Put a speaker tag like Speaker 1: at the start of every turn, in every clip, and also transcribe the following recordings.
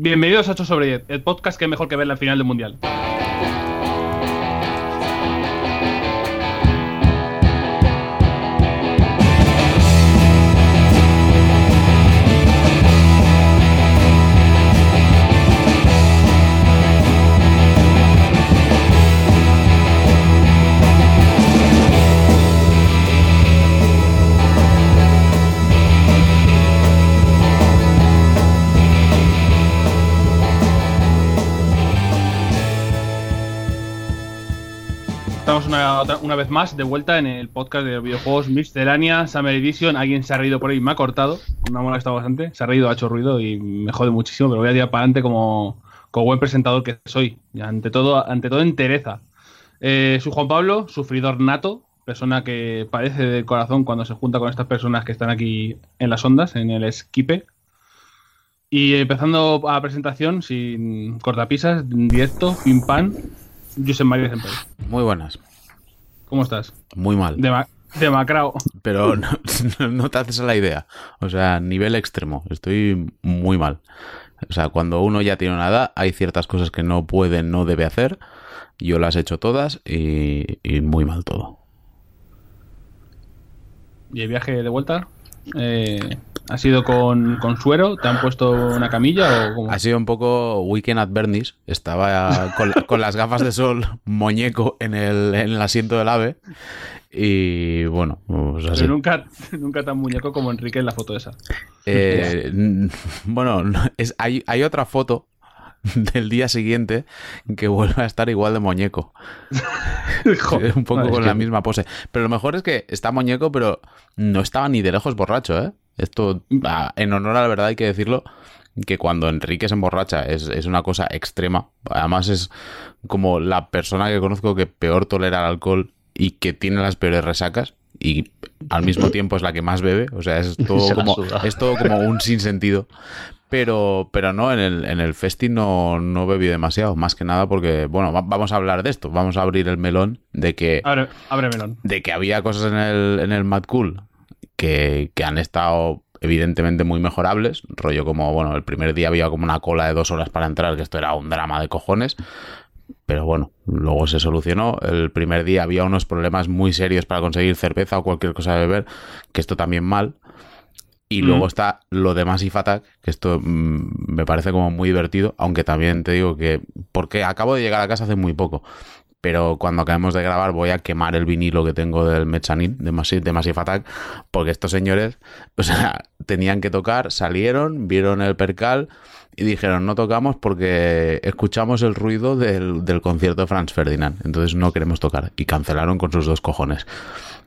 Speaker 1: Bienvenidos a 8 sobre 10, el podcast que es mejor que ver la final del mundial. Estamos una, otra- una vez más de vuelta en el podcast de videojuegos Miscelánea Summer Edition. Alguien se ha reído por ahí, me ha cortado, me ha molestado bastante. Se ha reído, ha hecho ruido y me jode muchísimo, pero voy a tirar para adelante como, como buen presentador que soy. Y ante todo, ante todo entereza. Eh, soy Juan Pablo, sufridor nato, persona que padece de corazón cuando se junta con estas personas que están aquí en las ondas, en el esquipe. Y empezando a presentación, sin cortapisas, en directo, pim pam, Josep María Semper.
Speaker 2: Muy buenas.
Speaker 1: ¿Cómo estás?
Speaker 2: Muy mal.
Speaker 1: Dema- Demacrao.
Speaker 2: Pero no, no- no te haces a la idea. O sea, nivel extremo. Estoy muy mal. O sea, cuando uno ya tiene una edad, hay ciertas cosas que no puede, no debe hacer. Yo las he hecho todas y, y muy mal todo.
Speaker 1: Y el viaje de vuelta eh, ha sido con, con suero, te han puesto una camilla o cómo?
Speaker 2: Ha sido un poco Weekend at Bernie's. Estaba con, la- con las gafas de sol, muñeco en el, en el asiento del ave. Y bueno, pues así.
Speaker 1: Pero nunca, nunca tan muñeco como Enrique en la foto esa.
Speaker 2: Eh, n- bueno, no, es, hay, hay otra foto del día siguiente que vuelve a estar igual de muñeco.
Speaker 1: Joder,
Speaker 2: un poco
Speaker 1: madre,
Speaker 2: con
Speaker 1: es
Speaker 2: la
Speaker 1: que-
Speaker 2: misma pose. Pero lo mejor es que está muñeco, pero no estaba ni de lejos borracho, ¿eh? Esto, ah, en honor a la verdad, hay que decirlo que cuando Enrique se emborracha es, es una cosa extrema. Además, es como la persona que conozco que peor tolera el alcohol y que tiene las peores resacas. Y al mismo tiempo es la que más bebe. O sea, es todo,
Speaker 3: Se la
Speaker 2: como,
Speaker 3: suda.
Speaker 2: es todo como un sinsentido. Pero, pero no, en el, en el festi no, no bebí demasiado, más que nada porque, bueno, va- vamos a hablar de esto, vamos a abrir el melón de que,
Speaker 1: Abre, abre melón.
Speaker 2: de que había cosas en el, en el Mad Cool que, que han estado evidentemente muy mejorables, rollo como, bueno, el primer día había como una cola de dos horas para entrar, que esto era un drama de cojones, pero bueno, luego se solucionó. El primer día había unos problemas muy serios para conseguir cerveza o cualquier cosa de beber, que esto también mal. Y
Speaker 1: Mm.
Speaker 2: luego está lo de Massive Attack, que esto mm, me parece como muy divertido, aunque también te digo que, porque acabo de llegar a casa hace muy poco, pero cuando acabemos de grabar voy a quemar el vinilo que tengo del Mechanin, de Massive, de Massive Attack, porque estos señores, o sea, tenían que tocar, salieron, vieron el percal y dijeron, no tocamos porque escuchamos el ruido del, del concierto de Franz Ferdinand, entonces no queremos tocar. Y cancelaron con sus dos cojones.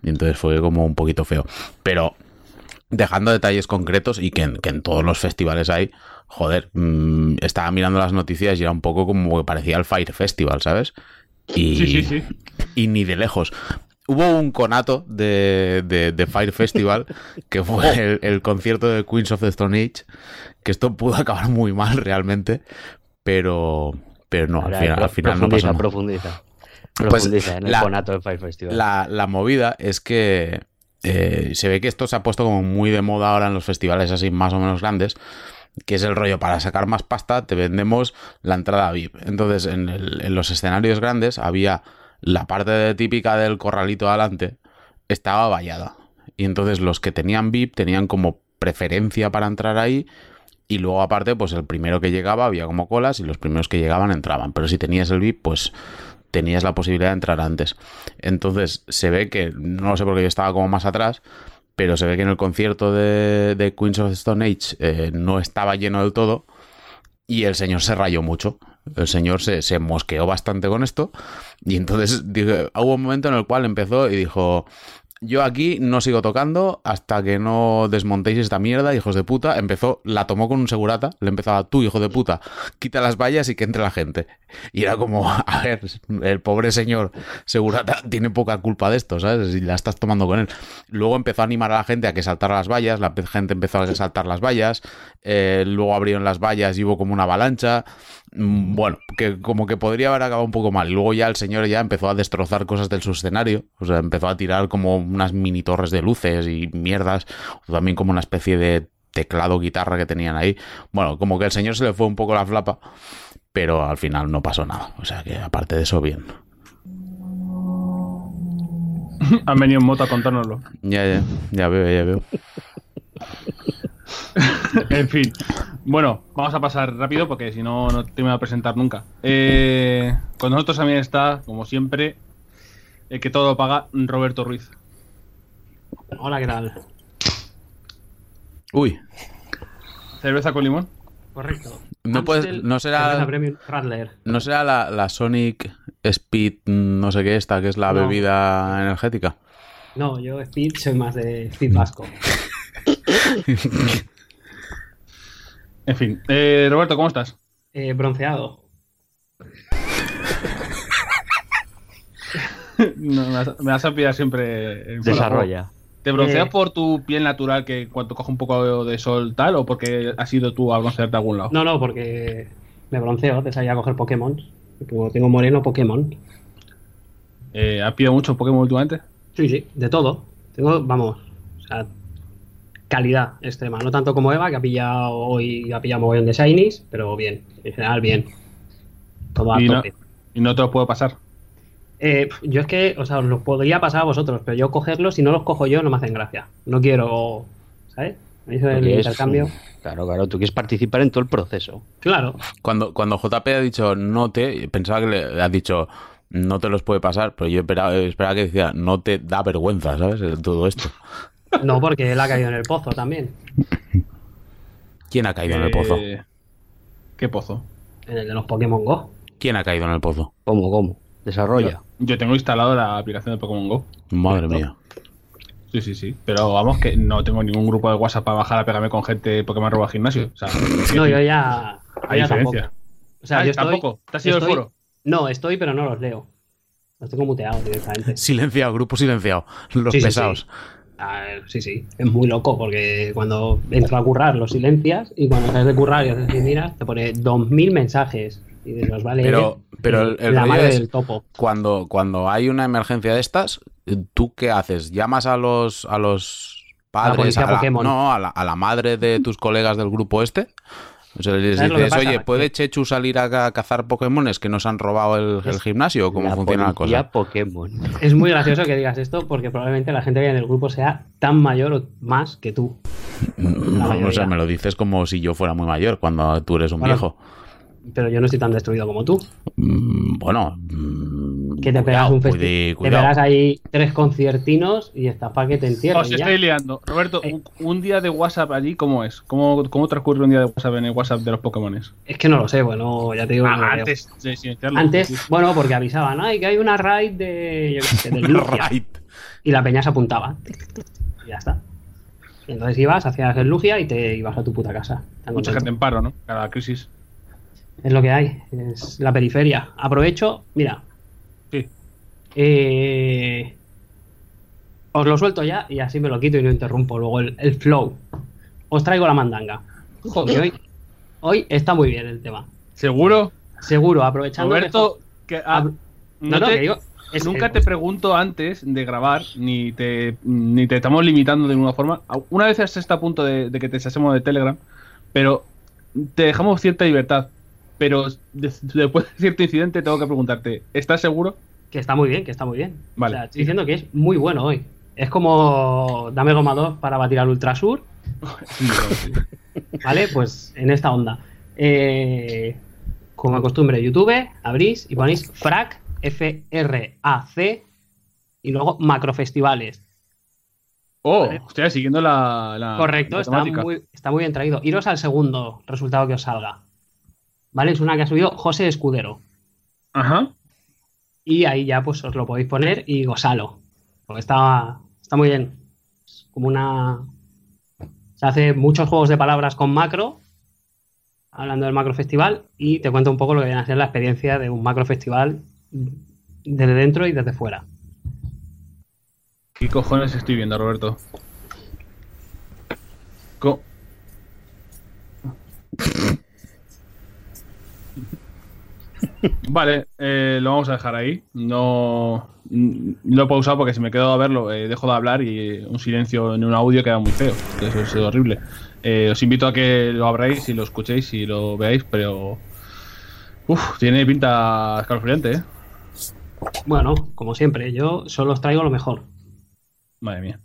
Speaker 2: Y entonces fue como un poquito feo. Pero dejando detalles concretos y que en, que en todos los festivales hay, joder, mm, estaba mirando las noticias y era un poco como que parecía el Fire Festival, ¿sabes? Y,
Speaker 1: Sí, sí, sí.
Speaker 2: y ni de lejos. Hubo un conato de, de- de Fire Festival, que fue el, el concierto de Queens of the Stone Age, que esto pudo acabar muy mal realmente, pero, pero no, al
Speaker 3: Ahora,
Speaker 2: final,
Speaker 3: pro-
Speaker 2: al final no pasó
Speaker 3: profundiza,
Speaker 2: nada.
Speaker 3: profundiza.
Speaker 2: Pues,
Speaker 3: Profundiza en el
Speaker 2: la-
Speaker 3: conato del Fire Festival.
Speaker 2: La, la movida es que eh, se ve que esto se ha puesto como muy de moda ahora en los festivales así más o menos grandes, que es el rollo para sacar más pasta, te vendemos la entrada VIP. Entonces, en, el- en los escenarios grandes había la parte de- típica del corralito adelante, estaba vallada. Y entonces los que tenían VIP tenían como preferencia para entrar ahí. Y luego aparte, pues el primero que llegaba había como colas y los primeros que llegaban entraban. Pero si tenías el VIP, pues tenías la posibilidad de entrar antes. Entonces se ve que, no lo sé porque yo estaba como más atrás, pero se ve que en el concierto de, de Queens of the Stone Age eh, no estaba lleno del todo y el señor se rayó mucho. El señor se, se mosqueó bastante con esto y entonces dije, hubo un momento en el cual empezó y dijo... Yo aquí no sigo tocando hasta que no desmontéis esta mierda, hijos de puta. Empezó, la tomó con un segurata, le empezaba, tú, hijo de puta, quita las vallas y que entre la gente. Y era como, a ver, el pobre señor segurata tiene poca culpa de esto, ¿sabes? Y la estás tomando con él. Luego empezó a animar a la gente a que saltara las vallas, la pe- gente empezó a saltar las vallas, eh, luego abrieron las vallas y hubo como una avalancha. Mm, Bueno, que como que podría haber acabado un poco mal. Y luego ya el señor ya empezó a destrozar cosas del su escenario, o sea, empezó a tirar como unas mini torres de luces y mierdas, o también como una especie de teclado guitarra que tenían ahí. Bueno, como que el señor se le fue un poco la flapa, pero al final no pasó nada. O sea que aparte de eso, bien.
Speaker 1: Han venido en moto a contárnoslo.
Speaker 2: Ya, ya, ya veo, ya veo.
Speaker 1: en fin. Bueno, vamos a pasar rápido porque si no, no te voy a presentar nunca. Eh, con nosotros también está, como siempre, el que todo lo paga, Roberto Ruiz.
Speaker 3: Hola, ¿qué tal?
Speaker 2: Uy,
Speaker 1: ¿Cerveza con limón?
Speaker 3: Correcto.
Speaker 2: no, puedes,
Speaker 3: Amstel,
Speaker 2: no
Speaker 3: cerveza
Speaker 2: será,
Speaker 3: Premium Radler.
Speaker 2: no será la, la Sonic Speed, no sé qué, esta que es la
Speaker 3: No.
Speaker 2: bebida energética.
Speaker 3: No, yo Speed soy más de Speed Vasco.
Speaker 1: En fin. Eh, Roberto, ¿cómo estás?
Speaker 3: Eh, bronceado.
Speaker 1: No, me, vas, me vas a pillar siempre. en fuera de
Speaker 4: Desarrolla.
Speaker 1: juego. ¿Te bronceas
Speaker 3: Eh.
Speaker 1: por tu piel natural que cuando coge un poco de sol tal o porque has ido tú a broncearte a algún
Speaker 2: Oh.
Speaker 1: lado?
Speaker 3: No, no, porque me bronceo, te salía a coger Pokémon. Como tengo moreno, Pokémon.
Speaker 1: Eh, ¿Has pillado mucho Pokémon últimamente?
Speaker 3: Sí, sí, de todo. Tengo, vamos, o sea, calidad extrema. No tanto como Eva, que ha pillado hoy, ha pillado mogollón de Shinies, pero bien, en general bien. Todo a
Speaker 1: Y no-
Speaker 3: tope.
Speaker 1: Y no te lo puedo pasar.
Speaker 3: Eh, pf, yo es que, o sea, os los podría pasar a vosotros, pero yo cogerlos, si no los cojo yo, no me hacen gracia. No quiero, ¿sabes? Me hizo el
Speaker 4: Porque es
Speaker 3: intercambio.
Speaker 4: un- Claro, claro, tú quieres participar en todo el proceso.
Speaker 3: Claro,
Speaker 2: Cuando, cuando JP ha dicho no te, pensaba que le ha dicho no te los puede pasar, pero yo esperaba, esperaba que decía no te da vergüenza, ¿sabes? Eh, Todo esto.
Speaker 3: no, porque él ha caído en el pozo también,
Speaker 2: ¿Quién ha caído en el pozo?
Speaker 1: Eh, ¿Qué pozo?
Speaker 3: en el de los Pokémon Go.
Speaker 2: ¿Quién ha caído en el pozo?
Speaker 4: ¿Cómo, cómo? Desarrolla.
Speaker 1: Yo tengo instalado la aplicación de Pokémon Go.
Speaker 2: Madre mía.
Speaker 4: Correcto.
Speaker 1: Sí, sí, sí. Pero vamos, que no tengo ningún grupo de WhatsApp para bajar a pegarme con gente Pokémon roba gimnasio. O sea,
Speaker 3: No, yo ya. yo
Speaker 1: hay
Speaker 3: ya
Speaker 1: diferencia.
Speaker 3: tampoco. O sea,
Speaker 1: Ah,
Speaker 3: yo estoy-
Speaker 1: tampoco. ¿Te has ido del
Speaker 3: estoy-
Speaker 1: foro?
Speaker 3: No, estoy, pero no los leo. Los tengo muteados directamente.
Speaker 2: Silenciado, grupo silenciado. Los
Speaker 3: Sí, sí,
Speaker 2: pesados.
Speaker 3: A ver, sí, sí. Es muy loco porque cuando entro a currar los silencias y cuando sales de currar y haces así, mira, te pone 2.000 mensajes y de los vale.
Speaker 2: Pero- pero el- el
Speaker 3: la
Speaker 2: rollo
Speaker 3: madre
Speaker 2: es-
Speaker 3: del topo.
Speaker 2: Cuando, cuando hay una emergencia de estas, ¿tú qué haces? ¿Llamas a los, a los padres?
Speaker 3: policía Pokémon.
Speaker 2: no, a la, a la madre de tus colegas del grupo este. O sea, les
Speaker 3: ¿Sabes lo que
Speaker 2: dices,
Speaker 3: pasa?
Speaker 2: oye,
Speaker 3: Que-
Speaker 2: ¿puede Chechu salir a ca- cazar Pokémones que nos han robado el, el
Speaker 4: Es-
Speaker 2: gimnasio? ¿O ¿Cómo
Speaker 4: La
Speaker 2: funciona la
Speaker 4: policía
Speaker 2: cosa?
Speaker 4: Pokémon.
Speaker 3: Es muy gracioso que digas esto porque probablemente la gente que hay en el grupo sea tan mayor o más que tú.
Speaker 2: No, o sea,
Speaker 3: mayoría.
Speaker 2: me lo dices como si yo fuera muy mayor cuando tú eres un
Speaker 3: Bueno.
Speaker 2: viejo.
Speaker 3: Pero yo no estoy tan destruido como tú.
Speaker 2: Mm, Bueno. mm,
Speaker 3: Que te pegas
Speaker 2: cuidado,
Speaker 3: un
Speaker 2: cuide-
Speaker 3: festival. Te
Speaker 2: cuidado.
Speaker 3: pegas ahí tres conciertinos y estás para que te entierren.
Speaker 1: Os
Speaker 3: ya. Eh.
Speaker 1: estáis liando. Roberto, un, un día de WhatsApp allí, ¿cómo es? ¿Cómo, ¿Cómo transcurre un día de WhatsApp en el WhatsApp de los Pokémones?
Speaker 3: Es que no lo sé, bueno, ya te digo. que no lo
Speaker 1: Ah,
Speaker 3: veo.
Speaker 1: antes de silenciarlo. Sí,
Speaker 3: Antes,
Speaker 1: sí.
Speaker 3: bueno, porque avisaban, ay, que hay una raid de. Yo qué sé, del Lugia".
Speaker 2: Right.
Speaker 3: Y la peña se apuntaba. Y ya está. Y entonces ibas, hacías el Lugia y te ibas a tu puta casa. Tan
Speaker 1: Mucha gente
Speaker 3: contento.
Speaker 1: en paro, ¿no? Cada crisis.
Speaker 3: Es lo que hay, es la periferia. Aprovecho, mira,
Speaker 1: Sí.
Speaker 3: eh, os lo suelto ya y así me lo quito y no interrumpo luego el, el flow. Os traigo la mandanga. Porque hoy, hoy está muy bien el tema.
Speaker 1: ¿Seguro?
Speaker 3: Seguro, aprovechando. que-
Speaker 1: Roberto, que, ah,
Speaker 3: Ab- no, no,
Speaker 1: te-
Speaker 3: que digo, es-
Speaker 1: nunca
Speaker 3: eh,
Speaker 1: te pregunto antes de grabar, ni te, ni te estamos limitando de ninguna forma. Una vez has estado a punto de, de que te deshacemos de Telegram, pero te dejamos cierta libertad. Pero des- después de cierto incidente tengo que preguntarte, ¿estás seguro?
Speaker 3: Que está muy bien, que está muy bien.
Speaker 1: Vale.
Speaker 3: O sea, estoy diciendo que es muy bueno hoy. Es como dame goma 2 para batir al Ultrasur, ¿vale? Pues en esta onda. Eh, como de costumbre, YouTube, abrís y ponéis FRAC, F-R-A-C, y luego macrofestivales.
Speaker 1: Oh,
Speaker 3: Vale.
Speaker 1: hostia, siguiendo la, la-
Speaker 3: Correcto,
Speaker 1: la
Speaker 3: está
Speaker 1: temática.
Speaker 3: muy, está muy bien traído. Iros al segundo resultado que os salga. ¿Vale? Es una que ha subido José Escudero.
Speaker 1: Ajá.
Speaker 3: y ahí ya pues os lo podéis poner y gozalo. Porque está, está muy bien. Es como una... Se hace muchos juegos de palabras con macro, hablando del macro festival, y te cuento un poco lo que viene a ser la experiencia de un macro festival desde dentro y desde fuera.
Speaker 1: ¿Qué cojones estoy viendo, Roberto? Co- vale, eh, lo vamos a dejar ahí. No n- lo he pausado porque si me quedo a verlo, eh, dejo de hablar y un silencio en un audio queda muy feo. Eso es horrible. Eh, os invito a que lo abráis y lo escuchéis y lo veáis, pero. Uf, tiene pinta escalofriante, ¿eh?
Speaker 3: Bueno, como siempre, yo solo os traigo lo mejor.
Speaker 1: Madre mía.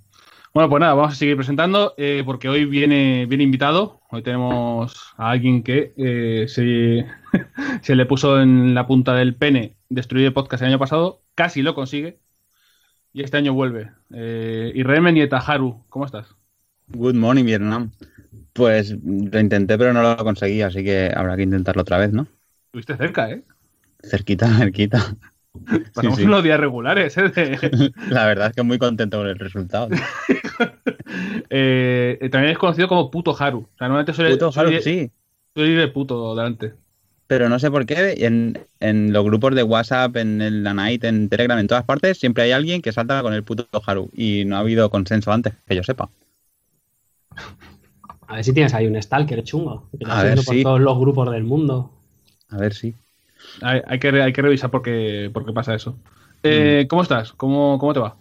Speaker 1: Bueno, pues nada, vamos a seguir presentando eh, porque hoy viene, viene invitado. Hoy tenemos a alguien que eh, se, se le puso en la punta del pene destruir el podcast el año pasado, casi lo consigue y este año vuelve. Eh, Irene Nietaharu, ¿cómo estás?
Speaker 5: Good morning, Vietnam. Pues lo intenté, pero no lo conseguí, así que habrá que intentarlo otra vez, ¿no?
Speaker 1: Estuviste cerca, ¿eh?
Speaker 5: Cerquita, cerquita.
Speaker 1: Pasamos
Speaker 5: Sí, sí.
Speaker 1: unos días regulares, ¿eh? De-
Speaker 5: La verdad es que muy contento con el resultado.
Speaker 1: Eh, eh, también es conocido como Puto Haru. O sea, normalmente suele,
Speaker 5: Puto
Speaker 1: suele-
Speaker 5: Haru, sí.
Speaker 1: suele ir el puto delante.
Speaker 5: Pero no sé por qué, en, en los grupos de WhatsApp, en el la Night, en Telegram, en todas partes, siempre hay alguien que salta con el puto Haru. Y no ha habido consenso antes, que yo sepa.
Speaker 3: A ver si tienes ahí un Stalker chungo. Que
Speaker 5: A
Speaker 3: está
Speaker 5: ver,
Speaker 3: haciendo por
Speaker 5: sí.
Speaker 3: todos los grupos del mundo.
Speaker 5: A ver si.
Speaker 1: Hay, hay que, re- hay que revisar por qué, por qué pasa eso. Eh,
Speaker 5: Mm.
Speaker 1: ¿Cómo estás? ¿Cómo, ¿Cómo te va?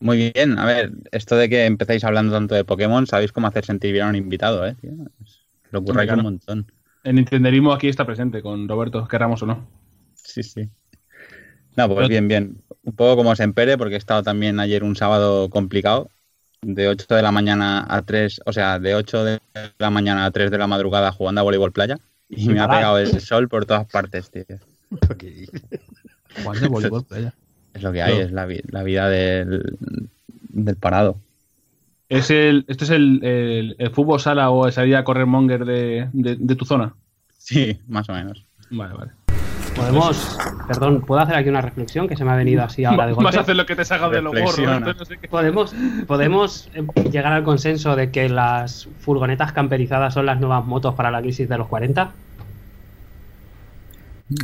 Speaker 5: Muy bien, a ver, esto de que empecéis hablando tanto de Pokémon, sabéis cómo hacer sentir bien a un invitado, ¿eh? tío? Es- Lo ocurre
Speaker 1: Claro.
Speaker 5: un montón.
Speaker 1: El Nintenderismo aquí está presente con Roberto, querramos o no.
Speaker 5: Sí, sí. No, pues
Speaker 1: Pero-
Speaker 5: bien, bien. Un poco como se empere, porque he estado también ayer un sábado complicado, de 8 de la mañana a 3, o sea, de 8 de la mañana a 3 de la madrugada jugando a voleibol playa, y me ha
Speaker 3: Caray.
Speaker 5: pegado el sol por todas partes, tío.
Speaker 1: Jugando voleibol, playa.
Speaker 5: Es lo que hay,
Speaker 1: Pero-
Speaker 5: es la, vi- la vida del, del parado.
Speaker 1: ¿Es el, ¿Esto es el, el- el fútbol sala o salida a correr monger de, de- de tu zona?
Speaker 5: Sí, más o menos.
Speaker 1: Vale, vale.
Speaker 3: Podemos, perdón, ¿puedo hacer aquí una reflexión que se me ha venido así ahora de golpe?
Speaker 1: Vas a hacer lo que te salga de los gorros.
Speaker 5: Reflexiona.
Speaker 1: entonces no sé qué.
Speaker 3: Podemos, podemos eh, llegar al consenso de que las furgonetas camperizadas son las nuevas motos para la crisis de los 40.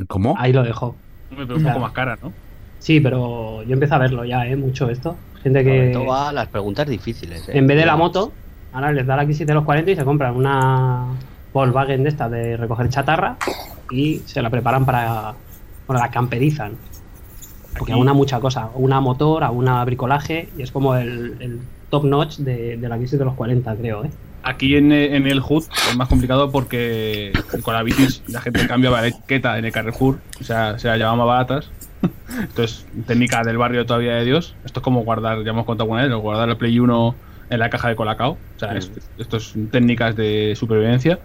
Speaker 2: ¿Cómo?
Speaker 3: Ahí lo dejo.
Speaker 1: Hombre, pero un poco
Speaker 3: Claro.
Speaker 1: más cara, ¿no?
Speaker 3: Sí, pero yo empiezo a verlo ya, ¿eh? Mucho esto. Gente que
Speaker 4: Roberto va a las preguntas difíciles. ¿eh?
Speaker 3: en vez de la moto, ahora les da la crisis de los 40 y se compran una Volkswagen de esta de recoger chatarra y se la preparan para... Bueno, la camperizan. Porque a
Speaker 1: Aquí-
Speaker 3: una mucha cosa, una motor, a una bricolaje y es como el, el top notch de, de la crisis de los 40, creo, ¿eh?
Speaker 1: Aquí en, en el HUD es más complicado porque con la bicis la gente cambiaba la etiqueta en el Carrefour, o sea, se la llevaba más baratas. Esto es técnica del barrio todavía de Dios. Esto es como guardar, ya hemos contado alguna vez, ¿no? guardar el Play 1 en la caja de Colacao. O sea, es- esto es técnicas de supervivencia.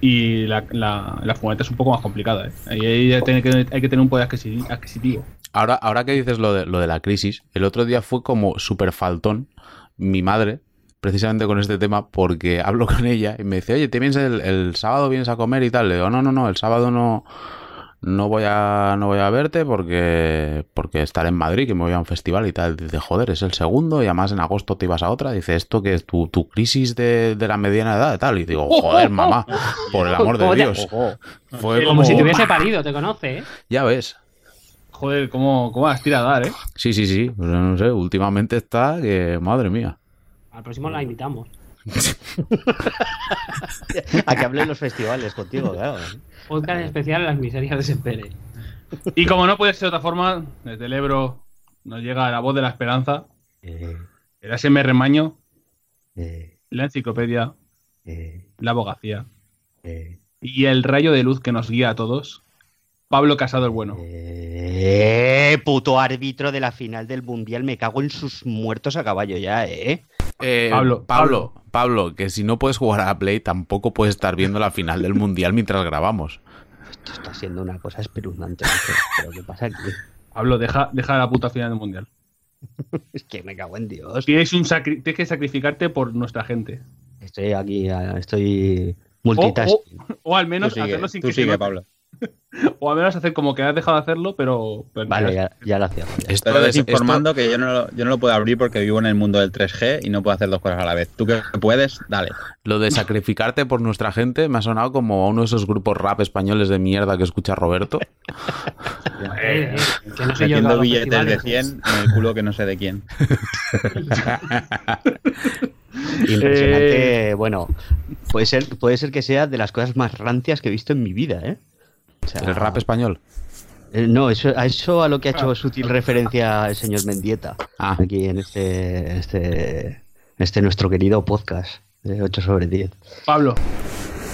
Speaker 1: Y la, la, la furgoneta es un poco más complicada. ¿eh? Ahí hay, hay que, hay que tener un poder adquisi- adquisitivo.
Speaker 2: Ahora, ahora que dices lo de, lo de la crisis, el otro día fue como súper faltón mi madre, precisamente con este tema, porque hablo con ella y me dice, oye, ¿te vienes el, el sábado vienes a comer y tal? Le digo, no, no, no, el sábado no, no, voy, a, no voy a verte porque, porque estaré en Madrid, que me voy a un festival y tal. Dice, joder, es el segundo y además en agosto te ibas a otra. Dice, esto que es tu, tu crisis de, de la mediana edad y tal. Y digo, joder, mamá, por el amor de
Speaker 3: Joder.
Speaker 2: Dios. Fue
Speaker 1: Como
Speaker 3: Como si te
Speaker 2: como,
Speaker 3: hubiese parido, te conoce, ¿eh?
Speaker 2: ya ves.
Speaker 1: Joder, cómo, cómo has tirado a dar, ¿eh?
Speaker 2: Sí, sí, sí. Pues no sé, últimamente está que. Madre mía.
Speaker 3: Al próximo la invitamos.
Speaker 4: A que hable en los festivales contigo, claro.
Speaker 3: Podcast especial Las miserias de Sempere.
Speaker 1: Y como no puede ser de otra forma, desde el Ebro nos llega la voz de la esperanza,
Speaker 4: Eh,
Speaker 1: el ASM Remaño,
Speaker 4: eh,
Speaker 1: la enciclopedia,
Speaker 4: eh,
Speaker 1: la abogacía
Speaker 4: eh,
Speaker 1: y el rayo de luz que nos guía a todos, Pablo Casado el Bueno.
Speaker 4: eh, puto árbitro de la final del mundial, me cago en sus muertos a caballo ya, ¿eh?
Speaker 2: Eh,
Speaker 1: Pablo,
Speaker 2: Pablo, Pablo, que si no puedes jugar a la Play, tampoco puedes estar viendo la final del mundial mientras grabamos.
Speaker 4: Esto está siendo una cosa espeluznante. no sé, Pero ¿qué pasa aquí?
Speaker 1: Pablo, deja, deja la puta final del mundial.
Speaker 4: Es que me cago en Dios.
Speaker 1: Tienes, un sacri- tienes que sacrificarte por nuestra gente.
Speaker 4: Estoy aquí, ah, estoy
Speaker 2: Oh,
Speaker 4: multitasking.
Speaker 1: O al menos
Speaker 5: tú sigue,
Speaker 1: hacerlo sin
Speaker 5: tú
Speaker 1: que se
Speaker 5: sigue,
Speaker 1: note.
Speaker 5: Pablo.
Speaker 1: O al menos hacer como que has dejado de hacerlo, pero.
Speaker 2: oh.
Speaker 1: pero-
Speaker 4: Vale, ya, ya lo hacía. falta.
Speaker 5: Te
Speaker 2: Esto
Speaker 5: lo
Speaker 2: es,
Speaker 5: informando que yo no, lo- yo no lo puedo abrir porque vivo en el mundo del 3G y no puedo hacer dos cosas a la vez. Tú que puedes, dale.
Speaker 2: esto- lo de sacrificarte por nuestra gente me ha sonado como a uno de esos grupos rap españoles de mierda que escucha Roberto.
Speaker 3: Eh, eh, que no soy yo el que
Speaker 5: Metiendo
Speaker 3: hago
Speaker 5: billetes de
Speaker 3: festivales.
Speaker 5: 100 en el culo que no sé de quién.
Speaker 2: Eh.
Speaker 4: Impresionante. Bueno, puede ser, puede ser que sea de las cosas más rancias que he visto en mi vida, ¿eh? O sea,
Speaker 2: El rap español.
Speaker 4: eh, No, eso, a eso a lo que ha hecho sutil referencia el señor Mendieta
Speaker 2: Ah,
Speaker 4: aquí en este, este, este nuestro querido podcast. De 8 sobre 10.
Speaker 1: Pablo,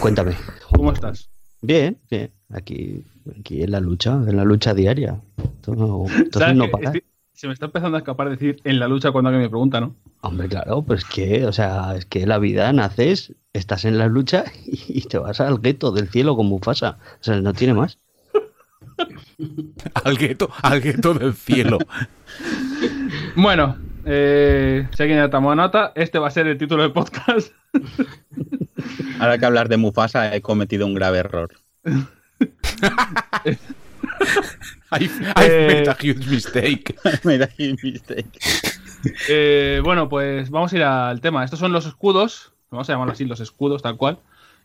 Speaker 4: Cuéntame.
Speaker 1: ¿cómo estás?
Speaker 4: Bien, bien. Aquí, aquí en la lucha, en la lucha diaria. Esto no, esto es
Speaker 1: ¿Sabes
Speaker 4: no
Speaker 1: que
Speaker 4: parar.
Speaker 1: estoy- se me está empezando a escapar decir en la lucha cuando alguien me pregunta, ¿no?
Speaker 4: Hombre, claro, pues que, o sea, es que la vida naces, estás en la lucha y te vas al gueto del cielo con Mufasa. O sea, no tiene más.
Speaker 2: Al gueto, al gueto del cielo.
Speaker 1: Bueno, eh, si alguien ha tomado nota, este va a ser el título del podcast.
Speaker 5: Ahora que hablar de Mufasa, he cometido un grave error.
Speaker 2: I've, I've
Speaker 1: Eh.
Speaker 2: made a huge mistake.
Speaker 5: Me da aquí mistake.
Speaker 1: Eh, bueno, pues vamos a ir al tema. Estos son los escudos, vamos a llamarlo así, los escudos, tal cual.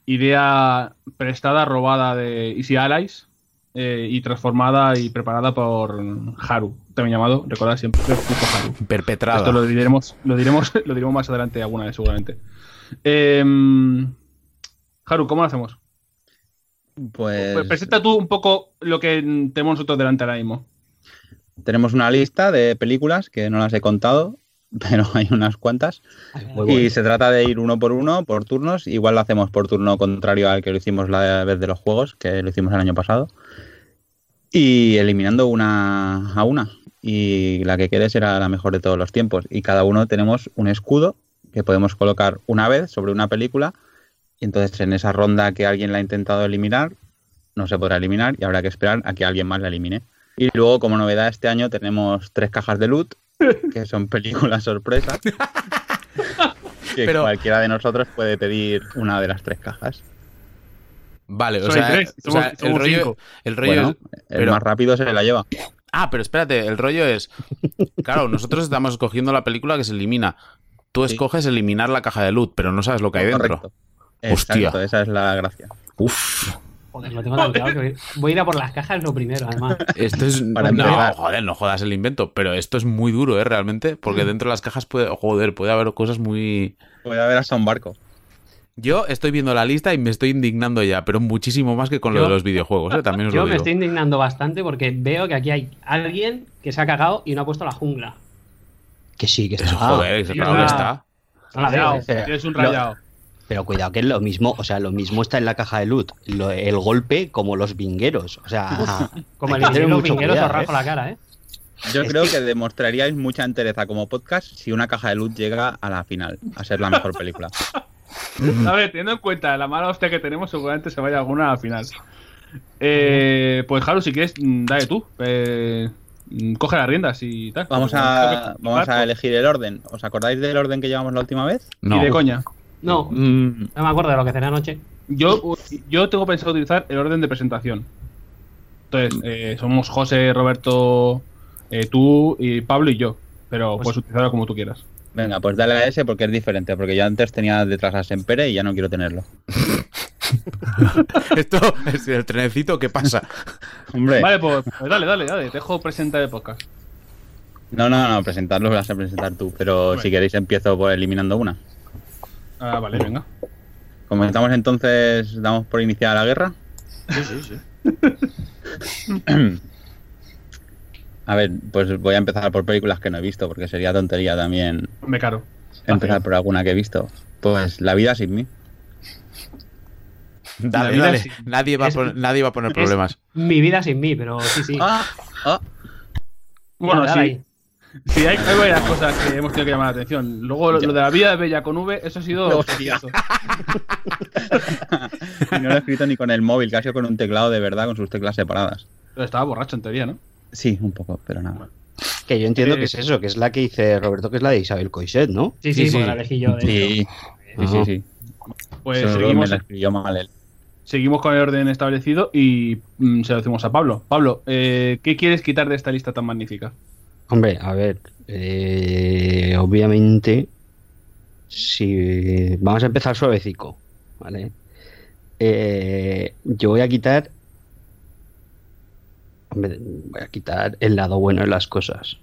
Speaker 1: Idea prestada, robada de Easy Allies eh, y transformada y preparada por Haru, también llamado, recordad siempre, Fuku Haru.
Speaker 2: Perpetrada.
Speaker 1: Esto lo diremos, lo diremos, lo diremos más adelante alguna vez, seguramente. Em, Haru, ¿cómo lo hacemos?
Speaker 5: Pues
Speaker 1: Pues presenta tú un poco lo que mm, tenemos nosotros delante ahora mismo.
Speaker 5: tenemos una lista de películas que no las he contado, pero hay unas cuantas.
Speaker 4: Muy
Speaker 5: y
Speaker 4: bueno.
Speaker 5: se trata de ir uno por uno, por turnos. Igual lo hacemos por turno contrario al que lo hicimos la vez de los juegos, que lo hicimos el año pasado. Y eliminando una a una. Y la que quede será la mejor de todos los tiempos. Y cada uno tenemos un escudo que podemos colocar una vez sobre una película. Y entonces en esa ronda que alguien la ha intentado eliminar, no se podrá eliminar y habrá que esperar a que alguien más la elimine. Y luego, como novedad, este año tenemos tres cajas de loot, que son películas sorpresas. que
Speaker 2: Pero-
Speaker 5: cualquiera de nosotros puede pedir una de las tres cajas.
Speaker 2: Vale, o
Speaker 1: Soy
Speaker 2: sea,
Speaker 1: tres,
Speaker 2: o sea,
Speaker 1: somos-
Speaker 2: el
Speaker 1: somos
Speaker 2: rollo,
Speaker 1: cinco.
Speaker 2: el rollo
Speaker 5: Bueno,
Speaker 2: es-
Speaker 5: el
Speaker 2: pero-
Speaker 5: más rápido se la lleva.
Speaker 2: Ah, pero espérate, el rollo es. Claro, nosotros estamos escogiendo la película que se elimina. Tú
Speaker 5: Sí.
Speaker 2: escoges eliminar la caja de loot, pero no sabes lo que hay dentro.
Speaker 5: Correcto. Exacto,
Speaker 2: Hostia.
Speaker 5: esa es la gracia.
Speaker 2: Uf,
Speaker 3: Joder, lo tengo tan claro que voy- voy a ir a por las cajas lo primero, además.
Speaker 2: esto es.
Speaker 5: Para
Speaker 2: no,
Speaker 5: empezar.
Speaker 2: joder, no jodas el invento, pero esto es muy duro, ¿eh? Realmente, porque dentro de las cajas puede. Joder, puede haber cosas muy.
Speaker 5: Puede haber hasta un barco.
Speaker 2: Yo estoy viendo la lista y me estoy indignando ya, pero muchísimo más que con lo
Speaker 3: Yo-
Speaker 2: de los videojuegos, ¿eh? También os
Speaker 3: Yo
Speaker 2: lo
Speaker 3: me
Speaker 2: digo.
Speaker 3: estoy indignando bastante porque veo que aquí hay alguien que se ha cagado y no ha puesto la jungla.
Speaker 4: Que sí, que está.
Speaker 2: Eso, joder,
Speaker 1: sí,
Speaker 2: claro que
Speaker 1: verdad.
Speaker 2: está.
Speaker 3: No la veo.
Speaker 1: Rayado,
Speaker 3: eh.
Speaker 4: espera.
Speaker 1: tienes un
Speaker 4: Lo-
Speaker 1: rayado.
Speaker 4: Pero cuidado que es lo mismo, o sea, lo mismo está en la caja de loot. Lo- el golpe como los vingueros. O sea,
Speaker 3: Como
Speaker 4: hay
Speaker 3: el
Speaker 4: que tener
Speaker 3: ingeniero
Speaker 4: mucho
Speaker 3: pinguero os
Speaker 4: cuidado,
Speaker 3: rajo
Speaker 4: ¿eh?
Speaker 3: la cara, ¿eh?
Speaker 5: Yo
Speaker 4: Es
Speaker 5: creo
Speaker 4: que-
Speaker 5: que demostraríais mucha entereza como podcast si una caja de luz llega a la final, a ser la mejor película.
Speaker 1: A ver, teniendo en cuenta la mala hostia que tenemos, seguramente se vaya alguna al final. Eh, pues Haru, si quieres, mm, dale tú. Eh, mm, coge las riendas y tal.
Speaker 5: Vamos a, vamos a elegir el orden. ¿Os acordáis del orden que llevamos la última vez?
Speaker 1: pues, Y
Speaker 2: No.
Speaker 1: de coña.
Speaker 3: No,
Speaker 5: Mm,
Speaker 3: no me acuerdo de lo que cené anoche.
Speaker 1: Yo, yo tengo pensado utilizar el orden de presentación. Entonces, eh, somos José, Roberto, eh, tú y Pablo y yo. Pero
Speaker 3: Pues-
Speaker 1: puedes utilizarlo como tú quieras.
Speaker 5: Venga, pues dale a ese porque es diferente, porque yo antes tenía detrás a Sempere y ya no quiero tenerlo.
Speaker 2: Esto es el trenecito, ¿qué pasa?
Speaker 5: Hombre,
Speaker 1: Vale, pues, pues dale, dale, dale. Te dejo presentar el podcast.
Speaker 5: no, no, no, presentarlo lo vas a presentar tú, pero si queréis empiezo por eliminando una.
Speaker 1: Ah, vale, venga.
Speaker 5: Comenzamos entonces, damos por iniciada la guerra. A ver, pues voy a empezar por películas que no he visto, porque sería tontería también
Speaker 1: Me caro.
Speaker 5: empezar por alguna que he visto. Pues La vida sin mí.
Speaker 2: Dale,
Speaker 1: vida
Speaker 2: dale.
Speaker 1: sí.
Speaker 2: Nadie va, a
Speaker 3: Es-
Speaker 2: pon- nadie va a poner problemas.
Speaker 3: Mi vida sin mí, pero sí, sí.
Speaker 5: Ah, ah,
Speaker 1: Bueno,
Speaker 3: Dale,
Speaker 1: sí.
Speaker 3: dale.
Speaker 1: Sí, hay, hay varias cosas que hemos tenido que llamar la atención. Luego, lo, lo de la vida de Bella con V, eso ha sido.
Speaker 5: No, hostia. y no lo he escrito ni con el móvil, casi con un teclado de verdad, con sus teclas separadas.
Speaker 1: Pero estaba borracho en teoría, ¿no?
Speaker 5: Sí, un poco, pero nada.
Speaker 4: que yo entiendo
Speaker 1: Eh,
Speaker 4: que es eso, que es la que dice Roberto, que es la de Isabel Coixet, ¿no?
Speaker 3: Sí,
Speaker 2: Sí,
Speaker 3: sí,
Speaker 2: sí.
Speaker 3: porque la elegí yo. de hecho.
Speaker 5: Sí, sí, sí. sí.
Speaker 1: Pues
Speaker 5: Solo me
Speaker 1: seguimos,
Speaker 5: la escribió mal él.
Speaker 1: seguimos con el orden establecido y mm, se lo decimos a Pablo. Pablo, eh, ¿qué quieres quitar de esta lista tan magnífica?
Speaker 4: Hombre, a ver, eh, obviamente, si vamos a empezar suavecico, ¿vale? Eh, yo voy a quitar, hombre, voy a quitar el lado bueno de las cosas.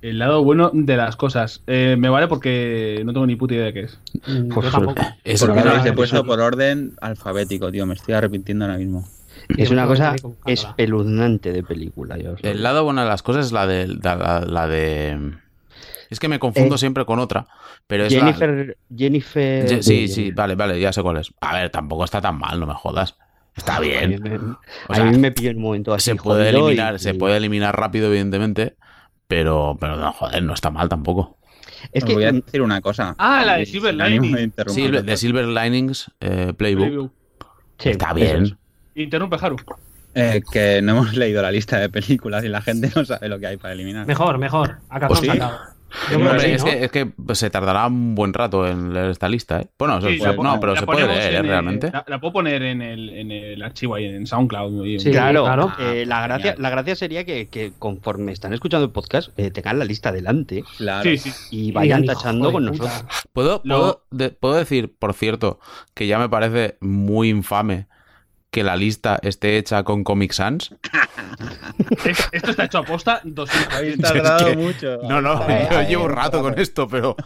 Speaker 1: El lado bueno de las cosas. Eh, me vale porque no tengo ni puta idea de qué es.
Speaker 3: Mm,
Speaker 4: Por
Speaker 3: yo tampoco.
Speaker 2: Es
Speaker 5: Porque
Speaker 4: una
Speaker 5: lo
Speaker 4: cosa
Speaker 5: habéis
Speaker 4: que-
Speaker 5: puesto por orden alfabético, tío. Me estoy arrepintiendo ahora mismo.
Speaker 4: Es
Speaker 3: Yo
Speaker 4: una
Speaker 3: me
Speaker 4: cosa
Speaker 3: voy a buscarla.
Speaker 4: espeluznante de película. yo os lo
Speaker 2: El
Speaker 4: digo.
Speaker 2: lado bueno de las cosas es la de la, la- la de Es que me confundo siempre con otra, pero es la-
Speaker 4: Eh, Jennifer. eh, Jennifer.
Speaker 2: Ye- sí,
Speaker 4: Uy,
Speaker 2: sí, vale, vale, ya sé cuál es. A ver, tampoco está tan mal, no me jodas. Está
Speaker 4: a mí
Speaker 2: bien.
Speaker 4: me-
Speaker 2: O
Speaker 4: a
Speaker 2: sea,
Speaker 4: mí me pilló en un momento así.
Speaker 2: se puede
Speaker 4: jodido y-
Speaker 2: eliminar, se
Speaker 4: y-
Speaker 2: puede eliminar rápido, evidentemente, pero, pero no, joder, no está mal tampoco.
Speaker 4: Es
Speaker 5: Os
Speaker 4: que mm,
Speaker 5: Pues voy a decir una cosa. Eh,
Speaker 1: Ah, la de
Speaker 5: Sin
Speaker 1: Silver
Speaker 5: ánimo
Speaker 1: Lining.
Speaker 5: de interrumpir.
Speaker 2: Silver- de Silver Linings eh, Playbook.
Speaker 4: sí,
Speaker 2: Está
Speaker 4: eso es.
Speaker 2: bien.
Speaker 1: Interrumpe, Haru.
Speaker 5: Eh, que no hemos leído la lista de películas y la gente no sabe lo que hay para eliminar.
Speaker 3: Mejor, mejor. A cazón
Speaker 2: Pues sí.
Speaker 3: sacado. Yo
Speaker 5: Hombre,
Speaker 3: creo
Speaker 2: Ah. Hombre,
Speaker 3: que
Speaker 2: es,
Speaker 3: sí, ¿no?
Speaker 2: que, es que, pues, se tardará un buen rato en leer esta lista, ¿eh? Bueno, se
Speaker 1: Sí,
Speaker 2: puede-
Speaker 5: la-
Speaker 2: no, pero
Speaker 1: La
Speaker 2: se puede
Speaker 1: ponemos
Speaker 2: leer,
Speaker 1: en
Speaker 2: ¿eh?
Speaker 1: el-
Speaker 2: realmente.
Speaker 1: La, la puedo poner en el, en el archivo ahí, en SoundCloud. y-
Speaker 3: Sí,
Speaker 4: claro,
Speaker 3: claro.
Speaker 4: eh, la, gracia,
Speaker 5: Genial.
Speaker 4: la gracia sería que, que conforme están escuchando el podcast, eh, tengan la lista delante
Speaker 5: Claro.
Speaker 1: sí, sí.
Speaker 4: y
Speaker 3: Y
Speaker 4: vayan
Speaker 3: digan,
Speaker 4: tachando
Speaker 3: "Hijo
Speaker 4: con
Speaker 3: de puta".
Speaker 4: nosotros.
Speaker 2: ¿Puedo,
Speaker 1: Lo-
Speaker 2: puedo, de- puedo decir, por cierto, que ya me parece muy infame que la lista esté hecha con Comic Sans?
Speaker 1: Es- esto está hecho a posta 200
Speaker 5: Habéis
Speaker 2: Es
Speaker 5: tardado
Speaker 2: que-
Speaker 5: mucho.
Speaker 2: No, no,
Speaker 5: A ver,
Speaker 2: yo
Speaker 5: a ver,
Speaker 2: llevo un rato
Speaker 5: a ver.
Speaker 2: con esto, pero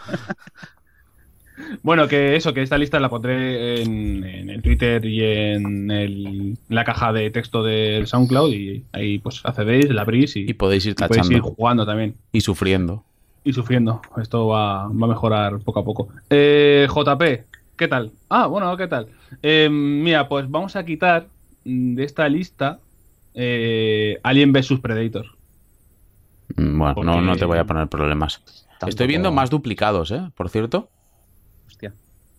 Speaker 1: Bueno, que eso, que esta lista la pondré en, en el Twitter y en, el- en la caja de texto del SoundCloud y ahí pues accedéis, la abrís y,
Speaker 2: y podéis ir
Speaker 1: podéis ir
Speaker 2: tachando
Speaker 1: jugando también
Speaker 2: y sufriendo.
Speaker 1: y sufriendo. Esto va, va a mejorar poco a poco. Eh, JP, ¿qué tal? Ah, bueno, ¿qué tal? Eh, mira, pues vamos a quitar mm, de esta lista eh, Alien vs Predator.
Speaker 2: Mm, Bueno, no,
Speaker 1: Porque-
Speaker 2: no te voy a poner problemas. Estoy
Speaker 4: Tampoco-
Speaker 2: viendo más duplicados, ¿eh? Por cierto,
Speaker 5: Hostia.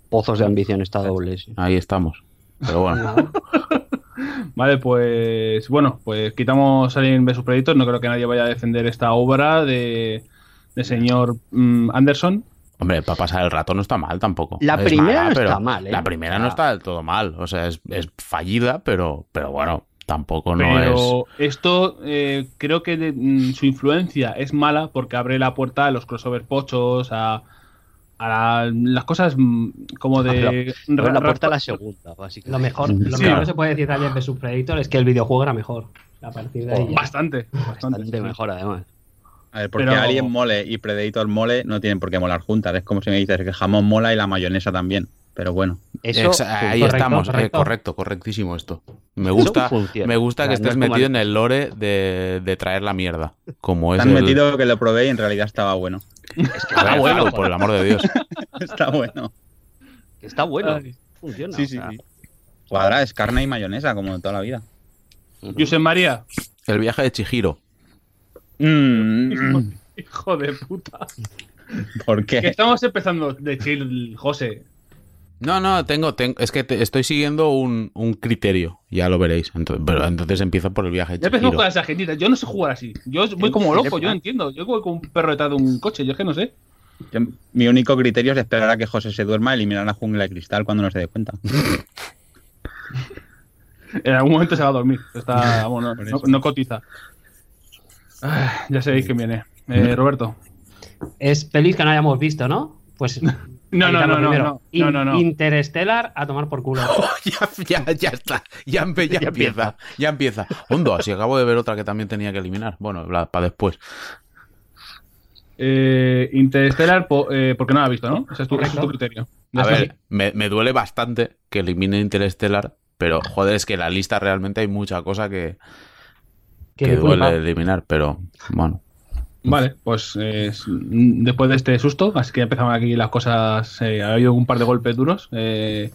Speaker 4: Pozos de ambición está doble. sí.
Speaker 2: ahí estamos. Pero bueno,
Speaker 1: Vale, pues bueno, pues quitamos Alien vs Predator. No creo que nadie vaya a defender esta obra de, de señor mm, Anderson.
Speaker 2: hombre, para pasar el rato no está mal tampoco.
Speaker 4: La
Speaker 2: Es
Speaker 4: primera
Speaker 2: mala,
Speaker 4: no
Speaker 2: pero
Speaker 4: está mal, ¿eh?
Speaker 2: La primera no
Speaker 4: Ah.
Speaker 2: está del todo mal. O sea, es, es fallida, pero, pero bueno, tampoco no es.
Speaker 1: pero esto eh, creo que de- mm, su influencia es mala porque abre la puerta a los crossover pochos, a, a la- las cosas mm, como de...
Speaker 4: Abre la puerta a la
Speaker 1: raspa-
Speaker 4: segunda, básicamente.
Speaker 3: Lo mejor, lo
Speaker 2: Sí.
Speaker 3: mejor que se puede decir de Alien vs Predator es que el videojuego era mejor. A partir de ahí. ya.
Speaker 1: Bastante, bastante.
Speaker 4: Bastante mejor, además.
Speaker 5: A ver, porque
Speaker 1: Pero-
Speaker 5: Alien mole y Predator mole no tienen por qué molar juntas. Es como si me dices que el jamón mola y la mayonesa también. Pero bueno.
Speaker 4: Eso,
Speaker 2: Exa- ahí
Speaker 3: correcto,
Speaker 2: estamos, eh,
Speaker 3: correcto.
Speaker 2: correcto. correctísimo esto. Me gusta,
Speaker 4: funciona.
Speaker 2: me gusta que
Speaker 4: O sea, no
Speaker 2: estés
Speaker 4: es como
Speaker 2: metido en
Speaker 4: el-
Speaker 2: el lore de, de traer la mierda. Como es
Speaker 5: Tan
Speaker 2: Pues el-
Speaker 5: metido que lo probé y en realidad estaba bueno.
Speaker 2: Ah, bueno, por el amor de Dios.
Speaker 5: Está bueno.
Speaker 4: que está bueno.
Speaker 1: Ay.
Speaker 4: Funciona.
Speaker 5: Sí,
Speaker 4: o
Speaker 5: sí,
Speaker 4: sea,
Speaker 5: sí. Cuadra es carne y mayonesa, como de toda la vida.
Speaker 1: Josep María,
Speaker 2: El viaje de Chihiro.
Speaker 5: Mm, mm,
Speaker 1: hijo de puta.
Speaker 5: ¿Por
Speaker 1: Que
Speaker 5: qué?
Speaker 1: estamos empezando de chill, José.
Speaker 2: No, no, tengo, tengo- es que te- estoy siguiendo un, un criterio, ya lo veréis. Entonces, pero entonces empiezo por el viaje
Speaker 1: Ya
Speaker 2: de
Speaker 1: empezamos
Speaker 2: Chihiro.
Speaker 1: con las agentitas. Yo no sé jugar así. Yo voy como loco, yo entiendo. Yo voy como un perro detrás de un coche. Yo es que no sé.
Speaker 5: Yo- mi único criterio es esperar a que José se duerma y eliminar la jungla de cristal cuando no se dé cuenta.
Speaker 1: En algún momento se va a dormir. Está, vamos, no, Ah, no- no cotiza. Ah, ya sabéis quién viene. Eh, Roberto.
Speaker 3: Es pelis que no hayamos visto, ¿no? Pues.
Speaker 1: No, no,
Speaker 3: ahí
Speaker 1: no,
Speaker 3: está lo
Speaker 1: no,
Speaker 3: primero.
Speaker 1: no,
Speaker 3: In-
Speaker 1: no, no, no.
Speaker 3: Interestelar a tomar por culo.
Speaker 2: Oh, ya, ya, ya está, ya, empe- ya empieza, ya empieza. Hondo, si acabo de ver otra que también tenía que eliminar. Bueno, para después.
Speaker 1: Eh, Interstellar, po- eh, porque no la ha visto, ¿no? Ese es tu, ese es tu
Speaker 3: Correcto.
Speaker 1: criterio. Ya
Speaker 2: A
Speaker 1: está.
Speaker 2: ver, me, me duele bastante que elimine Interestelar, pero joder, es que en la lista realmente hay mucha cosa que,
Speaker 3: Que
Speaker 2: que
Speaker 3: flipa.
Speaker 2: duele eliminar, pero bueno.
Speaker 1: Vale, pues eh, s- mm, después de este susto, así que empezaban aquí las cosas. eh, ha habido un par de golpes duros. eh,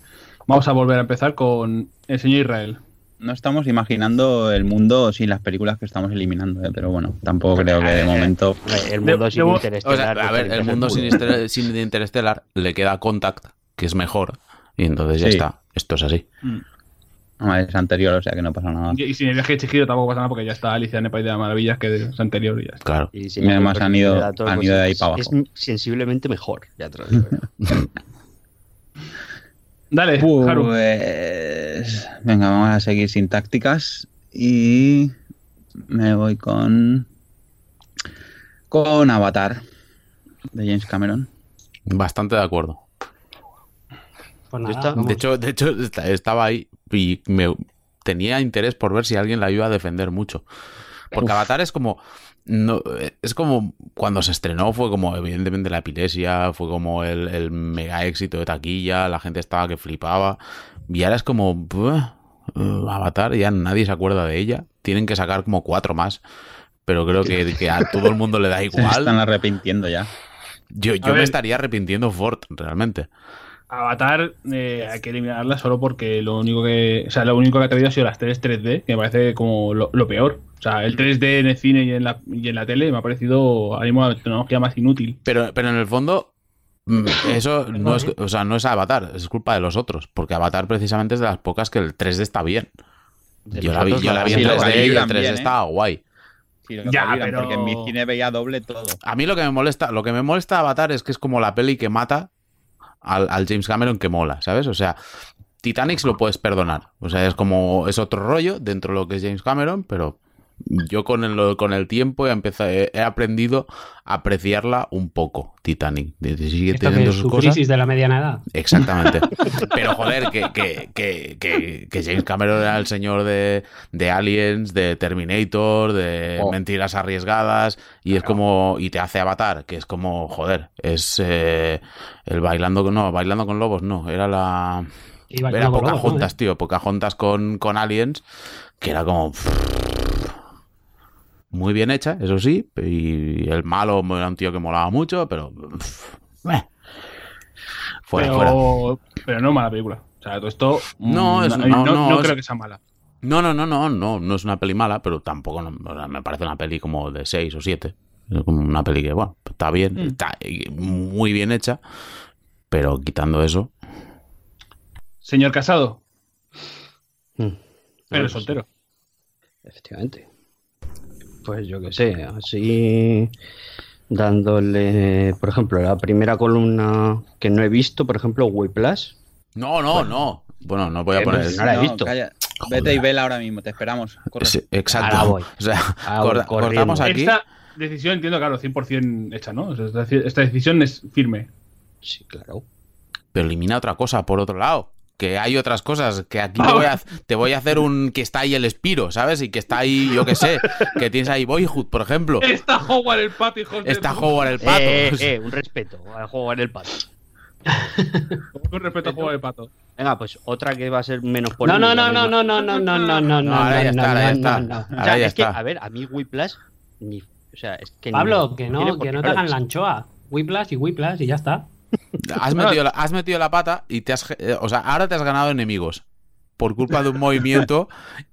Speaker 1: vamos a volver a empezar con el señor Israel.
Speaker 5: No estamos imaginando el mundo sin las películas que estamos eliminando, ¿eh? pero bueno, tampoco creo que de momento.
Speaker 4: El mundo
Speaker 1: De-
Speaker 4: sin
Speaker 1: debo-
Speaker 2: O sea,
Speaker 4: interestelar. pues,
Speaker 2: a ver, el mundo sin, estere- sin Interestelar le queda Contact, que es mejor, y entonces ya
Speaker 5: Sí.
Speaker 2: está. Esto es así.
Speaker 5: Ah, Es anterior, o sea que no pasa nada.
Speaker 1: Y, y sin el viaje de Chihiro tampoco pasa nada porque ya está Alicia en el País de las Maravillas, que es anterior y ya está.
Speaker 2: Claro.
Speaker 4: Y
Speaker 5: Y además han ido- han ido de ahí para
Speaker 4: pues, Es
Speaker 5: abajo.
Speaker 4: sensiblemente mejor, ya te lo digo. ¿eh?
Speaker 1: Dale, Haru.
Speaker 5: Eh, Pues. Venga, vamos a seguir sin tácticas. Y. Me voy con. Con Avatar. De James Cameron.
Speaker 2: Bastante de acuerdo.
Speaker 3: Pues
Speaker 4: Yo estaba-
Speaker 3: nada,
Speaker 2: De
Speaker 3: vamos.
Speaker 2: hecho, de hecho, esta- estaba ahí y me tenía interés por ver si alguien la iba a defender mucho. Porque Avatar es como. No, es como cuando se estrenó, fue como evidentemente la epilepsia, fue como el, el mega éxito de taquilla, la gente estaba que flipaba. Y ahora es como. uh, buah, eh, Avatar, ya nadie se acuerda de ella. Tienen que sacar como cuatro más. pero creo que, que a todo el mundo le da
Speaker 5: Se están
Speaker 2: igual.
Speaker 5: arrepintiendo ya.
Speaker 2: Yo, yo
Speaker 1: A
Speaker 2: me
Speaker 1: ver.
Speaker 2: estaría arrepintiendo Ford, realmente.
Speaker 1: Avatar eh, hay que eliminarla solo porque lo único que. O sea, lo único que ha traído ha sido las teles 3D, que me parece como lo, lo peor. O sea, el 3D en el cine y en la, y en la tele me ha parecido ahora mismo la tecnología más inútil.
Speaker 2: Pero, pero en el fondo, mm, eso no es,
Speaker 3: ¿eh?
Speaker 2: o sea, no es Avatar, es culpa de los otros. Porque Avatar precisamente es de las pocas que el 3D está bien.
Speaker 4: De
Speaker 2: Yo
Speaker 4: los
Speaker 2: la vi,
Speaker 4: otros
Speaker 2: yo
Speaker 4: no.
Speaker 2: la vi
Speaker 5: Sí,
Speaker 2: en
Speaker 5: lo
Speaker 2: 3D y el
Speaker 5: calibran
Speaker 2: 3D
Speaker 5: bien, ¿eh?
Speaker 2: estaba guay.
Speaker 5: Sí, lo
Speaker 1: Ya,
Speaker 5: calibran,
Speaker 1: pero-
Speaker 5: Porque en mi cine veía doble todo.
Speaker 2: A mí lo que me molesta, lo que me molesta de Avatar es que es como la peli que mata al, al James Cameron que mola, ¿sabes? O sea, Titanic lo puedes perdonar. O sea, es como, es otro rollo dentro de lo que es James Cameron, pero yo con el, lo- con el tiempo he, empezado, he, he aprendido a apreciarla un poco, Titanic. De- de- Sigue
Speaker 3: Esto que
Speaker 2: teniendo
Speaker 3: es
Speaker 2: sus
Speaker 3: su
Speaker 2: cosas.
Speaker 3: crisis de la mediana edad.
Speaker 2: Exactamente. Pero joder, que, que, que, que, que James Cameron era el señor de, de Aliens, de Terminator, de
Speaker 4: Oh.
Speaker 2: Mentiras Arriesgadas, y es como. Y te hace avatar, que es como, joder, es eh, el bailando con. No, bailando con lobos, no. Era la.
Speaker 3: Iba
Speaker 2: era
Speaker 3: con lobos, ¿no?
Speaker 2: Pocahontas, tío. Pocahontas con, con Aliens, que era como. Muy bien hecha, eso sí. Y el malo era un tío que molaba mucho, pero. eh. Fuera,
Speaker 1: pero,
Speaker 2: fuera.
Speaker 1: pero no mala película. O sea, todo esto.
Speaker 2: No,
Speaker 1: mm,
Speaker 2: es- no, no, es-
Speaker 1: creo que sea mala.
Speaker 2: No, no, no, no, no, no es una peli mala, pero tampoco no- o sea, me parece una peli como de 6 o 7. Una peli que, bueno, está bien,
Speaker 1: Mm.
Speaker 2: está eh, muy bien hecha, pero quitando eso,
Speaker 1: Señor Casado,
Speaker 4: Mm.
Speaker 1: pero
Speaker 4: No,
Speaker 1: es soltero.
Speaker 4: Efectivamente. Pues yo qué sé, así dándole, por ejemplo, la primera columna que no he visto, por ejemplo, Whiplash.
Speaker 2: no, no, no. pues, Bueno, no voy a
Speaker 4: Eh,
Speaker 2: poner.
Speaker 4: pues, no la he visto.
Speaker 5: calla.
Speaker 2: Joder.
Speaker 5: Vete y vela ahora mismo, te esperamos. Corre.
Speaker 2: Sí, exacto.
Speaker 4: Ahora voy.
Speaker 2: O sea,
Speaker 4: Ah, voy
Speaker 2: corta-
Speaker 4: corriendo.
Speaker 2: cortamos pues, aquí.
Speaker 1: Esta decisión entiendo, claro, 100% hecha, ¿no? O sea, esta, deci- esta decisión es firme.
Speaker 4: Sí, claro.
Speaker 2: pero elimina otra cosa por otro lado. Que hay otras cosas, que aquí te
Speaker 1: Ah,
Speaker 2: voy, a, te voy a hacer un... que está ahí el Espiro, ¿sabes? Y que está ahí, yo qué sé, que tienes ahí Boyhood, por ejemplo.
Speaker 1: Está Howard el pato, hijos de
Speaker 2: Está
Speaker 1: puta.
Speaker 2: Howard el Pato.
Speaker 4: Eh,
Speaker 2: o sea,
Speaker 4: eh, un respeto al juego en el pato.
Speaker 1: Con respeto a Howard el pato.
Speaker 4: Venga, pues otra que va a ser menos
Speaker 3: No,
Speaker 4: polémica.
Speaker 3: no, no, no, no, no, no, no, no, no, no,
Speaker 2: No, ahora ya está, ahora ya está.
Speaker 3: no, no, no.
Speaker 4: O
Speaker 2: Ahora
Speaker 4: sea,
Speaker 2: ya
Speaker 4: es que,
Speaker 2: está.
Speaker 4: a ver, a mí Whiplash ni. O sea, es que. ni-
Speaker 3: Pablo, que
Speaker 4: tiene
Speaker 3: no,
Speaker 4: por
Speaker 3: que
Speaker 4: qué
Speaker 3: no te
Speaker 4: hablar.
Speaker 3: hagan la anchoa. Whiplash y Whiplash y ya está.
Speaker 2: Has
Speaker 1: Bueno.
Speaker 2: metido, la, has metido la pata y te has. ge- eh, O sea, ahora te has ganado enemigos. Por culpa de un movimiento.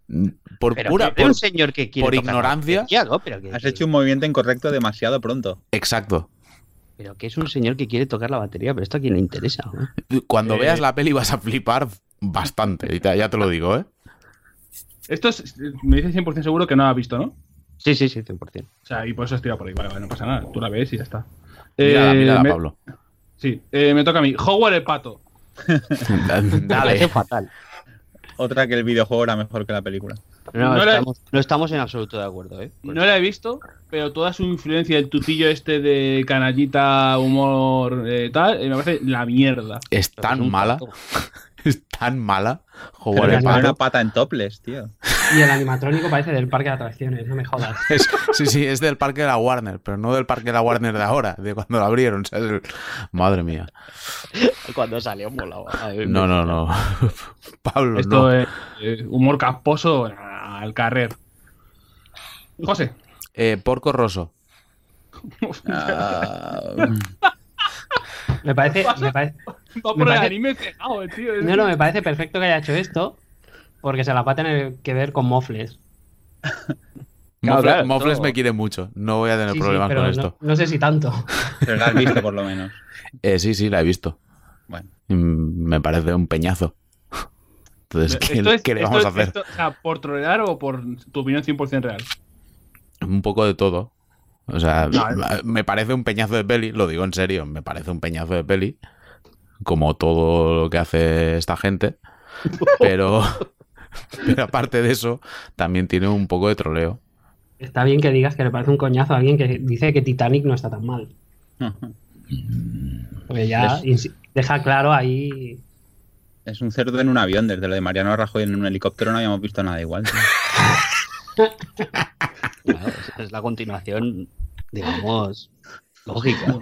Speaker 2: mm, Por
Speaker 4: Pero
Speaker 2: pura.
Speaker 4: que-
Speaker 2: por-
Speaker 4: un señor que quiere
Speaker 2: por
Speaker 4: tocar la
Speaker 2: ignorancia.
Speaker 4: batería, ¿no? Pero que,
Speaker 5: Has hecho un movimiento incorrecto demasiado pronto.
Speaker 2: exacto.
Speaker 4: pero que es un señor que quiere tocar la batería, pero esto a quién le interesa. ¿no?
Speaker 2: Cuando
Speaker 1: Eh.
Speaker 2: veas la peli vas a flipar bastante. y te- Ya te lo digo, ¿eh?
Speaker 1: Esto es- me dices 100% seguro que no la has visto, ¿no?
Speaker 4: Sí, sí, sí, 100%.
Speaker 1: O sea, y por eso estoy por ahí. Vale, vale, no pasa nada. Tú la ves y ya está.
Speaker 2: Mírala,
Speaker 1: Eh,
Speaker 2: mírala,
Speaker 1: me-
Speaker 2: Pablo.
Speaker 1: Sí, eh, me toca a mí. Howard el pato.
Speaker 4: Es
Speaker 2: Dale.
Speaker 4: fatal.
Speaker 5: Otra que el videojuego era mejor que la película.
Speaker 4: No,
Speaker 1: No le-
Speaker 4: estamos, no estamos en absoluto de acuerdo, ¿eh?
Speaker 2: Pues
Speaker 1: No la he visto, pero toda su influencia, el tutillo este de canallita, humor, eh, tal, eh, me parece la mierda.
Speaker 2: Es
Speaker 4: Pero es
Speaker 2: tan
Speaker 4: un
Speaker 2: mala.
Speaker 4: pato.
Speaker 2: Es tan mala.
Speaker 5: Pero
Speaker 2: Jugar
Speaker 5: que
Speaker 2: el
Speaker 5: tiene una
Speaker 2: pato.
Speaker 5: pata en topless, tío.
Speaker 3: Y el animatrónico parece del parque de atracciones, no me jodas.
Speaker 2: Es- sí, sí, es del parque de la Warner, pero no del parque de la Warner de ahora, de cuando la abrieron. ¿sabes? Madre mía.
Speaker 4: Cuando salió molaba. A ver,
Speaker 2: No, no, no. Pablo,
Speaker 1: Eh, Esto
Speaker 2: no.
Speaker 1: es eh, humor casposo ah, al carrer. José,
Speaker 2: Eh, porco roso.
Speaker 5: Ah,
Speaker 3: Me parece, me parece,
Speaker 1: va
Speaker 3: Me
Speaker 1: por el
Speaker 3: parece-
Speaker 1: anime pegado, el tío. Es-
Speaker 3: no, no, me parece perfecto que haya hecho esto, porque se la va a tener que ver con mofles.
Speaker 4: Claro,
Speaker 2: Mofles,
Speaker 4: claro,
Speaker 2: Mofles
Speaker 4: todo.
Speaker 2: me quiere mucho. No voy a tener
Speaker 3: Sí, sí,
Speaker 2: problemas
Speaker 3: pero
Speaker 2: con
Speaker 3: no,
Speaker 2: esto.
Speaker 3: no sé si tanto.
Speaker 5: pero la has visto por lo menos.
Speaker 2: Eh, sí, sí, la he visto.
Speaker 5: Bueno.
Speaker 2: Mm, Me parece un peñazo. Entonces, ¿qué,
Speaker 1: Esto es-
Speaker 2: qué le
Speaker 1: esto
Speaker 2: vamos
Speaker 1: es-
Speaker 2: a hacer?
Speaker 1: esto- o sea, ¿por trolear o por tu opinión 100% real?
Speaker 2: Un poco de todo. O sea,
Speaker 1: No,
Speaker 2: me parece un peñazo de peli, lo digo en serio, me parece un peñazo de peli, como todo lo que hace esta gente, pero, pero aparte de eso, también tiene un poco de troleo.
Speaker 3: Está bien que digas que le parece un coñazo a alguien que dice que Titanic no está tan mal. Porque ya insi- deja claro ahí.
Speaker 5: Es un cerdo en un avión, desde lo de Mariano Rajoy en un helicóptero no habíamos visto nada igual. tío.
Speaker 4: Claro, es- es la continuación, digamos, lógica.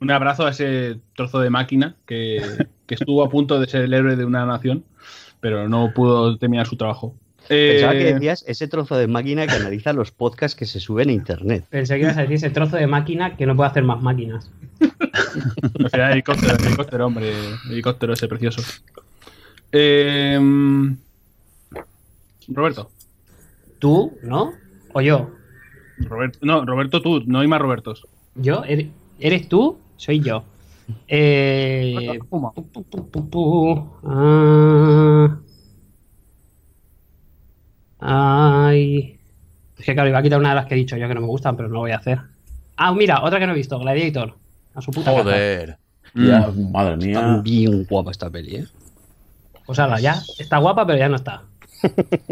Speaker 1: Un abrazo a ese trozo de máquina que, que estuvo a punto de ser el héroe de una nación, pero no pudo terminar su trabajo.
Speaker 4: Pensaba que
Speaker 1: Eh,
Speaker 4: decías ese trozo de máquina que analiza los podcasts que se suben a internet.
Speaker 3: Pensé que ibas a decir ese trozo de máquina que no puede hacer más máquinas.
Speaker 1: O sea, helicóptero, helicóptero, hombre. Helicóptero ese precioso. Eh, Roberto.
Speaker 3: ¿Tú, no? ¿O yo?
Speaker 1: Roberto. No, Roberto tú, no hay más Robertos.
Speaker 3: ¿Yo? ¿Eres- ¿Eres tú? Soy yo. Eh,
Speaker 1: Puma.
Speaker 3: pu, pu, pu, pu, pu. Ah. Ay. Es que claro, iba a quitar una de las que he dicho yo que no me gustan, pero no lo voy a hacer. Ah, mira, otra que no he visto, Gladiator. A su puta casa.
Speaker 2: Joder. Mm.
Speaker 5: Ya.
Speaker 2: Madre mía.
Speaker 4: Está bien guapa esta peli, ¿eh?
Speaker 3: Pues ala, ya. Está guapa, pero ya no está.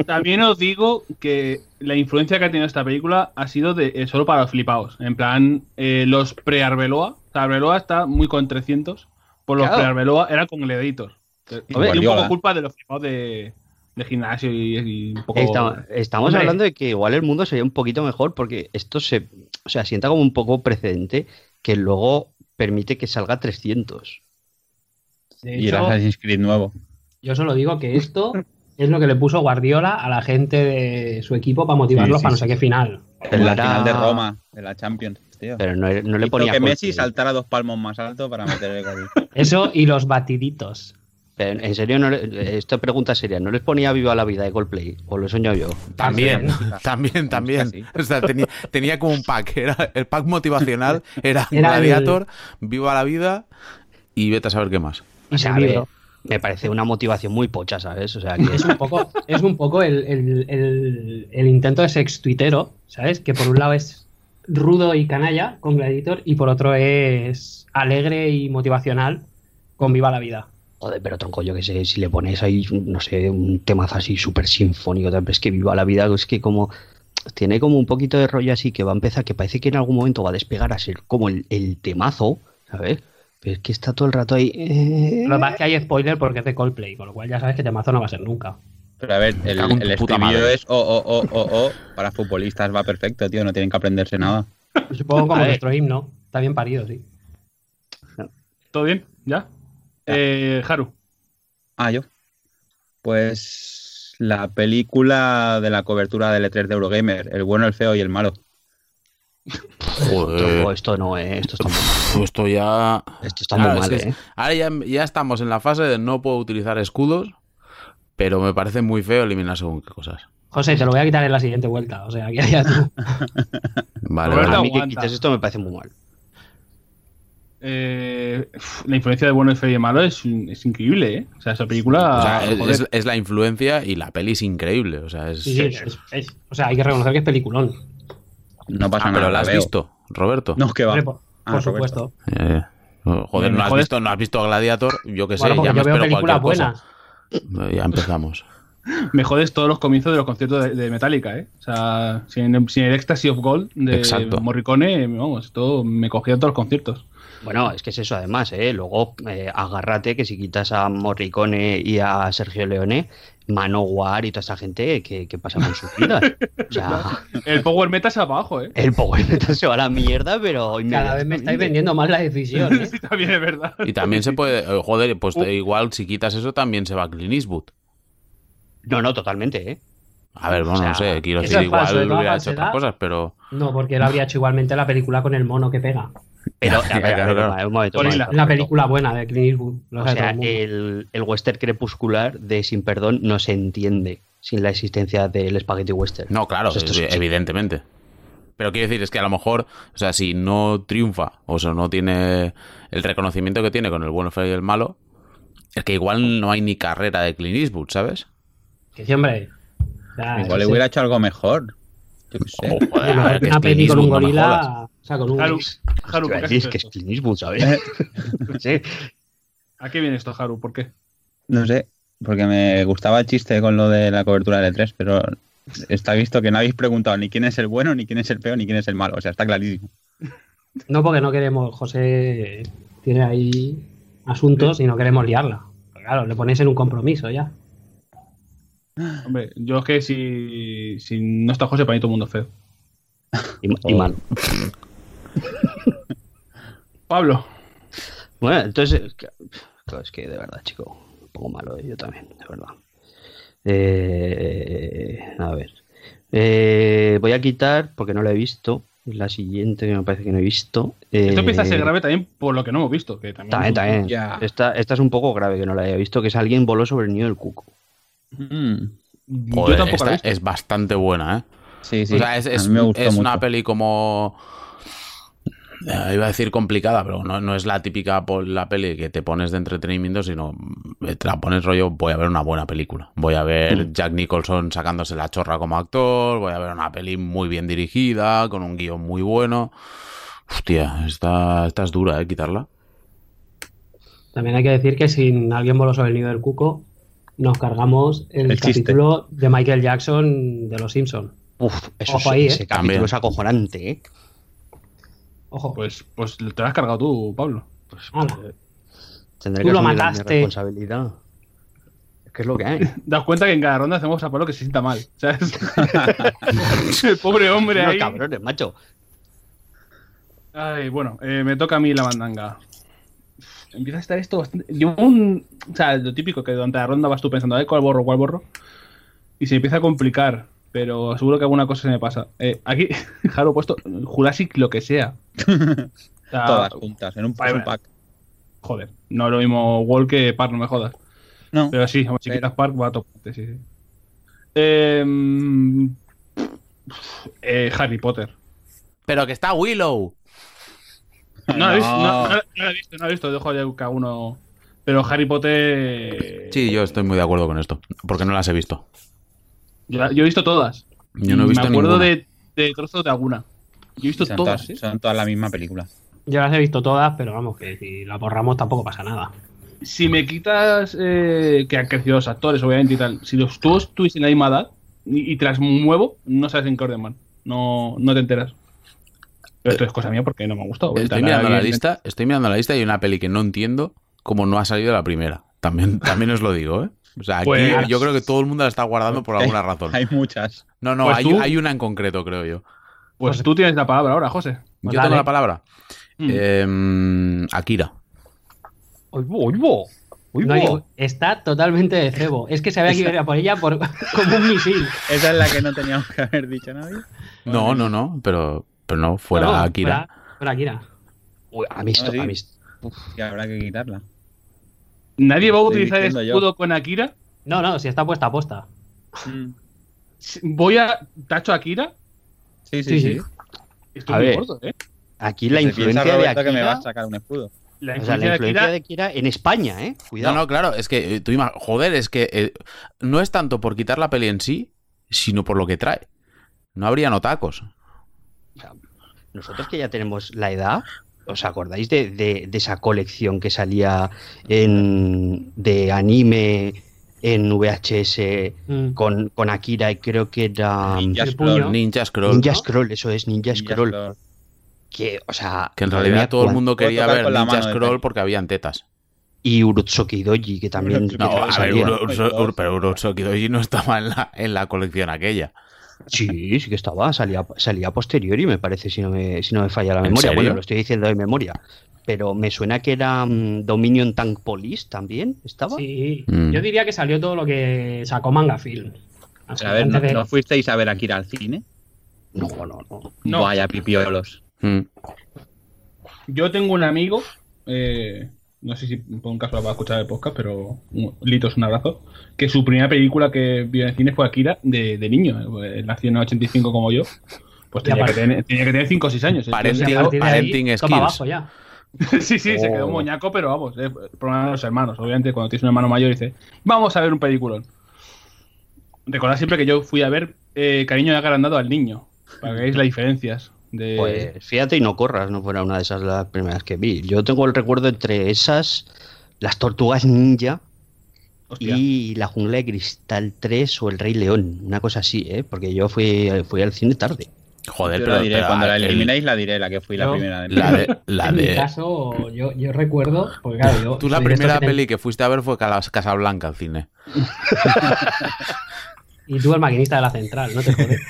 Speaker 1: También os digo que la influencia que ha tenido esta película ha sido de eh, solo para los flipados. En plan, eh, los pre-Arbeloa. O sea, Arbeloa está muy con 300. Por los
Speaker 5: Claro.
Speaker 1: pre-Arbeloa era con Gladiator.
Speaker 5: Y
Speaker 1: Hombre, Y un
Speaker 5: Guardiola.
Speaker 1: poco culpa de los flipados de, de gimnasio y, y un poco.
Speaker 4: Esta- estamos
Speaker 1: Hombre.
Speaker 4: hablando de que igual el mundo sería un poquito mejor porque esto se, o sea, sienta como un poco precedente que luego permite que salga 300.
Speaker 3: De
Speaker 5: Y el
Speaker 3: hecho,
Speaker 5: Assassin's Creed nuevo.
Speaker 3: yo solo digo que esto es lo que le puso Guardiola a la gente de su equipo para motivarlos
Speaker 5: Sí, sí,
Speaker 3: para no
Speaker 5: sí.
Speaker 3: sé qué final.
Speaker 5: En la
Speaker 4: Era-
Speaker 5: final de Roma, de la Champions, tío.
Speaker 4: Pero no, no le
Speaker 5: Hizo
Speaker 4: ponía
Speaker 5: que
Speaker 4: coste.
Speaker 5: Messi saltara dos palmos más alto para meter el gol.
Speaker 3: Eso y los batiditos.
Speaker 4: Pero Eh, en serio, no le- esta pregunta sería, ¿no les ponía viva la vida de Coldplay? ¿O lo he soñado yo?
Speaker 2: También,
Speaker 5: Casi.
Speaker 2: también, también. O sea, tenía, tenía como un pack. Era, el pack motivacional era,
Speaker 3: Era el-
Speaker 2: Gladiator, Viva la Vida y vete a saber qué más.
Speaker 3: Y
Speaker 4: O sea,
Speaker 3: su
Speaker 4: a ver,
Speaker 3: libro.
Speaker 4: me parece una motivación muy pocha, ¿sabes? O sea, que
Speaker 3: Es un poco, es un poco el, el- el- el intento de sextuitero, ¿sabes? Que por un lado es rudo y canalla con Gladiator y por otro es alegre y motivacional con Viva la Vida.
Speaker 4: Joder, pero tronco, yo que sé, si le pones ahí, no sé, un temazo así súper sinfónico, tal, pero es que viva la vida, es que como tiene como un poquito de rollo así que va a empezar, que parece que en algún momento va a despegar a ser como el, el temazo, ¿sabes? Pero es que está todo el rato ahí. eh,
Speaker 3: Lo que pasa es que hay spoiler porque es de Coldplay, con lo cual ya sabes que temazo no va a ser nunca.
Speaker 5: Pero a ver, el,
Speaker 2: cago en tu
Speaker 5: el
Speaker 2: puta
Speaker 5: estribillo
Speaker 2: madre.
Speaker 5: es "oh, o, o, o, o, o. oh", Para futbolistas va perfecto, tío. No tienen que aprenderse nada.
Speaker 3: Supongo
Speaker 4: A
Speaker 3: como
Speaker 4: ver.
Speaker 3: nuestro himno. Está bien parido, sí.
Speaker 1: ¿Todo bien? ¿Ya? Eh, Haru.
Speaker 5: Ah, yo. Pues la película de la cobertura del E3 de Eurogamer, el bueno, el feo y el malo.
Speaker 4: tronco,
Speaker 2: Joder.
Speaker 4: esto no, eh, esto está muy,
Speaker 2: Esto ya.
Speaker 4: esto está muy
Speaker 2: Claro, es
Speaker 4: mal,
Speaker 2: que
Speaker 4: eh.
Speaker 2: Ahora ya, ya estamos en la fase de no puedo utilizar escudos, pero me parece muy feo eliminar según qué cosas.
Speaker 3: José, te lo voy a quitar en la siguiente vuelta. O sea, que ya tú.
Speaker 2: Vale,
Speaker 1: Roberto,
Speaker 2: vale.
Speaker 4: A mí que
Speaker 1: aguanta.
Speaker 4: quites esto me parece muy mal.
Speaker 1: Eh, uf, la influencia de bueno y feo y malo es, es increíble, ¿eh? O sea, esa película.
Speaker 2: pues, O sea, es-
Speaker 1: joder.
Speaker 2: es, es la influencia y la peli es increíble. O sea, es.
Speaker 3: Sí, sí, es- es- o sea, hay que reconocer que es peliculón.
Speaker 5: No pasa
Speaker 2: Ah,
Speaker 5: nada.
Speaker 2: pero la has
Speaker 5: veo.
Speaker 2: visto, Roberto.
Speaker 5: No, que va.
Speaker 3: Hombre, pues, por
Speaker 5: Ah,
Speaker 3: por
Speaker 5: Roberto.
Speaker 3: supuesto.
Speaker 2: Eh, joder, no has,
Speaker 1: Joder.
Speaker 2: visto, no has visto Gladiator, yo que sé,
Speaker 3: Bueno, porque
Speaker 2: ya me
Speaker 3: yo veo
Speaker 2: espero cualquier
Speaker 3: películas
Speaker 2: cosa.
Speaker 3: buenas.
Speaker 2: Eh, Ya empezamos.
Speaker 1: Me jodes todos los comienzos de los conciertos de, de Metallica, ¿eh? O sea, sin, sin el Ecstasy of Gold de
Speaker 2: Exacto.
Speaker 1: Morricone, vamos, todo, me cogía todos los conciertos.
Speaker 4: Bueno, es que es eso además, ¿eh? Luego eh, agárrate que si quitas a Morricone y a Sergio Leone, Manowar y toda esa gente, ¿qué, qué pasa con sus vidas? O sea,
Speaker 1: El Power Meta es abajo, ¿eh?
Speaker 4: el Power Metal se va a la mierda, pero
Speaker 3: Cada vez me estáis vendiendo más la decisión. ¿eh?
Speaker 1: Sí, también es verdad.
Speaker 2: Y también se puede. eh, Joder, pues
Speaker 1: Uh.
Speaker 2: te- igual si quitas eso también se va Clint Eastwood.
Speaker 4: No, no, totalmente, ¿eh?
Speaker 2: A ver, bueno,
Speaker 4: O sea,
Speaker 2: no sé, quiero
Speaker 3: eso
Speaker 2: decir,
Speaker 3: es falso,
Speaker 2: igual
Speaker 3: de todas
Speaker 2: hubiera hecho
Speaker 3: falsedad.
Speaker 2: otras cosas, pero.
Speaker 3: No, porque él habría hecho igualmente la película con el mono que pega.
Speaker 4: Pero, a ver, a ver,
Speaker 2: claro, claro.
Speaker 4: a ver, un momento, un
Speaker 1: Ponela.
Speaker 4: momento.
Speaker 3: La película buena de Clint Eastwood. lo
Speaker 4: O
Speaker 3: sabe todo
Speaker 4: sea,
Speaker 3: el mundo.
Speaker 4: el, el western crepuscular de Sin Perdón no se entiende sin la existencia del Spaghetti Western.
Speaker 2: No, claro,
Speaker 4: Pues esto es-
Speaker 2: evi- evidentemente. Pero quiero decir, es que a lo mejor, o sea, si no triunfa, o sea, no tiene el reconocimiento que tiene con el bueno, el feo y el malo, es que igual no hay ni carrera de Clint Eastwood, ¿sabes?
Speaker 3: Que siempre. o sea,
Speaker 5: Igual
Speaker 3: sí,
Speaker 5: le hubiera hecho algo mejor. Yo qué sé.
Speaker 2: Oh, joder,
Speaker 3: sí,
Speaker 2: a ver, que
Speaker 3: Una
Speaker 2: es Clint
Speaker 3: peli con un
Speaker 2: Eastwood, no me jodas.
Speaker 3: gorila. O sea, con un.
Speaker 1: Haru,
Speaker 4: Te
Speaker 1: Haru ¿por
Speaker 4: iba a
Speaker 1: qué has
Speaker 4: decir
Speaker 1: hecho
Speaker 4: que es
Speaker 1: esto?
Speaker 4: Clint Eastwood,
Speaker 3: Eh.
Speaker 4: ¿sabes? No sé.
Speaker 1: ¿A qué viene esto, Haru? ¿Por qué?
Speaker 5: No sé, porque me gustaba el chiste con lo de la cobertura de E3, pero está visto que no habéis preguntado ni quién es el bueno, ni quién es el feo, ni quién es el malo. O sea, está clarísimo.
Speaker 3: No, porque no queremos. José tiene ahí asuntos y no queremos liarla. Claro, le ponéis en un compromiso ya.
Speaker 1: Hombre, yo es que si, si no está José, para mí todo el mundo es feo.
Speaker 4: Y, y malo.
Speaker 1: Pablo,
Speaker 4: Bueno, entonces, claro, es que de verdad, chico, un poco malo eh, yo también, de verdad. Eh, a ver. Eh, voy a quitar, porque no la he visto, la siguiente que me parece que no he visto.
Speaker 1: Esto empieza a
Speaker 4: eh,
Speaker 1: ser grave también por lo que no hemos visto. Que también
Speaker 4: También, también.
Speaker 5: Ya.
Speaker 4: Esta, esta es un poco grave que no la haya visto, que es alguien voló sobre el nido del cuco.
Speaker 5: Mm.
Speaker 1: Yo
Speaker 2: Joder,
Speaker 1: tampoco la he visto.
Speaker 2: esta es bastante buena, ¿eh?
Speaker 5: Sí, sí.
Speaker 2: O sea, es, es-
Speaker 5: a mí me gustó
Speaker 2: es
Speaker 5: mucho.
Speaker 2: una peli como. eh, Iba a decir complicada, pero no, no es la típica por la peli que te pones de entretenimiento, sino mm, te la pones rollo, voy a ver una buena película. Voy a
Speaker 5: Mm.
Speaker 2: ver Jack Nicholson sacándose la chorra como actor, voy a ver una peli muy bien dirigida, con un guión muy bueno. Hostia, esta, esta es dura, ¿eh? Quitarla.
Speaker 3: También hay que decir que sin alguien voló sobre el nido del cuco, nos cargamos el,
Speaker 5: El chiste.
Speaker 3: capítulo de Michael Jackson de Los Simpsons.
Speaker 4: Uf, eso es,
Speaker 3: Ojo ahí,
Speaker 4: ese
Speaker 3: eh.
Speaker 4: capítulo
Speaker 2: También.
Speaker 4: es acojonante, ¿eh?
Speaker 3: Ojo,
Speaker 1: Pues, pues te la has cargado tú, Pablo.
Speaker 3: ala.
Speaker 4: Tendré
Speaker 3: Tú
Speaker 4: que
Speaker 3: lo
Speaker 4: asumir la- mi
Speaker 3: mataste.
Speaker 4: responsabilidad. Es que es lo que hay.
Speaker 1: Das cuenta que en cada ronda hacemos a Pablo que se sienta mal. ¿Sabes? El pobre hombre
Speaker 4: Unos
Speaker 1: ahí.
Speaker 4: cabrones, macho.
Speaker 1: Ay, bueno, eh, me toca a mí la bandanga. Empieza a estar esto bastante. Yo un. O sea, lo típico que durante la ronda vas tú pensando, ¿eh? ¿Cuál borro? ¿Cuál borro? Y se empieza a complicar. Pero seguro que alguna cosa se me pasa. Eh, aquí, Jaro, he puesto Jurassic lo que sea. O sea,
Speaker 5: Todas juntas, en un,
Speaker 1: Vale,
Speaker 5: es
Speaker 1: vale.
Speaker 5: un pack.
Speaker 1: Joder, no es lo mismo Wall que Park, no me jodas.
Speaker 5: No.
Speaker 1: Pero sí, vamos, Chiquitas Park va a toparte, sí, sí. Em, eh, Harry Potter.
Speaker 2: Pero que está Willow.
Speaker 1: No, la he visto, no,
Speaker 5: No.
Speaker 1: no la- no la he visto, no la he visto, dejo de cada uno. Pero Harry Potter.
Speaker 2: Sí, yo estoy muy de acuerdo con esto, porque no las he visto.
Speaker 1: Yo, la- yo he visto todas.
Speaker 2: Yo
Speaker 5: Mm,
Speaker 2: no he visto
Speaker 1: Me acuerdo
Speaker 2: ninguna.
Speaker 1: de, de trozos de alguna. Yo he visto
Speaker 5: Son
Speaker 1: todas,
Speaker 5: todas,
Speaker 1: ¿eh?
Speaker 5: son todas la misma película.
Speaker 3: Yo las he visto todas, pero vamos, que si las borramos tampoco pasa nada.
Speaker 1: Si me quitas eh, que han crecido los actores, obviamente y tal, si los tú estuviesen en la misma edad y, y te las muevo, no sabes en qué orden van. No, no te enteras. Pero esto es cosa mía porque no me ha gustado.
Speaker 2: Estoy
Speaker 1: Tal,
Speaker 2: mirando la
Speaker 1: Pues bien- ¿eh?
Speaker 2: lista, estoy mirando la lista y hay una peli que no entiendo cómo no ha salido la primera. También, también os lo digo, ¿eh? O sea, aquí
Speaker 1: Pues-
Speaker 2: yo creo que todo el mundo la está guardando por alguna razón.
Speaker 5: Hay muchas.
Speaker 2: No, no,
Speaker 1: Pues
Speaker 2: hay,
Speaker 1: tú-
Speaker 2: hay una en concreto, creo yo.
Speaker 1: Pues tú tienes la palabra ahora, José.
Speaker 2: Yo
Speaker 3: Pues
Speaker 2: tengo
Speaker 3: dale.
Speaker 2: la palabra.
Speaker 1: Mm.
Speaker 2: Eh, Akira.
Speaker 3: No hay- está totalmente de cebo. Es que se había que ir a por ella por, como un misil.
Speaker 5: Esa es la que no teníamos que haber dicho a nadie.
Speaker 2: No,
Speaker 5: pues,
Speaker 2: no, no, pero, pero no, fuera
Speaker 3: No,
Speaker 2: Akira.
Speaker 3: Fuera, fuera Akira.
Speaker 4: Uy, a mí esto,
Speaker 5: Ah, sí.
Speaker 4: a mí esto-
Speaker 5: Y habrá que quitarla.
Speaker 1: Nadie va a
Speaker 5: Estoy
Speaker 1: utilizar
Speaker 5: diciendo yo.
Speaker 1: escudo con Akira.
Speaker 3: No, no, si está puesta a posta.
Speaker 5: Mm.
Speaker 1: Voy a tacho a Akira.
Speaker 5: Sí, sí, sí.
Speaker 3: Sí, sí.
Speaker 1: Esto
Speaker 4: A
Speaker 1: es muy
Speaker 4: ver.
Speaker 1: corto, ¿eh?
Speaker 4: Aquí la
Speaker 5: Se piensa,
Speaker 4: influencia de
Speaker 5: Roberto,
Speaker 4: Akira,
Speaker 5: que me va a sacar un escudo.
Speaker 1: La
Speaker 4: o
Speaker 1: influencia
Speaker 4: sea, la
Speaker 1: de
Speaker 4: influencia
Speaker 1: Akira.
Speaker 4: de Akira en España, ¿eh? Cuidado.
Speaker 2: No, no, claro, es que eh, tú ima- joder, es que eh, no es tanto por quitar la peli en sí, sino por lo que trae. No habría notacos.
Speaker 4: Nosotros que ya tenemos la edad, ¿os acordáis de, de- de esa colección que salía en, de anime en VHS
Speaker 3: Mm.
Speaker 4: con, con Akira y creo que era Ninja,
Speaker 5: Ninja
Speaker 3: el
Speaker 5: Scroll.
Speaker 3: puño.
Speaker 2: Ninja Scroll.
Speaker 3: ¿no?
Speaker 4: Scroll, eso es Ninja,
Speaker 5: Ninja
Speaker 4: Scroll,
Speaker 5: Scroll.
Speaker 4: que, o sea,
Speaker 2: Que en
Speaker 4: madre
Speaker 2: realidad
Speaker 4: mía,
Speaker 2: todo el
Speaker 4: cuán-
Speaker 2: mundo
Speaker 5: Puedo
Speaker 2: quería
Speaker 5: tocar
Speaker 2: ver
Speaker 5: con la
Speaker 2: Ninja
Speaker 5: mano de
Speaker 2: Scroll
Speaker 5: frente.
Speaker 2: porque habían tetas.
Speaker 4: y Urotsuki Doji que también
Speaker 5: Urotsuki
Speaker 4: que
Speaker 2: No,
Speaker 5: Doji.
Speaker 4: también
Speaker 2: a ver,
Speaker 4: salía.
Speaker 5: Uro-
Speaker 2: Urotsu- Ur- pero Urotsuki Doji no estaba en la, en la colección aquella.
Speaker 4: Sí, sí que estaba, salía, salía posterior y me parece, si no me, si no me falla la
Speaker 2: ¿En
Speaker 4: memoria.
Speaker 2: serio?
Speaker 4: Bueno, lo estoy diciendo de memoria. Pero me suena que era mm, Dominion Tank Police también, ¿estaba?
Speaker 3: Sí,
Speaker 2: Mm.
Speaker 3: yo diría que salió todo lo que sacó Manga Film. O sea,
Speaker 5: A ver, ¿no,
Speaker 3: antes de-
Speaker 5: no fuisteis a ver a Kira al cine?
Speaker 4: No, no, no.
Speaker 1: No.
Speaker 5: Vaya pipiolos.
Speaker 2: Mm.
Speaker 1: Yo tengo un amigo, eh, no sé si por un caso va a escuchar el podcast, pero un- Lito es un abrazo, que su primera película que vio en cine fue Akira de, de niño, eh, nació en el 85 como yo, pues
Speaker 3: Ya
Speaker 1: tenía que,
Speaker 3: pare-
Speaker 1: tener, tenía que tener 5 o 6 años. eh.
Speaker 3: o sea,
Speaker 2: Parenting,
Speaker 3: a partir de ahí,
Speaker 2: parenting
Speaker 3: topa
Speaker 2: skills.
Speaker 3: abajo ya.
Speaker 1: sí, sí, se quedó
Speaker 4: Oh.
Speaker 1: moñaco, pero vamos, eh, problema de los hermanos. Obviamente cuando tienes un hermano mayor dices, vamos a ver un peliculón. Recordad siempre que yo fui a ver eh, Cariño de Agrandado al niño, para que veáis las diferencias.
Speaker 2: Eh,
Speaker 1: De...
Speaker 4: Pues fíjate y no corras, no fuera una de esas las primeras que vi. Yo tengo el recuerdo entre esas, las tortugas ninja
Speaker 1: Hostia.
Speaker 4: y la jungla de cristal 3 o el rey león, una cosa así, ¿eh? Porque yo fui, fui al cine tarde.
Speaker 2: Joder,
Speaker 5: Yo
Speaker 2: pero,
Speaker 5: la diré,
Speaker 2: pero
Speaker 5: cuando la
Speaker 2: el-
Speaker 5: eliminéis la diré, la que fui la
Speaker 3: Yo-
Speaker 5: primera. de-
Speaker 2: la de, la
Speaker 3: en mi
Speaker 2: de-
Speaker 3: caso, yo, yo recuerdo, porque claro, yo...
Speaker 2: Tú la
Speaker 3: soy de estos
Speaker 2: primera
Speaker 3: que te-
Speaker 2: peli que fuiste a ver fue Calas- Casablanca al cine.
Speaker 3: Y tú el maquinista de la central, no te jodes.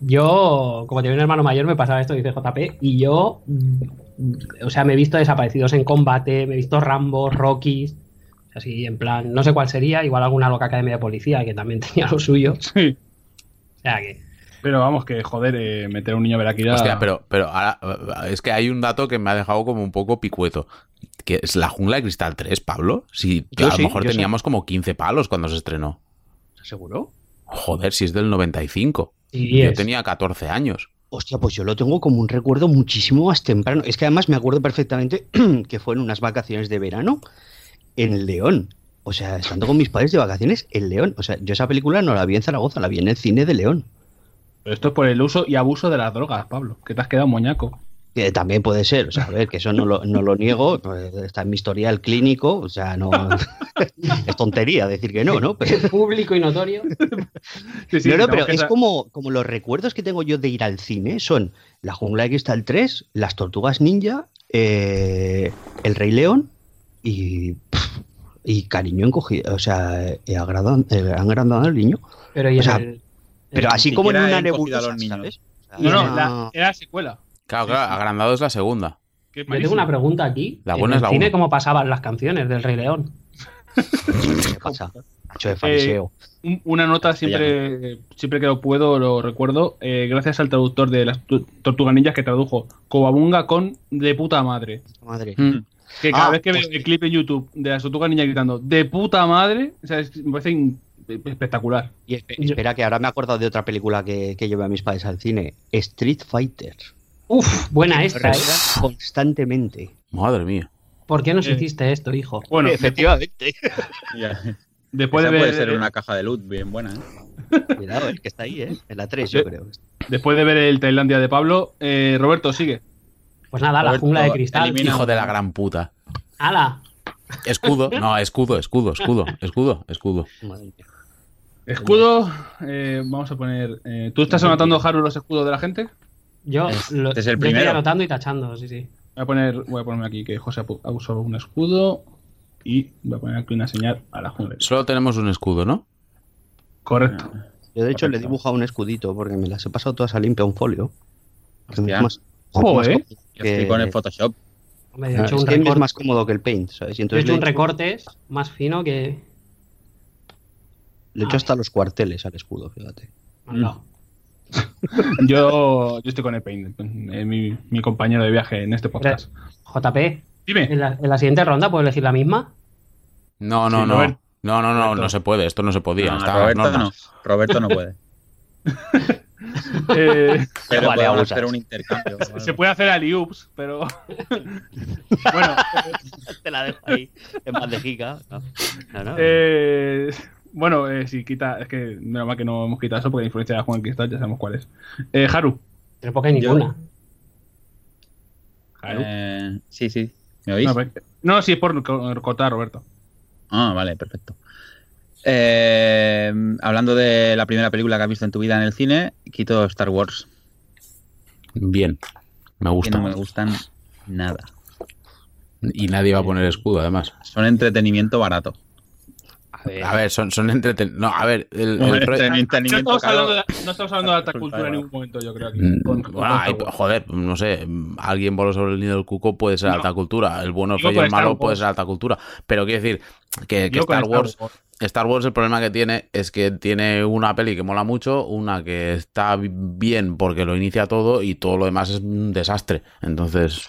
Speaker 3: Yo, como tenía un hermano mayor, me pasaba esto, dice JP, y yo, mm, o sea, me he visto desaparecidos en combate, me he visto Rambo, Rockies, Así en plan, no sé cuál sería, igual alguna loca academia de policía que también tenía lo suyo.
Speaker 1: Sí.
Speaker 3: O sea que.
Speaker 1: Pero vamos, que joder, eh, meter a un niño veraquida.
Speaker 2: Hostia, pero, pero ahora eh, es que hay un dato que me ha dejado como un poco picueto. Que es la jungla de cristal 3, Pablo. Si
Speaker 4: Yo
Speaker 2: a lo
Speaker 4: sí,
Speaker 2: mejor
Speaker 4: yo
Speaker 2: teníamos como 15 palos cuando se estrenó.
Speaker 4: ¿Seguro?
Speaker 2: Joder, si es del 95.
Speaker 3: Y
Speaker 2: Yo
Speaker 3: es-
Speaker 2: tenía 14 años.
Speaker 4: Hostia, pues yo lo tengo como un recuerdo muchísimo más temprano. Es que además me acuerdo perfectamente que fue en unas vacaciones de verano en León. O sea, estando con mis padres de vacaciones en León. O sea, yo esa película no la vi en Zaragoza, la vi en el cine de León.
Speaker 1: Pero esto es por el uso y abuso de las drogas, Pablo. Que te has quedado moñaco.
Speaker 4: Que también puede ser, o sea, a ver, que eso no lo, no lo niego, pues, está en mi historial clínico, o sea, no. es tontería decir que no, ¿no? Pero,
Speaker 3: Público y notorio.
Speaker 1: Sí, sí,
Speaker 4: no, no,
Speaker 1: tenemos
Speaker 4: pero
Speaker 1: que
Speaker 4: es
Speaker 1: sa-
Speaker 4: como, como los recuerdos que tengo yo de ir al cine son La Jungla de Cristal 3, Las Tortugas Ninja, eh, El Rey León y. pff, y cariño encogido, o sea, eh, agradan- eh, han agrandado al niño.
Speaker 3: Pero y
Speaker 4: O
Speaker 3: en
Speaker 4: sea,
Speaker 3: el-
Speaker 4: Pero
Speaker 3: en-
Speaker 4: así como en
Speaker 5: siquiera
Speaker 4: una
Speaker 5: he encogido a
Speaker 4: nebulosa,
Speaker 5: los niños.
Speaker 4: ¿sabes? O sea,
Speaker 1: No, no,
Speaker 4: era-
Speaker 1: la- era secuela.
Speaker 2: Claro,
Speaker 1: Sí,
Speaker 2: claro,
Speaker 1: sí.
Speaker 2: agrandado es la segunda.
Speaker 1: Qué
Speaker 3: Yo tengo
Speaker 1: malísimo.
Speaker 3: una pregunta aquí.
Speaker 2: La
Speaker 3: En
Speaker 2: buena
Speaker 3: el
Speaker 2: es la
Speaker 3: cine,
Speaker 2: uno.
Speaker 3: ¿Cómo pasaban las canciones del Rey León?
Speaker 4: ¿Qué pasa? Mucho de fariseo.
Speaker 1: Un- una nota siempre, siempre que lo puedo, lo recuerdo, eh, gracias al traductor de las tu- tortuganillas que tradujo Cobabunga con de puta madre.
Speaker 4: Madre.
Speaker 2: Mm.
Speaker 1: Que cada
Speaker 4: Ah,
Speaker 1: vez que veo
Speaker 4: pues-
Speaker 1: el clip en YouTube de las tortuganillas gritando de puta madre, o sea, es- me parece in- espectacular.
Speaker 4: Y espe-
Speaker 3: Yo-
Speaker 4: espera, que ahora me he acordado de otra película que, que llevé a mis padres al cine: Street Fighter.
Speaker 3: Uf, buena esta, ¿eh?
Speaker 4: Recuerdan Constantemente.
Speaker 2: Madre mía.
Speaker 3: ¿Por qué nos
Speaker 1: Eh.
Speaker 3: hiciste esto, hijo?
Speaker 1: Bueno,
Speaker 4: Efectivamente.
Speaker 5: Ya.
Speaker 1: después de
Speaker 5: Esa puede
Speaker 1: ver,
Speaker 5: ser una caja de luz bien buena, ¿eh?
Speaker 4: Cuidado, es que está ahí, ¿eh? En la 3, yo
Speaker 1: Sí.
Speaker 4: creo.
Speaker 1: después de ver el Tailandia de Pablo, eh, Roberto, sigue.
Speaker 3: Pues nada, la
Speaker 5: Roberto,
Speaker 3: jungla de cristal.
Speaker 5: elimina-
Speaker 2: Hijo de la gran puta.
Speaker 3: ¡Hala!
Speaker 2: Escudo. No, escudo, escudo, escudo, escudo, escudo.
Speaker 4: Madre mía.
Speaker 1: Escudo, eh, vamos a poner. eh, ¿Tú estás anotando, Haru, los escudos de la gente?
Speaker 3: Yo lo-
Speaker 5: este es el
Speaker 3: yo
Speaker 5: primero.
Speaker 3: estoy anotando y tachando, sí, sí.
Speaker 1: Voy a poner, voy a ponerme aquí que José apu- ha usado un escudo y voy a poner aquí una señal a la jungla.
Speaker 2: Solo tenemos un escudo, ¿no?
Speaker 1: Correcto.
Speaker 4: Yo, de hecho,
Speaker 5: Correcto.
Speaker 4: le he dibujado un escudito porque me las he pasado todas a limpia un folio. Porque me es
Speaker 5: Hostia.
Speaker 4: más-
Speaker 1: Joder.
Speaker 4: más cómodo
Speaker 5: Yo estoy con el
Speaker 4: que-
Speaker 5: Photoshop.
Speaker 3: Hombre, yo he
Speaker 4: Es
Speaker 3: hecho un
Speaker 4: que a mí me es
Speaker 3: recorte,
Speaker 4: más cómodo que el paint, ¿sabes? Y
Speaker 3: yo he
Speaker 4: entonces
Speaker 3: hecho un
Speaker 4: le, he hecho-
Speaker 3: recorte más fino que.
Speaker 4: le he hecho hasta los cuarteles al escudo, fíjate.
Speaker 3: No.
Speaker 1: Yo, yo estoy con el Paint, eh, mi, mi compañero de viaje en este podcast.
Speaker 3: JP,
Speaker 1: Dime,
Speaker 3: en la, en la siguiente ronda puedo elegir la misma.
Speaker 2: No, no,
Speaker 1: Sí,
Speaker 2: no.
Speaker 1: Robert-
Speaker 2: No, no, no,
Speaker 1: Roberto.
Speaker 2: no se puede. Esto no se podía.
Speaker 5: No,
Speaker 2: estaban las
Speaker 5: Roberto
Speaker 2: normas.
Speaker 5: no. Roberto no puede.
Speaker 1: eh,
Speaker 5: Pero
Speaker 4: Vale,
Speaker 5: podemos
Speaker 4: abusas.
Speaker 5: hacer un intercambio. o
Speaker 1: se
Speaker 5: algo.
Speaker 1: puede hacer aliups, pero. bueno,
Speaker 4: Te la dejo ahí, en bandejica.
Speaker 1: eh, bueno eh, si quita, es que menos mal que no hemos quitado eso porque la influencia de Juan Cristal ya sabemos cuál es. Eh, Haru.
Speaker 3: Pero porque hay
Speaker 5: Yo-
Speaker 3: ninguna.
Speaker 1: Haru.
Speaker 5: Eh, sí, sí. ¿Me oís?
Speaker 1: No, pero- no, sí, es por co- cortar, Roberto.
Speaker 5: Ah, vale, perfecto. Eh, hablando de la primera película que has visto en tu vida en el cine, quito Star Wars,
Speaker 2: Bien. Me
Speaker 5: que
Speaker 2: gusta.
Speaker 5: no me gustan nada.
Speaker 2: Y nadie va a poner escudo, además.
Speaker 5: Son entretenimiento barato.
Speaker 4: A ver,
Speaker 2: A ver, son, son entretenidos. No, a ver, el, el rollo-
Speaker 1: No
Speaker 5: entretenimiento
Speaker 1: estamos, hablando
Speaker 5: caro.
Speaker 1: de, no estamos hablando de alta cultura en ningún momento, yo creo. Aquí, con- con-
Speaker 2: Mm, Bueno, hay-
Speaker 1: con-
Speaker 2: joder, no sé, mm, alguien voló sobre el nido del cuco puede ser
Speaker 1: No.
Speaker 2: alta cultura, el bueno, el
Speaker 1: Digo
Speaker 2: feo y el
Speaker 1: con Star
Speaker 2: malo puede
Speaker 1: Wars.
Speaker 2: ser alta cultura, pero quiero decir que, que
Speaker 1: yo con
Speaker 2: Star Wars, Star Wars el problema que tiene es que tiene una peli que mola mucho, una que está bien porque lo inicia todo y todo lo demás es un desastre, entonces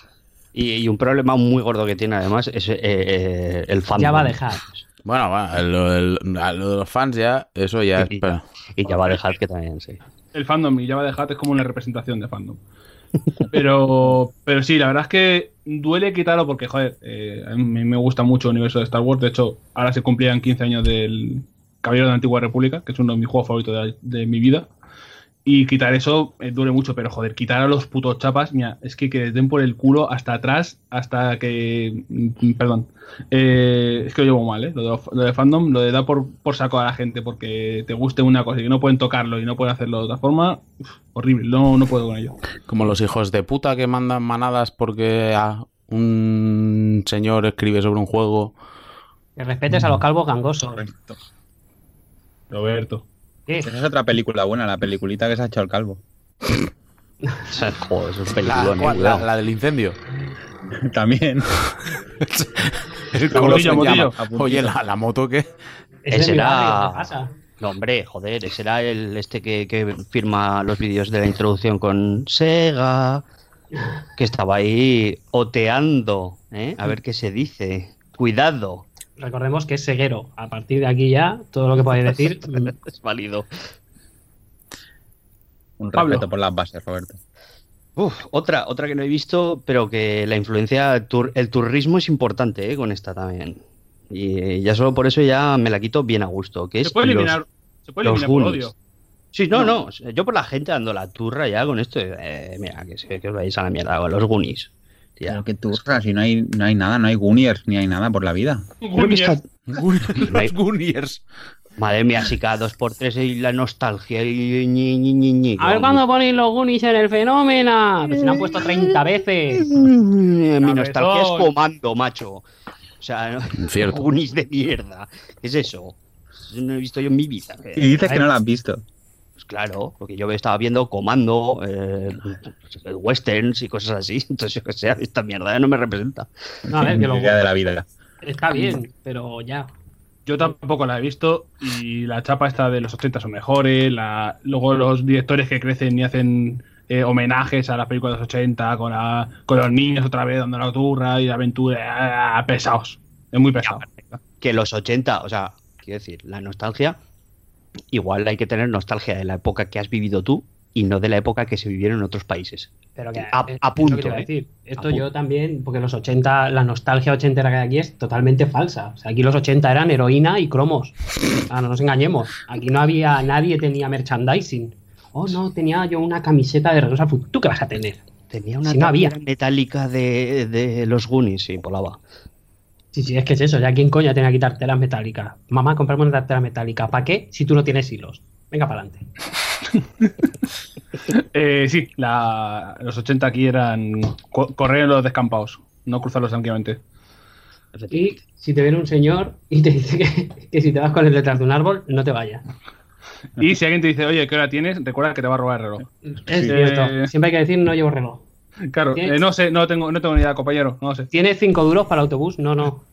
Speaker 4: y, y un problema muy gordo que tiene además es eh, eh, el fandom.
Speaker 3: Ya va a dejar.
Speaker 2: bueno, va, lo, el- lo de los fans ya, eso ya es...
Speaker 4: Sí.
Speaker 2: pero-
Speaker 4: Y ya va a dejar que también, sí.
Speaker 1: el fandom y Java de Hat es como una representación de fandom. Pero, pero sí, la verdad es que duele quitarlo porque, joder, eh, a mí me gusta mucho el universo de Star Wars. De hecho, ahora se cumplían 15 años del Caballero de la Antigua República, que es uno de mis juegos favoritos de, de mi vida. Y quitar eso eh, duele mucho, pero joder, quitar a los putos chapas, mira, es que que les den por el culo hasta atrás, hasta que. mm, Perdón. Eh, es que lo llevo mal, ¿eh? Lo de, lo de fandom, lo de dar por, por saco a la gente porque te guste una cosa y que no pueden tocarlo y no pueden hacerlo de otra forma, uf, horrible, no, no puedo con ello.
Speaker 2: Como los hijos de puta que mandan manadas porque ah, un señor escribe sobre un juego.
Speaker 3: Que respetes a los calvos gangosos.
Speaker 5: Correcto.
Speaker 1: Roberto.
Speaker 3: ¿Qué?
Speaker 5: Esa es otra película buena, la peliculita que se ha hecho el calvo.
Speaker 4: O sea, joder, es un
Speaker 2: La,
Speaker 4: peliculón, eh,
Speaker 2: ¿cuál? La-
Speaker 4: cuidado.
Speaker 2: la del incendio.
Speaker 5: También.
Speaker 2: El
Speaker 1: La
Speaker 2: coloso
Speaker 1: motillo,
Speaker 2: en llama.
Speaker 1: motillo.
Speaker 2: Oye, la, la moto que.
Speaker 3: Es
Speaker 4: Ese
Speaker 3: de mi
Speaker 4: era-
Speaker 3: barrio, ¿qué pasa?
Speaker 4: No, hombre, joder, ese era el este que, que firma los vídeos de la introducción con Sega, que estaba ahí oteando, ¿eh? a ver qué se dice. Cuidado,
Speaker 3: Recordemos que es ceguero. A partir de aquí ya, todo lo que podéis decir. mm,
Speaker 4: es válido.
Speaker 5: Un
Speaker 1: Pablo.
Speaker 5: respeto por las bases, Roberto.
Speaker 4: Uf, otra, otra que no he visto, pero que la influencia, tur- el turismo es importante ¿eh? con esta también. Y eh, ya solo por eso ya me la quito bien a gusto. Que es
Speaker 1: Se puede
Speaker 4: los-
Speaker 1: eliminar, se puede
Speaker 4: los
Speaker 1: eliminar por
Speaker 4: Goonies.
Speaker 1: odio.
Speaker 4: Sí, no, no. Yo por la gente dando la turra ya con esto. eh, mira, que, se- que os vais a la mierda con los Goonies. tía.
Speaker 5: Pero que tú, si no hay, no hay nada, no hay Guniers ni hay nada por la vida.
Speaker 3: mm.
Speaker 4: Creo que
Speaker 1: Goonies.
Speaker 4: está-
Speaker 2: Los Gooniers.
Speaker 4: Madre mía, si cada dos por tres y la nostalgia y ñi, ñi, ñi, ñi,
Speaker 3: A ver
Speaker 4: con-
Speaker 3: cuándo ponéis los Goonies en el fenómeno. Que se lo han puesto 30 veces.
Speaker 4: Mm, Mi
Speaker 1: Cabezón.
Speaker 4: nostalgia es comando, macho. O sea, ¿no?
Speaker 2: Cierto.
Speaker 4: Goonies de mierda. ¿Qué es eso? Eso no lo he visto yo en mi vida.
Speaker 3: Eh,
Speaker 5: Y dices que no
Speaker 4: la
Speaker 5: la has visto.
Speaker 4: Pues claro, porque yo estaba viendo Comando, eh, westerns y cosas así. Entonces, yo que sé, esta mierda no me representa.
Speaker 3: No, a ver,
Speaker 5: Ni
Speaker 3: que lo-
Speaker 5: idea de la vida.
Speaker 3: está bien, pero ya.
Speaker 1: Yo tampoco la he visto y la chapa esta de los 80 son mejores. La, luego los directores que crecen y hacen eh, homenajes a las películas de los 80 con, la- con los niños otra vez dando la turra y la aventura. ah, pesados. Es muy pesado.
Speaker 4: Que los 80, o sea, quiero decir, la nostalgia, igual hay que tener nostalgia de la época que has vivido tú y no de la época que se vivieron en otros países.
Speaker 3: Pero que,
Speaker 4: A-
Speaker 3: es- es
Speaker 4: a
Speaker 3: lo que
Speaker 4: punto,
Speaker 3: te iba a
Speaker 4: ¿eh?
Speaker 3: decir. Esto
Speaker 4: A punto.
Speaker 3: yo también, porque los 80, la nostalgia ochentera que hay aquí es totalmente falsa. O sea, aquí los 80 eran heroína y cromos. Ah, no nos engañemos. Aquí no había, nadie tenía merchandising. Oh, no, tenía yo una camiseta de Regreso al Futuro. ¿Tú qué vas a tener?
Speaker 4: Tenía una
Speaker 3: Sí, no había.
Speaker 4: tablera metálica de, de los Goonies, sí, volaba.
Speaker 3: Sí, sí, es que es eso. Ya, ¿quién coño tenía aquí tarteras metálicas? Mamá, comprarme una tartera metálica. ¿Para qué? Si tú no tienes hilos. Venga para adelante.
Speaker 1: Eh, sí, la- los 80 aquí eran co- correr en los descampados, no cruzarlos tranquilamente.
Speaker 3: Y si te viene un señor y te dice que, que si te vas con él detrás de un árbol, no te vayas.
Speaker 1: Y si alguien te dice, oye, ¿qué hora tienes? Recuerda que te va a robar el reloj.
Speaker 3: Es
Speaker 1: Sí.
Speaker 3: cierto. Siempre hay que decir no llevo reloj.
Speaker 1: Claro, eh, no sé, no tengo, no tengo ni idea, compañero, no sé.
Speaker 3: ¿Tienes cinco duros para el autobús? No, no.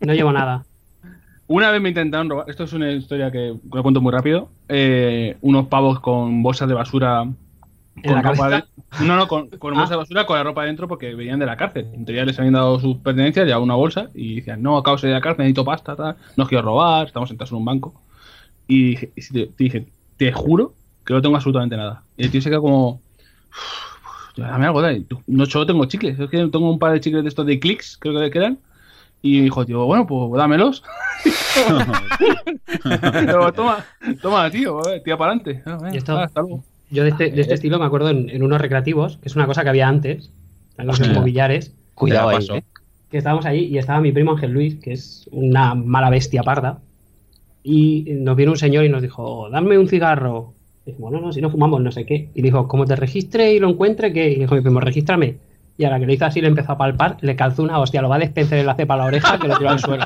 Speaker 3: No llevo nada.
Speaker 1: Una vez me intentaron robar, esto es una historia que lo cuento muy rápido, eh, unos pavos con bolsas de basura.
Speaker 5: Pues
Speaker 1: Con
Speaker 3: la
Speaker 1: ropa
Speaker 3: cabeza?
Speaker 1: de- no, no, con, con
Speaker 3: Ah.
Speaker 1: bolsas de basura, con la ropa dentro porque venían de la cárcel. En teoría les habían dado sus pertenencias, ya una bolsa, y decían, no, acabo de salir de la cárcel, necesito pasta, tal, no os quiero robar, estamos sentados en un banco. Y dije, y te, te dije, te juro que no tengo absolutamente nada. Y el tío se queda como, "Uf, dame algo, dale. Tú, No solo tengo chicles, es que tengo un par de chicles de estos de clics, creo que quedan. Y dijo, tío, bueno, pues dámelos. Pero toma, toma, tío, a ver, tira para adelante. Ah, venga,
Speaker 3: Ya está.
Speaker 1: ah, hasta luego.
Speaker 3: Yo de este, de este estilo me acuerdo en, en unos recreativos, que es una cosa que había antes, en los
Speaker 5: Sí.
Speaker 3: como billares,
Speaker 4: Cuidado
Speaker 5: Ya
Speaker 4: ahí,
Speaker 5: pasó.
Speaker 4: ¿eh?
Speaker 3: que estábamos ahí y estaba mi primo Ángel Luis, que es una mala bestia parda, y nos vino un señor y nos dijo, dame un cigarro. Y dijimos, no, no, si no fumamos, no sé qué. Y dijo, como te registre y lo encuentre, ¿qué? Y dijo mi primo, regístrame. Y a la que le hizo así, le empezó a palpar, le calzó una hostia, lo va a despencer en la cepa a la oreja que lo tiró al suelo.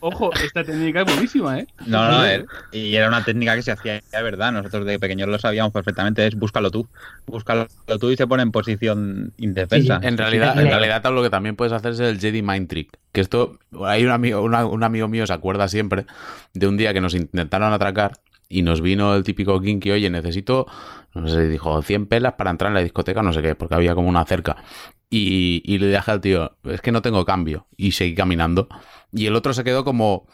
Speaker 1: Ojo, esta técnica es buenísima, ¿eh?
Speaker 5: No, no, er- y era una técnica que se hacía de verdad. Nosotros de pequeños lo sabíamos perfectamente. Es búscalo tú. Búscalo tú y se pone en posición indefensa.
Speaker 2: En realidad,
Speaker 3: sí,
Speaker 2: en
Speaker 3: claro.
Speaker 2: realidad Pablo, lo que también puedes hacer es el Jedi Mind Trick. Que esto, hay un amigo, una- un amigo mío se acuerda siempre de un día que nos intentaron atracar y nos vino el típico Kinky, oye, necesito, no sé, dijo 100 pelas para entrar en la discoteca, no sé qué, porque había como una cerca. Y, y le dije al tío, es que no tengo cambio. Y seguí caminando. Y el otro se quedó como,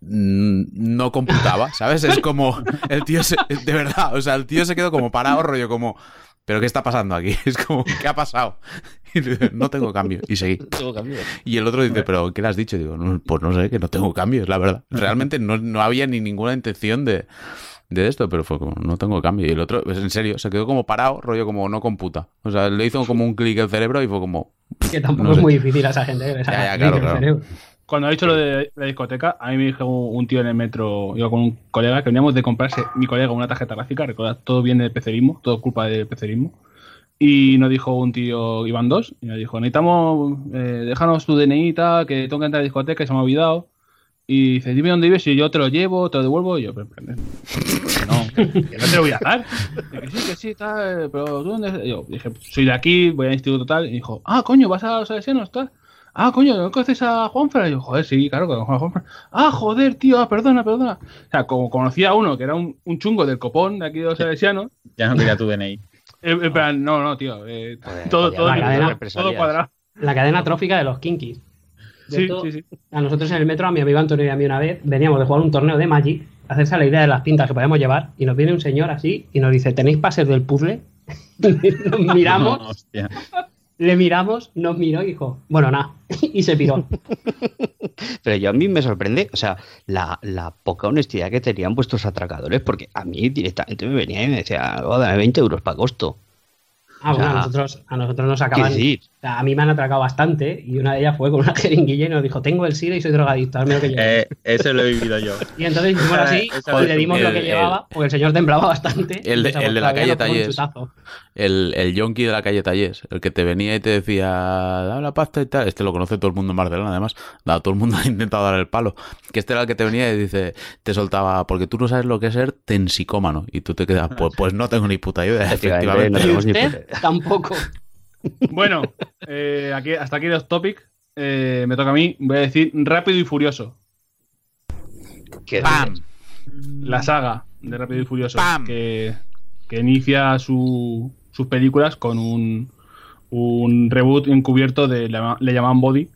Speaker 2: mm, no computaba, ¿sabes? Es como, el tío se- de verdad, o sea, el tío se quedó como parado, rollo, como, ¿pero qué está pasando aquí? Es como, ¿qué ha pasado? Y le digo, no tengo cambio. Y seguí. Y el otro dice, ¿pero qué le has dicho? Digo, "No, pues no sé, que no tengo cambio, es la verdad. Realmente no, no había ni ninguna intención de, de esto, pero fue como, no tengo cambio. Y el otro, pues, en serio, se quedó como parado, rollo, como, no computa. O sea, le hizo como un clic el cerebro y fue como,
Speaker 3: Que tampoco
Speaker 2: No
Speaker 3: es
Speaker 2: sé.
Speaker 3: muy difícil a esa gente que les
Speaker 2: Ya, ya,
Speaker 3: haga clic
Speaker 2: claro,
Speaker 3: el
Speaker 2: claro.
Speaker 3: cerebro.
Speaker 1: Cuando ha dicho lo de la discoteca, a mí me dijo un tío en el metro, iba con un colega, que veníamos de comprarse, mi colega, una tarjeta gráfica, recordad, todo viene del pecerismo, todo culpa del pecerismo. Y nos dijo un tío, iban dos, y nos dijo, necesitamos, eh, déjanos tu DNI y tal, que tengo que entrar a la discoteca y se me ha olvidado. Y dice, dime dónde vives y yo te lo llevo, te lo devuelvo. Y yo, pero, pero, no, que no te lo voy a dar. Y que sí, que sí, tal, pero tú dónde. eres?". Y Yo dije, pues, soy de aquí, voy al instituto tal. Y dijo, ah, coño, vas a los salesianos tal. Ah, coño, ¿no conoces a Juanfra? Y yo, joder, sí, claro que conozco a Juanfra. Ah, joder, tío, ah, perdona, perdona. O sea, como conocía a uno que era un, un chungo del copón de aquí de los salesianos,
Speaker 5: Ya no quería tu DNI.
Speaker 1: eh, eh, plan, no, no, tío, eh,
Speaker 4: Joder,
Speaker 1: todo,
Speaker 4: vaya,
Speaker 1: todo,
Speaker 3: vaya, vaya,
Speaker 1: todo,
Speaker 4: represalias.
Speaker 1: cuadrado.
Speaker 3: La cadena trófica de los kinkis. Yo
Speaker 1: Sí,
Speaker 3: esto-
Speaker 1: sí, sí.
Speaker 3: A nosotros en el metro, a mi amigo Antonio y a mí una vez, veníamos de jugar un torneo de Magic, hacerse la idea de las pintas que podíamos llevar, y nos viene un señor así y nos dice, ¿tenéis pases del puzzle? nos miramos,
Speaker 5: No, hostia.
Speaker 3: le miramos, nos miró y dijo, bueno, nada, y se piró.
Speaker 4: Pero yo a mí me sorprende, o sea, la, la poca honestidad que tenían vuestros atracadores, porque a mí directamente me venía y me decía, "Oh, dame 20 euros para costo.
Speaker 3: Ah, bueno,
Speaker 4: O sea,
Speaker 3: a, nosotros, a nosotros nos
Speaker 4: Quiero
Speaker 3: acaban...
Speaker 4: decir,
Speaker 3: o sea, a mí me han atracado bastante, y una de ellas fue con una jeringuilla y nos dijo, tengo el SIDA y soy drogadicto, hazme lo que yo.
Speaker 5: Eh, eso lo he vivido yo.
Speaker 3: Y entonces hicimos así
Speaker 5: Esa- esa
Speaker 3: y le dimos
Speaker 2: el-
Speaker 3: lo que
Speaker 2: el-
Speaker 3: llevaba, porque el señor temblaba bastante.
Speaker 2: el de-
Speaker 3: y se
Speaker 2: el de la
Speaker 3: volvió a
Speaker 2: calle
Speaker 3: nos pegó un
Speaker 2: Talles.
Speaker 3: chutazo.
Speaker 2: El, el yonki de la calle Tallés, el que te venía y te decía, da la pasta y tal. Este lo conoce todo el mundo en Barcelona, además. Da, todo el mundo ha intentado dar el palo. Que este era el que te venía y dice, te soltaba, porque tú no sabes lo que es ser tensicómano. Y tú te quedas, pues, pues no tengo ni puta idea,
Speaker 4: Efectivamente,
Speaker 2: efectivamente.
Speaker 4: no tenemos ni puta
Speaker 3: Usted
Speaker 4: idea.
Speaker 3: tampoco.
Speaker 1: Bueno, eh, aquí, hasta aquí los topic. Eh, me toca a mí. Voy a decir Rápido y Furioso.
Speaker 4: que-
Speaker 2: ¡Pam!
Speaker 1: La saga de Rápido y Furioso.
Speaker 2: ¡Pam!
Speaker 1: Que, que inicia su- sus películas con un, un reboot encubierto de la- Le llaman Body.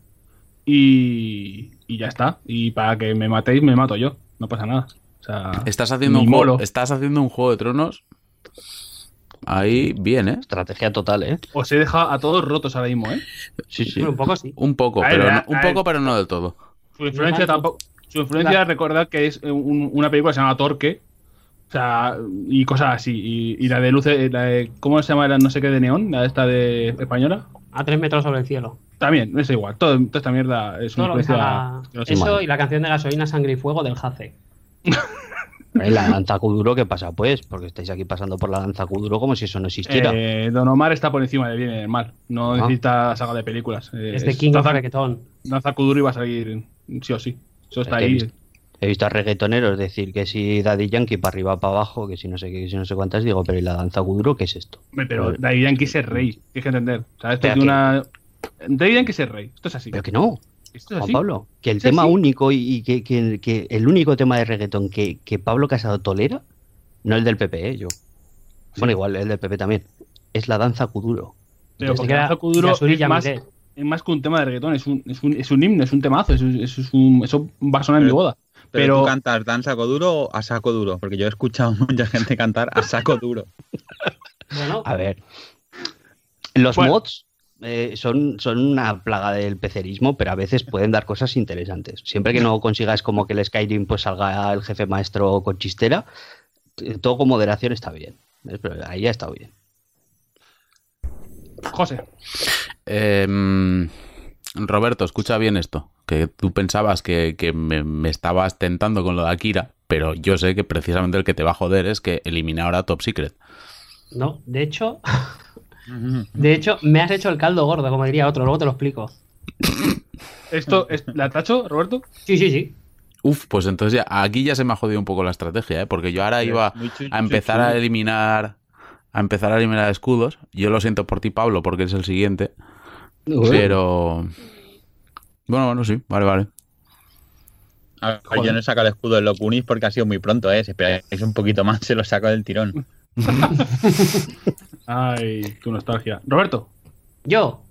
Speaker 1: Y, y ya está. Y para que me matéis, me mato yo. No pasa nada. O sea,
Speaker 2: Estás haciendo,
Speaker 1: Ni
Speaker 2: un juego,
Speaker 1: molo.
Speaker 2: estás haciendo un juego de tronos. Ahí, bien, ¿eh?
Speaker 4: Estrategia total, ¿eh?
Speaker 1: os he dejado a todos rotos ahora mismo, ¿eh?
Speaker 4: Sí, sí.
Speaker 3: Bueno, un poco sí.
Speaker 2: Un poco,
Speaker 1: A ver,
Speaker 2: pero
Speaker 1: a-
Speaker 2: no, un
Speaker 1: a
Speaker 2: poco,
Speaker 1: ver.
Speaker 2: pero no del todo.
Speaker 1: Su influencia
Speaker 3: tanto.
Speaker 1: tampoco. Su influencia,
Speaker 3: Claro.
Speaker 1: recordad que es eh, un- una película que se llama Torque. O sea, y cosas así. Y, y la de luces, la de- ¿cómo se llama la no sé qué de neón? La de esta de española.
Speaker 3: A tres metros sobre el cielo.
Speaker 1: También, es igual. Todo, toda esta mierda es
Speaker 3: Todo
Speaker 1: una
Speaker 3: lo que
Speaker 1: influencia.
Speaker 3: sea
Speaker 1: que no sé.
Speaker 3: eso
Speaker 4: mal.
Speaker 3: y la canción de gasolina, sangre y fuego del Jace.
Speaker 4: Eh, La danza Kuduro, ¿qué pasa? Pues, porque estáis aquí pasando por la danza Kuduro como si eso no existiera.
Speaker 1: Eh, Don Omar está por encima del bien y del mal. No
Speaker 4: Ah.
Speaker 1: necesita saga de películas. Eh,
Speaker 3: Es de King of
Speaker 1: Danza-
Speaker 3: Reggaeton.
Speaker 1: Danza Kuduro iba a salir sí o sí. Eso está
Speaker 4: Es que
Speaker 1: ahí. Eh,
Speaker 4: he visto- He visto a reggaetoneros decir que si Daddy Yankee para arriba, para abajo, que si no sé qué, que si no sé cuántas, digo, pero ¿y la danza Kuduro qué es esto?
Speaker 1: Hombre, Pero David Yankee es el rey. Tienes que entender. ¿Sabes? Porque
Speaker 4: Pero que-
Speaker 1: una. David Yankee es el rey. Esto es así.
Speaker 4: Pero que no,
Speaker 1: Esto es
Speaker 4: Juan
Speaker 1: así.
Speaker 4: Pablo, que el
Speaker 1: Sí,
Speaker 4: tema
Speaker 1: sí.
Speaker 4: único y, y que, que- que el único tema de reggaetón que, que Pablo Casado tolera, no el del PP, ¿eh? yo. Bueno, igual el del PP también, es la danza Kuduro.
Speaker 1: Pero
Speaker 3: Desde
Speaker 1: porque
Speaker 3: que era
Speaker 1: Danza Kuduro
Speaker 3: Yasuri
Speaker 1: es más,
Speaker 3: Yamile.
Speaker 1: es más que un tema de reggaetón, es un, es un, es un himno, es un temazo, es, es- es un, eso va a sonar en mi
Speaker 5: Pero-
Speaker 1: boda.
Speaker 5: Pero,
Speaker 1: Pero-
Speaker 5: tú cantas dan saco duro o a saco duro, porque yo he escuchado mucha gente cantar a saco duro.
Speaker 3: Bueno,
Speaker 4: A ver, los
Speaker 1: Bueno.
Speaker 4: mods eh, son, son una plaga del pecerismo, pero a veces pueden dar cosas interesantes. Siempre que no consigas como que el Skyrim pues salga el jefe maestro con chistera, t- todo con moderación está bien. ¿ves? Pero ahí ha estado bien.
Speaker 1: José,
Speaker 2: Em, Roberto, escucha bien esto. Que tú pensabas que, que me, me estabas tentando con lo de Akira, pero yo sé que precisamente el que te va a joder es que elimina ahora Top Secret.
Speaker 3: no, de hecho, de hecho, me has hecho el caldo gordo, como diría otro, luego te lo explico.
Speaker 1: ¿esto es, la tacho, Roberto?
Speaker 3: Sí, sí, sí.
Speaker 2: Uf, pues entonces ya, aquí ya se me ha jodido un poco la estrategia, ¿eh? porque yo ahora iba
Speaker 5: Muy chu-
Speaker 2: a empezar
Speaker 5: chu-
Speaker 2: a
Speaker 5: chu-
Speaker 2: eliminar a empezar a eliminar escudos. Yo lo siento por ti, Pablo, porque es el siguiente, pero bueno, bueno, sí, vale, vale.
Speaker 5: A ver,
Speaker 1: Joder.
Speaker 5: yo no he sacado el escudo de los Goonies porque ha sido muy pronto, ¿eh? Si esperáis un poquito más, se lo saco del tirón.
Speaker 1: Ay, tu nostalgia. Roberto,
Speaker 3: Yo,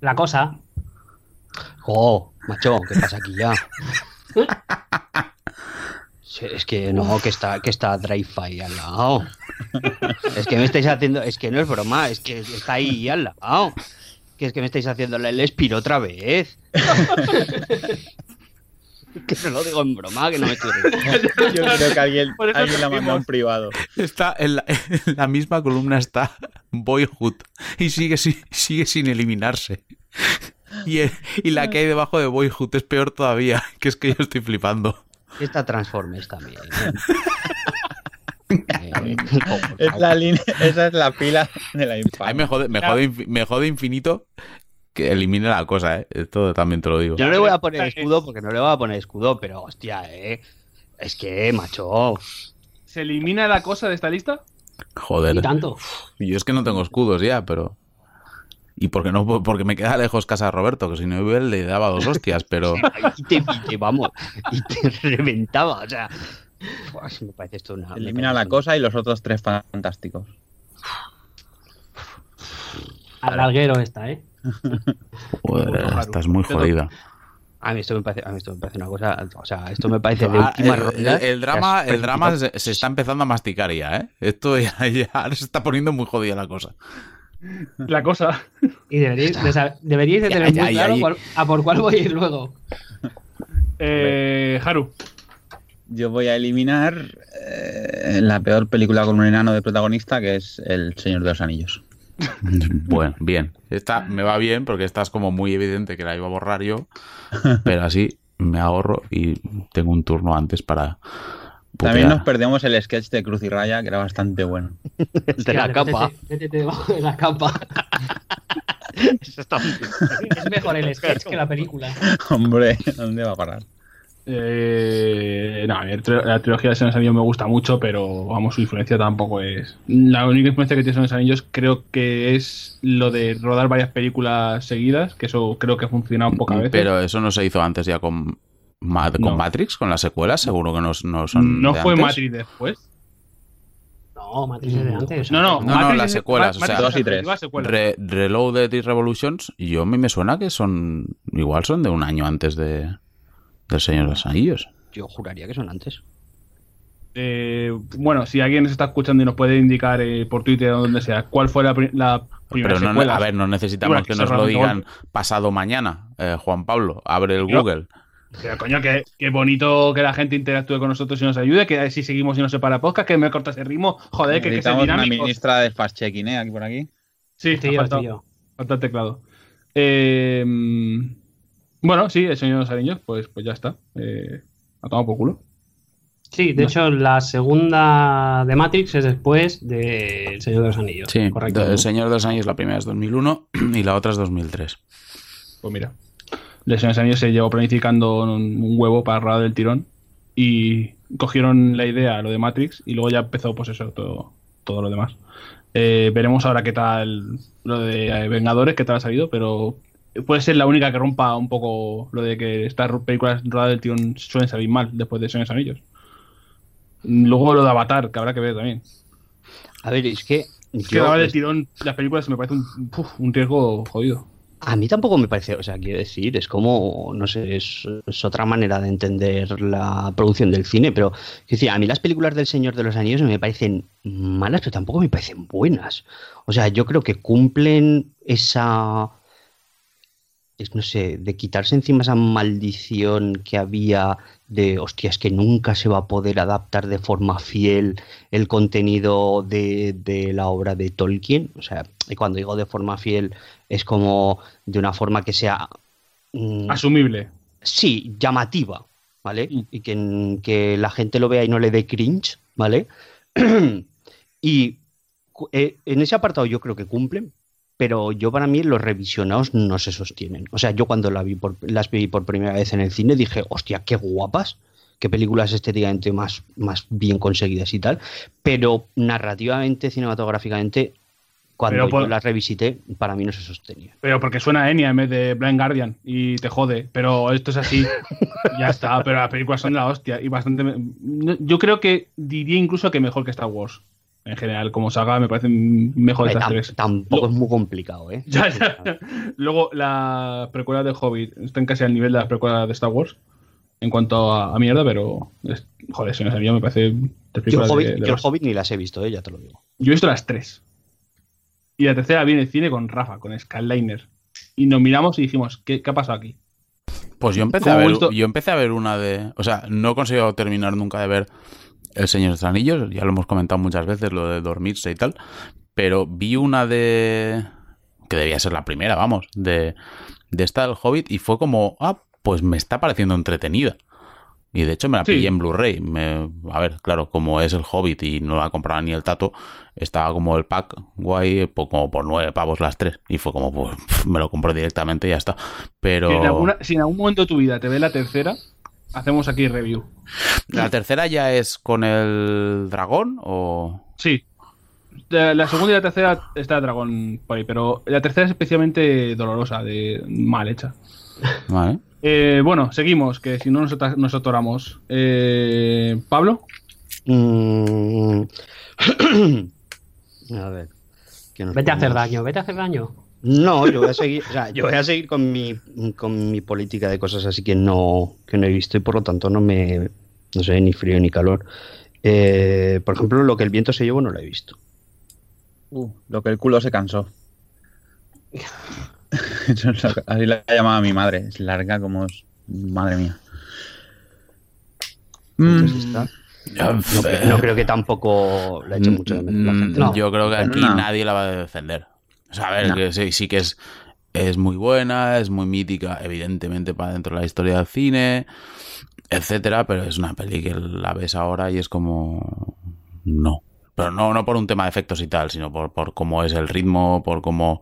Speaker 3: la cosa,
Speaker 4: ¡Oh, macho! ¿Qué pasa aquí ya? Sí, Es que no, que está, que está Dry-Fi al lado. Es que me estáis haciendo, es que no es broma, es que está ahí al lado. Que es que me estáis haciendo el espiro otra vez. Que no lo digo en broma, que no me estoy riendo.
Speaker 5: Yo creo que alguien,
Speaker 1: Por eso
Speaker 5: alguien la
Speaker 1: nos
Speaker 5: mandó en
Speaker 1: vimos.
Speaker 5: privado.
Speaker 2: Está en la, en la misma columna está Boyhood y sigue, sin- sigue sin eliminarse. Y, el- y la que hay debajo de Boyhood es peor todavía, que es que yo estoy flipando.
Speaker 4: Está Transformers también. Eh,
Speaker 5: Es la línea- esa es la pila de la
Speaker 2: Ay,
Speaker 5: infancia.
Speaker 2: me jode, me jode infi- me jode infinito que elimine la cosa, ¿eh? Esto también te lo digo.
Speaker 4: Yo no le voy a poner escudo porque no le voy a poner escudo, pero hostia, eh. Es que, macho.
Speaker 1: ¿Se elimina la cosa de esta lista?
Speaker 2: Joder.
Speaker 3: Y tanto.
Speaker 2: Yo es que no tengo escudos ya, pero. Y porque no, porque me queda lejos casa de Roberto, que si no iba él le daba dos hostias, pero.
Speaker 4: Y te, y te- vamos, y te reventaba. O sea, buah, me parece esto una. me
Speaker 5: Elimina
Speaker 4: parece
Speaker 5: la
Speaker 4: un-
Speaker 5: cosa y los otros tres fantásticos.
Speaker 3: Al larguero esta, ¿eh?
Speaker 2: Joder, estás muy jodida.
Speaker 4: A mí, esto me parece, a mí esto me parece una cosa. O sea, esto me parece de
Speaker 2: Ah,
Speaker 4: última
Speaker 2: el,
Speaker 4: ronda.
Speaker 2: el- el drama,
Speaker 4: Te has
Speaker 2: el drama
Speaker 4: precipitado.
Speaker 2: se, se está empezando a masticar ya, ¿eh? Esto ya, ya se está poniendo muy jodida la cosa.
Speaker 1: La cosa.
Speaker 3: Y deberíais de, sab- deberíais de
Speaker 2: Ya,
Speaker 3: tener
Speaker 2: ya,
Speaker 3: muy
Speaker 2: ya,
Speaker 3: claro
Speaker 2: ya.
Speaker 3: cuál- a por cuál voy a ir luego.
Speaker 1: Eh, Haru.
Speaker 5: Yo voy a eliminar eh, la peor película con un enano de protagonista, que es El Señor de los Anillos.
Speaker 2: Bueno, bien. Esta me va bien porque esta es como muy evidente que la iba a borrar yo, pero así me ahorro y tengo un turno antes para.
Speaker 5: También
Speaker 2: putear.
Speaker 5: nos perdemos el sketch de Cruz y Raya, que era bastante bueno.
Speaker 4: El de la
Speaker 3: Hostia,
Speaker 4: capa.
Speaker 3: métete- Métete debajo de la capa.
Speaker 4: Eso está muy bien.
Speaker 3: Es mejor el sketch que la película.
Speaker 5: Hombre, ¿dónde va a parar?
Speaker 1: Eh, no, a ver, tri- la trilogía de Señor de los Anillos me gusta mucho, pero vamos, su influencia tampoco es. La única influencia que tiene Señor de los Anillos creo que es lo de rodar varias películas seguidas, que eso creo que ha funcionado pocas veces.
Speaker 2: Mm, Pero eso no se hizo antes ya con, Ma- con
Speaker 1: No.
Speaker 2: Matrix, con las secuelas, seguro que no, no son.
Speaker 1: no
Speaker 2: de
Speaker 1: fue
Speaker 2: antes.
Speaker 1: Matrix después.
Speaker 3: No, Matrix es de antes.
Speaker 1: No, no,
Speaker 2: No, no,
Speaker 1: Matrix
Speaker 2: las
Speaker 1: es-
Speaker 2: secuelas, o
Speaker 1: Matrix
Speaker 2: sea,
Speaker 5: dos y
Speaker 1: es
Speaker 5: tres.
Speaker 1: definitiva secuela.
Speaker 2: Re- Reloaded y Revolutions, yo a mí me suena que son. Igual son de un año antes de. Del Señor de los Anillos.
Speaker 4: Yo juraría que son antes.
Speaker 1: Eh, bueno, si alguien nos está escuchando y nos puede indicar eh, por Twitter o donde sea cuál fue la, pri- la primera
Speaker 2: Pero no,
Speaker 1: secuela.
Speaker 2: a ver, no necesitamos
Speaker 1: Bueno,
Speaker 2: que
Speaker 1: que
Speaker 2: nos
Speaker 1: se
Speaker 2: lo
Speaker 1: realizó
Speaker 2: digan pasado mañana. Eh, Juan Pablo, abre el
Speaker 1: Yo-
Speaker 2: Google.
Speaker 1: Pero coño, que, que bonito que la gente interactúe con nosotros y nos ayude, que si seguimos y nos separa podcast, que me cortas el ritmo, joder, que, que sean
Speaker 5: Necesitamos una
Speaker 1: dinámicos.
Speaker 5: ministra de fast-checking, ¿eh? Aquí por aquí.
Speaker 1: Sí, ha
Speaker 3: Tío,
Speaker 1: faltado-
Speaker 3: tío.
Speaker 1: Falta el teclado. Eh, mm, bueno, sí, el señor de los anillos, pues, pues ya está. Eh, ha tomado por culo.
Speaker 3: Sí, de
Speaker 1: No.
Speaker 3: hecho, la segunda de Matrix es después de El Señor de los Anillos.
Speaker 2: Sí,
Speaker 3: correcto.
Speaker 2: El Señor de los Anillos, la primera es 2001 y la otra es 2003.
Speaker 1: Pues mira. El señor de los anillos se llevó planificando un, un huevo para rodar del tirón y cogieron la idea, lo de Matrix, y luego ya empezó, pues eso, todo, todo lo demás. Eh, veremos ahora qué tal lo de eh, Vengadores, qué tal ha salido, pero puede ser la única que rompa un poco lo de que estas ro- películas rodadas del tirón suelen salir mal después de Señores Anillos. Luego lo de Avatar, que habrá que ver también.
Speaker 4: A ver, es que.
Speaker 1: Es que
Speaker 4: yo-
Speaker 1: grabar el tirón las películas me parece un, puf, un riesgo jodido.
Speaker 4: A mí tampoco me parece, o sea, quiero decir, es como, no sé, es, es otra manera de entender la producción del cine, pero es decir, a mí las películas del Señor de los Anillos no me parecen malas, pero tampoco me parecen buenas. O sea, yo creo que cumplen esa, es, no sé, de quitarse encima esa maldición que había de, hostia, es que nunca se va a poder adaptar de forma fiel el contenido de, de la obra de Tolkien. O sea, y cuando digo de forma fiel es como de una forma que sea, mm,
Speaker 1: Asumible.
Speaker 4: sí, llamativa, ¿vale?
Speaker 1: Mm.
Speaker 4: Y que, en- que la gente lo vea y no le dé cringe, ¿vale? y cu- eh, en ese apartado yo creo que cumplen, pero yo para mí los revisionados no se sostienen. O sea, yo cuando la vi por- las vi por primera vez en el cine dije, hostia, qué guapas, qué películas estéticamente más, más bien conseguidas y tal, pero narrativamente, cinematográficamente, cuando
Speaker 1: Pero por-
Speaker 4: yo las revisité, para mí no se sostenía.
Speaker 1: Pero porque suena a Enya en vez de Blind Guardian y te jode. Pero esto es así. ya está. Pero las películas son la hostia. Y bastante. me- no- Yo creo que diría incluso que mejor que Star Wars. En general, como saga, me parecen mejores
Speaker 4: Hombre,
Speaker 1: estas
Speaker 4: tam-
Speaker 1: tres.
Speaker 4: Tampoco es muy complicado, ¿eh?
Speaker 1: Ya, ya. Luego, las precuelas de Hobbit están casi al nivel de las precuelas de Star Wars. En cuanto a, a mierda, pero. es- joder, si no sabía, me parece. tres
Speaker 4: Yo
Speaker 1: películas
Speaker 4: el,
Speaker 1: de-
Speaker 4: Hobbit,
Speaker 1: de
Speaker 4: yo el
Speaker 1: los-
Speaker 4: Hobbit ni las he visto, ¿eh? ya te lo digo.
Speaker 1: Yo he visto las tres. Y la tercera viene el cine con Rafa, con Skyliner. Y nos miramos y dijimos, ¿qué, qué ha pasado aquí?
Speaker 2: Pues yo empecé,
Speaker 1: ¿Cómo
Speaker 2: a ver,
Speaker 1: esto?
Speaker 2: yo empecé a ver una de. O sea, no he conseguido terminar nunca de ver El Señor de los Anillos. Ya lo hemos comentado muchas veces, lo de dormirse y tal. Pero vi una de. que debía ser la primera, vamos, de, de esta del Hobbit. Y fue como, ah, pues me está pareciendo entretenida. Y de hecho me la
Speaker 1: Sí.
Speaker 2: pillé en Blu-ray. Me- A ver, claro, como es el Hobbit y no la compraba ni el Tato, estaba como el pack guay, po- como por nueve pavos las tres. Y fue como, pues pf, me lo compré directamente y ya está. Pero...
Speaker 1: Si en, alguna- si en algún momento de tu vida te ve la tercera, hacemos aquí review.
Speaker 2: ¿La tercera ya es con el dragón o...?
Speaker 1: Sí. La la segunda y la tercera está Dragon por ahí, pero la tercera es especialmente dolorosa, de mal hecha.
Speaker 2: Vale.
Speaker 1: Eh, bueno, seguimos, que si no nos, ata- nos atoramos. Eh, Pablo,
Speaker 4: Mm. a ver. ¿qué nos
Speaker 3: Vete a hacer
Speaker 2: Mm.
Speaker 4: ponemos?
Speaker 3: daño, vete a hacer daño.
Speaker 4: No, yo voy a seguir, o sea, yo voy a seguir con mi con mi política de cosas así que no, que no he visto y por lo tanto no me no sé ni frío ni calor. Eh, por ejemplo, lo que el viento se llevó no lo he visto.
Speaker 5: Uh, lo que el culo se cansó. Eso es lo que- Así la llamaba mi madre. Es larga como es. Madre mía. Mm,
Speaker 4: Entonces Pues está. No, cre- no creo que tampoco la he
Speaker 2: Mm,
Speaker 4: hecho mucho de menos la gente.
Speaker 3: No.
Speaker 2: Yo creo que aquí
Speaker 5: No.
Speaker 2: nadie la va a defender. O sea, a ver,
Speaker 5: No.
Speaker 2: que sí, sí que es, es muy buena, es muy mítica, evidentemente, para dentro de la historia del cine, etcétera, pero es una peli que la ves ahora y es como. No. Pero no, no por un tema de efectos y tal, sino por, por cómo es el ritmo, por cómo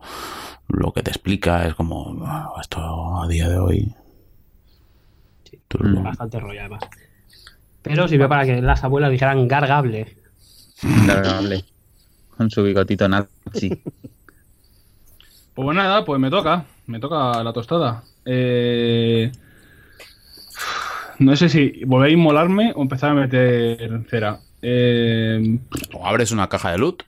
Speaker 2: lo que te explica, es como. bueno, esto a día de hoy.
Speaker 3: Sí. Mm.
Speaker 2: Turbo.
Speaker 3: Bastante rollo, además. Pero sirve para que las abuelas dijeran gargable.
Speaker 5: Indagable. Con su bigotito nazi.
Speaker 1: pues nada, pues me toca, me toca la tostada. Eh, no sé si volver a inmolarme o empezar a meter cera. Eh,
Speaker 2: O abres una caja de loot,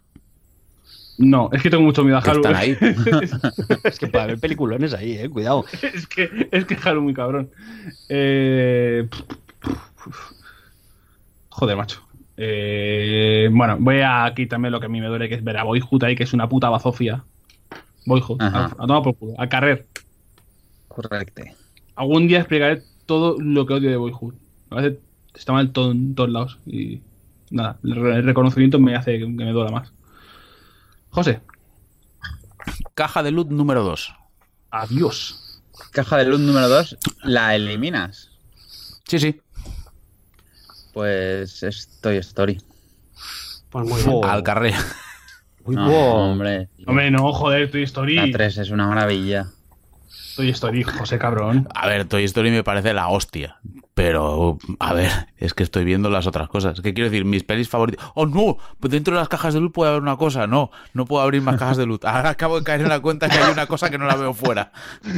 Speaker 1: no, es que tengo mucho miedo a
Speaker 2: que
Speaker 1: Haru.
Speaker 2: están ahí.
Speaker 4: Es que puede haber peliculones ahí, eh, cuidado.
Speaker 1: Es que, es que Haru muy cabrón. Eh, Joder, macho. Eh, bueno, voy a quitarme lo que a mí me duele, que es ver a Boyhood ahí, que es una puta bazofia. Boyhood, a,
Speaker 5: Ajá.
Speaker 1: a tomar por culo, a carrer.
Speaker 5: Correcto.
Speaker 1: Algún día explicaré todo lo que odio de Boyhood. A veces está mal todo en todos lados y nada, el re- el reconocimiento me hace que me duela más. José,
Speaker 2: Caja de loot número 2.
Speaker 1: adiós.
Speaker 5: Caja de luz número 2. La eliminas.
Speaker 2: Sí, sí.
Speaker 5: Pues es Toy Story.
Speaker 3: Pues muy bien.
Speaker 4: Oh.
Speaker 2: Al carrer.
Speaker 4: Uy,
Speaker 5: No,
Speaker 4: wow.
Speaker 5: hombre.
Speaker 1: Hombre, no, joder, Toy
Speaker 5: La
Speaker 1: Story.
Speaker 5: 3 es una maravilla.
Speaker 1: Toy Story, José, cabrón.
Speaker 2: A ver, Toy Story me parece la hostia. Pero, a ver, es que estoy viendo las otras cosas. ¿Qué quiero decir? Mis pelis favoritas. ¡Oh, no! Pues dentro de las cajas de luz puede haber una cosa. No, no puedo abrir más cajas de luz. Ahora acabo de caer en la cuenta que hay una cosa que no la veo fuera.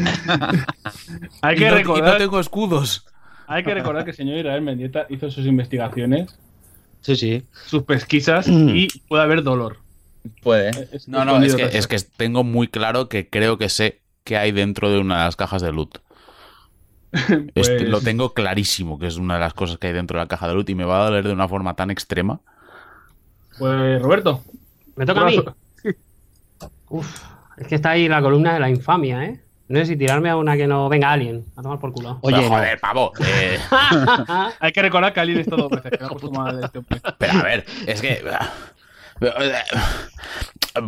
Speaker 1: Hay
Speaker 2: y,
Speaker 1: que,
Speaker 2: no, y no
Speaker 1: recordar,
Speaker 2: tengo escudos.
Speaker 1: hay que recordar que el señor Israel Mendieta hizo sus investigaciones,
Speaker 4: Sí, sí.
Speaker 1: sus pesquisas y puede haber dolor.
Speaker 5: Puede.
Speaker 1: Es-
Speaker 2: No, no, es que,
Speaker 1: escondido
Speaker 2: es que tengo muy claro que creo que sé qué hay dentro de una de las cajas de luz.
Speaker 1: Pues,
Speaker 2: Este, lo tengo clarísimo, que es una de las cosas que hay dentro de la caja de luz y me va a doler de una forma tan extrema.
Speaker 1: pues, Roberto.
Speaker 3: ¿Me toca a mí? Uf, es que está ahí la columna de la infamia, ¿eh? No sé si tirarme a una que no... Venga, Alien, a tomar por culo. Ah,
Speaker 4: Oye,
Speaker 2: Pero,
Speaker 4: no.
Speaker 2: joder, pavo. eh,
Speaker 1: Hay que recordar que alguien está dos veces. Que la ha puesto mal este hombre.
Speaker 2: Pero a ver, es que.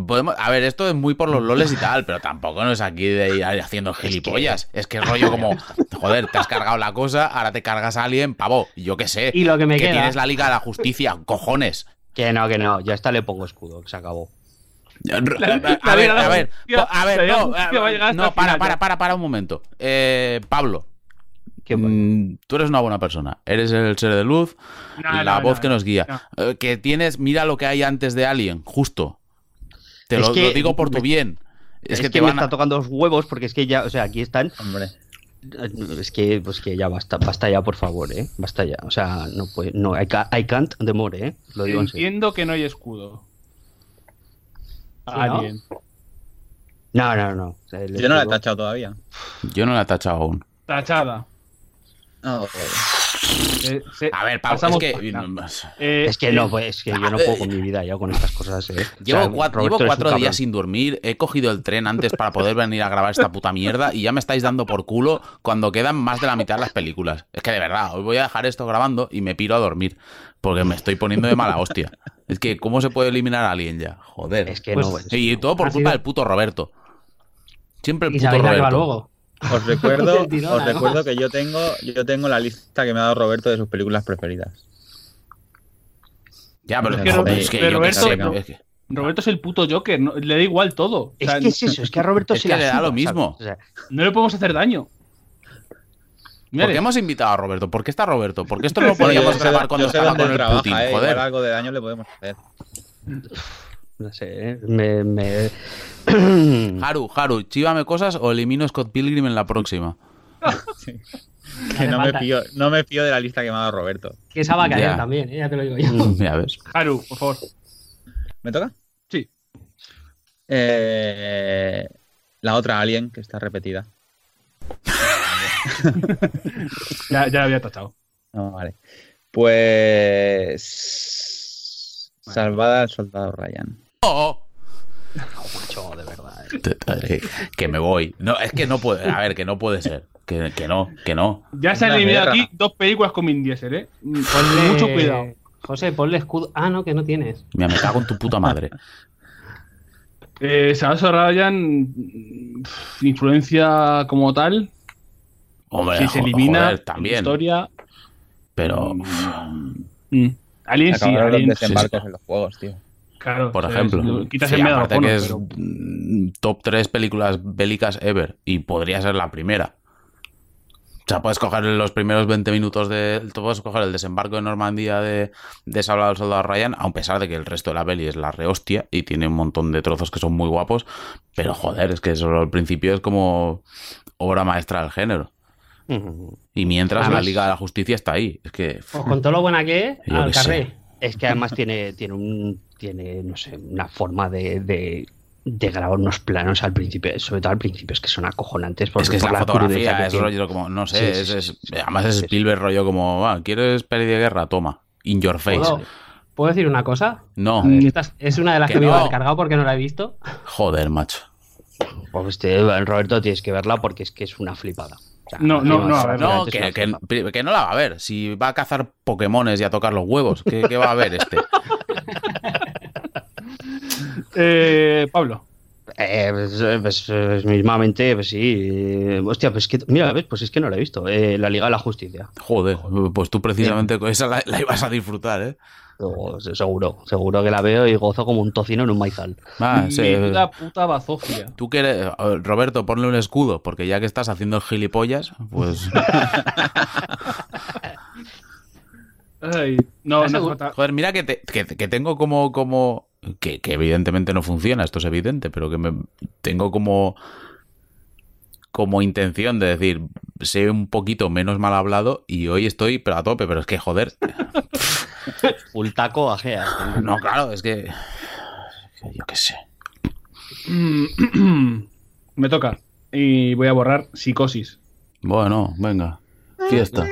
Speaker 2: Podemos, a ver, esto es muy por los loles y tal, pero tampoco no es aquí de ir haciendo gilipollas. Es que es rollo como, joder, te has cargado la cosa, ahora te cargas a alguien, pavo, yo qué sé.
Speaker 3: Y lo que me
Speaker 2: que
Speaker 3: queda.
Speaker 2: tienes la Liga de la Justicia, cojones.
Speaker 4: Que no, que no, ya está le pongo escudo, que se acabó.
Speaker 2: A ver, a ver, po- a ver, no, eh, no, para, para, para, para un momento. Eh, Pablo,
Speaker 4: ¿Qué
Speaker 2: mm, tú eres una buena persona, eres el ser de luz,
Speaker 1: No,
Speaker 2: la
Speaker 1: no,
Speaker 2: voz
Speaker 1: no,
Speaker 2: que nos guía.
Speaker 1: no.
Speaker 2: Eh, que tienes, mira lo que hay antes de Alien, justo. Te
Speaker 4: Es
Speaker 2: lo,
Speaker 4: que-
Speaker 2: lo digo por tu bien. Es, que, te
Speaker 4: me
Speaker 2: van a-
Speaker 4: está tocando los huevos porque es que ya, o sea, aquí están
Speaker 5: Hombre.
Speaker 4: Es que, pues que ya basta, basta ya, por favor, ¿eh? Basta ya. O sea, no puede, no, I, ca- I can't the more, ¿eh? Lo digo en serio.
Speaker 1: Entiendo que no hay escudo.
Speaker 3: ¿no?
Speaker 1: Alien.
Speaker 4: No, no, no. O sea, el
Speaker 5: Yo no la he
Speaker 4: escudo-
Speaker 5: tachado todavía.
Speaker 2: Yo no la he tachado aún.
Speaker 1: Tachada.
Speaker 5: No,
Speaker 1: Se- se-
Speaker 2: A ver, Pablo,
Speaker 1: pasamos
Speaker 2: es que. mm,
Speaker 1: página. Eh,
Speaker 4: Es que no, pues es que yo no
Speaker 2: eh,
Speaker 4: puedo con mi vida ya con estas cosas, ¿eh? O
Speaker 2: Llevo,
Speaker 4: sea,
Speaker 2: cuatro,
Speaker 4: Roberto
Speaker 2: llevo
Speaker 4: eres un
Speaker 2: cuatro
Speaker 4: cabrón.
Speaker 2: días sin dormir, he cogido el tren antes para poder venir a grabar esta puta mierda y ya me estáis dando por culo cuando quedan más de la mitad de las películas. Es que de verdad, hoy voy a dejar esto grabando y me piro a dormir porque me estoy poniendo de mala hostia. Es que, ¿cómo se puede eliminar a alguien ya? Joder.
Speaker 4: Es que
Speaker 3: Pues-
Speaker 4: no. es-
Speaker 2: Y todo por
Speaker 3: Ha
Speaker 2: culpa
Speaker 3: sido-
Speaker 2: del puto Roberto. Siempre el
Speaker 3: ¿Y
Speaker 2: puto
Speaker 3: sabéis la que
Speaker 2: Roberto.
Speaker 3: va luego?
Speaker 5: Os recuerdo,
Speaker 3: Del tirón,
Speaker 5: os
Speaker 3: además.
Speaker 5: recuerdo que yo tengo, yo tengo la lista que me ha dado Roberto de sus películas preferidas.
Speaker 2: Ya, pero es
Speaker 5: Es que
Speaker 2: que,
Speaker 5: Ro-
Speaker 2: es que
Speaker 1: pero
Speaker 2: yo qué
Speaker 1: esto-
Speaker 2: sé,
Speaker 1: no.
Speaker 2: es que-
Speaker 1: Roberto es el puto Joker, no- le da igual todo. O
Speaker 4: Es
Speaker 1: sea,
Speaker 4: que es eso, es que a Roberto
Speaker 2: Es
Speaker 4: se
Speaker 2: que
Speaker 4: la
Speaker 2: le da
Speaker 4: suda,
Speaker 2: lo mismo.
Speaker 4: ¿sabes? O sea,
Speaker 1: no le podemos hacer daño. Mira,
Speaker 2: ¿Por qué hemos invitado a Roberto? ¿Por qué está Roberto? ¿Por qué esto no lo
Speaker 5: Bueno,
Speaker 2: podíamos
Speaker 5: yo sé-
Speaker 2: grabar
Speaker 5: yo
Speaker 2: cuando
Speaker 5: sé
Speaker 2: estaba
Speaker 5: dónde
Speaker 2: con el
Speaker 5: trabaja,
Speaker 2: Putin?
Speaker 5: eh, igual
Speaker 2: Joder.
Speaker 5: algo de daño le podemos hacer.
Speaker 4: no sé, ¿eh? me, me-
Speaker 2: Haru, Haru, chívame cosas o elimino Scott Pilgrim en la próxima.
Speaker 5: Que no, me
Speaker 3: falta.
Speaker 5: fío, no me fío de la lista que me ha dado Roberto.
Speaker 3: Que esa va a caer
Speaker 2: Ya.
Speaker 3: también, ¿eh? ya te lo digo yo.
Speaker 2: Ya ves.
Speaker 1: Haru, por favor.
Speaker 5: ¿Me toca?
Speaker 1: Sí.
Speaker 5: Eh, la otra Alien, que está repetida.
Speaker 1: Ya, ya la había tachado.
Speaker 5: No, vale. Pues. Salvada al soldado Ryan.
Speaker 2: ¡Oh!
Speaker 4: Macho, de verdad. ¿eh?
Speaker 2: Que me voy. No, es que no puede. A ver, que no puede ser. Que, que no, que no.
Speaker 1: Ya se han
Speaker 5: Una
Speaker 1: eliminado
Speaker 5: guerra.
Speaker 1: aquí dos películas con Vin Diesel, ¿eh?
Speaker 3: Ponle-
Speaker 1: Mucho cuidado.
Speaker 3: José, ponle escudo. Ah, no, que no tienes.
Speaker 2: Mira, me cago en tu puta madre.
Speaker 1: Eh, Sabaso Ryan, pff, influencia como tal,
Speaker 2: Hombre,
Speaker 1: si se
Speaker 2: jo-
Speaker 1: elimina,
Speaker 2: joder, también.
Speaker 1: historia.
Speaker 2: Pero,
Speaker 1: Mm. Alien sí,
Speaker 5: Acabaron los
Speaker 1: Alien,
Speaker 5: desembarcos
Speaker 2: sí.
Speaker 5: en los juegos, tío.
Speaker 1: claro.
Speaker 2: por
Speaker 1: o sea,
Speaker 2: ejemplo,
Speaker 1: es- Quitas
Speaker 2: sí,
Speaker 1: el medio
Speaker 2: aparte
Speaker 1: de
Speaker 2: que
Speaker 1: los
Speaker 2: es
Speaker 1: conos, pero-
Speaker 2: mm, top 3 películas bélicas ever y podría ser la primera. O sea, puedes coger los primeros 20 minutos de. tú Puedes coger el desembarco de Normandía de, de Salvador Soldado Ryan, a pesar de que el resto de la peli es la rehostia y tiene un montón de trozos que son muy guapos. Pero joder, es que solo al principio es como obra maestra del género.
Speaker 4: eh.
Speaker 2: Y mientras la
Speaker 3: Además-
Speaker 2: Liga de la Justicia está ahí. Es que.
Speaker 3: Pues con todo lo buena que es,
Speaker 2: Yo
Speaker 3: al
Speaker 2: qué sé.
Speaker 3: carré.
Speaker 4: Es que además tiene, tiene un, tiene, no sé, una forma de, de, de grabar unos planos al principio, sobre todo al principio, es que son acojonantes. por-
Speaker 2: Es que es
Speaker 4: por
Speaker 2: la
Speaker 4: crudeza que
Speaker 2: fotografía, es
Speaker 4: tiene.
Speaker 2: rollo como, no
Speaker 4: Sí,
Speaker 2: sé,
Speaker 4: sí,
Speaker 2: es-
Speaker 4: sí,
Speaker 2: es-
Speaker 4: sí, sí.
Speaker 2: además es
Speaker 4: Sí, sí.
Speaker 2: Spielberg rollo como, ah, ¿quieres peli de guerra? Toma, in your face.
Speaker 3: ¿Puedo, ¿puedo decir una cosa?
Speaker 2: No,
Speaker 3: Que esta es una de las
Speaker 2: eh. Que
Speaker 3: que, me
Speaker 2: no.
Speaker 3: iba a cargado porque no la he visto.
Speaker 2: joder, macho.
Speaker 4: Pues este, Roberto, tienes que verla porque es que es una flipada. O sea,
Speaker 1: No, no, no, a ver,
Speaker 2: No,
Speaker 4: es
Speaker 2: que,
Speaker 4: una
Speaker 2: que-
Speaker 4: flipada.
Speaker 2: que no la va a ver. Si va a cazar Pokémones y a tocar los huevos, ¿qué, qué va a ver este?
Speaker 1: Eh, Pablo.
Speaker 4: Eh, pues, eh, pues, eh, mismamente, pues sí. eh, hostia, pues que, mira, ves, pues es que no la he visto. eh, la Liga de la Justicia.
Speaker 2: Joder, pues tú precisamente con esa la, la ibas a disfrutar, ¿eh?
Speaker 4: Luego, se- seguro, seguro que la veo y gozo como un tocino en un maizal.
Speaker 2: Ah, sí.
Speaker 1: Menuda puta bazofia.
Speaker 2: Tú quieres, eh, Roberto, ponle un escudo, porque ya que estás haciendo el gilipollas, pues...
Speaker 1: Ay, no,
Speaker 3: Eso-
Speaker 1: no falta-
Speaker 2: Joder, mira que, te- que- que tengo como. como que, que evidentemente no funciona, esto es evidente, pero que me tengo como. como intención de decir, sé un poquito menos mal hablado y hoy estoy pero a tope, pero es que joder.
Speaker 4: Full taco ajea.
Speaker 2: No, claro, es que. Yo qué sé.
Speaker 1: Mm, Me toca. Y voy a borrar psicosis.
Speaker 2: Bueno, venga. Fiesta.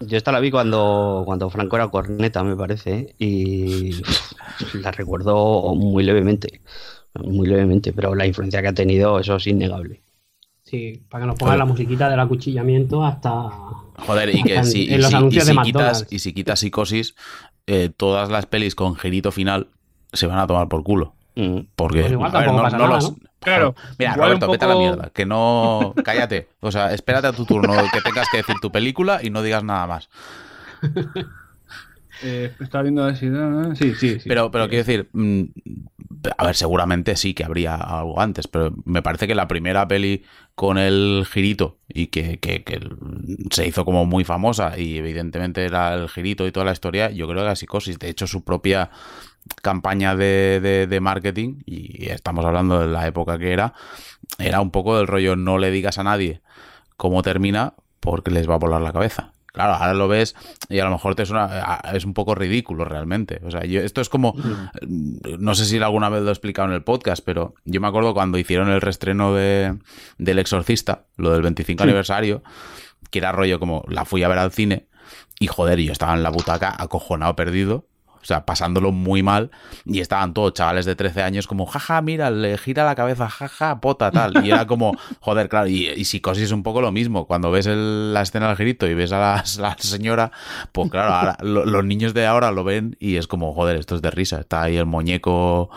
Speaker 4: Yo esta la vi cuando, cuando Franco era corneta, me parece, ¿eh? y la recuerdo muy levemente. Muy levemente, pero la influencia que ha tenido, eso es innegable.
Speaker 3: Sí, para que nos pongan la musiquita del acuchillamiento hasta.
Speaker 2: Joder, y que
Speaker 3: En-
Speaker 2: si,
Speaker 3: en
Speaker 2: y
Speaker 3: los
Speaker 2: si- y
Speaker 3: anuncios
Speaker 2: si
Speaker 3: de
Speaker 2: quitas,
Speaker 3: McDonald's.
Speaker 2: y si quitas psicosis, eh, todas las pelis con girito final se van a tomar por culo.
Speaker 4: Mm.
Speaker 2: Porque
Speaker 3: Pues igual
Speaker 2: a ver,
Speaker 3: tampoco pasa nada,
Speaker 2: los-
Speaker 3: ¿no?
Speaker 1: Claro.
Speaker 2: Mira,
Speaker 1: igual un
Speaker 2: Roberto, vete a la
Speaker 1: poco-
Speaker 2: mierda. Que no. Cállate. O sea, espérate a tu turno que tengas que decir tu película y no digas nada más.
Speaker 1: Eh, estaba viendo a ver si- ah, Sí, sí, sí.
Speaker 2: Pero, pero quiero decir. mm, A ver, seguramente sí que habría algo antes, pero me parece que la primera peli con el girito y que, que- que se hizo como muy famosa y evidentemente era el girito y toda la historia, yo creo que era Psicosis. De hecho, su propia campaña de, de- de marketing, y estamos hablando de la época que era, era un poco del rollo no le digas a nadie cómo termina porque les va a volar la cabeza. Claro, ahora lo ves y a lo mejor te suena- a- es un poco ridículo realmente. O sea, yo, esto es como, no sé si alguna vez lo he explicado en el podcast, pero yo me acuerdo cuando hicieron el restreno de, del Exorcista, lo del 25 aniversario, que era rollo como, la fui a ver al cine y joder, yo estaba en la butaca acojonado perdido. O sea, pasándolo muy mal. Y estaban todos chavales de 13 años como, jaja, mira, le gira la cabeza, jaja, pota, tal. Y era como, joder, claro. Y, y psicosis es un poco lo mismo. Cuando ves el- la escena del grito y ves a la, la señora, pues claro, ahora, lo- los niños de ahora lo ven y es como, joder, esto es de risa. Está ahí el muñeco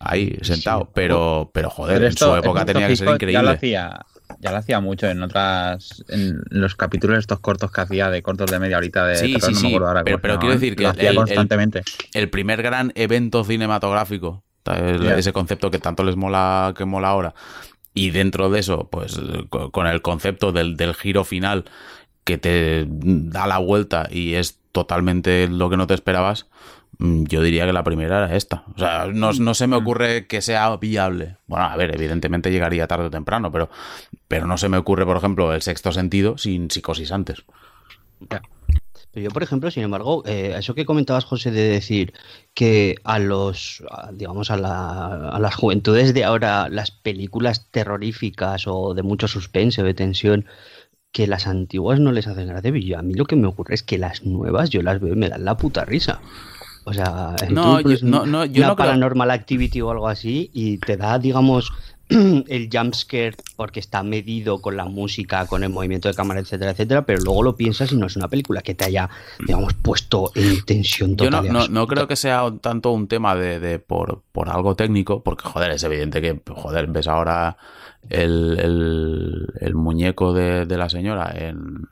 Speaker 2: ahí sentado. Pero, pero joder,
Speaker 5: Pero
Speaker 2: en su
Speaker 5: esto-
Speaker 2: época
Speaker 5: esto
Speaker 2: tenía que ser
Speaker 5: Hitchcock Ya lo
Speaker 2: increíble.
Speaker 5: hacía, Ya lo hacía mucho en otras. En los capítulos estos cortos que hacía de cortos de media horita de.
Speaker 2: Sí,
Speaker 5: terror,
Speaker 2: sí,
Speaker 5: no
Speaker 2: sí,
Speaker 5: me acuerdo ahora
Speaker 2: pero-
Speaker 5: cómo se
Speaker 2: pero quiero
Speaker 5: llamaban.
Speaker 2: decir que
Speaker 5: Lo hacía
Speaker 2: el- el-
Speaker 5: constantemente.
Speaker 2: el primer gran evento cinematográfico, ta- el-
Speaker 5: Ya.
Speaker 2: ese concepto que tanto les mola, que mola ahora, y dentro de eso, pues co- con el concepto del, del giro final que te da la vuelta y es totalmente lo que no te esperabas, mm, yo diría que la primera era esta. O sea, no, no se me ocurre que sea viable. Bueno, a ver, evidentemente llegaría tarde o temprano, pero, pero no se me ocurre, por ejemplo, el sexto sentido sin psicosis antes.
Speaker 4: Pero yo, por ejemplo, sin embargo, eh, eso que comentabas, José, de decir que a los, a, digamos, a, la- a las juventudes de ahora, las películas terroríficas o de mucho suspense o de tensión, que las antiguas no les hacen gracia. pero yo- a mí lo que me ocurre es que las nuevas yo las veo y me dan la puta risa. O sea,
Speaker 2: No,
Speaker 4: tú pones
Speaker 2: yo- no, no, yo
Speaker 4: una
Speaker 2: no creo-
Speaker 4: paranormal activity o algo así y te da, digamos, el jumpscare porque está medido con la música, con el movimiento de cámara, etcétera, etcétera, pero luego lo piensas y no es una película que te haya, digamos, puesto en tensión
Speaker 2: Yo no,
Speaker 4: total. y
Speaker 2: no,
Speaker 4: absoluta.
Speaker 2: no creo que sea un- tanto un tema de, de por, por algo técnico, porque joder, es evidente que, joder, ves ahora el, el- el muñeco de, de la señora en,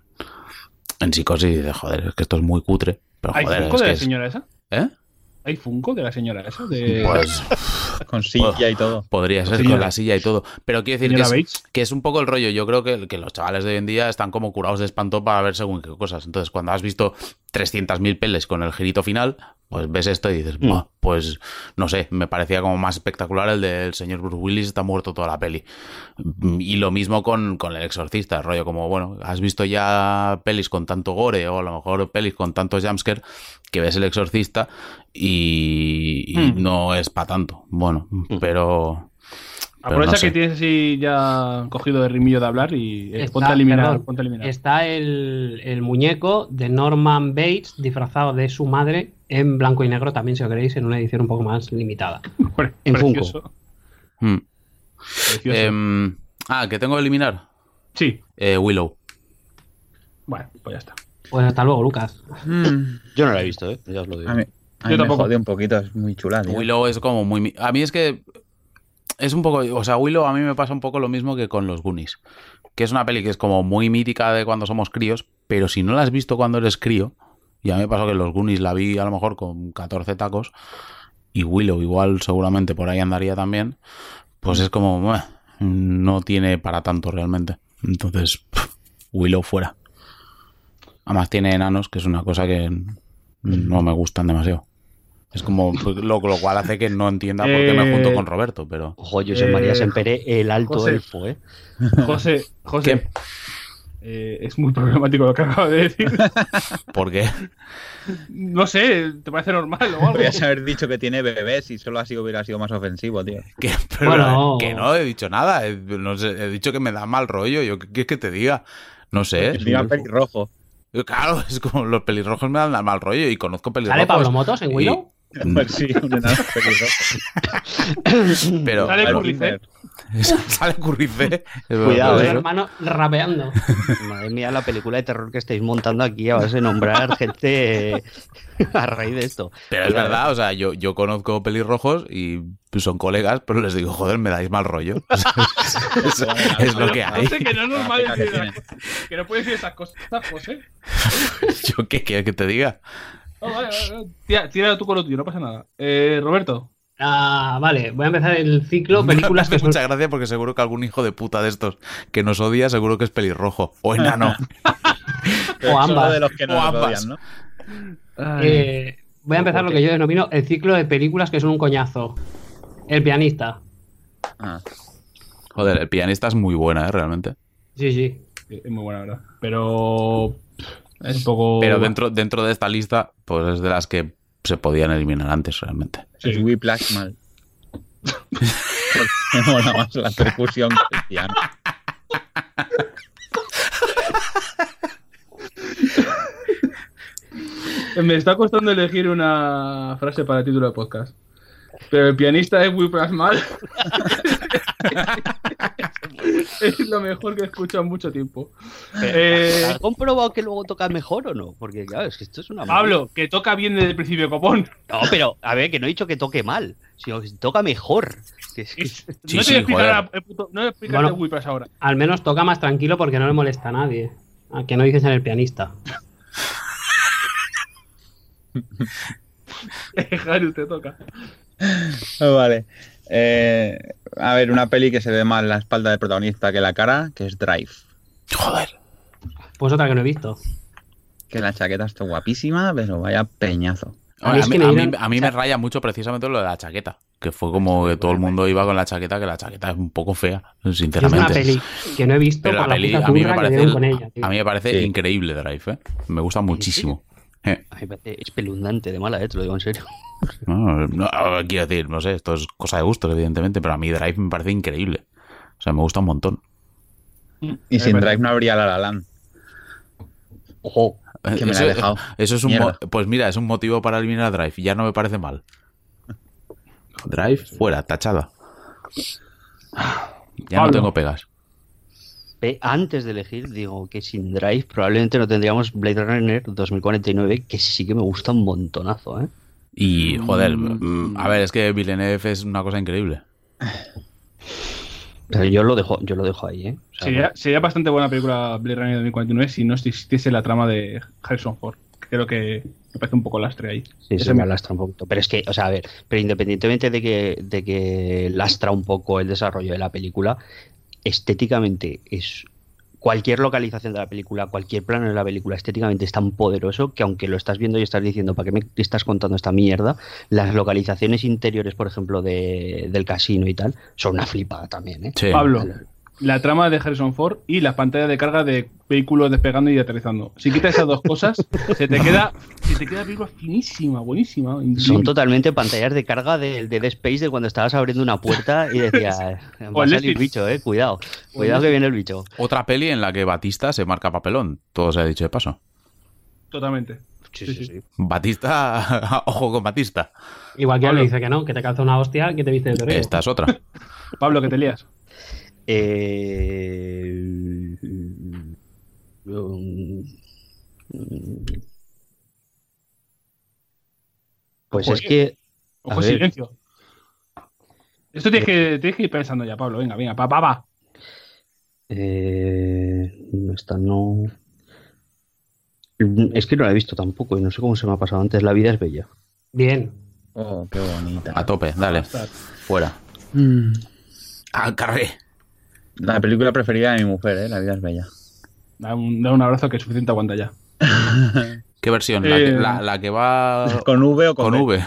Speaker 2: en psicosis y dices, joder, es que esto es muy cutre. Pero
Speaker 1: ¿Hay
Speaker 2: joder,
Speaker 1: Funko
Speaker 2: es
Speaker 1: de
Speaker 2: que
Speaker 1: la
Speaker 2: es-
Speaker 1: señora esa?
Speaker 2: ¿eh?
Speaker 1: ¿Hay Funko de la señora esa? De...
Speaker 2: Pues
Speaker 5: Con silla y todo.
Speaker 2: podría ser con
Speaker 1: Señora.
Speaker 2: la silla y todo. Pero quiero decir que
Speaker 1: señora
Speaker 2: es,
Speaker 1: Bates.
Speaker 2: que es un poco el rollo. Yo creo que, que los chavales de hoy en día están como curados de espanto para ver según qué cosas. Entonces, cuando has visto 300.000 peles con el girito final, pues ves esto y dices,
Speaker 4: Mm.
Speaker 2: "Buah, pues no sé, me parecía como más espectacular el del señor Bruce Willis, está muerto toda la peli. Mm, Y lo mismo con, con el exorcista, el rollo como, bueno, has visto ya pelis con tanto gore o a lo mejor pelis con tanto jumpscare que ves el exorcista y, y
Speaker 1: Mm.
Speaker 2: no es para tanto. Bueno, pero... pero
Speaker 1: Aprovecha
Speaker 2: no sé.
Speaker 1: que tienes así ya cogido de rimillo de hablar y eh,
Speaker 3: Está-
Speaker 1: ponte a eliminar.
Speaker 3: perdón,
Speaker 1: ponte a eliminar.
Speaker 3: Está el, el muñeco de Norman Bates disfrazado de su madre en blanco y negro, también si lo queréis, en una edición un poco más limitada.
Speaker 1: Pre-
Speaker 4: en
Speaker 1: precioso,
Speaker 2: Mm.
Speaker 1: precioso.
Speaker 2: Em, ah, que tengo que eliminar.
Speaker 1: sí,
Speaker 2: Eh, Willow.
Speaker 1: bueno, pues ya está.
Speaker 3: Pues hasta luego, Lucas.
Speaker 2: Mm.
Speaker 4: Yo no la he visto, ¿eh? ya os lo digo.
Speaker 5: A mí, a mí
Speaker 1: Yo
Speaker 5: me
Speaker 1: tampoco.
Speaker 5: jode un poquito, es muy chula. tío.
Speaker 2: Willow es como muy. mi- A mí es que. Es un poco. O sea, Willow a mí me pasa un poco lo mismo que con los Goonies. Que es una peli que es como muy mítica de cuando somos críos, pero si no la has visto cuando eres crío, y a mí me pasó que los Goonies la vi a lo mejor con 14 tacos, y Willow igual seguramente por ahí andaría también, pues es como. "Mueh, no tiene para tanto realmente. Entonces, pf, Willow fuera. Además tiene enanos, que es una cosa que no me gustan demasiado. Es como pues, lo, lo cual hace que no entienda por qué me junto
Speaker 1: Eh,
Speaker 2: con Roberto, pero
Speaker 4: Ojo, José
Speaker 1: Eh,
Speaker 4: María Semperé, el alto
Speaker 1: José.
Speaker 4: elfo, ¿eh?
Speaker 1: José, José. eh, es muy problemático lo que acabo de decir.
Speaker 2: ¿por qué?
Speaker 1: No sé, ¿te parece normal o algo?
Speaker 5: Podrías haber dicho que tiene bebés y solo así hubiera sido más ofensivo, tío.
Speaker 2: Que, pero,
Speaker 3: Bueno.
Speaker 2: que no he dicho nada, eh, no sé, he dicho que me da mal rollo, yo qué quieres que te diga, no sé.
Speaker 4: Es un
Speaker 5: Encima
Speaker 4: elfo.
Speaker 5: pelirrojo.
Speaker 2: Yo, Claro, es como los pelirrojos me dan mal rollo y conozco
Speaker 3: ¿Sale
Speaker 2: pelirrojos.
Speaker 3: Pablo Motos en
Speaker 2: y-
Speaker 3: Willow?
Speaker 2: Mm.
Speaker 5: Pues sí, un enano pelirrojo.
Speaker 2: pero
Speaker 1: Sale
Speaker 2: pero-
Speaker 1: Curricé.
Speaker 2: sale Curricé. Es
Speaker 4: Cuidado,
Speaker 3: Los
Speaker 2: verdad.
Speaker 4: eh.
Speaker 3: hermanos rapeando.
Speaker 4: Madre mía, la película de terror que estáis montando aquí a base de nombrar gente eh, a raíz de esto.
Speaker 2: Pero es verdad, o sea, yo, yo conozco pelirrojos y son colegas, pero les digo, joder, me dais mal rollo. O sea, es, es lo que hay.
Speaker 1: José, que no es normal
Speaker 5: La pica que
Speaker 1: decir esas
Speaker 5: tiene.
Speaker 1: cosas. Que no puedes decir esas cosas, Ah, José.
Speaker 2: ¿Yo qué quieres que te diga?
Speaker 1: No, vale, vale, vale. Tira, tira tú con lo tuyo, no pasa nada. Eh, Roberto,
Speaker 3: Ah, vale, voy a empezar el ciclo películas
Speaker 2: Me
Speaker 3: que
Speaker 2: hace
Speaker 3: son... eh,
Speaker 2: mucha gracia porque seguro que algún hijo de puta de estos que nos odia, seguro que es pelirrojo o enano.
Speaker 5: Pero
Speaker 3: O
Speaker 5: solo
Speaker 3: ambas.
Speaker 5: de los que no
Speaker 2: O
Speaker 5: nos
Speaker 2: ambas.
Speaker 5: odian, ¿no?
Speaker 3: eh, voy a empezar lo
Speaker 5: ok.
Speaker 3: que yo denomino el ciclo de películas que son un coñazo. El pianista.
Speaker 5: Ah,
Speaker 2: Joder, el pianista es muy buena, ¿eh? Realmente.
Speaker 3: Sí, sí.
Speaker 1: Eh, es muy buena, la ¿verdad? Pero. Es un poco.
Speaker 2: Pero dentro, dentro de esta lista, pues es de las que se podían eliminar antes, realmente.
Speaker 1: Sí.
Speaker 5: Es Whiplash mal. Porque me mola más la percusión que el piano.
Speaker 1: Me está costando elegir una frase para el título de podcast. Pero el pianista es muy plasmal. es lo mejor que he escuchado en mucho tiempo.
Speaker 4: ¿Has
Speaker 1: Eh,
Speaker 4: comprobado que luego toca mejor o no? Porque claro, es que esto es una...
Speaker 1: Pablo, que toca bien desde el principio, copón.
Speaker 4: No, pero a ver, que no he dicho que toque mal, sino que toca mejor. Que es- que es-
Speaker 2: Sí,
Speaker 1: no te
Speaker 2: sí,
Speaker 1: voy a explicar
Speaker 2: joder.
Speaker 1: ahora el puto- no voy a explicar
Speaker 3: Bueno.
Speaker 1: el Wii Pass ahora.
Speaker 3: Al menos toca más tranquilo porque no le molesta a nadie. A que no dices en el pianista.
Speaker 1: Jaru, te toca.
Speaker 5: Vale. Eh, a ver, una peli que se ve más la espalda del protagonista que la cara, que es Drive.
Speaker 2: Joder.
Speaker 3: Pues otra que no he visto.
Speaker 5: Que la chaqueta está guapísima, pero vaya peñazo.
Speaker 3: A mí es
Speaker 2: a mí,
Speaker 3: que me
Speaker 2: a mí-
Speaker 3: dieron-
Speaker 2: a mí me raya mucho precisamente lo de la chaqueta. Que fue como que todo el mundo iba con la chaqueta, que la chaqueta es un poco fea,
Speaker 3: Es una
Speaker 2: sinceramente.
Speaker 3: peli que no he visto
Speaker 2: Pero
Speaker 3: por
Speaker 2: la
Speaker 3: la
Speaker 2: peli
Speaker 3: puta
Speaker 2: a mí me
Speaker 3: turra que
Speaker 2: parece,
Speaker 3: dieron con ella. tío.
Speaker 2: a mí me parece
Speaker 5: Sí.
Speaker 2: increíble Drive, ¿eh? Me gusta muchísimo. Eh,
Speaker 4: a mí me parece espeluznante de mala, eh, te lo digo en serio.
Speaker 2: no, no, quiero decir, no sé, esto es cosa de gustos, evidentemente, pero a mí Drive me parece increíble. O sea, me gusta un montón.
Speaker 5: Y sin
Speaker 1: verdad.
Speaker 5: Drive no habría La La Land. Ojo, que me la
Speaker 2: Eso-
Speaker 5: he dejado.
Speaker 2: Eso es un
Speaker 5: Mierda.
Speaker 2: mo- pues mira, es un motivo para eliminar a Drive. Ya no me parece mal. Drive fuera, tachada. Ya
Speaker 1: Pablo.
Speaker 2: no tengo pegas.
Speaker 4: Ve, Antes de elegir, digo que sin Drive probablemente no tendríamos Blade Runner 2049, que sí que me gusta un montonazo, ¿eh?
Speaker 2: Y joder, mm, a ver, es que Villeneuve es una cosa increíble.
Speaker 4: Pero yo lo dejo, yo lo dejo ahí, ¿eh? O sea,
Speaker 1: Sería, sería bastante buena película Blade Runner 2049 si no existiese la trama de Harrison Ford. Creo que me parece un poco lastre ahí.
Speaker 4: Sí,
Speaker 1: Ese
Speaker 4: se me
Speaker 1: me-
Speaker 4: lastra un poquito. Pero es que, o sea, a ver, pero independientemente de que, de que lastra un poco el desarrollo de la película, estéticamente es. Cualquier localización de la película, cualquier plano de la película estéticamente es tan poderoso que aunque lo estás viendo y estás diciendo, ¿para qué me estás contando esta mierda? Las localizaciones interiores, por ejemplo, de- del casino y tal, son una flipada también, ¿eh?
Speaker 2: Sí.
Speaker 1: Pablo, la trama de Harrison Ford y la pantalla de carga de vehículos despegando y aterrizando. Si quitas esas dos cosas, se te queda, se te queda la película finísima, buenísima.
Speaker 4: Son
Speaker 1: increíble.
Speaker 4: totalmente pantallas de carga del de Dead Space de cuando estabas abriendo una puerta y decías, va a
Speaker 1: el
Speaker 4: salir
Speaker 1: Netflix.
Speaker 4: bicho, eh, cuidado, cuidado que viene el bicho.
Speaker 2: Otra peli en la que Batista se marca papelón. Todo se ha dicho de paso.
Speaker 1: Totalmente. Sí, sí, sí.
Speaker 2: Batista, ojo con Batista.
Speaker 3: Igual que
Speaker 1: Pablo.
Speaker 3: le dice que no, que te calza una hostia, que te viste de torero.
Speaker 2: Esta es otra.
Speaker 1: Pablo, que te lías.
Speaker 4: Eh, um, Pues
Speaker 1: Ojo,
Speaker 4: es que
Speaker 1: Ojo,
Speaker 4: A ver.
Speaker 1: silencio. Esto tienes que, tienes que ir pensando ya, Pablo. Venga, venga, pa, pa, pa.
Speaker 4: eh, no está no es que no la he visto tampoco y no sé cómo se me ha pasado antes. La vida es bella.
Speaker 3: Bien.
Speaker 5: Oh, qué bonita. Mm.
Speaker 2: A tope, dale. Fuera. Ah, carré.
Speaker 5: La película preferida de mi mujer, ¿eh? La vida es bella.
Speaker 1: Da un, da un abrazo que es suficiente aguanta ya.
Speaker 2: ¿Qué versión? La, que-
Speaker 1: Eh,
Speaker 2: la- la que va
Speaker 5: ¿Con V o con,
Speaker 2: Ah.
Speaker 5: E.
Speaker 2: con
Speaker 5: B?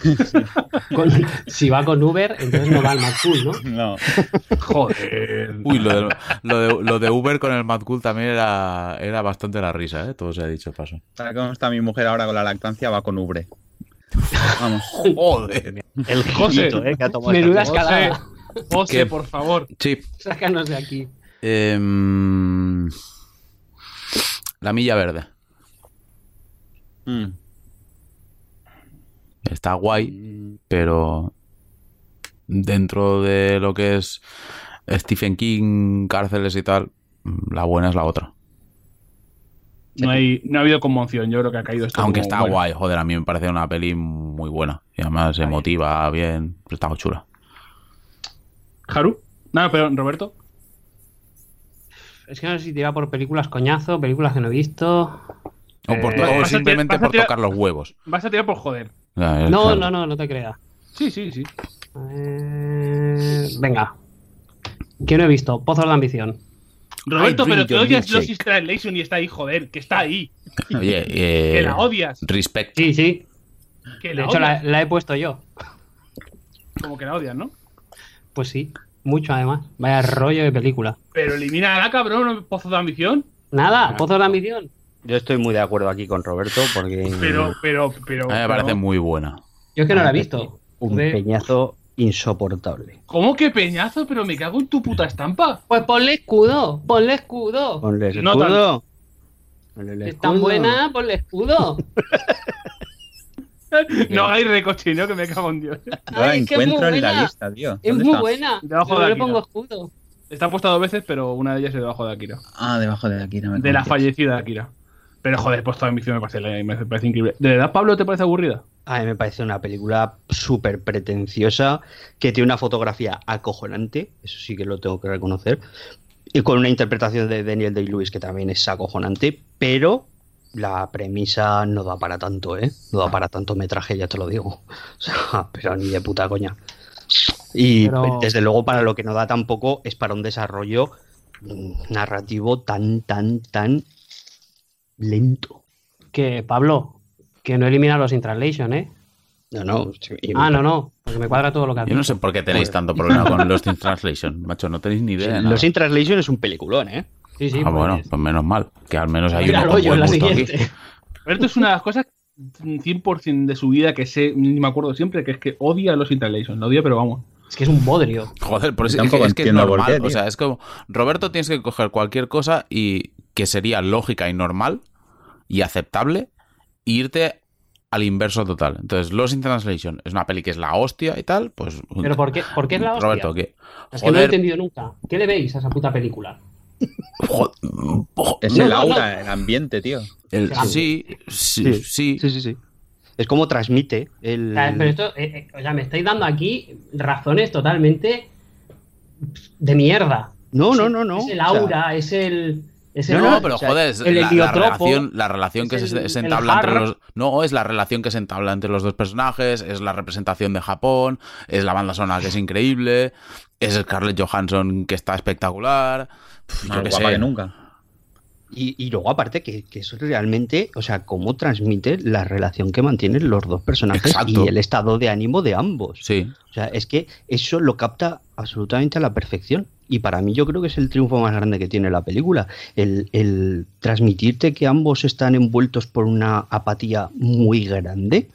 Speaker 2: V.
Speaker 3: Con- si va con Uber, entonces no va al Mad Cool, ¿no?
Speaker 5: No.
Speaker 1: Joder.
Speaker 2: Uy, lo de, lo de- lo de Uber con el Mad Cool también era, era bastante la risa, ¿eh? Todo se ha dicho de paso.
Speaker 5: Tal como está mi mujer ahora con la lactancia, va con V. Vamos.
Speaker 2: Joder.
Speaker 4: El
Speaker 1: José,
Speaker 4: girito, eh, que ha tomado esta
Speaker 3: Menuda
Speaker 4: cosa.
Speaker 1: José,
Speaker 3: escalada.
Speaker 1: José,
Speaker 2: ¿Qué?
Speaker 1: por favor.
Speaker 2: Sí.
Speaker 3: Sácanos de aquí.
Speaker 2: Em, la milla verde.
Speaker 5: Mm.
Speaker 2: Está guay, pero dentro de lo que es Stephen King, cárceles y tal, la buena es la otra.
Speaker 1: No, hay, no ha habido conmoción. Yo creo que ha caído esto.
Speaker 2: Aunque
Speaker 1: como,
Speaker 2: está
Speaker 1: bueno,
Speaker 2: guay, joder, a mí me parece una peli muy buena. Y además se motiva bien, está chula.
Speaker 1: Haru. No, pero Roberto.
Speaker 3: Es que no sé si tira por películas coñazo, películas que no he visto.
Speaker 2: O, por-
Speaker 3: Eh,
Speaker 2: o
Speaker 1: vas a
Speaker 2: simplemente
Speaker 1: tirar- vas a
Speaker 2: por
Speaker 1: tirar-
Speaker 2: tocar los huevos.
Speaker 1: Vas a tirar por joder.
Speaker 2: No,
Speaker 3: No, no, no, no te creas.
Speaker 1: Sí, sí, sí.
Speaker 3: Eh, venga. ¿Qué no he visto? Pozos de ambición.
Speaker 1: Roberto,
Speaker 2: I
Speaker 1: pero
Speaker 2: drink
Speaker 1: que
Speaker 2: your
Speaker 1: odias
Speaker 2: milkshake.
Speaker 1: Lost in Translation y está ahí, joder, que está ahí.
Speaker 2: Oye,
Speaker 1: Que
Speaker 2: eh,
Speaker 1: la odias.
Speaker 2: respect.
Speaker 3: Sí, sí.
Speaker 1: Que
Speaker 3: De
Speaker 1: la
Speaker 3: hecho,
Speaker 1: odias.
Speaker 3: la, la he puesto yo.
Speaker 1: Como que la odias, ¿no?
Speaker 3: Pues sí. Mucho, además. Vaya rollo de película.
Speaker 1: Pero elimínala, cabrón, pozo de ambición.
Speaker 3: Nada, Pozos de ambición.
Speaker 4: Yo estoy muy de acuerdo aquí con Roberto porque
Speaker 1: Pero, pero, pero.
Speaker 2: Mm. A mí me parece muy buena.
Speaker 3: Yo es que no la he visto.
Speaker 4: un
Speaker 3: Joder.
Speaker 4: peñazo insoportable.
Speaker 1: ¿Cómo que peñazo? Pero me cago en tu puta estampa.
Speaker 3: Pues ponle escudo, ponle escudo.
Speaker 4: Ponle el
Speaker 1: No tan-
Speaker 4: escudo. Ponle el
Speaker 3: Es tan
Speaker 4: escudo.
Speaker 3: buena, ponle escudo.
Speaker 1: No hagáis recochineo que me cago en Dios.
Speaker 5: No la
Speaker 3: Ay, es que es muy
Speaker 5: encuentro en la
Speaker 3: buena.
Speaker 5: lista, tío.
Speaker 3: Es
Speaker 5: ¿Dónde
Speaker 3: muy
Speaker 5: está?
Speaker 3: buena.
Speaker 1: Debajo
Speaker 3: Yo
Speaker 1: de
Speaker 3: le
Speaker 1: aquí,
Speaker 3: pongo
Speaker 1: ¿no?
Speaker 3: escudo.
Speaker 1: Está puesta dos veces, pero una de ellas es debajo de Akira.
Speaker 5: Ah, debajo de Akira. me
Speaker 1: De la
Speaker 5: comentas.
Speaker 1: fallecida Akira. Pero joder, pues toda ambición me parece, me parece increíble. ¿De verdad, Pablo, te parece aburrida?
Speaker 4: A mí me parece una película súper pretenciosa, que tiene una fotografía acojonante, eso sí que lo tengo que reconocer, y con una interpretación de Daniel Day-Lewis que también es acojonante, pero la premisa no da para tanto, ¿eh? No da para tanto metraje, ya te lo digo. O sea, pero ni de puta coña. Y
Speaker 3: Pero-
Speaker 4: desde luego para lo que no da tampoco es para un desarrollo mm, narrativo tan, tan, tan lento.
Speaker 3: Que, Pablo, que no elimina los intranslation, ¿eh?
Speaker 4: No, no. sí, y-
Speaker 3: Ah, no, no, porque me cuadra todo lo que has
Speaker 2: Yo no
Speaker 3: dicho.
Speaker 2: sé por qué tenéis tanto problema con Lost in Translation, macho, no tenéis ni idea. de nada.
Speaker 4: Los In Translation es un peliculón, ¿eh?
Speaker 3: Sí, sí,
Speaker 2: ah,
Speaker 3: pues-
Speaker 2: bueno, pues menos mal, que al menos hay
Speaker 3: Mira
Speaker 2: uno
Speaker 3: el
Speaker 2: con
Speaker 3: hoyo en
Speaker 2: buen
Speaker 3: la
Speaker 2: gusto aquí.
Speaker 3: siguiente.
Speaker 1: Esto es una de las cosas 100% de su vida que sé, ni me acuerdo siempre, que es que odia a los Interlations. Lo odia, pero vamos.
Speaker 3: Es que es un bodrio.
Speaker 2: Joder, por
Speaker 5: Yo
Speaker 2: eso es,
Speaker 5: tampoco
Speaker 2: que- es que es
Speaker 5: entiendo por
Speaker 2: normal.
Speaker 5: qué,
Speaker 2: o
Speaker 5: tío.
Speaker 2: sea, es como. Roberto, tienes que coger cualquier cosa y que sería lógica y normal y aceptable e irte al inverso total. Entonces, Lost in Translation es una peli que es la hostia y tal, pues.
Speaker 3: Pero ¿por qué, por qué es la hostia?
Speaker 2: Roberto, que.
Speaker 3: es que no lo he
Speaker 2: Joder,
Speaker 3: entendido nunca. ¿Qué le veis a esa puta película?
Speaker 2: jo- jo-
Speaker 5: Es
Speaker 3: No,
Speaker 5: el
Speaker 3: no,
Speaker 5: aura, el ambiente, tío.
Speaker 2: el-
Speaker 3: Ah,
Speaker 2: sí, sí,
Speaker 4: Sí.
Speaker 2: sí.
Speaker 4: Sí, sí, sí. Es como transmite el.
Speaker 3: O sea, Pero esto, eh, eh, o sea, me estáis dando aquí razones totalmente de mierda.
Speaker 4: No,
Speaker 3: Es
Speaker 4: no,
Speaker 3: el-
Speaker 4: no, no.
Speaker 3: Es el
Speaker 4: O sea,
Speaker 3: aura, es el. Es el
Speaker 2: No, no,
Speaker 4: no,
Speaker 2: pero
Speaker 4: o sea,
Speaker 2: joder, es
Speaker 3: el
Speaker 2: la, la
Speaker 3: heliotropo,
Speaker 2: relación, la relación que
Speaker 3: es
Speaker 2: se,
Speaker 3: el-
Speaker 2: se
Speaker 3: el
Speaker 2: entabla entre
Speaker 3: jarro.
Speaker 2: los. No, es la relación que se entabla entre los dos personajes, es la representación de Japón, es la banda sonora que es increíble, es Scarlett Johansson que está espectacular. Pf, yo
Speaker 5: Más
Speaker 2: qué
Speaker 5: guapa
Speaker 2: sé.
Speaker 5: que nunca.
Speaker 4: Y, y luego, aparte, que, que eso realmente. O sea, cómo transmite la relación que mantienen los dos personajes
Speaker 2: Exacto.
Speaker 4: y el estado de ánimo de ambos.
Speaker 2: Sí,
Speaker 4: O sea, es que eso lo capta absolutamente a la perfección. Y para mí, yo creo que es el triunfo más grande que tiene la película. El, el transmitirte que ambos están envueltos por una apatía muy grande.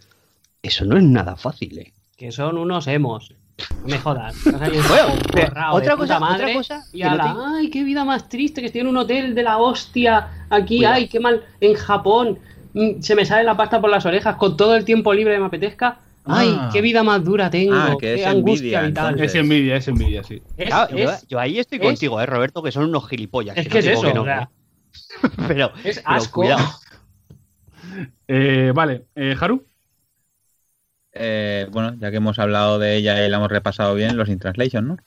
Speaker 4: Eso no es nada fácil, ¿eh?
Speaker 3: que son unos hemos. No me jodas. Estás ahí forrado de
Speaker 4: otra
Speaker 3: puta
Speaker 4: cosa-
Speaker 3: madre
Speaker 4: otra cosa
Speaker 3: y
Speaker 4: que no
Speaker 3: ala,
Speaker 4: te-
Speaker 3: ay, qué vida más triste, que estoy en un hotel de la hostia, aquí,
Speaker 4: Cuidado.
Speaker 3: ay, qué mal, en Japón, mm, se me sale la pasta por las orejas con todo el tiempo libre que me apetezca. Ay,
Speaker 5: Ah.
Speaker 3: qué vida más dura tengo,
Speaker 5: Ah, que
Speaker 3: qué
Speaker 5: es
Speaker 3: angustia
Speaker 5: envidia,
Speaker 3: vital.
Speaker 5: entonces.
Speaker 1: Es envidia, es envidia, sí.
Speaker 3: Es,
Speaker 4: Claro, yo,
Speaker 3: es-
Speaker 4: yo ahí estoy
Speaker 3: es-
Speaker 4: contigo, eh, Roberto, que son unos gilipollas.
Speaker 3: es
Speaker 4: no
Speaker 3: que es
Speaker 4: digo
Speaker 3: eso,
Speaker 4: no,
Speaker 3: o sea,
Speaker 4: ¿eh? pero,
Speaker 3: es
Speaker 4: pero
Speaker 3: asco.
Speaker 4: cuidado.
Speaker 1: Eh, vale, eh, Haru.
Speaker 5: Eh, bueno, ya que hemos hablado de ella y la hemos repasado bien, los in translation, ¿no?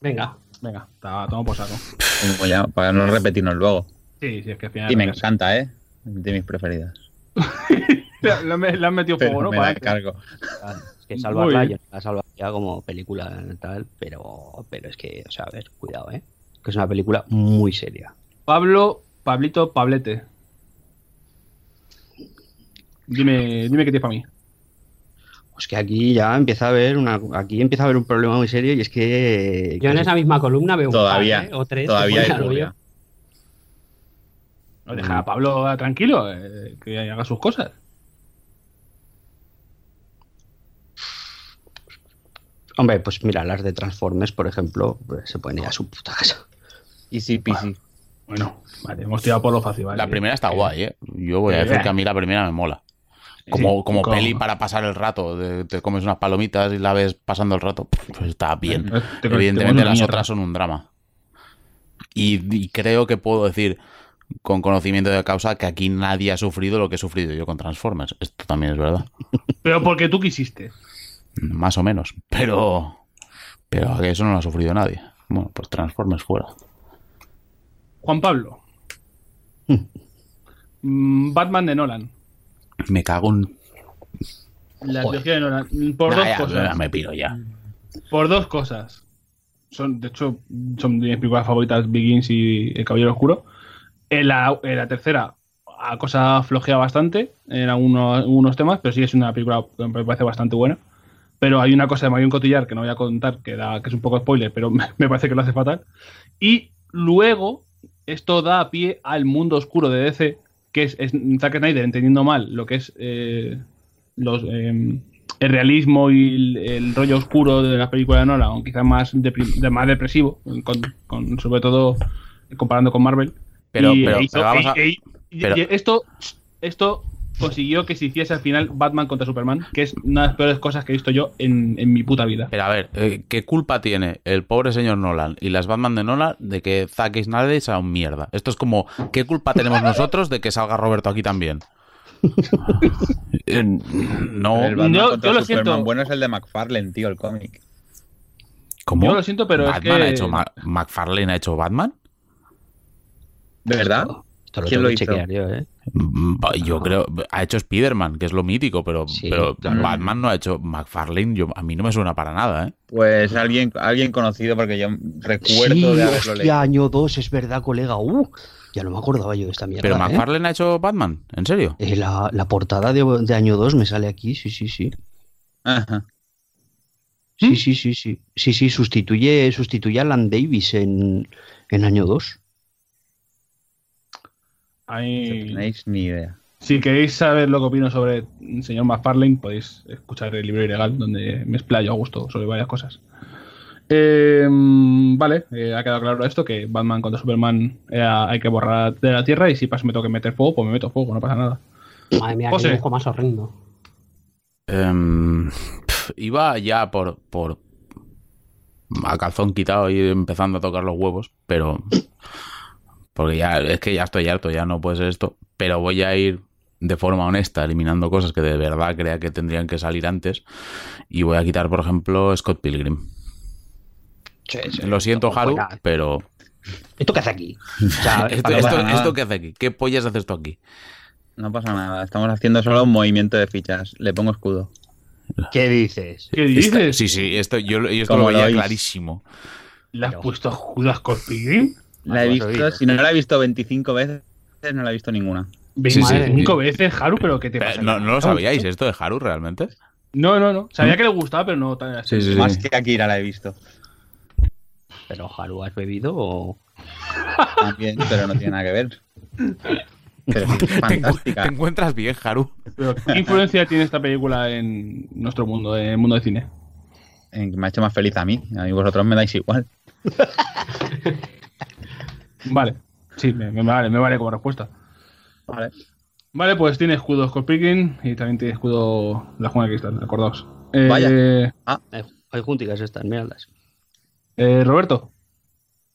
Speaker 3: Venga,
Speaker 1: Venga, ta- toma por saco.
Speaker 5: Como ya, para no repetirnos luego.
Speaker 1: Sí, sí, es que al final.
Speaker 5: Y me encanta, ¿eh? De mis preferidas.
Speaker 1: Le han- Le han metido
Speaker 5: Pero
Speaker 1: fuego, ¿no?
Speaker 5: me la
Speaker 1: Para que-
Speaker 5: cargo.
Speaker 4: Es que
Speaker 1: Muy
Speaker 4: salvarla
Speaker 1: bien.
Speaker 4: ya la salvaría como película tal, pero, pero es que, o sea, a ver, cuidado, eh. Que es una película muy seria.
Speaker 1: Pablo, Pablito, Pablete. Dime, dime qué tienes para mí.
Speaker 4: Pues que aquí ya empieza a haber una, aquí empieza a haber un problema muy serio y es que
Speaker 3: yo en esa misma columna veo un
Speaker 5: Todavía,
Speaker 3: par, ¿eh? o tres.
Speaker 5: Todavía hay
Speaker 3: que ponen algo
Speaker 5: rubia.
Speaker 1: No, Deja a
Speaker 2: Mm.
Speaker 1: Pablo eh, tranquilo, eh, que haga sus cosas.
Speaker 4: hombre, pues mira, las de Transformers, por ejemplo, pues se pueden ir a su puta casa.
Speaker 5: Easy peasy.
Speaker 1: Bueno, vale, hemos tirado por lo fácil. Vale.
Speaker 2: la primera está guay, ¿eh? Yo voy a decir que a mí la primera me mola. Como,
Speaker 1: Sí,
Speaker 2: como
Speaker 1: como-
Speaker 2: peli para pasar el rato, de- te comes unas palomitas y la ves pasando el rato, pues está bien.
Speaker 1: Eh, te- te-
Speaker 2: Evidentemente
Speaker 1: te-
Speaker 2: las
Speaker 1: mierda.
Speaker 2: otras son un drama. Y, y creo que puedo decir con conocimiento de causa que aquí nadie ha sufrido lo que he sufrido yo con Transformers. Esto también es verdad.
Speaker 1: Pero porque tú quisiste.
Speaker 2: Más o menos. Pero. Pero que eso no lo ha sufrido nadie. Bueno, pues Transformers fuera.
Speaker 1: Juan Pablo.
Speaker 2: Hmm.
Speaker 1: Mm, Batman de Nolan.
Speaker 2: Me cago en.
Speaker 1: La
Speaker 4: Joder.
Speaker 1: trilogía de Nolan. Por
Speaker 2: Ah,
Speaker 1: dos
Speaker 2: ya, ya
Speaker 1: cosas.
Speaker 2: me piro ya.
Speaker 1: Por dos cosas. Son, de hecho, son de mis películas favoritas, Begins y El Caballero Oscuro. En la, en la tercera, la cosa flojea bastante en algunos, algunos temas, pero sí es una película que me parece bastante buena. Pero hay una cosa de Marion Cotillar que no voy a contar, que, da, que es un poco spoiler, pero me, me parece que lo hace fatal. Y luego, esto da pie al mundo oscuro de DC, que es, es Zack Snyder entendiendo mal lo que es eh, los, em, el realismo y el, el rollo oscuro de la película de Nolan, o quizás más, deprim- de- más depresivo, con- con- sobre todo comparando con Marvel.
Speaker 2: Pero,
Speaker 1: Y
Speaker 2: pero,
Speaker 1: hizo-
Speaker 2: pero vamos
Speaker 1: y-
Speaker 2: a.
Speaker 1: y- y-
Speaker 2: pero-
Speaker 1: y esto, esto consiguió que se hiciese al final Batman contra Superman, que es una de las peores cosas que he visto yo en, en mi puta vida.
Speaker 2: Pero a ver, eh, ¿qué culpa tiene el pobre señor Nolan y las Batman de Nolan de que Zack Snyder sea un mierda? Esto es como, ¿qué culpa tenemos nosotros de que salga Roberto aquí también? Eh,
Speaker 5: El
Speaker 2: no,
Speaker 5: Batman
Speaker 1: Yo-
Speaker 5: contra
Speaker 1: yo lo
Speaker 5: Superman
Speaker 1: siento.
Speaker 5: bueno es el de McFarlane, tío, el cómic.
Speaker 2: ¿cómo?
Speaker 1: Yo lo siento, pero
Speaker 2: ¿Batman
Speaker 1: es que.
Speaker 2: ha hecho Ma- McFarlane ha hecho Batman?
Speaker 5: ¿De verdad?
Speaker 4: Esto lo
Speaker 5: ¿Quién
Speaker 4: tengo
Speaker 5: lo
Speaker 4: que
Speaker 5: hizo?
Speaker 4: chequear yo, ¿eh?
Speaker 2: Mm, va- Yo creo, ha hecho Spider-Man, que es lo mítico, pero,
Speaker 4: Sí,
Speaker 2: pero
Speaker 4: claro.
Speaker 2: Batman no ha hecho McFarlane, yo, a mí no me suena para nada, ¿eh?
Speaker 5: Pues alguien, alguien conocido, porque yo recuerdo
Speaker 4: sí,
Speaker 5: de haberlo
Speaker 4: hostia, año 2, es verdad, colega. Uh, ya no me acordaba yo de esta mierda.
Speaker 2: Pero
Speaker 4: ¿eh?
Speaker 2: McFarlane ha hecho Batman, ¿en serio?
Speaker 4: Eh, la, la portada de, de año 2 me sale aquí, sí, sí, sí.
Speaker 5: leído. Ajá.
Speaker 4: Sí, sí, sí, sí. Sí, sí, sustituye, sustituye a Alan Davis en, en año 2.
Speaker 1: Ahí-
Speaker 5: No tenéis ni idea.
Speaker 1: Si queréis saber lo que opino sobre el señor McFarlane, podéis escuchar el libro ilegal, donde me explayo a gusto sobre varias cosas. Eh, vale, eh, ha quedado claro esto, que Batman contra Superman era- hay que borrar de la Tierra y si pas me toca meter fuego, pues me meto fuego, no pasa nada.
Speaker 3: Madre mía,
Speaker 1: José.
Speaker 3: qué dibujo más horrendo.
Speaker 2: Em, pf, iba ya por, por a calzón quitado y empezando a tocar los huevos, pero porque ya es que ya estoy harto, ya no puede ser esto, pero voy a ir de forma honesta eliminando cosas que de verdad crea que tendrían que salir antes y voy a quitar, por ejemplo, Scott Pilgrim. Lo siento, Haru,
Speaker 4: fuera.
Speaker 2: pero
Speaker 4: ¿Esto qué hace aquí? O sea,
Speaker 2: esto,
Speaker 5: para
Speaker 2: esto-
Speaker 5: nada.
Speaker 2: esto qué hace aquí? ¿Qué pollas haces tú aquí?
Speaker 5: No pasa nada. Estamos haciendo solo un movimiento de fichas. Le pongo escudo.
Speaker 2: Ah,
Speaker 4: ¿Qué dices?
Speaker 1: ¿Qué
Speaker 2: Esta-
Speaker 1: dices?
Speaker 2: sí, sí, esto yo, yo esto lo
Speaker 5: ¿Cómo lo
Speaker 2: veía
Speaker 5: oís?
Speaker 2: clarísimo.
Speaker 1: ¿Le has puesto a Judas Corpigrim?
Speaker 5: La he
Speaker 2: pues
Speaker 4: Ah, lo has
Speaker 5: visto,
Speaker 4: oído.
Speaker 5: si no la he visto 25 veces, no la he visto ninguna.
Speaker 2: sí.
Speaker 1: 25 veces, Haru, pero ¿qué te
Speaker 2: Pero
Speaker 1: pasa?
Speaker 2: no, no lo sabíais ¿eh? ¿Mm? esto de Haru realmente?
Speaker 1: No, no, no. Sabía que le gustaba, pero no tan así.
Speaker 2: sí,
Speaker 5: Más que Akira la he visto.
Speaker 4: ¿Pero Haru has bebido o...?
Speaker 5: También, pero no tiene nada que ver. Pero
Speaker 2: Te encu- Te
Speaker 5: sí, fantástica.
Speaker 2: encuentras bien, Haru.
Speaker 1: Pero, ¿Qué influencia tiene esta película en nuestro mundo, en el mundo del cine?
Speaker 5: Eh, Me ha hecho más feliz a mí. A mí vosotros me dais igual.
Speaker 1: Vale. Sí, me, me vale, me vale como respuesta.
Speaker 5: Vale.
Speaker 1: Vale, pues tiene escudo Scott Pilgrim y también tiene escudo la Juana de Cristal, acordaos. Eh,
Speaker 5: Vaya.
Speaker 4: Hay, hay junticas estas mierdas.
Speaker 1: eh, Roberto,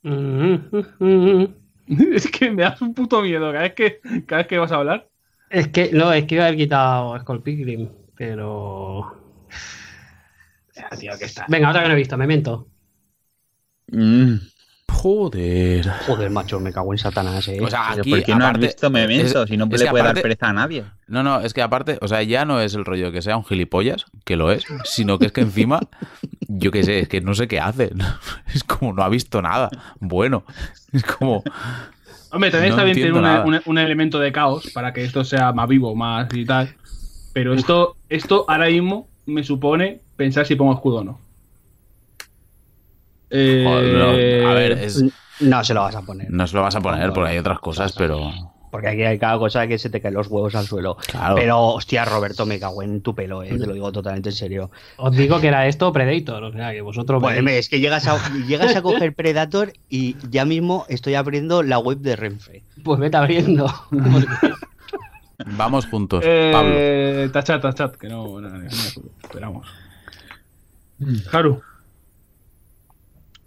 Speaker 3: Mm, mm, mm, mm.
Speaker 1: es que me das un puto miedo cada vez que, cada vez que vas a hablar.
Speaker 3: Es que, no, es que iba a haber quitado Skull Pilgrim, pero.
Speaker 4: Ah,
Speaker 3: Venga, otra que no he visto, me miento.
Speaker 5: Mm.
Speaker 2: Joder.
Speaker 4: Joder, macho, me cago en Satanás, ¿eh?
Speaker 2: O
Speaker 3: Pues,
Speaker 2: sea,
Speaker 5: Pero
Speaker 2: aquí,
Speaker 5: ¿Por qué no has
Speaker 2: aparte-
Speaker 5: visto Memento?
Speaker 2: es-
Speaker 5: Si no
Speaker 2: es
Speaker 5: le
Speaker 2: que
Speaker 5: puede dar
Speaker 2: aparte-
Speaker 5: pereza a nadie.
Speaker 2: No, no, es que aparte, o sea, ya no es el rollo que sea un gilipollas, que lo es, sino que es que encima, yo qué sé, es que no sé qué hace. Es como no ha visto nada. Bueno, es como.
Speaker 1: Hombre, también
Speaker 2: No
Speaker 1: está bien tener
Speaker 2: entiendo
Speaker 1: una-
Speaker 2: nada.
Speaker 1: una- un elemento de caos para que esto sea más vivo, más y tal. Pero esto, esto ahora mismo me supone pensar si pongo escudo o no. Eh,
Speaker 2: joder, no, a ver, es-
Speaker 4: No se lo vas a poner.
Speaker 2: no se lo vas a poner porque hay otras cosas, pero.
Speaker 4: Porque aquí hay cada cosa que se te caen los huevos al suelo.
Speaker 2: Claro.
Speaker 4: Pero, hostia, Roberto, me cago en tu pelo, ¿eh? Te lo digo totalmente en serio.
Speaker 3: Os digo que era esto Predator, o sea, que vosotros.
Speaker 4: Bueno,
Speaker 3: veis.
Speaker 4: es que llegas a, llegas a coger Predator y ya mismo estoy abriendo la web de Renfe.
Speaker 3: Pues vete abriendo. porque-
Speaker 2: Vamos juntos, Pablo.
Speaker 1: eh, tachat, tachat, que no, no, no, no, esperamos. Haru,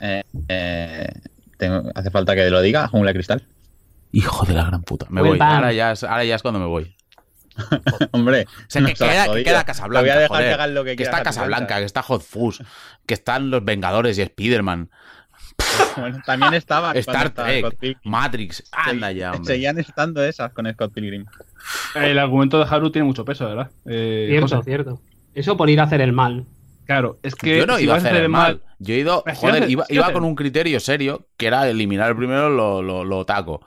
Speaker 5: Eh, eh, tengo- hace falta que lo diga, Jungla de Cristal.
Speaker 2: Hijo de la gran puta. Me
Speaker 3: Buen
Speaker 2: voy.
Speaker 3: pan.
Speaker 2: Ahora ya, es, ahora ya es cuando me voy.
Speaker 5: Hombre,
Speaker 2: O sea,
Speaker 5: no
Speaker 2: que,
Speaker 5: se las
Speaker 2: queda, que
Speaker 5: jodía.
Speaker 2: queda Casablanca.
Speaker 5: Te voy a dejar
Speaker 2: joder.
Speaker 5: que hagas lo que,
Speaker 2: que
Speaker 5: quieras.
Speaker 2: está Casablanca, que está Hot Fuzz, que están los Vengadores y Spider-Man,
Speaker 5: Bueno, también estaba. cuando
Speaker 2: eh. Star
Speaker 5: estaba Scott
Speaker 2: Trek,
Speaker 5: Pilgrim.
Speaker 2: Matrix. Anda ya, hombre.
Speaker 5: Seguían estando esas con Scott Pilgrim.
Speaker 1: el argumento de Haru tiene mucho peso, ¿verdad? Eh,
Speaker 3: cierto,
Speaker 1: José.
Speaker 3: cierto. Eso por ir a hacer el mal.
Speaker 1: Claro, es que
Speaker 2: Yo no he
Speaker 1: si
Speaker 2: ido a
Speaker 1: vas
Speaker 2: hacer el mal. Yo he ido,
Speaker 1: Pero pues si
Speaker 2: joder,
Speaker 1: haces-
Speaker 2: iba,
Speaker 1: si
Speaker 2: iba
Speaker 1: haces-
Speaker 2: con un criterio serio, que era eliminar primero lo, lo, lo taco.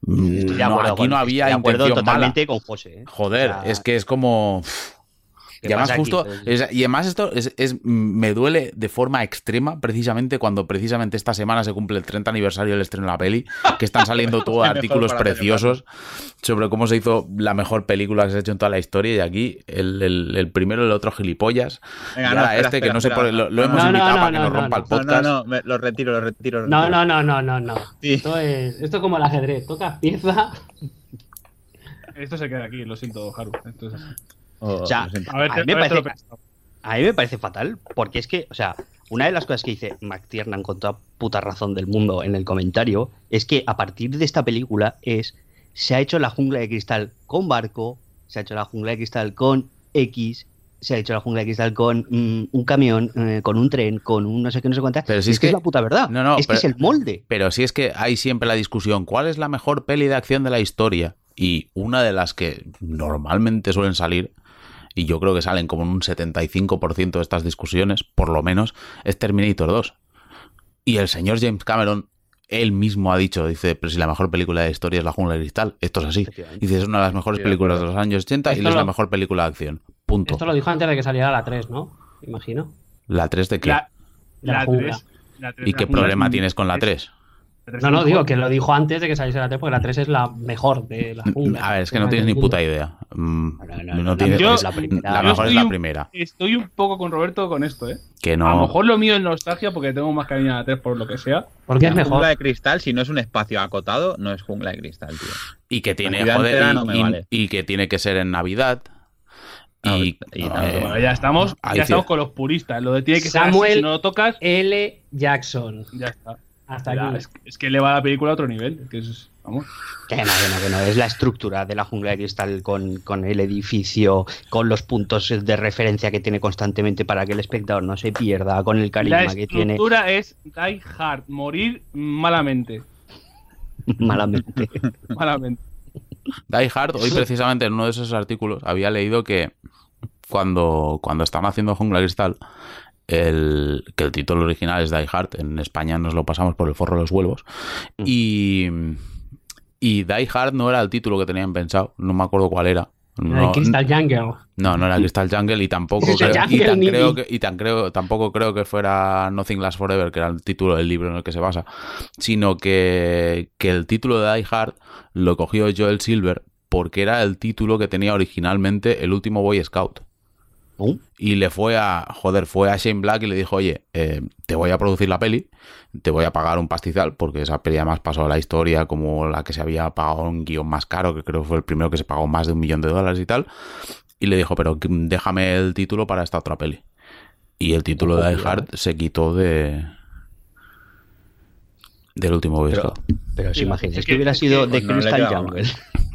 Speaker 2: Mm,
Speaker 4: Estoy de
Speaker 2: no,
Speaker 4: acuerdo
Speaker 2: aquí
Speaker 4: con-
Speaker 2: no había
Speaker 4: estoy de acuerdo
Speaker 2: intención mala.
Speaker 4: totalmente con José. ¿eh?
Speaker 2: Joder,
Speaker 4: O sea,
Speaker 2: es que es como...
Speaker 4: ¿qué
Speaker 2: Y además
Speaker 4: pasa aquí? Pues,
Speaker 2: justo, eh, es- y además esto es, es- mm, me duele de forma extrema precisamente cuando precisamente esta semana se cumple el 30 aniversario del estreno de la peli, que están saliendo todos
Speaker 5: Mejor
Speaker 2: artículos
Speaker 5: para
Speaker 2: preciosos sobre cómo se hizo la mejor película que se ha hecho en toda la historia y aquí el, el- el primero, el otro gilipollas,
Speaker 5: Venga,
Speaker 2: y
Speaker 5: no,
Speaker 2: ahora
Speaker 5: espera,
Speaker 2: este que
Speaker 5: espera,
Speaker 2: no sé por
Speaker 5: espera.
Speaker 2: lo, lo
Speaker 5: No,
Speaker 2: hemos
Speaker 3: no,
Speaker 2: invitado
Speaker 3: no,
Speaker 2: para que
Speaker 3: no,
Speaker 2: nos
Speaker 3: no,
Speaker 2: rompa
Speaker 3: no.
Speaker 2: el
Speaker 5: No,
Speaker 2: podcast.
Speaker 5: no, no, me- lo retiro, lo retiro. lo
Speaker 3: No, no,
Speaker 5: retiro.
Speaker 3: no, no, no, no.
Speaker 5: Sí.
Speaker 3: Esto, es, esto es como el ajedrez. Tocas pieza.
Speaker 1: esto se queda aquí, lo siento, Haru. Esto es así.
Speaker 5: O-
Speaker 4: O sea,
Speaker 5: Oh, lo siento.
Speaker 1: A ver,
Speaker 4: A
Speaker 1: te-
Speaker 4: mí me
Speaker 1: a ver, te lo
Speaker 4: parece-
Speaker 1: pensaba.
Speaker 4: A mí me parece fatal, porque es que, o sea, una de las cosas que dice McTiernan con toda puta razón del mundo en el comentario es que a partir de esta película es, se ha hecho la jungla de cristal con barco, se ha hecho la jungla de cristal con X, se ha hecho la jungla de cristal con mm, un camión, eh, con un tren, con un no sé qué, no sé cuántas.
Speaker 2: Pero si
Speaker 4: Y
Speaker 2: es que-
Speaker 4: es la puta verdad.
Speaker 2: No, no,
Speaker 4: es
Speaker 2: pero-
Speaker 4: que es el molde.
Speaker 2: Pero si es que hay siempre la discusión, ¿cuál es la mejor peli de acción de la historia? Y una de las que normalmente suelen salir, y yo creo que salen como en un 75% de estas discusiones, por lo menos, es Terminator 2. Y el señor James Cameron, él mismo ha dicho, dice, pero si la mejor película de la historia es La Jungla de Cristal, esto es Pues así.
Speaker 4: Efectivamente.
Speaker 2: Dice, es una de las mejores
Speaker 5: Sí, de
Speaker 2: películas de los años 80 y
Speaker 3: Esto
Speaker 2: es la
Speaker 3: lo-
Speaker 2: mejor película de acción. Punto.
Speaker 3: Esto lo dijo antes de que saliera la 3, ¿no? Imagino.
Speaker 2: La 3 de qué?
Speaker 1: La,
Speaker 3: De la
Speaker 1: la
Speaker 3: jungla.
Speaker 1: tres- la tres-
Speaker 2: ¿Y
Speaker 1: la
Speaker 2: qué
Speaker 1: jungla
Speaker 2: problema
Speaker 1: es-
Speaker 2: tienes con la
Speaker 1: es-
Speaker 2: 3?
Speaker 1: la tres
Speaker 3: No,
Speaker 1: es
Speaker 3: no,
Speaker 1: mejor.
Speaker 3: digo que lo dijo antes de que saliese la 3, porque la 3 es la mejor de la jungla.
Speaker 2: Mm, A ver, es que no tienes ni puta idea. Mm,
Speaker 4: No, no, no,
Speaker 2: No,
Speaker 4: la
Speaker 2: tienes-
Speaker 1: mejor
Speaker 4: es la primera.
Speaker 2: La
Speaker 1: Yo
Speaker 2: mejor es
Speaker 1: estoy
Speaker 2: la
Speaker 1: un-
Speaker 2: primera.
Speaker 1: Estoy un poco con Roberto con esto, ¿eh?
Speaker 2: Que
Speaker 1: A lo
Speaker 2: no.
Speaker 1: mejor lo mío es nostalgia porque tengo más cariño a la 3 por lo que sea.
Speaker 3: Porque es
Speaker 5: La jungla
Speaker 3: mejor.
Speaker 5: de cristal, si no es un espacio acotado, no es jungla de cristal, tío.
Speaker 2: Y que tiene,
Speaker 5: Navidad
Speaker 2: joder,
Speaker 5: entera
Speaker 2: y,
Speaker 5: no me
Speaker 2: y-
Speaker 5: vale.
Speaker 2: y que tiene que ser en Navidad. Y,
Speaker 5: Ah, y-
Speaker 2: eh,
Speaker 5: no,
Speaker 1: Bueno, ya estamos,
Speaker 2: ahí sí.
Speaker 1: ya estamos con los puristas. Lo de tiene que ser
Speaker 3: Samuel-
Speaker 1: así, si no lo tocas,
Speaker 3: L. Jackson.
Speaker 1: ya está.
Speaker 3: Hasta
Speaker 1: Ya,
Speaker 3: aquí.
Speaker 1: es, es que eleva la película a otro nivel. Que es, vamos.
Speaker 4: Que no, que no, que no. Es la estructura de la jungla de cristal con, con el edificio, con los puntos de referencia que tiene constantemente para que el espectador no se pierda, con el
Speaker 1: La
Speaker 4: carisma que tiene
Speaker 1: estructura es die hard, morir malamente.
Speaker 4: malamente.
Speaker 1: Malamente.
Speaker 2: Die Hard, hoy precisamente en uno de esos artículos había leído que cuando, cuando están haciendo Jungla Cristal, el, que el título original es Die Hard, en España nos lo pasamos por el forro de los huevos,
Speaker 5: Mm.
Speaker 2: y, y Die Hard no era el título que tenían pensado, no me acuerdo cuál era.
Speaker 3: La de
Speaker 2: No,
Speaker 3: Crystal Jungle.
Speaker 2: No, no era Crystal Jungle y tampoco
Speaker 3: Crystal
Speaker 2: creo, y
Speaker 3: Jungle,
Speaker 2: tan
Speaker 3: ni-
Speaker 2: creo que, y tan creo, tampoco creo que fuera Nothing Lasts Forever, que era el título del libro en el que se basa, sino que, que el título de Die Hard lo cogió Joel Silver porque era el título que tenía originalmente el último Boy Scout.
Speaker 4: ¿No?
Speaker 2: Y le fue a, joder, fue a Shane Black y le dijo, oye, eh, te voy a producir la peli, te voy a pagar un pastizal, porque esa peli además pasó a la historia como la que se había pagado un guión más caro, que creo que fue el primero que se pagó más de un millón de dólares y tal. Y le dijo, pero que- déjame el título para esta otra peli. Y el título de Die Hard
Speaker 5: eh.
Speaker 2: se quitó de... Del último Boy
Speaker 4: Pero,
Speaker 2: Scout.
Speaker 4: pero os
Speaker 1: Sí,
Speaker 4: imagináis
Speaker 1: es
Speaker 4: que
Speaker 1: que-
Speaker 4: hubiera
Speaker 1: es
Speaker 4: sido
Speaker 1: que-
Speaker 4: de
Speaker 5: no le
Speaker 4: Crystal
Speaker 5: queda
Speaker 4: Jungle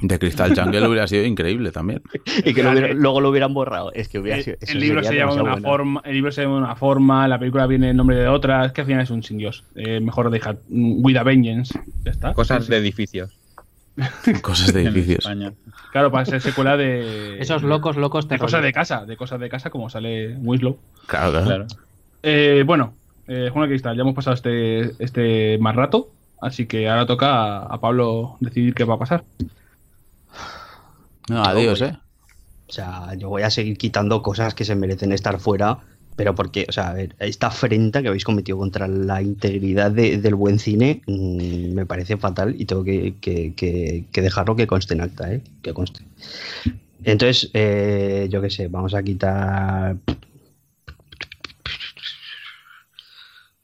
Speaker 2: De Cristal Jungle hubiera sido increíble también.
Speaker 4: y que lo hubiera- luego lo hubieran borrado. Es que hubiera
Speaker 1: Eh, El,
Speaker 4: sido. eso
Speaker 1: el libro
Speaker 4: sería
Speaker 1: se llama de una
Speaker 4: demasiado bueno.
Speaker 1: forma, el libro se llama de una forma, la película viene el nombre de otra. Es que al final es un sin dios. Eh, mejor Die Hard, mm, With a Vengeance. Ya está.
Speaker 5: Cosas de edificios.
Speaker 2: Cosas de
Speaker 5: en
Speaker 2: edificios.
Speaker 5: España.
Speaker 1: Claro, para ser secuela de.
Speaker 3: Esos locos, locos
Speaker 1: De cosas Eh, de
Speaker 3: terroristas.
Speaker 1: casa, de cosas de casa, como sale Winslow.
Speaker 2: Claro, claro.
Speaker 5: Claro.
Speaker 1: Eh, bueno, eh, Juan Cristal, ya hemos pasado este, este más rato, así que ahora toca a, a Pablo decidir qué va a pasar.
Speaker 2: No, adiós,
Speaker 4: voy.
Speaker 2: eh.
Speaker 4: O sea, yo voy a seguir quitando cosas que se merecen estar fuera. Pero porque, o sea, a ver, esta afrenta que habéis cometido contra la integridad de- del buen cine mm, me parece fatal y tengo que, que- que- que dejarlo que conste en acta, ¿eh? Que conste. Entonces, eh, yo qué sé, vamos a quitar.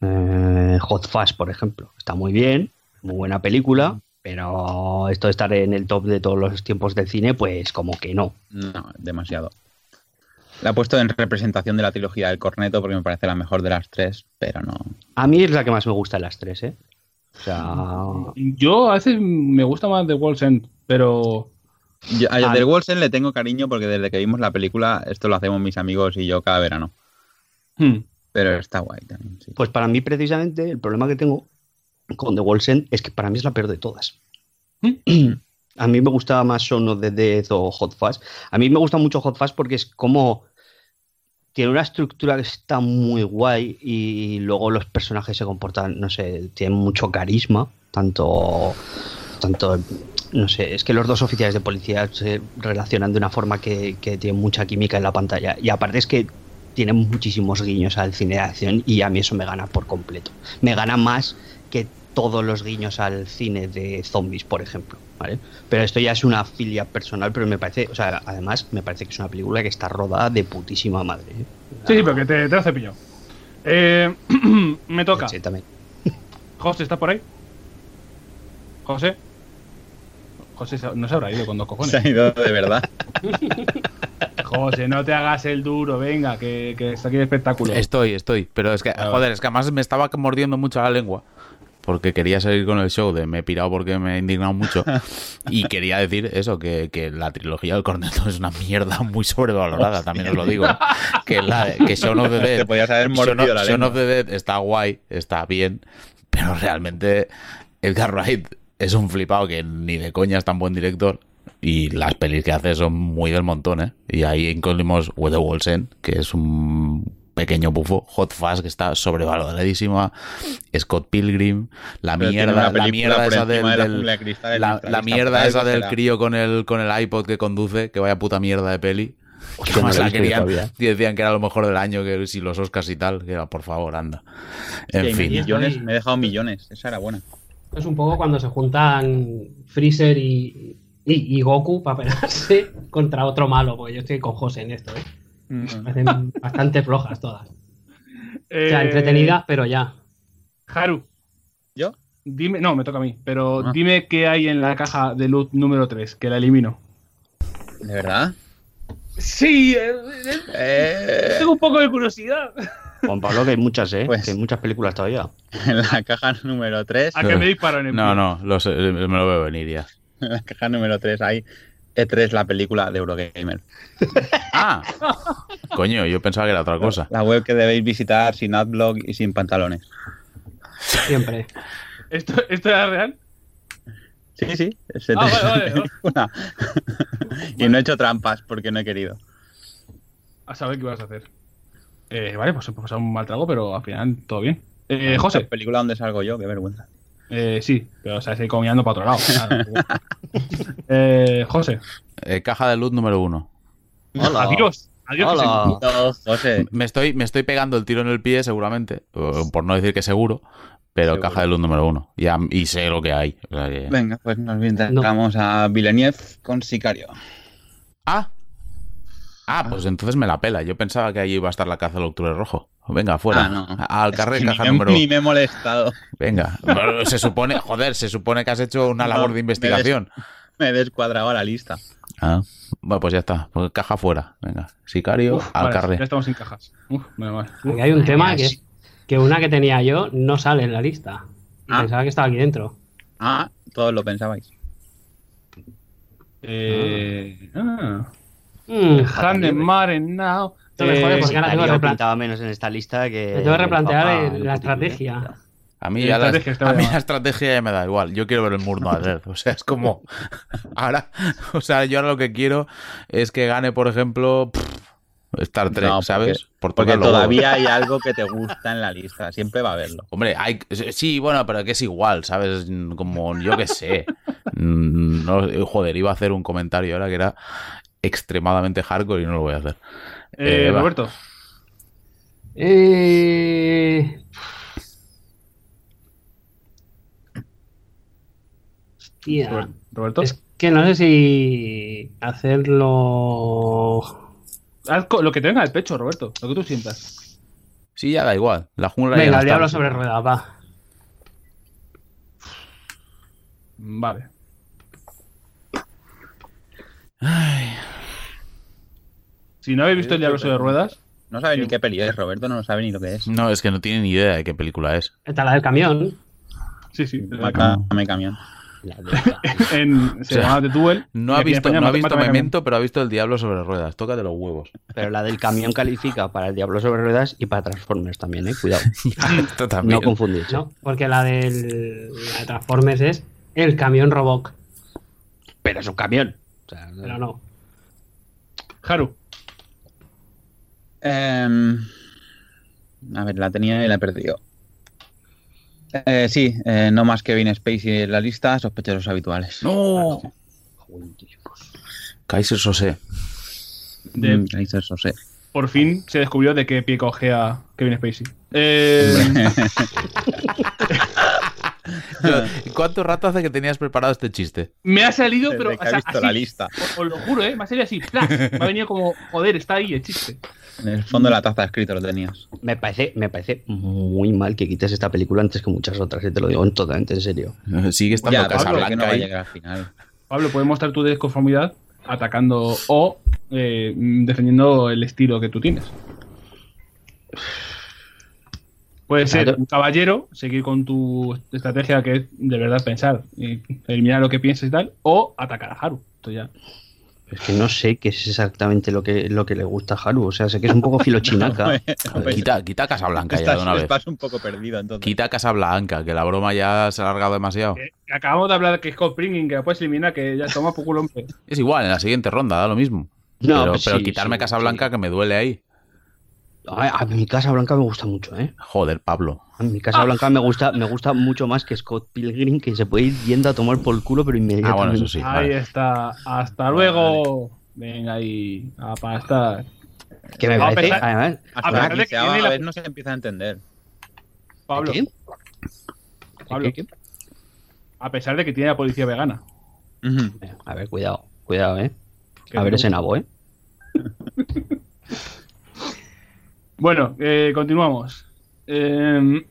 Speaker 4: eh, Hot Fast, por ejemplo. Está muy bien, muy buena película, pero esto de estar en el top de todos los tiempos del cine, pues como que no.
Speaker 5: No, demasiado. La he puesto en representación de la trilogía del corneto porque me parece la mejor de las tres, pero no.
Speaker 4: A mí es la que más me gusta de las tres, ¿eh? O sea,
Speaker 1: Yo a veces me gusta más The World's End, pero
Speaker 5: Yo, a
Speaker 4: Ah.
Speaker 5: Del Wilson le tengo cariño porque desde que vimos la película, esto lo hacemos mis amigos y yo cada verano.
Speaker 1: hmm,
Speaker 5: Pero está guay también, sí.
Speaker 4: pues para mí precisamente el problema que tengo con The Wolf's End es que para mí es la peor de todas. A mí me gustaba más Son of the Dead o Hot Fast. A mí me gusta mucho Hot Fast porque es como... Tiene una estructura que está muy guay y luego los personajes se comportan, no sé, tienen mucho carisma, tanto... Tanto, no sé, es que los dos oficiales de policía se relacionan de una forma que, que tiene mucha química en la pantalla. Y aparte es que tiene muchísimos guiños al cine de acción y a mí eso me gana por completo. Me gana más que todos los guiños al cine de zombies, por ejemplo, ¿vale? Pero esto ya es una filia personal, pero me parece, o sea, además me parece que es una película que está rodada de putísima madre. ¿eh?
Speaker 1: sí, sí, pero que te, te lo cepillo. Eh, me toca.
Speaker 4: Sí, también.
Speaker 1: José, ¿estás por ahí? José. José se- no se habrá ido con dos cojones.
Speaker 5: Se ha ido de verdad.
Speaker 1: José, no te hagas el duro, venga, que, que está aquí el espectáculo.
Speaker 2: Estoy, estoy. Pero es que,
Speaker 1: Ah,
Speaker 2: joder, es que además me estaba mordiendo mucho la lengua. Porque quería salir con el show de Me he pirado porque me he indignado mucho. Y quería decir eso, que, que la trilogía del corneto es una mierda muy sobrevalorada, también os lo digo. ¿eh? Que, la, que Shaun of the Dead.
Speaker 5: Te podías haber mordido
Speaker 2: Shaun of-
Speaker 5: la
Speaker 2: Shaun
Speaker 5: lengua.
Speaker 2: of the Dead está guay, está bien. Pero realmente Edgar Wright es un flipado que ni de coña es tan buen director. Y las pelis que hace son muy del montón, ¿eh? Y ahí incluimos Where the Walls End, que es un pequeño bufo. Hot Fast, que está sobrevaloradísima. Scott Pilgrim. La
Speaker 5: Pero tiene
Speaker 2: mierda,
Speaker 5: una
Speaker 2: la
Speaker 5: película
Speaker 2: mierda
Speaker 5: por
Speaker 2: esa del,
Speaker 5: encima de la
Speaker 2: del-
Speaker 5: jungla de cristales,
Speaker 2: la,
Speaker 5: nuestra
Speaker 2: la
Speaker 5: lista
Speaker 2: mierda
Speaker 5: fatal,
Speaker 2: esa del
Speaker 5: será.
Speaker 2: crío con el, con el iPod que conduce, que vaya puta mierda de peli.
Speaker 4: Hostia,
Speaker 2: Que
Speaker 4: no
Speaker 2: más
Speaker 4: la he
Speaker 2: la
Speaker 4: visto yo
Speaker 2: querían.
Speaker 4: todavía.
Speaker 2: Y decían que era lo mejor del año, que si los Oscars y tal, que era, por favor, anda. En
Speaker 5: Que hay
Speaker 2: fin.
Speaker 5: Millones,
Speaker 3: Estoy-
Speaker 5: me he dejado millones. Esa era buena.
Speaker 3: Es un poco cuando se juntan Freezer y, y- y Goku para pelearse contra otro malo, porque yo estoy con José en esto, ¿eh?
Speaker 1: Mm.
Speaker 3: Me parecen bastante flojas todas. O sea,
Speaker 1: Eh,
Speaker 3: entretenidas, pero ya.
Speaker 1: Haru.
Speaker 5: ¿Yo?
Speaker 1: Dime, no, me toca a mí, pero
Speaker 5: Ah.
Speaker 1: dime qué hay en la caja de luz número 3, que la elimino.
Speaker 5: ¿De verdad?
Speaker 1: Sí,
Speaker 5: Eh,
Speaker 1: tengo un poco de curiosidad.
Speaker 4: Juan Pablo, que hay muchas, ¿eh?
Speaker 5: Pues-
Speaker 4: Que hay muchas películas todavía.
Speaker 5: en la caja número 3.
Speaker 1: ¿A que me disparo en el
Speaker 2: No, no, lo sé, me lo veo venir ya.
Speaker 5: En la caja número 3 hay E3, la película de Eurogamer.
Speaker 2: ¡Ah! Coño, yo pensaba que era otra cosa.
Speaker 5: La web que debéis visitar sin adblock y sin pantalones.
Speaker 3: Siempre.
Speaker 1: ¿Esto, ¿Esto era real?
Speaker 5: Sí, sí. es E3,
Speaker 1: Ah, vale, vale,
Speaker 5: la
Speaker 1: vale.
Speaker 5: película. y no he hecho trampas porque no he querido.
Speaker 1: A saber qué ibas a hacer. Eh, vale, pues he pasado un mal trago, pero al final todo bien. Eh,
Speaker 5: La
Speaker 1: José,
Speaker 5: película donde salgo yo, qué vergüenza.
Speaker 1: eh, sí, pero o sea, estoy comiendo para otro lado. claro. Eh, José,
Speaker 2: Eh, caja de luz número uno.
Speaker 4: Hola.
Speaker 1: adiós. Adiós,
Speaker 4: Hola.
Speaker 1: José.
Speaker 5: No, José,
Speaker 2: Me estoy, me estoy pegando el tiro en el pie, seguramente. o- Por no decir que seguro. Pero
Speaker 5: Seguro.
Speaker 2: caja de luz número uno. Ya, y sé lo que hay. o sea que-
Speaker 5: venga, pues nos vamos a Villeneuve con Sicario.
Speaker 2: Ah. Ah, pues entonces me la pela. Yo pensaba que allí iba a estar la caza del octubre rojo. Pues Venga, fuera.
Speaker 5: Ah, no.
Speaker 2: Al carrer,
Speaker 5: Es que
Speaker 2: caja
Speaker 5: ni, me-
Speaker 2: número.
Speaker 5: ni me he molestado.
Speaker 2: Venga. Pero se supone, joder, se supone que has hecho una
Speaker 5: No,
Speaker 2: labor
Speaker 5: me
Speaker 2: de investigación.
Speaker 5: Me he descuadrado la lista.
Speaker 2: Ah. Bueno, pues ya está. Pues caja fuera. Venga. Sicario,
Speaker 1: Uf,
Speaker 2: al
Speaker 1: vale,
Speaker 2: carrer.
Speaker 1: Ya estamos sin cajas. Uf, menos mal.
Speaker 3: Porque hay un tema
Speaker 4: mía,
Speaker 3: que,
Speaker 4: sí.
Speaker 3: que una que tenía yo no sale en la lista. Y
Speaker 5: Ah.
Speaker 3: Pensaba que estaba aquí dentro.
Speaker 5: Ah, todos lo pensabais.
Speaker 1: Eh, ah.
Speaker 3: Mm,
Speaker 1: Handen Maren now.
Speaker 3: Esto me jode
Speaker 1: Eh,
Speaker 3: porque ahora tengo Pues que
Speaker 4: Sicario
Speaker 3: replan-
Speaker 4: pintaba menos en esta lista que.
Speaker 3: me tengo que replantear
Speaker 4: Ah,
Speaker 3: el-
Speaker 4: el
Speaker 3: la
Speaker 4: putillo, ¿eh?
Speaker 3: estrategia.
Speaker 2: A mí,
Speaker 1: Sí,
Speaker 2: ya la,
Speaker 1: estrategia está
Speaker 2: a mí
Speaker 1: bien.
Speaker 2: la estrategia ya me da igual. Yo quiero ver el Murno a Death. O sea, es como. Ahora, o sea, yo ahora lo que quiero es que gane, por ejemplo, pff, Star Trek,
Speaker 5: No, porque-
Speaker 2: ¿sabes? Por
Speaker 5: Porque
Speaker 2: tocar los huevos.
Speaker 5: todavía hay algo que te gusta en la lista. Siempre va a haberlo.
Speaker 2: Hombre, hay, sí, bueno, pero que es igual, ¿sabes? Como yo que sé. Mm, No, joder, iba a hacer un comentario ahora que era extremadamente hardcore y no lo voy a hacer.
Speaker 1: Eh,
Speaker 2: Eh, va.
Speaker 1: Roberto,
Speaker 3: Eh... Hostia.
Speaker 1: Robert- Roberto,
Speaker 3: Es que no sé si hacerlo.
Speaker 1: haz co- lo que te venga del pecho, Roberto, lo que tú sientas.
Speaker 2: Sí, ya da igual. La jungla ya no
Speaker 3: Venga, el
Speaker 2: está.
Speaker 3: diablo sobre ruedas, va.
Speaker 1: Vale. Si no habéis visto
Speaker 2: Eh,
Speaker 1: el diablo sobre ruedas,
Speaker 5: No sabe ni qué peli es, Roberto no lo sabe ni lo que es.
Speaker 2: No, es que no tiene ni idea de qué película es.
Speaker 3: Esta la del camión.
Speaker 1: sí, sí, la-
Speaker 5: Mátame camión.
Speaker 4: La loca.
Speaker 1: en, se
Speaker 2: O sea,
Speaker 1: llama The Duel.
Speaker 2: No
Speaker 1: y
Speaker 2: ha
Speaker 1: aquí en
Speaker 2: visto,
Speaker 1: España
Speaker 2: no ha
Speaker 1: te
Speaker 2: visto
Speaker 1: matan a
Speaker 2: Memento, pero ha visto El Diablo sobre ruedas. Tócate los huevos.
Speaker 4: Pero la del camión califica para el Diablo sobre ruedas y para Transformers también, ¿eh? Cuidado.
Speaker 2: Esto también.
Speaker 4: No confundirse.
Speaker 3: No, porque la del la de Transformers es el camión Roboc,
Speaker 4: Pero es un camión. O sea,
Speaker 3: pero no.
Speaker 1: Haru,
Speaker 5: Em, a ver, la tenía y la he perdido. Eh, sí, eh, no más Kevin Spacey en la lista, sospechosos habituales.
Speaker 2: No.
Speaker 4: Joder, tío.
Speaker 2: Oh. Kaiser Sose.
Speaker 1: de-
Speaker 5: Mm, ahí se- eso sé.
Speaker 1: por fin se descubrió de qué pie cogea Kevin Spacey. Eh,
Speaker 2: ¿Cuánto rato hace que tenías preparado este chiste?
Speaker 1: me ha salido, pero.
Speaker 5: Desde
Speaker 1: o
Speaker 5: que ha
Speaker 1: sea,
Speaker 5: visto la
Speaker 1: así,
Speaker 5: lista.
Speaker 1: os- os lo juro, ¿eh? Me ha salido así, ¡plac! Me ha venido como, joder, está ahí el chiste.
Speaker 5: En el fondo de la taza escrito lo tenías.
Speaker 4: Me parece, me parece muy mal que eh, quites esta película antes que muchas otras, y te lo digo totalmente en serio.
Speaker 2: Sigue estando
Speaker 5: Ya, Pablo, que no
Speaker 2: Casablanca
Speaker 5: va a
Speaker 2: ahí.
Speaker 5: llegar al final.
Speaker 1: Pablo, puedes mostrar tu desconformidad atacando o eh, defendiendo el estilo que tú tienes. Puede ser un caballero, seguir con tu estrategia que es de verdad pensar, y eliminar lo que piensas y tal, o atacar a Haru. Esto ya.
Speaker 4: Es que no sé qué es exactamente lo que, lo que le gusta a Haru. O sea, sé que es un poco filochinaca.
Speaker 1: eh.
Speaker 2: Quita, quita Casablanca ya
Speaker 5: Estás,
Speaker 2: de una vez.
Speaker 5: estás un poco perdido entonces.
Speaker 2: Quita Casablanca, que la broma ya se ha alargado demasiado.
Speaker 1: Eh, acabamos de hablar que Scott Pringing, que la puedes eliminar, que ya toma poco hombre.
Speaker 2: Es igual, en la siguiente ronda da lo mismo.
Speaker 4: No,
Speaker 2: pero,
Speaker 4: pues
Speaker 2: pero
Speaker 4: sí,
Speaker 2: quitarme
Speaker 4: sí,
Speaker 2: Casablanca que me duele ahí.
Speaker 4: Ay, a mi Casa Blanca me gusta mucho, ¿eh?
Speaker 2: Joder, Pablo.
Speaker 4: A mi Casa Blanca me gusta, me gusta mucho más que Scott Pilgrim, que se puede ir yendo a tomar por el culo, pero inmediatamente.
Speaker 2: Ah, bueno, eso sí.
Speaker 1: Ahí
Speaker 2: vale.
Speaker 1: está. Hasta luego. Venga ahí. A pastar.
Speaker 4: Que me
Speaker 1: Vamos a
Speaker 4: parece,
Speaker 1: pensar-
Speaker 4: además,
Speaker 5: Hasta
Speaker 1: A pesar
Speaker 5: la
Speaker 1: de que
Speaker 5: quinceava
Speaker 1: tiene la-
Speaker 5: vez no se empieza a entender.
Speaker 1: Pablo,
Speaker 4: ¿qué?
Speaker 1: Pablo,
Speaker 4: ¿Qué, qué?
Speaker 1: a pesar de que tiene la policía vegana.
Speaker 5: Ujú.
Speaker 4: A ver, cuidado, cuidado, ¿eh?
Speaker 1: Que
Speaker 4: A ver
Speaker 1: no-
Speaker 4: ese nabo, ¿eh?
Speaker 1: Bueno, eh, continuamos. Eh,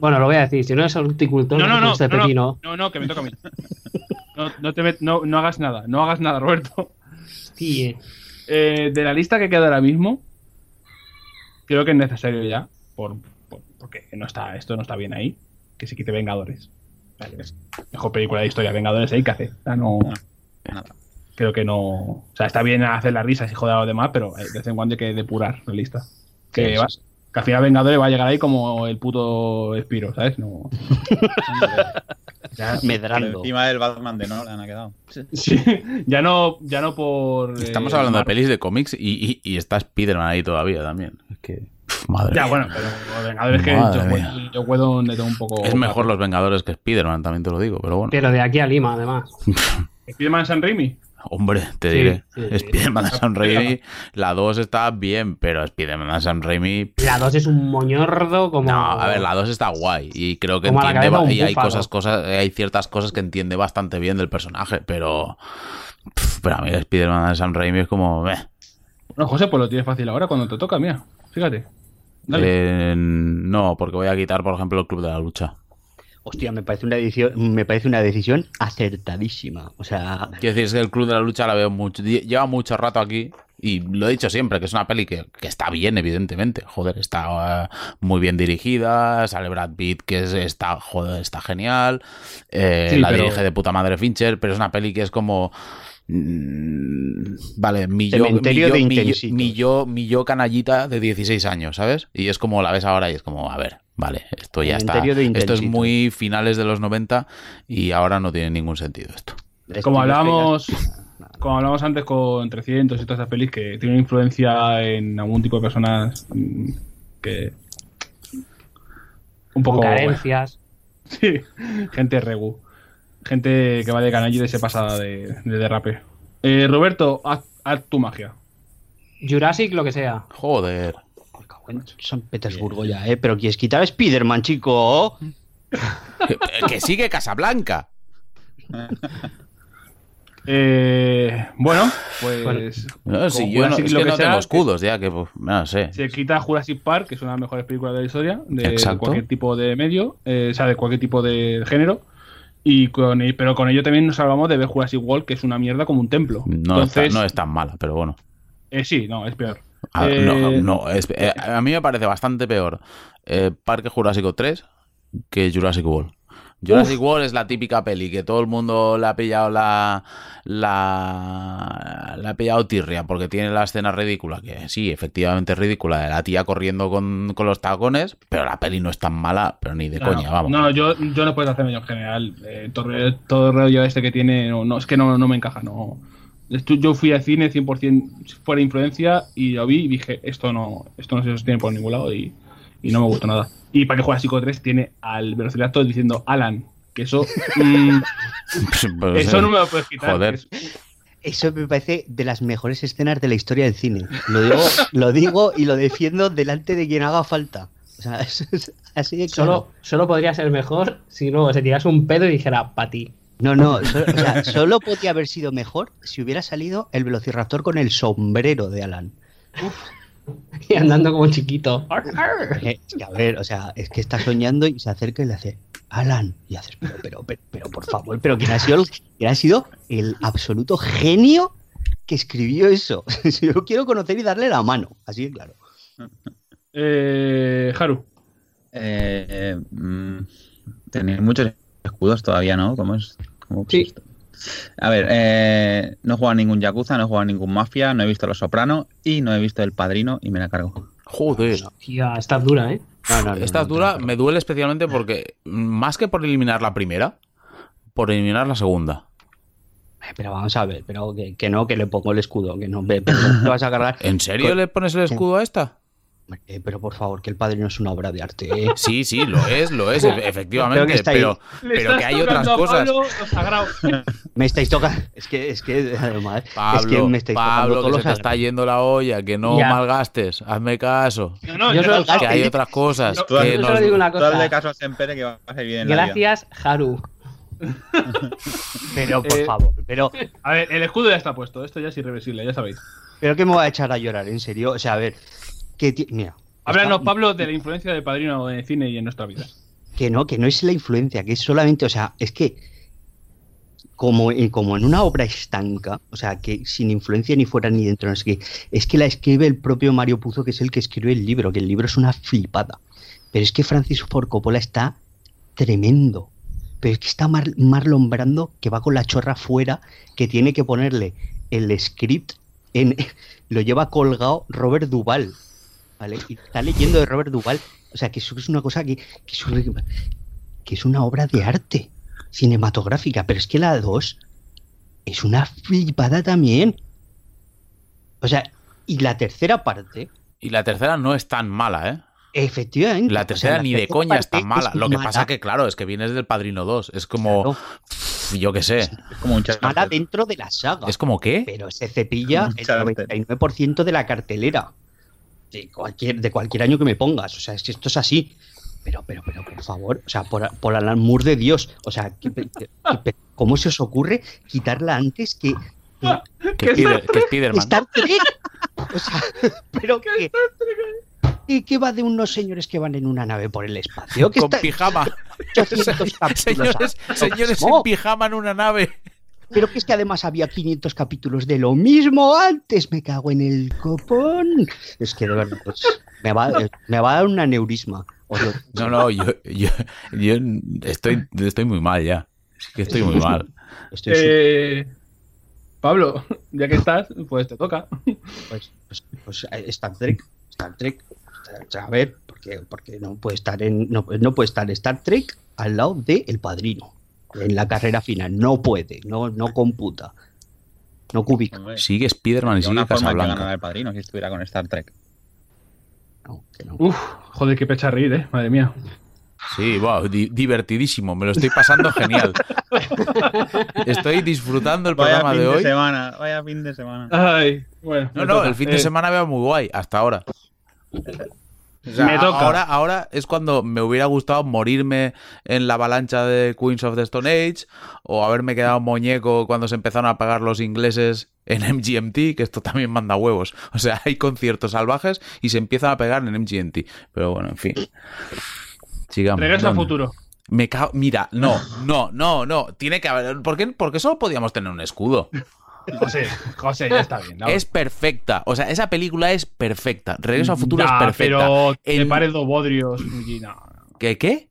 Speaker 3: Bueno, lo voy a decir. Si no es horticultor,
Speaker 1: no, no, no,
Speaker 3: es de
Speaker 1: no,
Speaker 3: pepino.
Speaker 1: no, no, no, que me toca a mí. No, no te met- no, no hagas nada, no hagas nada, Roberto.
Speaker 3: Sí, eh.
Speaker 1: Eh, de la lista que queda ahora mismo, creo que es necesario ya, por, por- porque no está, esto no está bien ahí, que se quite Vengadores. Vale, es mejor película de historia, Vengadores ahí, ¿qué hace? O sea, no,
Speaker 5: nada.
Speaker 1: Creo que no. O sea, está bien hacer las risas y joder a los demás, pero eh, de vez en cuando hay que depurar la lista. Que,
Speaker 4: Sí,
Speaker 1: va- que al final Vengadores va a llegar ahí como el puto Spiro, ¿sabes? No. ya,
Speaker 5: Pero
Speaker 4: Medrando.
Speaker 5: encima del Batman de Nolan ha quedado.
Speaker 1: sí, ya no, ya no por. eh,
Speaker 2: Estamos hablando de
Speaker 1: Marvel.
Speaker 2: pelis de cómics y, y- y está Spiderman ahí todavía también. Es que. Pf, madre.
Speaker 1: Ya,
Speaker 2: mía.
Speaker 1: bueno, pero los Vengadores que
Speaker 2: Madre
Speaker 1: yo,
Speaker 2: mía.
Speaker 1: puedo- yo puedo le tengo un poco.
Speaker 2: es mejor los Vengadores que Spiderman, también te lo digo, pero bueno.
Speaker 3: Pero de aquí a Lima, además.
Speaker 1: Spiderman San Raimi.
Speaker 2: Hombre, te
Speaker 3: Sí,
Speaker 2: diré.
Speaker 3: sí.
Speaker 2: Spiderman de Sam Raimi, la 2 está bien, pero Spiderman de Sam Raimi. pf,
Speaker 3: La 2 es un moñordo como.
Speaker 2: No, Ah, a ver, la 2 está guay y creo que
Speaker 3: Como a la
Speaker 2: entiende
Speaker 3: cabeza
Speaker 2: ba-
Speaker 3: un
Speaker 2: y hay
Speaker 3: búfalo.
Speaker 2: cosas, cosas, hay ciertas cosas que entiende bastante bien del personaje, pero pf, pero a mí Spiderman de Sam Raimi es como meh.
Speaker 1: Bueno, José, pues lo tienes fácil ahora cuando te toca, mira. Fíjate. Dale.
Speaker 2: Eh, no, porque voy a quitar, por ejemplo, el Club de la Lucha.
Speaker 4: Hostia, me parece una decisión, me parece una decisión acertadísima. O sea,
Speaker 2: Quiero decir, es que el Club de la Lucha la veo mucho. lle- Lleva mucho rato aquí. Y lo he dicho siempre, que es una peli que, que está bien, evidentemente. Joder, está eh, muy bien dirigida. Sale Brad Pitt, que es- está, joder, está genial. eh,
Speaker 1: Sí,
Speaker 2: la
Speaker 1: pero-
Speaker 2: dirige de puta madre Fincher, pero es una peli que es como. mm, Vale, mi yo, mi,
Speaker 4: Cementerio
Speaker 2: yo,
Speaker 4: de
Speaker 2: mi yo-
Speaker 4: intensitos.
Speaker 2: mi yo- mi yo canallita de 16 años, ¿sabes? Y es como la ves ahora y es como, a ver, vale, esto ya está.
Speaker 4: Cementerio de
Speaker 2: Esto es
Speaker 4: intensitos.
Speaker 2: muy finales de los 90 y ahora no tiene ningún sentido esto.
Speaker 1: Como
Speaker 4: estoy-
Speaker 1: hablábamos,
Speaker 4: nada.
Speaker 1: como hablábamos antes con 300 y todas esas pelis que tienen influencia en algún tipo de personas mm, que. Un
Speaker 3: con
Speaker 1: poco.
Speaker 3: carencias.
Speaker 1: Sí, gente regu. Gente que va de canallita y se pasa de, de derrape. Eh, Roberto, haz, haz tu magia.
Speaker 3: Jurassic, lo que sea.
Speaker 2: Joder.
Speaker 4: Me cago en San Petersburgo ya, ¿eh? Pero quieres quitar a Spiderman, chico.
Speaker 2: Que- que sigue Casablanca.
Speaker 1: Eh, bueno, pues.
Speaker 3: Bueno.
Speaker 2: No, si
Speaker 1: Con
Speaker 2: yo no,
Speaker 1: Jurassic
Speaker 2: es
Speaker 1: lo
Speaker 2: que
Speaker 1: que
Speaker 2: no
Speaker 1: sea,
Speaker 2: tengo
Speaker 1: que-
Speaker 2: escudos ya, que pues, no sé.
Speaker 1: Se quita Jurassic Park, que es una de las mejores películas de la historia, de
Speaker 2: Exacto.
Speaker 1: cualquier tipo de medio, eh, o sea, de cualquier tipo de género. Y con, el- pero con ello también nos salvamos de ver Jurassic World, que es una mierda como un templo.
Speaker 2: No, es tan-
Speaker 1: Entonces,
Speaker 2: no es tan mala, pero bueno.
Speaker 1: eh, sí, no, es peor.
Speaker 2: A,
Speaker 1: Eh,
Speaker 2: no, no, es- eh, a mí me parece bastante peor eh, Parque Jurásico 3 que Jurassic World. Jurassic World es la típica peli que todo el mundo le ha pillado la, la, la ha pillado tirria porque tiene la escena ridícula, que sí, efectivamente es ridícula, de la tía corriendo con, con los tacones, pero la peli no es tan mala, pero ni de
Speaker 1: No,
Speaker 2: coña,
Speaker 1: no.
Speaker 2: vamos.
Speaker 1: No, no, yo, yo no puedo hacerme yo en general. Eh, torre- todo el rollo este que tiene, no, no, es que no, no me encaja, no. Esto- yo fui al cine 100% fuera de influencia y lo vi y dije, esto no, esto no se sostiene por ningún lado y, y no me gustó nada. Y para que juegue Psico 3 tiene al Velociraptor diciendo Alan, que eso, mm,
Speaker 2: Pero
Speaker 1: eso
Speaker 2: sí.
Speaker 1: no me lo puedes quitar.
Speaker 2: Joder.
Speaker 1: Es-
Speaker 4: Eso me parece de las mejores escenas de la historia del cine. Lo digo, lo digo y lo defiendo delante de quien haga falta. O sea, eso es así de claro.
Speaker 3: Solo, solo podría ser mejor si luego se tirase un pedo y dijera, para ti.
Speaker 4: No, no, solo, o sea, solo podía haber sido mejor si hubiera salido el velociraptor con el sombrero de Alan.
Speaker 3: Y andando como chiquito. Ar, ar.
Speaker 4: Porque, es que, a ver, o sea, es que está soñando y se acerca y le hace Alan, y haces, pero, pero, pero, pero, por favor, pero ¿quién ha sido el, quién ha sido el absoluto genio que escribió eso? Yo quiero conocer y darle la mano, así de claro.
Speaker 1: Eh, Haru.
Speaker 5: Eh, eh, mm, tenéis muchos escudos todavía, ¿no? ¿Cómo es? ¿Cómo
Speaker 3: Sí.
Speaker 5: es esto? A ver, eh, no he jugado a ningún Yakuza, no he jugado a ningún Mafia, no he visto Los Soprano y no he visto El Padrino y me la cargo.
Speaker 2: Joder.
Speaker 3: Hostia, está dura, ¿eh?
Speaker 4: No, no, no,
Speaker 2: Esta
Speaker 4: no,
Speaker 2: dura
Speaker 4: no, no.
Speaker 2: me duele especialmente porque, más que por eliminar la primera, por eliminar la segunda.
Speaker 4: Eh, Pero vamos a ver, pero que, que no, que le pongo el escudo, que no, ve, pero no te vas a cargar.
Speaker 2: ¿En serio le pones el escudo a esta?
Speaker 4: Eh, pero por favor, que el padrino es una obra de arte. eh.
Speaker 2: Sí, sí, lo es, lo es, e-
Speaker 4: Creo que
Speaker 2: efectivamente.
Speaker 4: está ahí.
Speaker 2: Pero, pero que hay otras cosas.
Speaker 4: Me estáis tocando. Es que, es que, además, es que
Speaker 2: Pablo,
Speaker 4: me estáis
Speaker 2: Pablo, que
Speaker 4: tocando
Speaker 2: se
Speaker 4: todos
Speaker 2: te
Speaker 4: los
Speaker 2: está
Speaker 4: sagrados.
Speaker 2: yendo la olla, que no
Speaker 3: Ya.
Speaker 2: malgastes, hazme caso.
Speaker 3: Yo solo-
Speaker 2: Que hay otras cosas.
Speaker 1: Yo-
Speaker 5: yo
Speaker 2: que
Speaker 3: solo
Speaker 2: nos-
Speaker 3: digo una cosa.
Speaker 5: Dale caso a Sempere que va a salir bien en la vida.
Speaker 3: Gracias, Haru.
Speaker 4: Pero por
Speaker 1: Eh,
Speaker 4: favor, pero,
Speaker 1: A ver, el escudo ya está puesto. Esto ya es irreversible, ya sabéis.
Speaker 4: pero que me voy a echar a llorar, en serio. O sea, a ver, que ti- mira.
Speaker 1: Háblanos,
Speaker 4: está-
Speaker 1: Pues Pablo, de la influencia de Padrino en el cine y en nuestra vida.
Speaker 4: Que no, que no es la influencia, que es solamente, o sea, es que como, en- como en una obra estanca, o sea, que sin influencia ni fuera ni dentro, no sé qué, es que la escribe el propio Mario Puzo, que es el que escribe el libro, que el libro es una flipada. Pero es que Francis Ford Coppola está tremendo. Pero es que está Mar- Marlon Brando, que va con la chorra fuera, que tiene que ponerle el script en... Lo lleva colgado Robert Duval, ¿vale? Y está leyendo de Robert Duval. O sea, que eso es una cosa que, que es un- que es una obra de arte cinematográfica, pero es que la 2 es una flipada también. O sea, y la tercera parte,
Speaker 2: Y la tercera no es tan mala, ¿eh?
Speaker 4: efectivamente. o
Speaker 2: La
Speaker 4: sea,
Speaker 2: tercera ni de
Speaker 4: tercera
Speaker 2: coña es
Speaker 4: parte
Speaker 2: tan mala.
Speaker 4: es
Speaker 2: Lo que
Speaker 4: mala,
Speaker 2: pasa que, claro, es que vienes del Padrino 2. Es como,
Speaker 4: claro,
Speaker 2: yo qué sé.
Speaker 5: Es como un
Speaker 4: es mala
Speaker 5: Charter.
Speaker 4: dentro de la saga,
Speaker 2: Es como, ¿qué?
Speaker 4: pero se cepilla el
Speaker 5: Charter.
Speaker 4: 99% de la cartelera. De cualquier, de cualquier año que me pongas. O sea, es que esto es así. Pero, pero, pero, por favor, o sea, por, por el amor de Dios, o sea, que- que- que- ¿cómo se os ocurre quitarla antes que, que-
Speaker 2: Que, Spider- que Spiderman.
Speaker 4: Star Trek. O sea, pero que,
Speaker 2: ¿eh?
Speaker 4: ¿y qué va de unos señores que van en una nave por el espacio? Que
Speaker 2: Con
Speaker 4: está
Speaker 2: pijama.
Speaker 4: 800 capítulos.
Speaker 2: Señores,
Speaker 4: a-
Speaker 2: señores
Speaker 4: No,
Speaker 2: en pijama en una nave.
Speaker 4: pero que es que además había 500 capítulos de lo mismo antes. Me cago en el copón. Es que de verdad, pues, me, va, me va a dar un aneurisma. Os lo-
Speaker 2: No, no, yo, yo, yo estoy, estoy muy mal ya. Es que estoy muy mal.
Speaker 4: estoy su-
Speaker 1: Eh, Pablo, ya que estás, pues te toca.
Speaker 4: pues, pues- pues, eh, Star Trek, Star Trek. Star- A ver, porque, porque no puede estar en no, no puede estar Star Trek al lado de El Padrino en la carrera final. No puede, no, no computa, no cubica.
Speaker 5: Hombre,
Speaker 2: Sigue Spiderman y
Speaker 5: de
Speaker 2: sigue
Speaker 5: una forma que
Speaker 2: Casablanca.
Speaker 5: ganara el padrino si estuviera con Star Trek.
Speaker 4: No, que no.
Speaker 1: Uf, joder, qué pecha reír, eh. Madre mía.
Speaker 2: Sí, wow, di- divertidísimo. Me lo estoy pasando genial. Estoy disfrutando el
Speaker 5: Vaya
Speaker 2: programa
Speaker 5: fin
Speaker 2: de
Speaker 5: de,
Speaker 2: hoy.
Speaker 5: semana, vaya fin de semana.
Speaker 1: Ay, bueno.
Speaker 2: No,
Speaker 1: me
Speaker 2: no,
Speaker 1: toca.
Speaker 2: el fin
Speaker 1: Eh,
Speaker 2: de semana veo muy guay hasta ahora. O sea,
Speaker 1: Me
Speaker 2: a-
Speaker 1: toca.
Speaker 2: Ahora, ahora es cuando me hubiera gustado morirme en la avalancha de Queens of the Stone Age o haberme quedado muñeco cuando se empezaron a pagar los ingleses en MGMT, que esto también manda huevos. O sea, hay conciertos salvajes y se empiezan a pegar en MGMT. Pero bueno, en fin. Sigamos.
Speaker 1: Regreso al
Speaker 2: ¿Dónde?
Speaker 1: futuro.
Speaker 2: Me cago- Mira, no, no, no, no. Tiene que haber. ¿Por qué, por qué solo podíamos tener un escudo?
Speaker 1: José, José, ya está bien.
Speaker 2: Es perfecta. O sea, esa película es perfecta. Eh, Regreso al futuro
Speaker 1: Mm, Ya,
Speaker 2: es perfecta.
Speaker 1: Pero te
Speaker 2: El-
Speaker 1: pares dos bodrios. y no,
Speaker 2: ¿Qué? ¿Qué?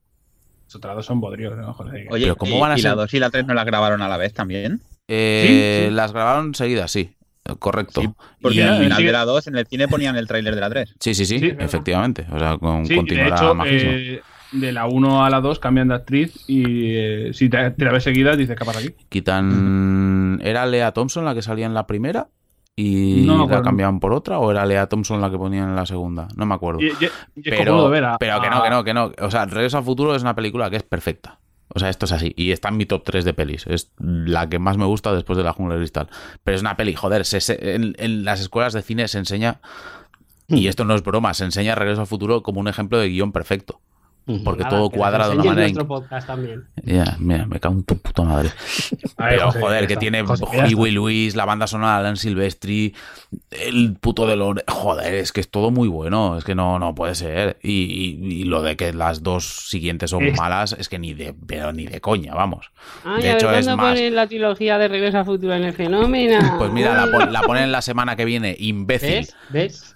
Speaker 1: Los otros dos son bodrios, ¿no, José?
Speaker 5: Oye,
Speaker 2: Pero ¿cómo
Speaker 5: y,
Speaker 2: van a
Speaker 5: y la
Speaker 2: ser?
Speaker 5: 2 y la 3 no las grabaron a la vez también?
Speaker 2: Eh,
Speaker 1: Sí, sí.
Speaker 2: Las grabaron seguidas, sí. Correcto.
Speaker 5: Sí, Porque
Speaker 2: Y-
Speaker 5: al final
Speaker 1: sigue-
Speaker 5: de la 2 en el cine ponían el tráiler de la 3.
Speaker 2: Sí, sí, sí,
Speaker 1: Sí, claro.
Speaker 2: efectivamente. O sea, con,
Speaker 1: Sí, y de
Speaker 2: continuará
Speaker 1: hecho,
Speaker 2: majísimo.
Speaker 1: eh, de la 1 a la 2 cambian de actriz y eh, si te, te la ves seguida, dices, ¿qué pasa aquí?
Speaker 2: Quitan. ¿Era Lea Thompson la que salía en la primera? ¿Y
Speaker 1: mm. No me
Speaker 2: la
Speaker 1: acuerdo.
Speaker 2: cambiaban por otra? ¿O era Lea Thompson la que ponían en la segunda? No me acuerdo.
Speaker 1: Y, y- y es
Speaker 2: pero,
Speaker 1: cojonudo ver a-
Speaker 2: pero que no,
Speaker 1: a-
Speaker 2: que no, que no. O sea, Regreso al Futuro es una película que es perfecta. O sea, esto es así. Y está en mi top 3 de pelis. Es la que más me gusta después de La Jungla de Cristal. Pero es una peli, joder. se- se- en, en las escuelas de cine se enseña, y esto no es broma, se enseña Regreso al Futuro como un ejemplo de guión perfecto. Porque
Speaker 3: Nada,
Speaker 2: todo
Speaker 3: Ah, que
Speaker 2: cuadra de una
Speaker 3: reseñen
Speaker 2: manera.
Speaker 3: nuestro podcast también.
Speaker 2: in- Ya, mira, me cago en tu puta madre.
Speaker 1: A ver,
Speaker 2: Pero,
Speaker 1: José,
Speaker 2: joder,
Speaker 1: ya
Speaker 2: que
Speaker 1: está.
Speaker 2: tiene
Speaker 1: José, ya
Speaker 2: Huey Luis, la banda sonora de Alan Silvestri, el puto de los... Joder, es que es todo muy bueno, es que no, no puede ser. Y, y- y lo de que las dos siguientes son
Speaker 1: Es-
Speaker 2: malas es que ni de, pero ni de coña, vamos.
Speaker 3: Ay,
Speaker 2: De
Speaker 3: a
Speaker 2: hecho,
Speaker 3: ver
Speaker 2: es
Speaker 3: cuándo
Speaker 2: más-
Speaker 3: ponen la trilogía de Regreso al Futuro en el fenómeno.
Speaker 2: Pues mira, la, pon- la ponen la semana que viene, imbécil,
Speaker 3: ¿Ves? ¿Ves?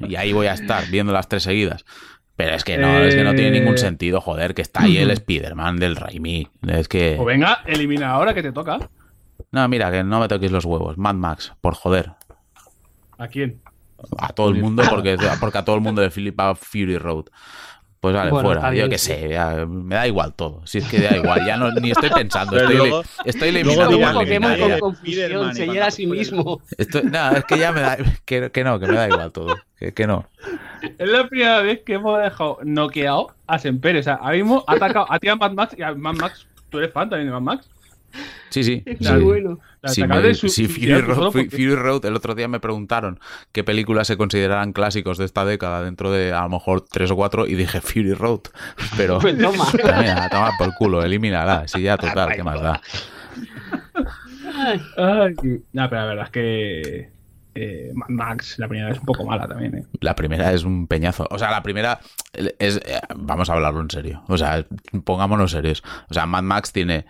Speaker 2: y ahí voy a estar viendo las tres seguidas. Pero es que no, es que no tiene ningún
Speaker 1: Eh.
Speaker 2: sentido, joder, que está ahí el Spider-Man del Raimi. Es que...
Speaker 1: O Pues venga, elimina ahora que te toca.
Speaker 2: No, mira, que no me toquéis los huevos. Mad Max, por joder.
Speaker 1: ¿A quién?
Speaker 2: A todo el mundo, porque, porque a todo el mundo le flipa Fury Road. Pues vale,
Speaker 3: Bueno,
Speaker 2: fuera.
Speaker 3: está
Speaker 2: Yo
Speaker 3: bien,
Speaker 2: qué
Speaker 3: sí.
Speaker 2: sé, ya, me da igual todo. Si es que da igual, ya no, ni estoy pensando.
Speaker 5: Pero
Speaker 2: Estoy,
Speaker 5: luego-
Speaker 2: estoy
Speaker 5: luego
Speaker 2: eliminando
Speaker 3: Como
Speaker 5: dirán,
Speaker 2: por
Speaker 3: Pokémon
Speaker 2: eliminar
Speaker 5: dirán.
Speaker 3: con
Speaker 2: ya.
Speaker 5: Spiderman
Speaker 3: confusión,
Speaker 5: y
Speaker 3: se llena a sí
Speaker 5: Fantastic
Speaker 3: mismo.
Speaker 2: Estoy- no, es que ya me da. Que, que no, que me da igual todo. Que, que no.
Speaker 1: Es la primera vez que hemos dejado noqueado a Semper. O sea, ahora mismo ha atacado a ti a Mad Max y a Mad Max. Tú eres fan también de Mad Max.
Speaker 2: Sí, sí.
Speaker 3: Es
Speaker 2: sí.
Speaker 3: muy bueno.
Speaker 1: O sea,
Speaker 2: Si,
Speaker 1: te acabas
Speaker 2: me-
Speaker 1: de su-
Speaker 2: si Fury,
Speaker 1: suicidar tú
Speaker 2: Road,
Speaker 1: solo
Speaker 2: Fu-
Speaker 1: porque-
Speaker 2: Fury Road, el otro día me preguntaron qué películas se consideraran clásicos de esta década dentro de a lo mejor tres o cuatro y dije Fury Road. Pero.
Speaker 3: Pues toma.
Speaker 2: Ah, Mira, toma por culo, elimínala. Sí, ya, total, ¿qué más da?
Speaker 3: Ay,
Speaker 1: Ay, no, pero la verdad es que eh, Mad Max, la primera vez es un poco mala también, ¿eh?
Speaker 2: La primera es un peñazo. O sea, la primera es. eh, Vamos a hablarlo en serio. O sea, pongámonos serios. O sea, Mad Max tiene.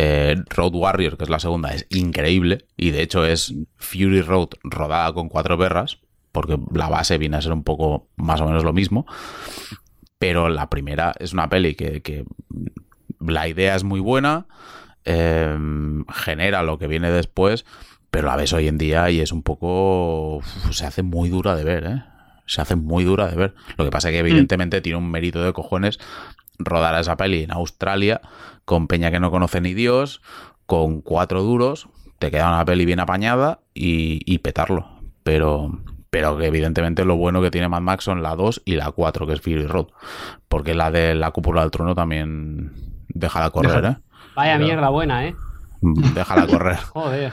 Speaker 2: eh, Road Warrior, que es la segunda, es increíble. Y de hecho es Fury Road rodada con cuatro perras. Porque la base viene a ser un poco más o menos lo mismo. Pero la primera es una peli que, que la idea es muy buena. eh, genera lo que viene después. Pero la ves hoy en día y es un poco. uf, se hace muy dura de ver, ¿eh? Se hace muy dura de ver. Lo que pasa es que, evidentemente, tiene un mérito de cojones rodar a esa peli en Australia con Peña que no conoce ni Dios, con cuatro duros. Te queda una peli bien apañada y, y petarlo. Pero. Pero que evidentemente lo bueno que tiene Mad Max son la 2 y la 4, que es Fury Road. Porque la de la cúpula del trono también déjala correr, ¿eh?
Speaker 3: Vaya
Speaker 2: Claro.
Speaker 3: mierda buena, ¿eh?
Speaker 2: Déjala correr.
Speaker 3: Joder.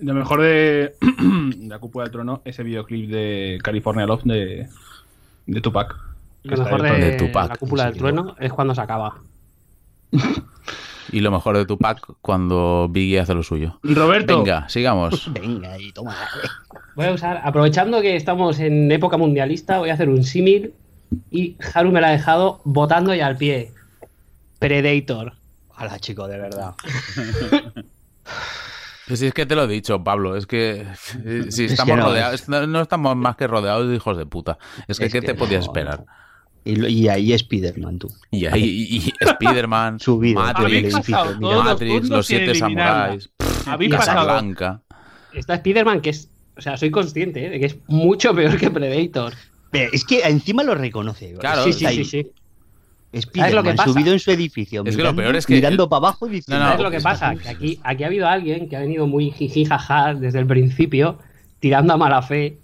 Speaker 1: Lo mejor de, de La Cúpula del Trono, ese videoclip de California Love de, de Tupac. Que
Speaker 3: Lo
Speaker 1: está
Speaker 3: mejor
Speaker 1: ahí todo-
Speaker 3: de,
Speaker 2: de Tupac.
Speaker 3: la cúpula del
Speaker 2: Sí,
Speaker 3: trueno es cuando se acaba.
Speaker 2: Y lo mejor de Tupac cuando Biggie hace lo suyo.
Speaker 1: Roberto,
Speaker 2: Venga, sigamos.
Speaker 4: Venga, y toma.
Speaker 3: Voy a usar, aprovechando que estamos en época mundialista, voy a hacer un símil y Haru me la ha dejado botando ya al pie. Predator.
Speaker 4: Hala, chico, de verdad.
Speaker 2: Si es que te lo he dicho, Pablo, es que eh, si
Speaker 4: Es
Speaker 2: estamos
Speaker 4: que no.
Speaker 2: rodeados, no, no estamos más que rodeados de hijos de puta. Es que,
Speaker 4: Es
Speaker 2: ¿qué
Speaker 4: que
Speaker 2: te podías
Speaker 4: no,
Speaker 2: esperar?
Speaker 4: Y, lo- y ahí Spiderman, tú.
Speaker 2: Y ahí y, y Spider-Man,
Speaker 4: Su vida,
Speaker 1: habéis
Speaker 4: el
Speaker 2: Matrix,
Speaker 4: edificio,
Speaker 1: pasado
Speaker 4: mira.
Speaker 1: todos los
Speaker 2: Matrix,
Speaker 1: turnos
Speaker 2: los
Speaker 1: sin
Speaker 2: siete
Speaker 1: eliminarla.
Speaker 2: samuráis,
Speaker 1: Habéis
Speaker 2: Casa
Speaker 1: pasado
Speaker 2: Blanca.
Speaker 3: Está Spider-Man que es, o sea, soy consciente ¿eh? de que es mucho peor que Predator.
Speaker 4: Pero es que encima lo reconoce.
Speaker 2: Claro,
Speaker 3: sí, sí,
Speaker 2: ahí.
Speaker 3: sí, sí.
Speaker 4: Spiderman,
Speaker 3: lo que pasa?
Speaker 4: subido en su edificio.
Speaker 2: Es que
Speaker 4: mirando,
Speaker 2: lo peor es que-
Speaker 4: Mirando para abajo y diciendo...
Speaker 2: No,
Speaker 3: ¿Sabes lo que pasa? Que aquí, aquí ha habido alguien que ha venido muy jiji jaja desde el principio, tirando a mala fe.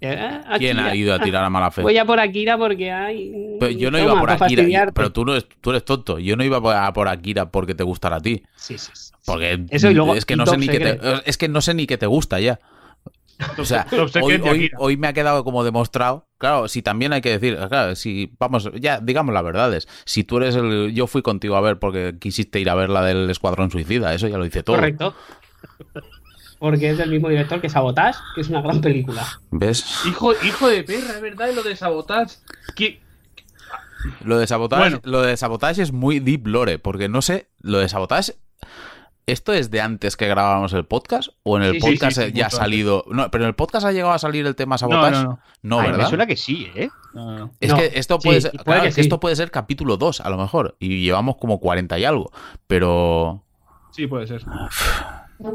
Speaker 3: Eh, ah,
Speaker 2: ¿Quién
Speaker 3: Akira,
Speaker 2: ha ido a tirar a mala fe?
Speaker 3: Voy a por Akira porque hay.
Speaker 2: Pero yo no iba por Akira, pero tú, no es- tú eres tonto. Yo no iba a por Akira porque te gustara a ti.
Speaker 3: Sí, sí, sí.
Speaker 2: Porque
Speaker 3: Eso y luego
Speaker 2: es que no sé
Speaker 3: Top
Speaker 2: ni qué te,
Speaker 3: Secret.
Speaker 2: es que no sé ni qué te gusta ya. O sea,
Speaker 1: Top Secret
Speaker 2: hoy,
Speaker 1: de
Speaker 2: hoy-
Speaker 1: Akira.
Speaker 2: hoy me ha quedado como demostrado. Claro, si también hay que decir, claro, si vamos, ya digamos las verdades. Si tú eres el, yo fui contigo a ver porque quisiste ir a ver la del Escuadrón Suicida, eso ya lo dice todo.
Speaker 3: Correcto. Porque es del mismo director que Sabotage, que es una gran película.
Speaker 2: Ah, ¿Ves?
Speaker 1: Hijo, hijo de perra, es verdad, y lo de sabotage. Que-
Speaker 2: Lo de sabotaje,
Speaker 1: Bueno.
Speaker 2: lo de sabotaje es muy deep lore, porque no sé, lo de sabotaje. ¿Esto es de antes que grabábamos el podcast? ¿O en el
Speaker 3: Sí, sí,
Speaker 2: podcast
Speaker 1: sí, sí,
Speaker 2: ya ha
Speaker 1: mucho
Speaker 2: salido.? No, pero en el podcast ha llegado a salir el tema
Speaker 1: No,
Speaker 2: sabotaje.
Speaker 1: no, no.
Speaker 2: No,
Speaker 4: Ay,
Speaker 2: ¿verdad?
Speaker 4: me suena que sí, ¿eh?
Speaker 1: no, no.
Speaker 2: Es
Speaker 3: No,
Speaker 2: que esto
Speaker 3: sí,
Speaker 2: puede ser,
Speaker 3: puede
Speaker 2: claro,
Speaker 3: que
Speaker 2: es que esto
Speaker 3: sí.
Speaker 2: puede ser capítulo 2 a lo mejor y llevamos como 40 y algo, pero
Speaker 1: Sí, puede ser.
Speaker 3: Ah,
Speaker 2: en fin.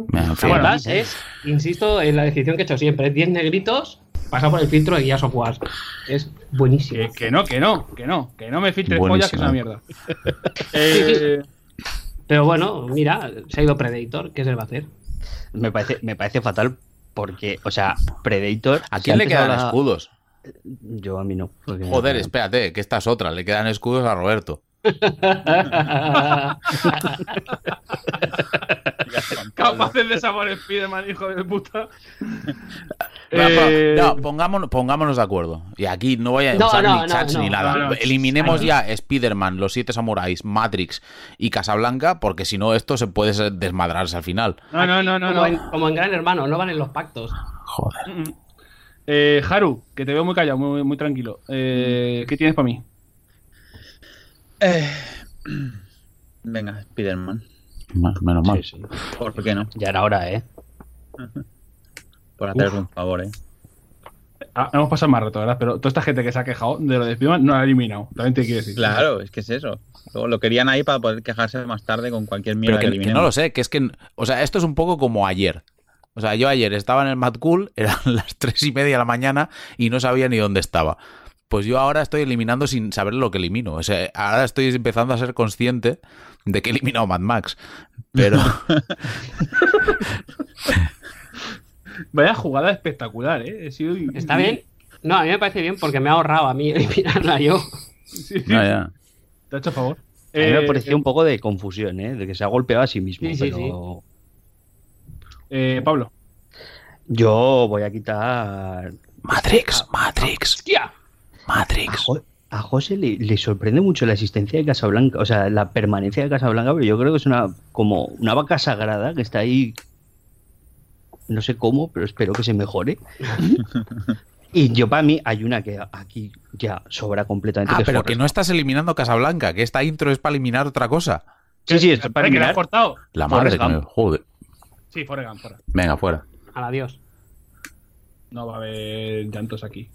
Speaker 1: Bueno,
Speaker 3: Sabotage es, insisto, en la descripción que he hecho siempre: es 10 negritos, pasa por el filtro de Guías of War. Es buenísimo.
Speaker 1: Que, que no, que no, que no, que no me filtres pollas, que es
Speaker 2: Buenísimo.
Speaker 1: una mierda. Eh,
Speaker 3: Pero bueno, mira, se ha ido Predator, ¿qué se le va a hacer?
Speaker 4: Me parece, me parece fatal porque, o sea, Predator...
Speaker 2: ¿A
Speaker 4: si
Speaker 2: quién le
Speaker 4: antes
Speaker 2: quedan
Speaker 4: hablaba-
Speaker 2: escudos?
Speaker 4: Yo a mí no. porque-
Speaker 3: Eh,
Speaker 2: Joder, espérate, que esta es otra, le quedan escudos a Roberto.
Speaker 1: Capaces de saber Spiderman, hijo de puta.
Speaker 2: Rafa,
Speaker 1: Eh,
Speaker 2: no, pongámonos, pongámonos de acuerdo. Y aquí no voy a
Speaker 3: No,
Speaker 2: usar
Speaker 3: no,
Speaker 2: ni
Speaker 3: no,
Speaker 2: chats
Speaker 3: no.
Speaker 2: ni nada.
Speaker 1: No, no.
Speaker 2: Eliminemos
Speaker 1: Aquí-
Speaker 2: ya Spider-Man, Los Siete Samuráis, Matrix y Casablanca, porque si no, esto se puede ser- desmadrarse al final.
Speaker 1: No, no, no, no.
Speaker 3: como,
Speaker 1: no.
Speaker 3: En, como en Gran Hermano, no valen los pactos.
Speaker 2: Joder.
Speaker 1: Eh, Haru, que te veo muy callado, muy, muy tranquilo. Eh, ¿Qué tienes para mí?
Speaker 5: Eh, Venga, Spiderman.
Speaker 2: Menos mal.
Speaker 4: Sí, sí.
Speaker 5: ¿Por qué no?
Speaker 4: Ya era hora, ¿eh?
Speaker 5: Por hacer un favor, ¿eh?
Speaker 1: Ah, hemos pasado más rato, ¿verdad? Pero toda esta gente que se ha quejado de lo de Spiderman no la ha eliminado. También te quiero decir.
Speaker 5: Claro, es que es eso. Luego lo querían ahí para poder quejarse más tarde con cualquier
Speaker 2: Pero
Speaker 5: mierda
Speaker 2: que,
Speaker 5: que,
Speaker 2: que no lo
Speaker 5: eliminemos.
Speaker 2: sé, que es que. O sea, esto es un poco como ayer. O sea, yo ayer estaba en el Mad Cool, eran las tres y media de la mañana y no sabía ni dónde estaba. Pues yo ahora estoy eliminando sin saber lo que elimino. O sea, ahora estoy empezando a ser consciente de que he eliminado Mad Max. Pero.
Speaker 1: Vaya jugada espectacular, ¿eh? He sido-
Speaker 3: ¿Está bien? No, a mí me parece bien porque me ha ahorrado a mí eliminarla yo.
Speaker 1: Sí, sí.
Speaker 2: No, ya.
Speaker 1: Te ha hecho favor.
Speaker 4: A mí me
Speaker 1: Eh,
Speaker 4: pareció un poco de confusión, ¿eh? De que se ha golpeado a sí mismo.
Speaker 3: Sí, sí,
Speaker 4: pero
Speaker 1: eh, Pablo.
Speaker 4: yo voy a quitar.
Speaker 2: Matrix, Matrix,
Speaker 3: ¡Hostia!
Speaker 2: ah,
Speaker 4: A,
Speaker 2: Matrix.
Speaker 4: Jo- a José le, le sorprende mucho la existencia de Casablanca, o sea, la permanencia de Casablanca, pero yo creo que es una como una vaca sagrada que está ahí. No sé cómo, pero espero que se mejore. y yo para mí hay una que aquí ya sobra completamente.
Speaker 2: Ah,
Speaker 4: es
Speaker 2: pero que
Speaker 4: Forrest
Speaker 2: no estás eliminando Casablanca, que esta intro es para eliminar otra cosa.
Speaker 4: Gump. Sí, sí, es para
Speaker 1: Espera, que la
Speaker 4: mirar.
Speaker 1: has cortado.
Speaker 2: La madre
Speaker 4: Forrest
Speaker 2: que me jode.
Speaker 1: Sí, Forrest Gump, fuera.
Speaker 2: Venga, fuera.
Speaker 3: Al adiós.
Speaker 1: No va a haber llantos aquí.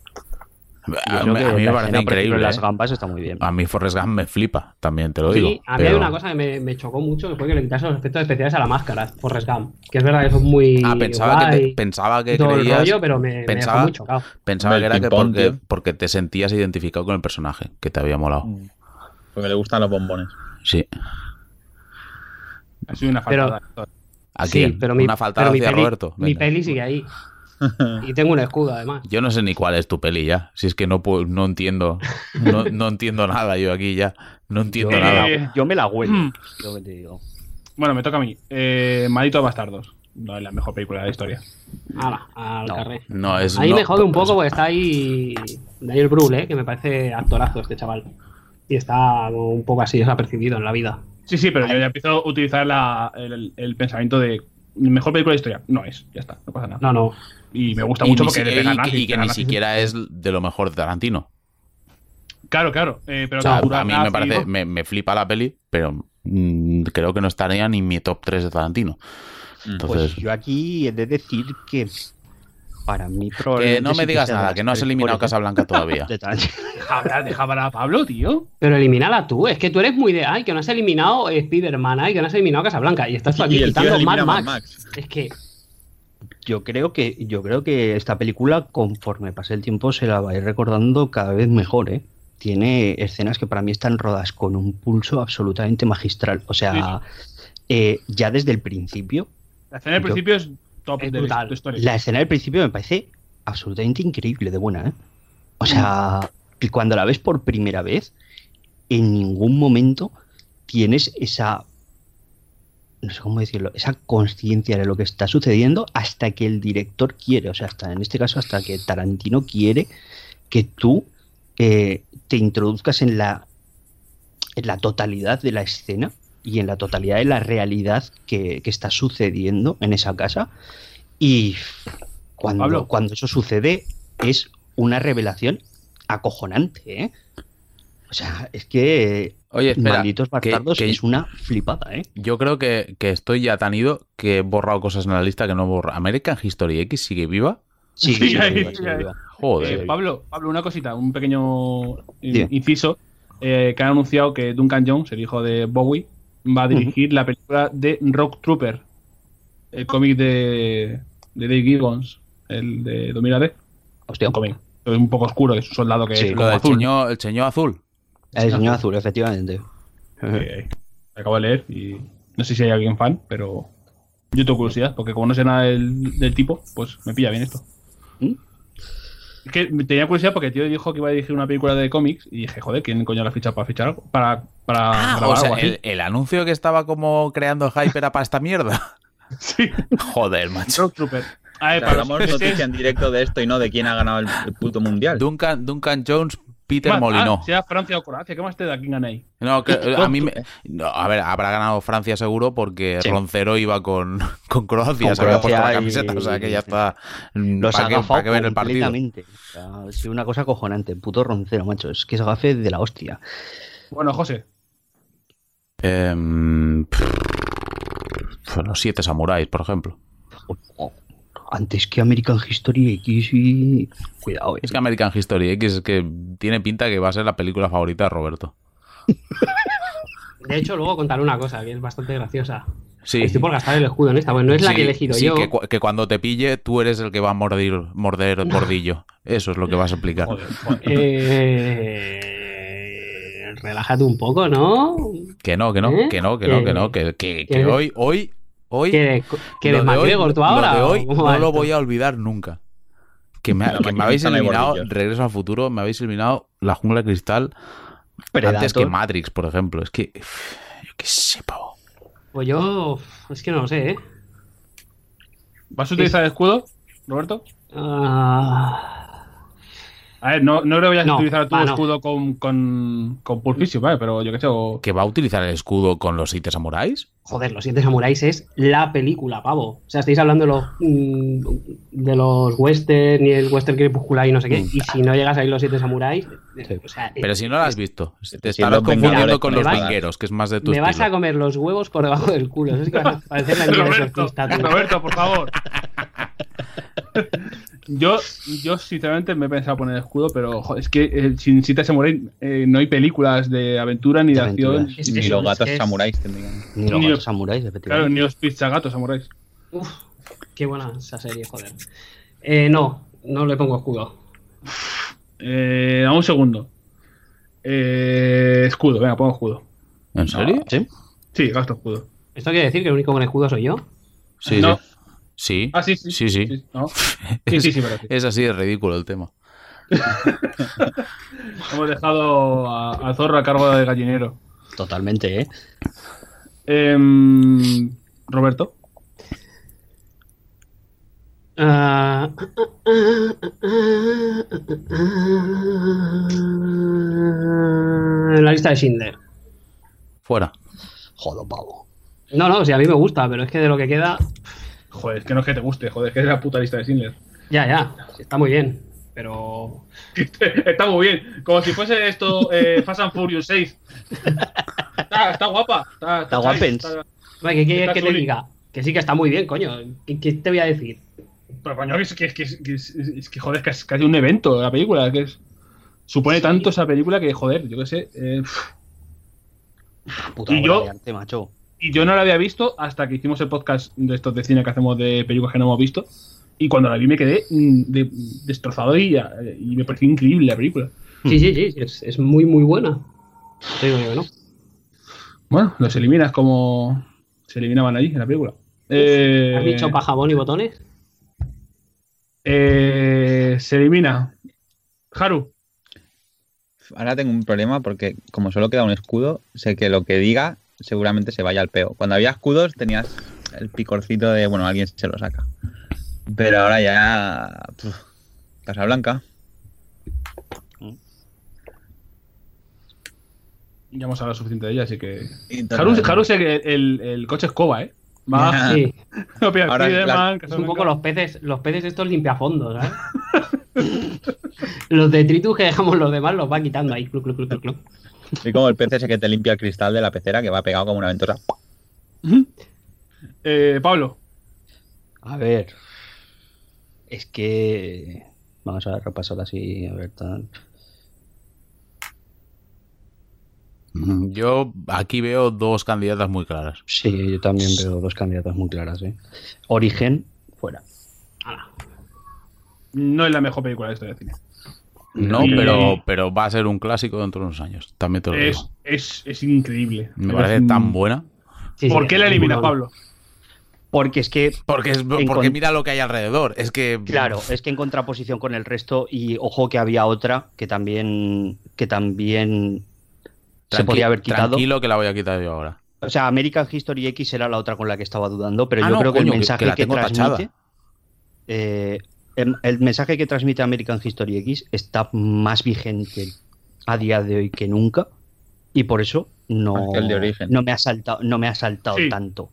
Speaker 4: Yo
Speaker 2: A,
Speaker 4: creo que
Speaker 2: a mí me parece
Speaker 4: la escena, por ejemplo, en
Speaker 2: increíble.
Speaker 4: Las
Speaker 2: ¿eh?
Speaker 4: gambas está muy bien.
Speaker 2: A mí Forrest Gump me flipa, también te lo digo.
Speaker 3: Sí, a mí hay
Speaker 2: pero-
Speaker 3: una cosa que me, me chocó mucho, que fue que le quitasen los efectos especiales a la máscara, Forrest Gump. Que es verdad que son muy
Speaker 2: Ah, pensaba que, te-
Speaker 3: guay,
Speaker 2: pensaba que
Speaker 3: y todo el
Speaker 2: creías-
Speaker 3: rollo, pero me, me
Speaker 2: pensaba-
Speaker 3: dejó muy chocado.
Speaker 2: pensaba que era que
Speaker 5: Melting
Speaker 2: porque,
Speaker 5: Pot,
Speaker 2: porque te sentías identificado con el personaje, que te había molado.
Speaker 5: Mm. Porque le gustan los bombones.
Speaker 2: Sí.
Speaker 1: Ha sido una
Speaker 3: Pero-
Speaker 1: falta.
Speaker 2: Aquí,
Speaker 3: Sí, pero mi,
Speaker 2: una falta
Speaker 3: pero mi
Speaker 2: hacia
Speaker 3: peli-
Speaker 2: Roberto.
Speaker 3: Mi
Speaker 2: Venga.
Speaker 3: peli sigue ahí. Y tengo un escudo, además.
Speaker 2: Yo no sé ni cuál es tu peli ya. Si es que no puedo- no entiendo, no, no entiendo nada yo aquí ya. No
Speaker 4: Yo,
Speaker 2: entiendo
Speaker 4: me
Speaker 2: nada.
Speaker 4: la, yo me la
Speaker 1: Hmm. Mm.
Speaker 4: huelo. yo que te digo.
Speaker 1: Bueno, me toca a mí. Eh, Maldito Bastardos. No es la mejor película de la historia.
Speaker 3: Ala, al
Speaker 4: No.
Speaker 3: carré.
Speaker 2: No es.
Speaker 3: Ahí
Speaker 2: no-
Speaker 3: me jode un poco porque está ahí Daniel Brühl, ¿eh? que me parece actorazo este chaval. Y está como un poco así desapercibido en la vida.
Speaker 1: Sí, sí, pero yo ya empiezo a utilizar la- el, el pensamiento de mejor película de la historia. No es, ya está, no pasa nada.
Speaker 3: No, no.
Speaker 1: Y me gusta
Speaker 2: y
Speaker 1: mucho
Speaker 2: ni
Speaker 1: porque
Speaker 2: si-
Speaker 1: le pega
Speaker 2: y que-
Speaker 1: nazis,
Speaker 2: y que
Speaker 1: pega
Speaker 2: ni
Speaker 1: nazis.
Speaker 2: siquiera es de lo mejor de Tarantino.
Speaker 1: Claro, claro. eh, pero
Speaker 2: O sea,
Speaker 1: tortura
Speaker 2: a mí me
Speaker 1: nazi,
Speaker 2: parece,
Speaker 1: ¿no?
Speaker 2: me, me flipa la peli, pero mm, creo que no estaría ni en mi top 3 de Tarantino.
Speaker 5: Mm.
Speaker 2: Entonces,
Speaker 4: Pues yo aquí he de decir que para mí
Speaker 2: que
Speaker 4: probablemente
Speaker 2: no
Speaker 4: sí
Speaker 2: me digas
Speaker 4: sea de
Speaker 2: nada,
Speaker 4: las
Speaker 2: que no has
Speaker 4: tres
Speaker 2: eliminado
Speaker 4: mejores, ¿eh?
Speaker 2: Casablanca todavía.
Speaker 4: De Tarantino.
Speaker 1: Deja hablar, deja hablar a Pablo, tío.
Speaker 3: Pero elimínala tú. Es que tú eres muy de. Ay, que no has eliminado eh, Spider-Man. Ay, que no has eliminado Casablanca. Y estás tú aquí
Speaker 5: Y el tío
Speaker 3: quitando
Speaker 5: elimina
Speaker 3: Mad
Speaker 5: a Mad
Speaker 3: Max.
Speaker 5: Max.
Speaker 3: Es que.
Speaker 4: Yo creo que yo creo que esta película conforme pase el tiempo se la va a ir recordando cada vez mejor, ¿eh? Tiene escenas que para mí están rodadas con un pulso absolutamente magistral, o sea, eh, ya desde el principio,
Speaker 1: La escena del
Speaker 4: Yo-
Speaker 1: principio es top
Speaker 3: Es
Speaker 1: de la
Speaker 3: brutal.
Speaker 1: de la historia.
Speaker 4: la escena del principio me parece absolutamente increíble de buena, ¿eh? O sea, que cuando la ves por primera vez, en ningún momento tienes esa no sé cómo decirlo, esa conciencia de lo que está sucediendo hasta que el director quiere, o sea, hasta en este caso, hasta que Tarantino quiere que tú eh, te introduzcas en la, en la totalidad de la escena y en la totalidad de la realidad que, que está sucediendo en esa casa. Y cuando,
Speaker 1: Pablo.
Speaker 4: cuando eso sucede es una revelación acojonante, ¿eh? O sea, es que
Speaker 2: Oye, espera,
Speaker 4: Malditos
Speaker 2: que-
Speaker 4: Bastardos
Speaker 2: que-
Speaker 4: es una flipada, ¿eh?
Speaker 2: Yo creo que, que estoy ya tan ido que he borrado cosas en la lista que no he borrado. ¿American History X sigue viva?
Speaker 4: Sí,
Speaker 1: Sí,
Speaker 4: sí,
Speaker 1: ahí,
Speaker 4: sí, sí,
Speaker 1: ahí.
Speaker 4: sí, sí.
Speaker 1: Eh,
Speaker 2: Joder.
Speaker 1: Pablo, Pablo, una cosita, un pequeño in-
Speaker 4: Dime.
Speaker 1: inciso, eh, que han anunciado que Duncan Jones, el hijo de Bowie, va a dirigir la película de Rock Trooper, el cómic de, de Dave Gibbons, el de 2010,
Speaker 4: Hostia,
Speaker 1: un cómic que es un poco oscuro, que es un soldado que
Speaker 4: Sí,
Speaker 1: es
Speaker 2: Lo
Speaker 1: como
Speaker 2: del
Speaker 1: azul.
Speaker 2: Cheño- el cheño azul.
Speaker 4: el señor azul, efectivamente.
Speaker 1: que acabo de leer y no sé si hay alguien fan, pero yo tengo curiosidad, porque como no sé nada del, del tipo, pues me pilla bien esto.
Speaker 4: ¿Mm?
Speaker 1: Es que tenía curiosidad porque el tío dijo que iba a dirigir una película de cómics y dije, joder, ¿quién coño la ficha para fichar algo? Para, para
Speaker 2: Ah,
Speaker 1: grabar
Speaker 2: o sea,
Speaker 1: algo así?
Speaker 2: el, el anuncio que estaba como creando hype era para esta mierda.
Speaker 1: Sí,
Speaker 2: Joder, macho.
Speaker 1: Road Trooper. A ver, para este
Speaker 5: Hagamos noticia en directo de esto y no de quién ha ganado el, el puto mundial.
Speaker 2: Duncan, Duncan Jones, Peter
Speaker 1: Bueno,
Speaker 2: Molinó.
Speaker 1: ah, sea Francia o Croacia, ¿qué más te da quién gana ahí?
Speaker 2: No, que- eh, a mí me- no, a ver, habrá ganado Francia seguro porque
Speaker 4: Sí.
Speaker 2: Roncero iba con, con Croacia,
Speaker 4: Con
Speaker 2: se había puesto la
Speaker 4: Croacia y-
Speaker 2: camiseta, o sea que ya está. mm,
Speaker 4: Los
Speaker 2: ¿Para
Speaker 4: ha
Speaker 2: qué-
Speaker 4: agafado
Speaker 2: para qué ver el partido?
Speaker 4: completamente. O sea, ha sido una cosa cojonante. Puto roncero, macho. Es que es gafe de la hostia.
Speaker 1: Bueno, José,
Speaker 2: Em, pff, los siete samuráis, por ejemplo.
Speaker 4: Antes que American History X y... Cuidado, eh.
Speaker 2: Es que American History X es que tiene pinta que va a ser la película favorita de Roberto.
Speaker 3: De hecho, luego contaré una cosa que es bastante graciosa.
Speaker 2: Sí.
Speaker 3: Estoy Este por gastar el escudo en esta, pues no es la
Speaker 2: Sí,
Speaker 3: que he elegido
Speaker 2: sí,
Speaker 3: yo.
Speaker 2: Que, cu- que cuando te pille, tú eres el que va a mordir, morder bordillo. Eso es lo que vas a explicar.
Speaker 1: joder, joder.
Speaker 3: Eh, Relájate un poco, ¿no?
Speaker 2: Que no, que no,
Speaker 3: ¿Eh?
Speaker 2: que no, que no,
Speaker 3: Que-
Speaker 2: que no, que, que- que
Speaker 3: que-
Speaker 2: hoy, hoy, hoy.
Speaker 3: ¿Que, que
Speaker 2: lo
Speaker 3: eres
Speaker 2: de hoy-
Speaker 3: McGregor tú
Speaker 2: lo
Speaker 3: ahora?
Speaker 2: de hoy
Speaker 3: o cómo va
Speaker 2: no lo
Speaker 3: esto?
Speaker 2: voy a olvidar nunca. Que me,
Speaker 5: La
Speaker 2: que me habéis
Speaker 5: maquinista no hay
Speaker 2: eliminado
Speaker 5: bordillos.
Speaker 2: Regreso al futuro, me habéis eliminado La Jungla de Cristal antes
Speaker 4: Predator.
Speaker 2: que Matrix, por ejemplo. Es que. uf, Yo qué sé, pavo.
Speaker 3: Pues yo, es que no lo sé, ¿eh?
Speaker 1: ¿vas a utilizar el escudo, Roberto?
Speaker 3: Ah,
Speaker 1: A ver, no, no creo que vayas
Speaker 3: No,
Speaker 1: a utilizar tu
Speaker 3: va, no.
Speaker 1: escudo con, con, con Pulp Fiction, ¿vale? Pero yo qué sé, o-
Speaker 2: ¿Que va a utilizar el escudo con los siete samuráis?
Speaker 3: joder, Los Siete Samuráis es la película, pavo. O sea, estáis hablando de los, mm, de los western y el western crepuscular y no sé qué. Y si no llegas a ir Los Siete Samuráis,
Speaker 4: Sí.
Speaker 3: o sea,
Speaker 2: Pero si no lo has visto, te
Speaker 5: si
Speaker 2: estarás
Speaker 5: los Vengadores
Speaker 2: confundiendo con
Speaker 5: con
Speaker 2: los
Speaker 3: espadas.
Speaker 2: vingueros, que es más de tu
Speaker 3: eh, me vas a
Speaker 2: estilo.
Speaker 3: comer los huevos por debajo del culo. Eso es que vas a parecer la niña de
Speaker 1: Roberto,
Speaker 3: exorcista, tú.
Speaker 1: Roberto, por favor. Yo, yo sinceramente me he pensado poner escudo, pero jo, es que eh, sin Cita se morir no hay películas de aventura ni de,
Speaker 4: De
Speaker 1: acción.
Speaker 4: aventuras.
Speaker 3: Es que
Speaker 5: Ni
Speaker 3: eso,
Speaker 5: los
Speaker 3: es
Speaker 5: gatos
Speaker 3: que es-
Speaker 5: samuráis tendrían.
Speaker 4: Ni los
Speaker 1: Ni-
Speaker 4: gatos samuráis,
Speaker 1: Claro,
Speaker 4: efectivamente.
Speaker 1: ni los pizzagatos, samuráis.
Speaker 3: Uf, qué buena esa serie, joder. Eh, no, no le pongo escudo.
Speaker 1: Eh, dame un segundo. Eh, escudo, venga, pongo escudo.
Speaker 2: ¿En serio?
Speaker 4: ¿Sí?
Speaker 1: Sí, gasto escudo.
Speaker 3: ¿Esto quiere decir que el único con escudo soy yo?
Speaker 2: Sí,
Speaker 1: No.
Speaker 2: sí.
Speaker 1: Ah, sí, sí.
Speaker 2: Sí, sí.
Speaker 1: ¿no? sí, sí, sí, pero sí.
Speaker 2: Es así de ridículo el tema.
Speaker 1: Hemos dejado a, a Zorro a cargo de gallinero.
Speaker 4: Totalmente, ¿eh?
Speaker 1: Em, Roberto.
Speaker 3: Ah, La lista de Schindler.
Speaker 2: Fuera.
Speaker 4: Jodo, pavo.
Speaker 3: No, no, sí, a mí me gusta, pero es que de lo que queda,
Speaker 1: Joder, es que no es que te guste, joder, es que es la puta lista de Schindler.
Speaker 3: ya, ya, sí, está muy bien. Pero
Speaker 1: Está muy bien. Como si fuese esto eh, Fast and Furious 6. Está, está guapa. Está,
Speaker 4: Está
Speaker 3: ¿eh?
Speaker 4: guapens.
Speaker 1: está-
Speaker 3: Hombre, ¿Qué quieres
Speaker 1: Está
Speaker 3: que te
Speaker 1: chuli.
Speaker 3: diga? Que sí que está muy bien, coño. ¿Qué, qué te voy a decir?
Speaker 1: Pero coño, es que, es que, es que- es- es que, joder, es que es casi un evento la película. Que es, supone tanto esa película que, joder, yo qué sé. eh,
Speaker 4: Puta
Speaker 1: Y
Speaker 4: obra
Speaker 1: yo-
Speaker 4: de arte, macho.
Speaker 1: y yo no la había visto hasta que hicimos el podcast de estos de cine que hacemos de películas que no hemos visto. Y cuando la vi me quedé mm, de- destrozado y, eh, y me pareció increíble la película.
Speaker 3: Sí, sí, sí, sí, es, es muy, muy buena. Te digo yo que no.
Speaker 1: Bueno, los eliminas como se eliminaban allí en la película. Eh,
Speaker 3: ¿Has dicho pajabón y botones?
Speaker 1: Eh, se elimina. Haru.
Speaker 5: Ahora tengo un problema porque como solo queda un escudo, sé que lo que diga seguramente se vaya al peo. Cuando había escudos tenías el picorcito de, bueno, alguien se lo saca. Pero ahora ya... puf, Casa Blanca.
Speaker 1: Ya hemos hablado suficiente de ella, así que.
Speaker 5: Y todo
Speaker 1: Haru,
Speaker 5: el-
Speaker 1: Haru sé que el, el coche escoba, ¿eh? Va,
Speaker 5: Ah.
Speaker 3: Sí,
Speaker 1: copia
Speaker 5: Ahora,
Speaker 1: Spiderman,
Speaker 3: es un
Speaker 1: Casablanca.
Speaker 3: poco los peces, los peces estos limpiafondos, ¿sabes? los detritus que dejamos los demás los va quitando ahí. cluc, cluc, cluc, cluc, cluc.
Speaker 5: Y como el pez ese que te limpia el cristal de la pecera que va pegado como una ventosa.
Speaker 1: Eh, Pablo.
Speaker 4: A ver. Es que. Vamos a repasar así, a ver tal. Mm,
Speaker 2: Yo aquí veo dos candidatas muy claras.
Speaker 4: Sí, yo también veo dos candidatas muy claras, ¿eh? Origen, fuera.
Speaker 3: Ala.
Speaker 1: No es la mejor película de historia de cine.
Speaker 2: No,
Speaker 1: Y-
Speaker 2: pero, pero va a ser un clásico dentro de unos años. También te lo digo.
Speaker 1: Es, es, es increíble.
Speaker 2: Me parece
Speaker 1: Es un-
Speaker 2: tan buena.
Speaker 3: Sí, sí,
Speaker 1: ¿Por qué
Speaker 3: es
Speaker 1: la
Speaker 3: un
Speaker 1: eliminas,
Speaker 3: burón.
Speaker 1: Pablo?
Speaker 4: Porque es que
Speaker 2: Porque, es, porque
Speaker 4: con-
Speaker 2: mira lo que hay alrededor. Es que.
Speaker 4: Claro, es que en contraposición con el resto y ojo que había otra que también que también se
Speaker 2: tranqui-
Speaker 4: podía haber quitado.
Speaker 2: Tranquilo que la voy a quitar yo ahora.
Speaker 4: O sea, American History X era la otra con la que estaba dudando, pero
Speaker 2: Ah,
Speaker 4: yo
Speaker 2: no,
Speaker 4: creo que
Speaker 2: coño, que-
Speaker 4: el mensaje
Speaker 2: que la
Speaker 4: que,
Speaker 2: tengo
Speaker 4: transmite
Speaker 2: tachada.
Speaker 4: eh, em- el mensaje que transmite American History X está más vigente a día de hoy que nunca y por eso no
Speaker 5: Aquel de origen.
Speaker 4: no me ha saltado no me ha saltado
Speaker 1: Sí.
Speaker 4: tanto.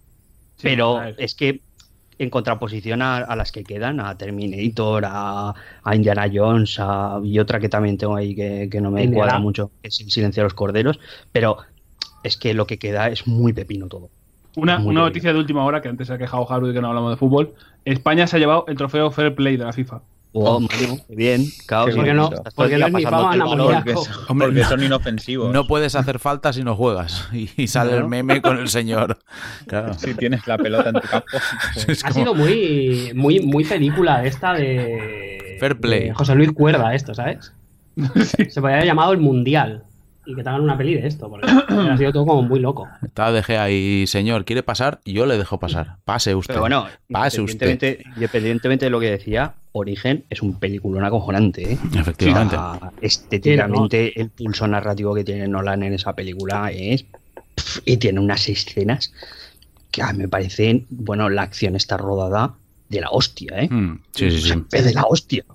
Speaker 1: Sí,
Speaker 4: Pero
Speaker 1: a ver.
Speaker 4: es que en contraposición a, a las que quedan, a Terminator, a, a Indiana Jones, a- y otra que también tengo ahí que, que no me
Speaker 3: Indiana.
Speaker 4: cuadra mucho, que es el Silencio de los Corderos, pero es que lo que queda es muy pepino todo.
Speaker 1: Una,
Speaker 4: Muy
Speaker 1: una
Speaker 4: bien.
Speaker 1: noticia de última hora que antes se ha quejado Haru de que no hablamos de fútbol. España se ha llevado el trofeo Fair Play de la FIFA.
Speaker 4: Oh, Mario, qué bien, caos.
Speaker 5: Qué
Speaker 4: ¿eh?
Speaker 3: Porque no,
Speaker 5: Estás
Speaker 3: porque no es mi fama
Speaker 4: pasándote el balón,
Speaker 5: Porque,
Speaker 3: amoníaco.
Speaker 5: son-
Speaker 2: Hombre,
Speaker 5: porque
Speaker 2: no.
Speaker 5: son inofensivos.
Speaker 2: No puedes hacer falta si no juegas. Y, y sale el
Speaker 4: No.
Speaker 2: meme con el señor. Claro.
Speaker 5: Si tienes la pelota en tu campo.
Speaker 2: Es
Speaker 3: Ha
Speaker 2: como-
Speaker 3: sido muy, muy, muy película esta de.
Speaker 2: Fair play.
Speaker 3: de José Luis Cuerda, esto, ¿sabes? Se podría haber llamado el Mundial. Y que te hagan una peli de esto, porque ha sido todo como muy loco.
Speaker 2: Estaba dejé ahí, señor, ¿quiere pasar? Yo le dejo pasar. Pase usted.
Speaker 4: Pero bueno,
Speaker 2: Pase usted.
Speaker 4: independientemente, independientemente de lo que decía, Origen es un peliculón acojonante. ¿eh?
Speaker 2: Efectivamente.
Speaker 4: Ah, estéticamente, el pulso narrativo que tiene Nolan en esa película es. pf, Y tiene unas escenas que a mí me parecen. Bueno, la acción está rodada de la hostia, ¿eh?
Speaker 2: Mm, sí, sí,
Speaker 4: O sea,
Speaker 2: sí.
Speaker 4: De la hostia.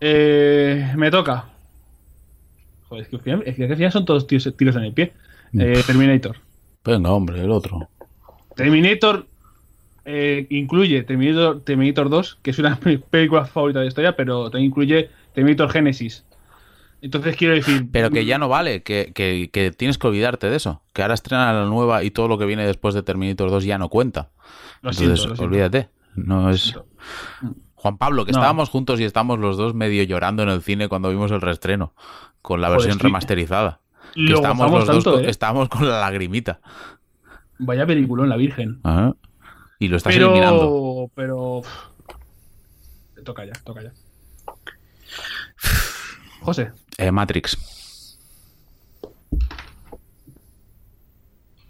Speaker 1: Eh, me toca. Joder, es que al final, es que al final son todos tiros, tiros en el pie. Eh, Terminator.
Speaker 2: Venga, hombre, el otro.
Speaker 1: Terminator eh, incluye Terminator, Terminator 2, que es una de mis películas favoritas de la historia, pero también incluye Terminator Genesis. Entonces quiero decir.
Speaker 2: Pero que ya no vale, que, que- que tienes que olvidarte de eso. Que ahora estrenan la nueva y todo lo que viene después de Terminator 2 ya no cuenta.
Speaker 1: Lo siento,
Speaker 2: Entonces,
Speaker 1: lo siento,
Speaker 2: olvídate. No es.
Speaker 1: lo siento.
Speaker 2: Juan Pablo, que
Speaker 1: No.
Speaker 2: estábamos juntos y estábamos los dos medio llorando en el cine cuando vimos el reestreno, con la
Speaker 1: Joder,
Speaker 2: versión
Speaker 1: sí.
Speaker 2: remasterizada. Que
Speaker 1: Lo
Speaker 2: estábamos
Speaker 1: gozamos
Speaker 2: los dos
Speaker 1: tanto,
Speaker 2: con,
Speaker 1: ¿eh?
Speaker 2: estábamos con la lagrimita.
Speaker 1: Vaya película la Virgen.
Speaker 2: Ajá. Y lo estás eliminando.
Speaker 1: Pero. Pero. pff, Toca ya, toca ya. José,
Speaker 2: Eh, Matrix.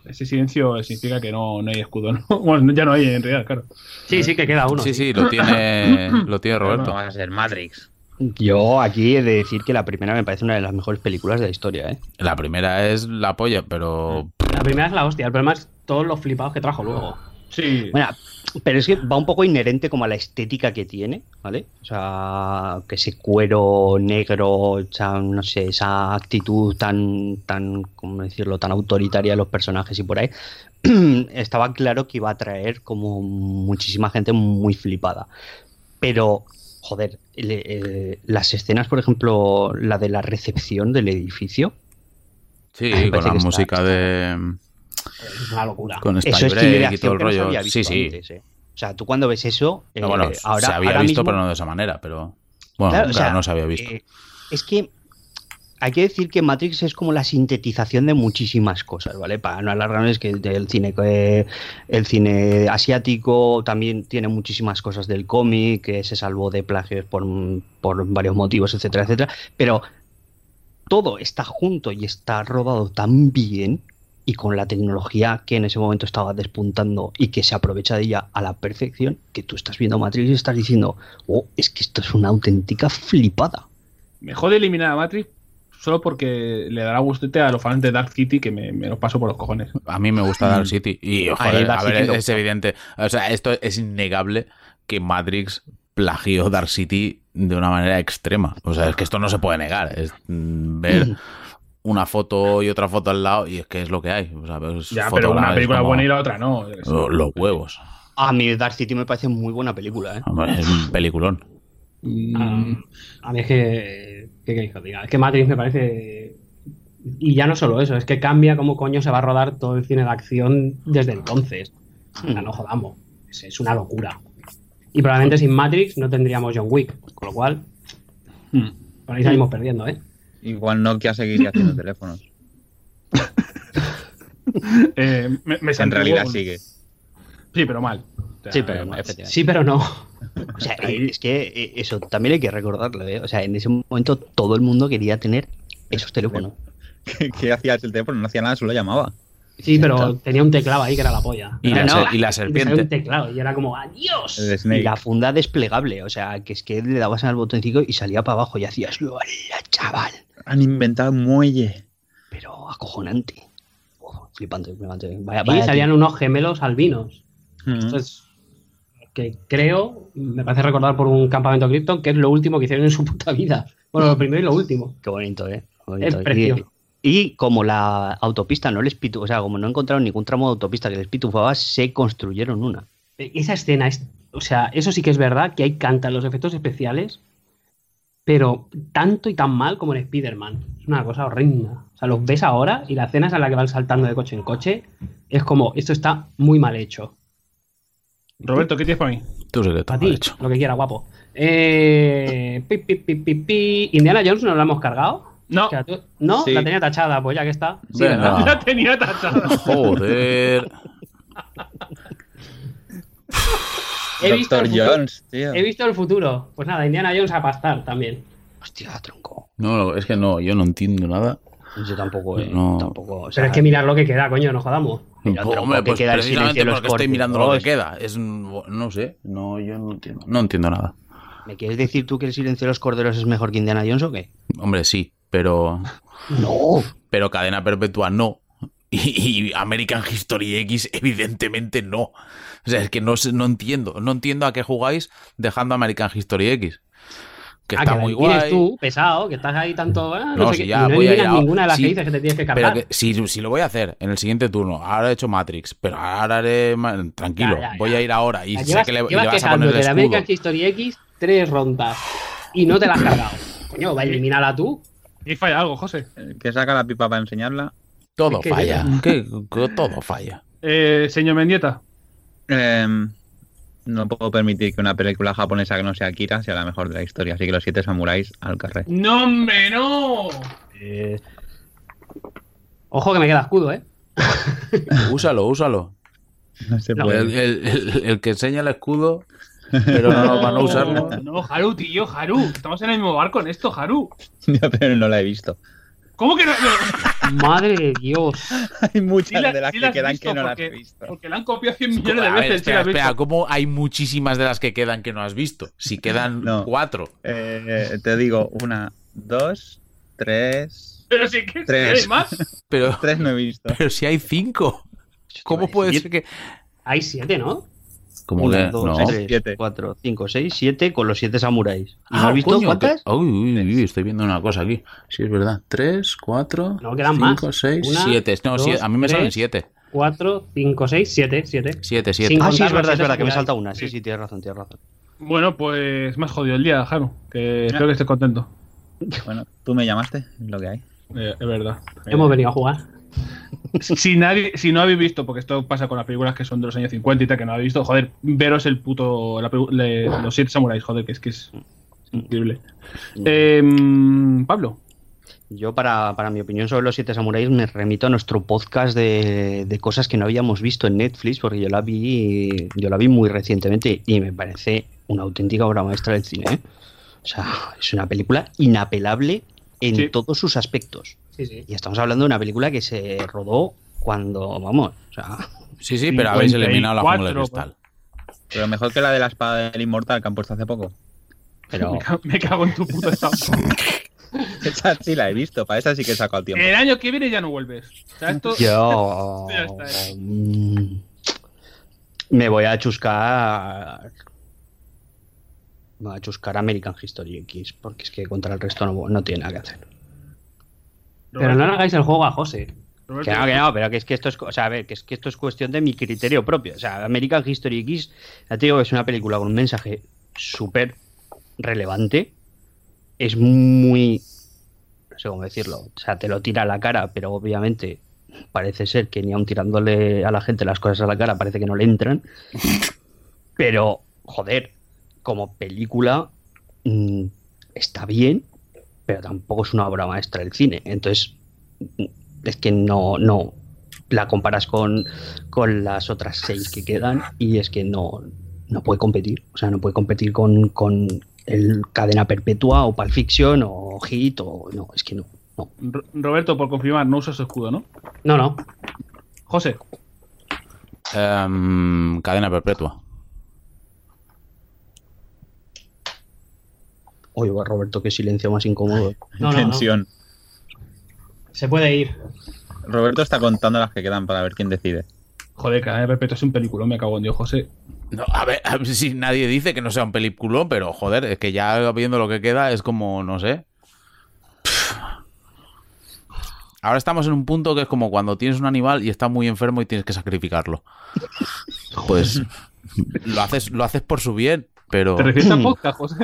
Speaker 1: ese silencio significa que no, no hay escudo, ¿no? Bueno, ya no hay en realidad, claro.
Speaker 3: Sí, sí, que queda uno.
Speaker 2: sí, sí, lo tiene, lo tiene Roberto.
Speaker 5: va a ser Matrix.
Speaker 4: Yo aquí he de decir que la primera me parece una de las mejores películas de la historia, ¿eh?
Speaker 2: La primera es la polla, pero
Speaker 3: La primera es la hostia. El problema es todos los flipados que trajo luego.
Speaker 1: Sí.
Speaker 4: Bueno, pero es que va un poco inherente como a la estética que tiene, ¿vale? O sea, que ese cuero negro, o sea, no sé, esa actitud tan, tan, ¿cómo decirlo?, tan autoritaria de los personajes y por ahí, estaba claro que iba a traer como muchísima gente muy flipada. Pero, joder, le- eh, las escenas, por ejemplo, la de la recepción del edificio,
Speaker 2: sí,
Speaker 4: Ah, Me
Speaker 2: con
Speaker 4: parece
Speaker 2: la
Speaker 4: que está-
Speaker 2: música de.
Speaker 3: Es una locura.
Speaker 2: con
Speaker 4: eso es cine de
Speaker 2: Spybreak y todo
Speaker 4: acción
Speaker 2: el
Speaker 4: que no se
Speaker 2: rollo.
Speaker 4: había visto
Speaker 2: Sí, sí.
Speaker 4: antes, ¿eh? O sea, tú cuando ves eso,
Speaker 2: No,
Speaker 4: eh,
Speaker 2: bueno,
Speaker 4: ahora,
Speaker 2: se había
Speaker 4: ahora
Speaker 2: visto,
Speaker 4: mismo-
Speaker 2: pero no de esa manera, pero. Bueno, claro,
Speaker 4: Claro, o sea,
Speaker 2: no se había visto.
Speaker 4: Eh, es que hay que decir que Matrix es como la sintetización de muchísimas cosas, ¿vale? Para no alargarnos es que el cine, eh, el cine asiático también tiene muchísimas cosas del cómic, que se salvó de plagios por, por varios motivos, etcétera, etcétera. Pero todo está junto y está rodado tan bien y con la tecnología que en ese momento estaba despuntando y que se aprovecha de ella a la perfección, que tú estás viendo Matrix y estás diciendo, oh, es que esto es una auténtica flipada.
Speaker 1: Me jode eliminar a Matrix solo porque le dará gustete a los fans de Dark City que me, me los paso por los cojones.
Speaker 2: A mí me gusta Dark City. Y, joder,
Speaker 4: Ahí Dark
Speaker 2: a ver,
Speaker 4: City lo-
Speaker 2: es evidente. O sea, esto es innegable que Matrix plagió Dark City de una manera extrema. O sea, es que esto no se puede negar. Es mm, ver una foto y otra foto al lado y es que es lo que hay. O sea, es
Speaker 1: Ya, pero
Speaker 2: fotograma,
Speaker 1: una
Speaker 2: es
Speaker 1: película
Speaker 2: como
Speaker 1: buena y la otra no. Es-
Speaker 2: lo- Los huevos.
Speaker 4: A mí Dark City me parece muy buena película, ¿eh?
Speaker 2: Hombre, es un peliculón.
Speaker 1: Mm,
Speaker 3: Ah, A mí es que. ¿Qué queréis que os diga? Es que Matrix me parece. Y ya no solo eso, es que cambia cómo coño se va a rodar todo el cine de acción desde entonces. O sea, no jodamos. Es, es una locura. Y probablemente sin Matrix no tendríamos John Wick. Con lo cual,
Speaker 1: mm.
Speaker 3: por ahí salimos perdiendo, ¿eh?
Speaker 5: Igual Nokia seguiría haciendo teléfonos.
Speaker 1: Eh, me, me
Speaker 5: En
Speaker 1: sentí
Speaker 5: realidad
Speaker 1: un-
Speaker 5: sigue.
Speaker 1: Sí, pero mal. O sea,
Speaker 4: Sí, pero
Speaker 1: mal.
Speaker 4: efectivamente.
Speaker 3: Sí, pero no.
Speaker 4: O sea, es que eh, eso también hay que recordarlo, ¿eh? O sea, en ese momento todo el mundo quería tener esos teléfonos.
Speaker 5: ¿Qué, qué hacía el teléfono? No hacía nada, solo llamaba.
Speaker 3: Sí, pero tenía un teclado ahí que era la polla.
Speaker 2: Y,
Speaker 3: Era
Speaker 2: la,
Speaker 3: una-
Speaker 2: ser- y la
Speaker 3: y me salió un
Speaker 2: serpiente.
Speaker 3: teclado y era como, ¡adiós!
Speaker 5: El
Speaker 4: Y
Speaker 5: Snake.
Speaker 4: la funda desplegable, o sea, que es que le dabas al botoncito y salía para abajo y hacías, ¡hola, chaval!
Speaker 5: Han inventado un muelle.
Speaker 4: Pero acojonante. Uf, flipante, flipante. Vaya,
Speaker 3: Aquí
Speaker 4: vaya
Speaker 3: salían unos gemelos albinos.
Speaker 5: Mm.
Speaker 3: Esto es que creo, me parece recordar por un campamento cripto, que es lo último que hicieron en su puta vida. Bueno, lo primero y lo último.
Speaker 4: Qué bonito, ¿eh? Qué bonito.
Speaker 3: Es precioso.
Speaker 4: Y, y como la autopista no les pitu, o sea, como no encontraron ningún tramo de autopista que les pitufaba, se construyeron una.
Speaker 3: E, Esa escena, es, o sea, eso sí que es verdad que hay canta los efectos especiales, pero tanto y tan mal como en Spider-Man. Es una cosa horrenda. O sea, los ves ahora y la escena es en la que van saltando de coche en coche. Es como, esto está muy mal hecho.
Speaker 1: Roberto, ¿qué tienes para mí?
Speaker 2: Tú sí que
Speaker 3: Para
Speaker 2: te lo
Speaker 3: ti,
Speaker 2: has hecho.
Speaker 3: lo que quiera, guapo. Eh, pi, pi, pi, pi, pi. Indiana Jones no la hemos cargado.
Speaker 1: No,
Speaker 3: O sea, tú- no,
Speaker 5: Sí.
Speaker 3: la tenía tachada, pues ya que está.
Speaker 2: Sí, Venga.
Speaker 1: la tenía tachada.
Speaker 2: Joder.
Speaker 3: He visto,
Speaker 5: Doctor
Speaker 3: el futuro,
Speaker 5: Jones, tío.
Speaker 3: he visto el futuro. Pues nada, Indiana Jones a pastar también.
Speaker 4: Hostia, tronco.
Speaker 2: No, no, es que no, yo no entiendo nada.
Speaker 4: Yo tampoco, ¿eh?
Speaker 2: No.
Speaker 4: Tampoco, o sea,
Speaker 3: Pero es que mirar lo que queda, coño, no jodamos.
Speaker 4: Mira, tronco,
Speaker 2: Hombre,
Speaker 4: que
Speaker 2: pues
Speaker 4: queda el
Speaker 2: precisamente
Speaker 4: silencio de los
Speaker 2: porque estoy
Speaker 4: cortes,
Speaker 2: mirando lo que
Speaker 4: ¿no?
Speaker 2: queda. Es, un- no sé, no, yo no entiendo. No entiendo nada.
Speaker 4: ¿Me quieres decir tú que el silencio de los corderos es mejor que Indiana Jones o qué?
Speaker 2: Hombre, sí, pero,
Speaker 4: No.
Speaker 2: pero cadena perpetua no. Y, y American History X evidentemente no. O sea, es que no, sé- no entiendo. No entiendo a qué jugáis dejando American History X. Que
Speaker 3: Ah,
Speaker 2: está
Speaker 3: la
Speaker 2: muy
Speaker 3: tienes
Speaker 2: guay.
Speaker 3: tú, pesado, que estás ahí tanto. ah, no,
Speaker 2: No,
Speaker 3: sé
Speaker 2: si
Speaker 3: qué,
Speaker 2: ya
Speaker 3: y no
Speaker 2: voy
Speaker 3: eliminas
Speaker 2: allá.
Speaker 3: ninguna de las
Speaker 2: Sí,
Speaker 3: que dices que te tienes que
Speaker 2: Pero
Speaker 3: cargar.
Speaker 2: que, si, si lo voy a hacer en el siguiente turno, ahora he hecho Matrix, pero ahora haré. ma- Tranquilo,
Speaker 3: Ya, ya, ya.
Speaker 2: voy a ir ahora. Y
Speaker 3: La
Speaker 2: sé
Speaker 3: llevas
Speaker 2: que le,
Speaker 3: llevas
Speaker 2: le vas a poner
Speaker 3: quejándote
Speaker 2: el
Speaker 3: de
Speaker 2: escudo.
Speaker 3: American History X tres rondas y no te la has cargado. Coño, va a eliminarla tú.
Speaker 1: Y falla algo, José.
Speaker 5: El Que saca la pipa para enseñarla.
Speaker 2: Todo
Speaker 3: Es que-
Speaker 2: falla. que- que todo falla.
Speaker 1: Eh, señor Mendieta.
Speaker 5: Em, no puedo permitir que una película japonesa que no sea Akira sea la mejor de la historia. Así que los siete samuráis al carrer.
Speaker 1: ¡No, hombre, no!
Speaker 3: Ojo que me queda escudo, ¿eh?
Speaker 2: Úsalo, úsalo.
Speaker 5: No se
Speaker 3: No.
Speaker 5: puede.
Speaker 2: El, el- el- el que enseña el escudo, pero no, para no usarlo.
Speaker 1: No, Haru, tío, Haru. Estamos en el mismo barco en esto, Haru.
Speaker 5: Ya, pero no la he visto.
Speaker 1: ¿Cómo que no?
Speaker 3: Madre de Dios.
Speaker 5: Hay
Speaker 1: Sí
Speaker 5: muchas
Speaker 1: la-
Speaker 5: de las
Speaker 1: sí
Speaker 5: que
Speaker 1: las
Speaker 5: quedan
Speaker 1: visto
Speaker 5: que no las
Speaker 1: porque-
Speaker 5: he visto.
Speaker 1: Porque la han copiado 100 millones de
Speaker 2: A ver,
Speaker 1: veces.
Speaker 2: espera,
Speaker 1: sí, la has
Speaker 2: espera,
Speaker 1: visto.
Speaker 2: ¿cómo hay muchísimas de las que quedan que no has visto? Si quedan
Speaker 5: No.
Speaker 2: cuatro.
Speaker 5: Eh, te digo, una, dos, tres.
Speaker 1: Pero sí que
Speaker 5: Tres.
Speaker 1: hay más.
Speaker 2: Pero,
Speaker 5: Tres no he visto.
Speaker 2: pero si hay cinco, ¿cómo puede ser que.?
Speaker 3: Hay siete, ¿no?
Speaker 2: Como
Speaker 4: Una,
Speaker 2: que-
Speaker 4: dos,
Speaker 2: no.
Speaker 4: tres,
Speaker 5: Siete.
Speaker 4: cuatro, cinco, seis, siete con los siete samuráis. ¿Y no
Speaker 2: Ah,
Speaker 4: has visto
Speaker 2: coño,
Speaker 4: cuántas?
Speaker 2: que- Uy, uy, uy, estoy viendo una cosa aquí. Sí, es verdad. Tres, cuatro,
Speaker 3: No, quedan
Speaker 2: cinco,
Speaker 3: más.
Speaker 2: seis,
Speaker 3: Una,
Speaker 2: siete. No,
Speaker 3: dos,
Speaker 2: siete- A mí me salen
Speaker 3: tres.
Speaker 2: siete.
Speaker 3: 4, 5, 6, 7, 7.
Speaker 2: Siete, siete.
Speaker 3: Cinco.
Speaker 4: Ah, sí, es
Speaker 3: contar los
Speaker 4: verdad, es
Speaker 3: siete
Speaker 4: verdad, que me
Speaker 3: samuráis.
Speaker 4: salta una. Sí, sí, tienes razón, tienes razón.
Speaker 1: Bueno, pues más jodido el día, Haru. Que espero que estés contento.
Speaker 5: Bueno, tú me llamaste, es lo que hay.
Speaker 1: Eh, es verdad.
Speaker 3: Hemos venido a jugar.
Speaker 1: si nadie, si no habéis visto, porque esto pasa con las películas que son de los años 50 y tal, que no habéis visto, joder, veros el puto. la pelu- le- los siete samuráis, joder, que es que es increíble. Eh, Pablo,
Speaker 4: Yo, para, para mi opinión sobre los siete samuráis, me remito a nuestro podcast de, de cosas que no habíamos visto en Netflix, porque yo la vi, yo la vi muy recientemente y me parece una auténtica obra maestra del cine. ¿eh? O sea, es una película inapelable en
Speaker 1: Sí.
Speaker 4: todos sus aspectos.
Speaker 3: Sí, sí.
Speaker 4: Y estamos hablando de una película que se rodó cuando, vamos, o sea,
Speaker 2: Sí, sí, pero habéis eliminado la jungla de
Speaker 1: 54,
Speaker 2: cristal.
Speaker 5: Pero mejor que la de la espada del inmortal que han puesto hace poco.
Speaker 4: pero
Speaker 1: me, ca- me cago en tu puta estampa.
Speaker 5: Esa sí la he visto, para esa sí que he sacado tiempo.
Speaker 3: Eh,
Speaker 1: El año que viene ya no vuelves. O sea, esto-
Speaker 4: yo
Speaker 1: Ya está, eh.
Speaker 4: mm, me voy a chuscar me voy a chuscar American History X porque es que contra el resto no, no tiene nada que hacer
Speaker 3: Pero
Speaker 2: eh.
Speaker 3: no le hagáis el juego a José.
Speaker 1: Roberto,
Speaker 4: que no, que no, pero que es que esto es, o sea, a ver, que es que esto es cuestión de mi criterio propio. O sea, American History X, ya te digo que es una película con un mensaje súper relevante. Es muy, no sé cómo decirlo, o sea, te lo tira a la cara, pero obviamente parece ser que ni aun tirándole a la gente las cosas a la cara parece que no le entran. Pero, joder, como película mm, está bien, pero tampoco es una obra maestra del cine. Entonces, es que no, no la comparas con, con las otras seis que quedan y es que no, no puede competir. O sea, no puede competir con, con el Cadena Perpetua o Pulp Fiction o Hit o... No, es que no. no.
Speaker 1: Ro- Roberto, por confirmar, no usas escudo, ¿no?
Speaker 3: No, no.
Speaker 1: José,
Speaker 2: Em, cadena perpetua.
Speaker 4: Oye, va, Roberto, qué silencio más incómodo.
Speaker 3: No, no, no.
Speaker 5: Tensión.
Speaker 3: Se puede ir.
Speaker 5: Roberto está contando las que quedan para ver quién decide.
Speaker 1: joder, Cadena Perpetua es un película, me cago en Dios, José.
Speaker 2: No, a ver, a ver si nadie dice que no sea un película, pero joder, es que ya viendo lo que queda es como, no sé. Pff. Ahora estamos en un punto que es como cuando tienes un animal y está muy enfermo y tienes que sacrificarlo. Pues lo haces, lo haces por su bien, pero
Speaker 1: ¿Te refieres a podcast, José?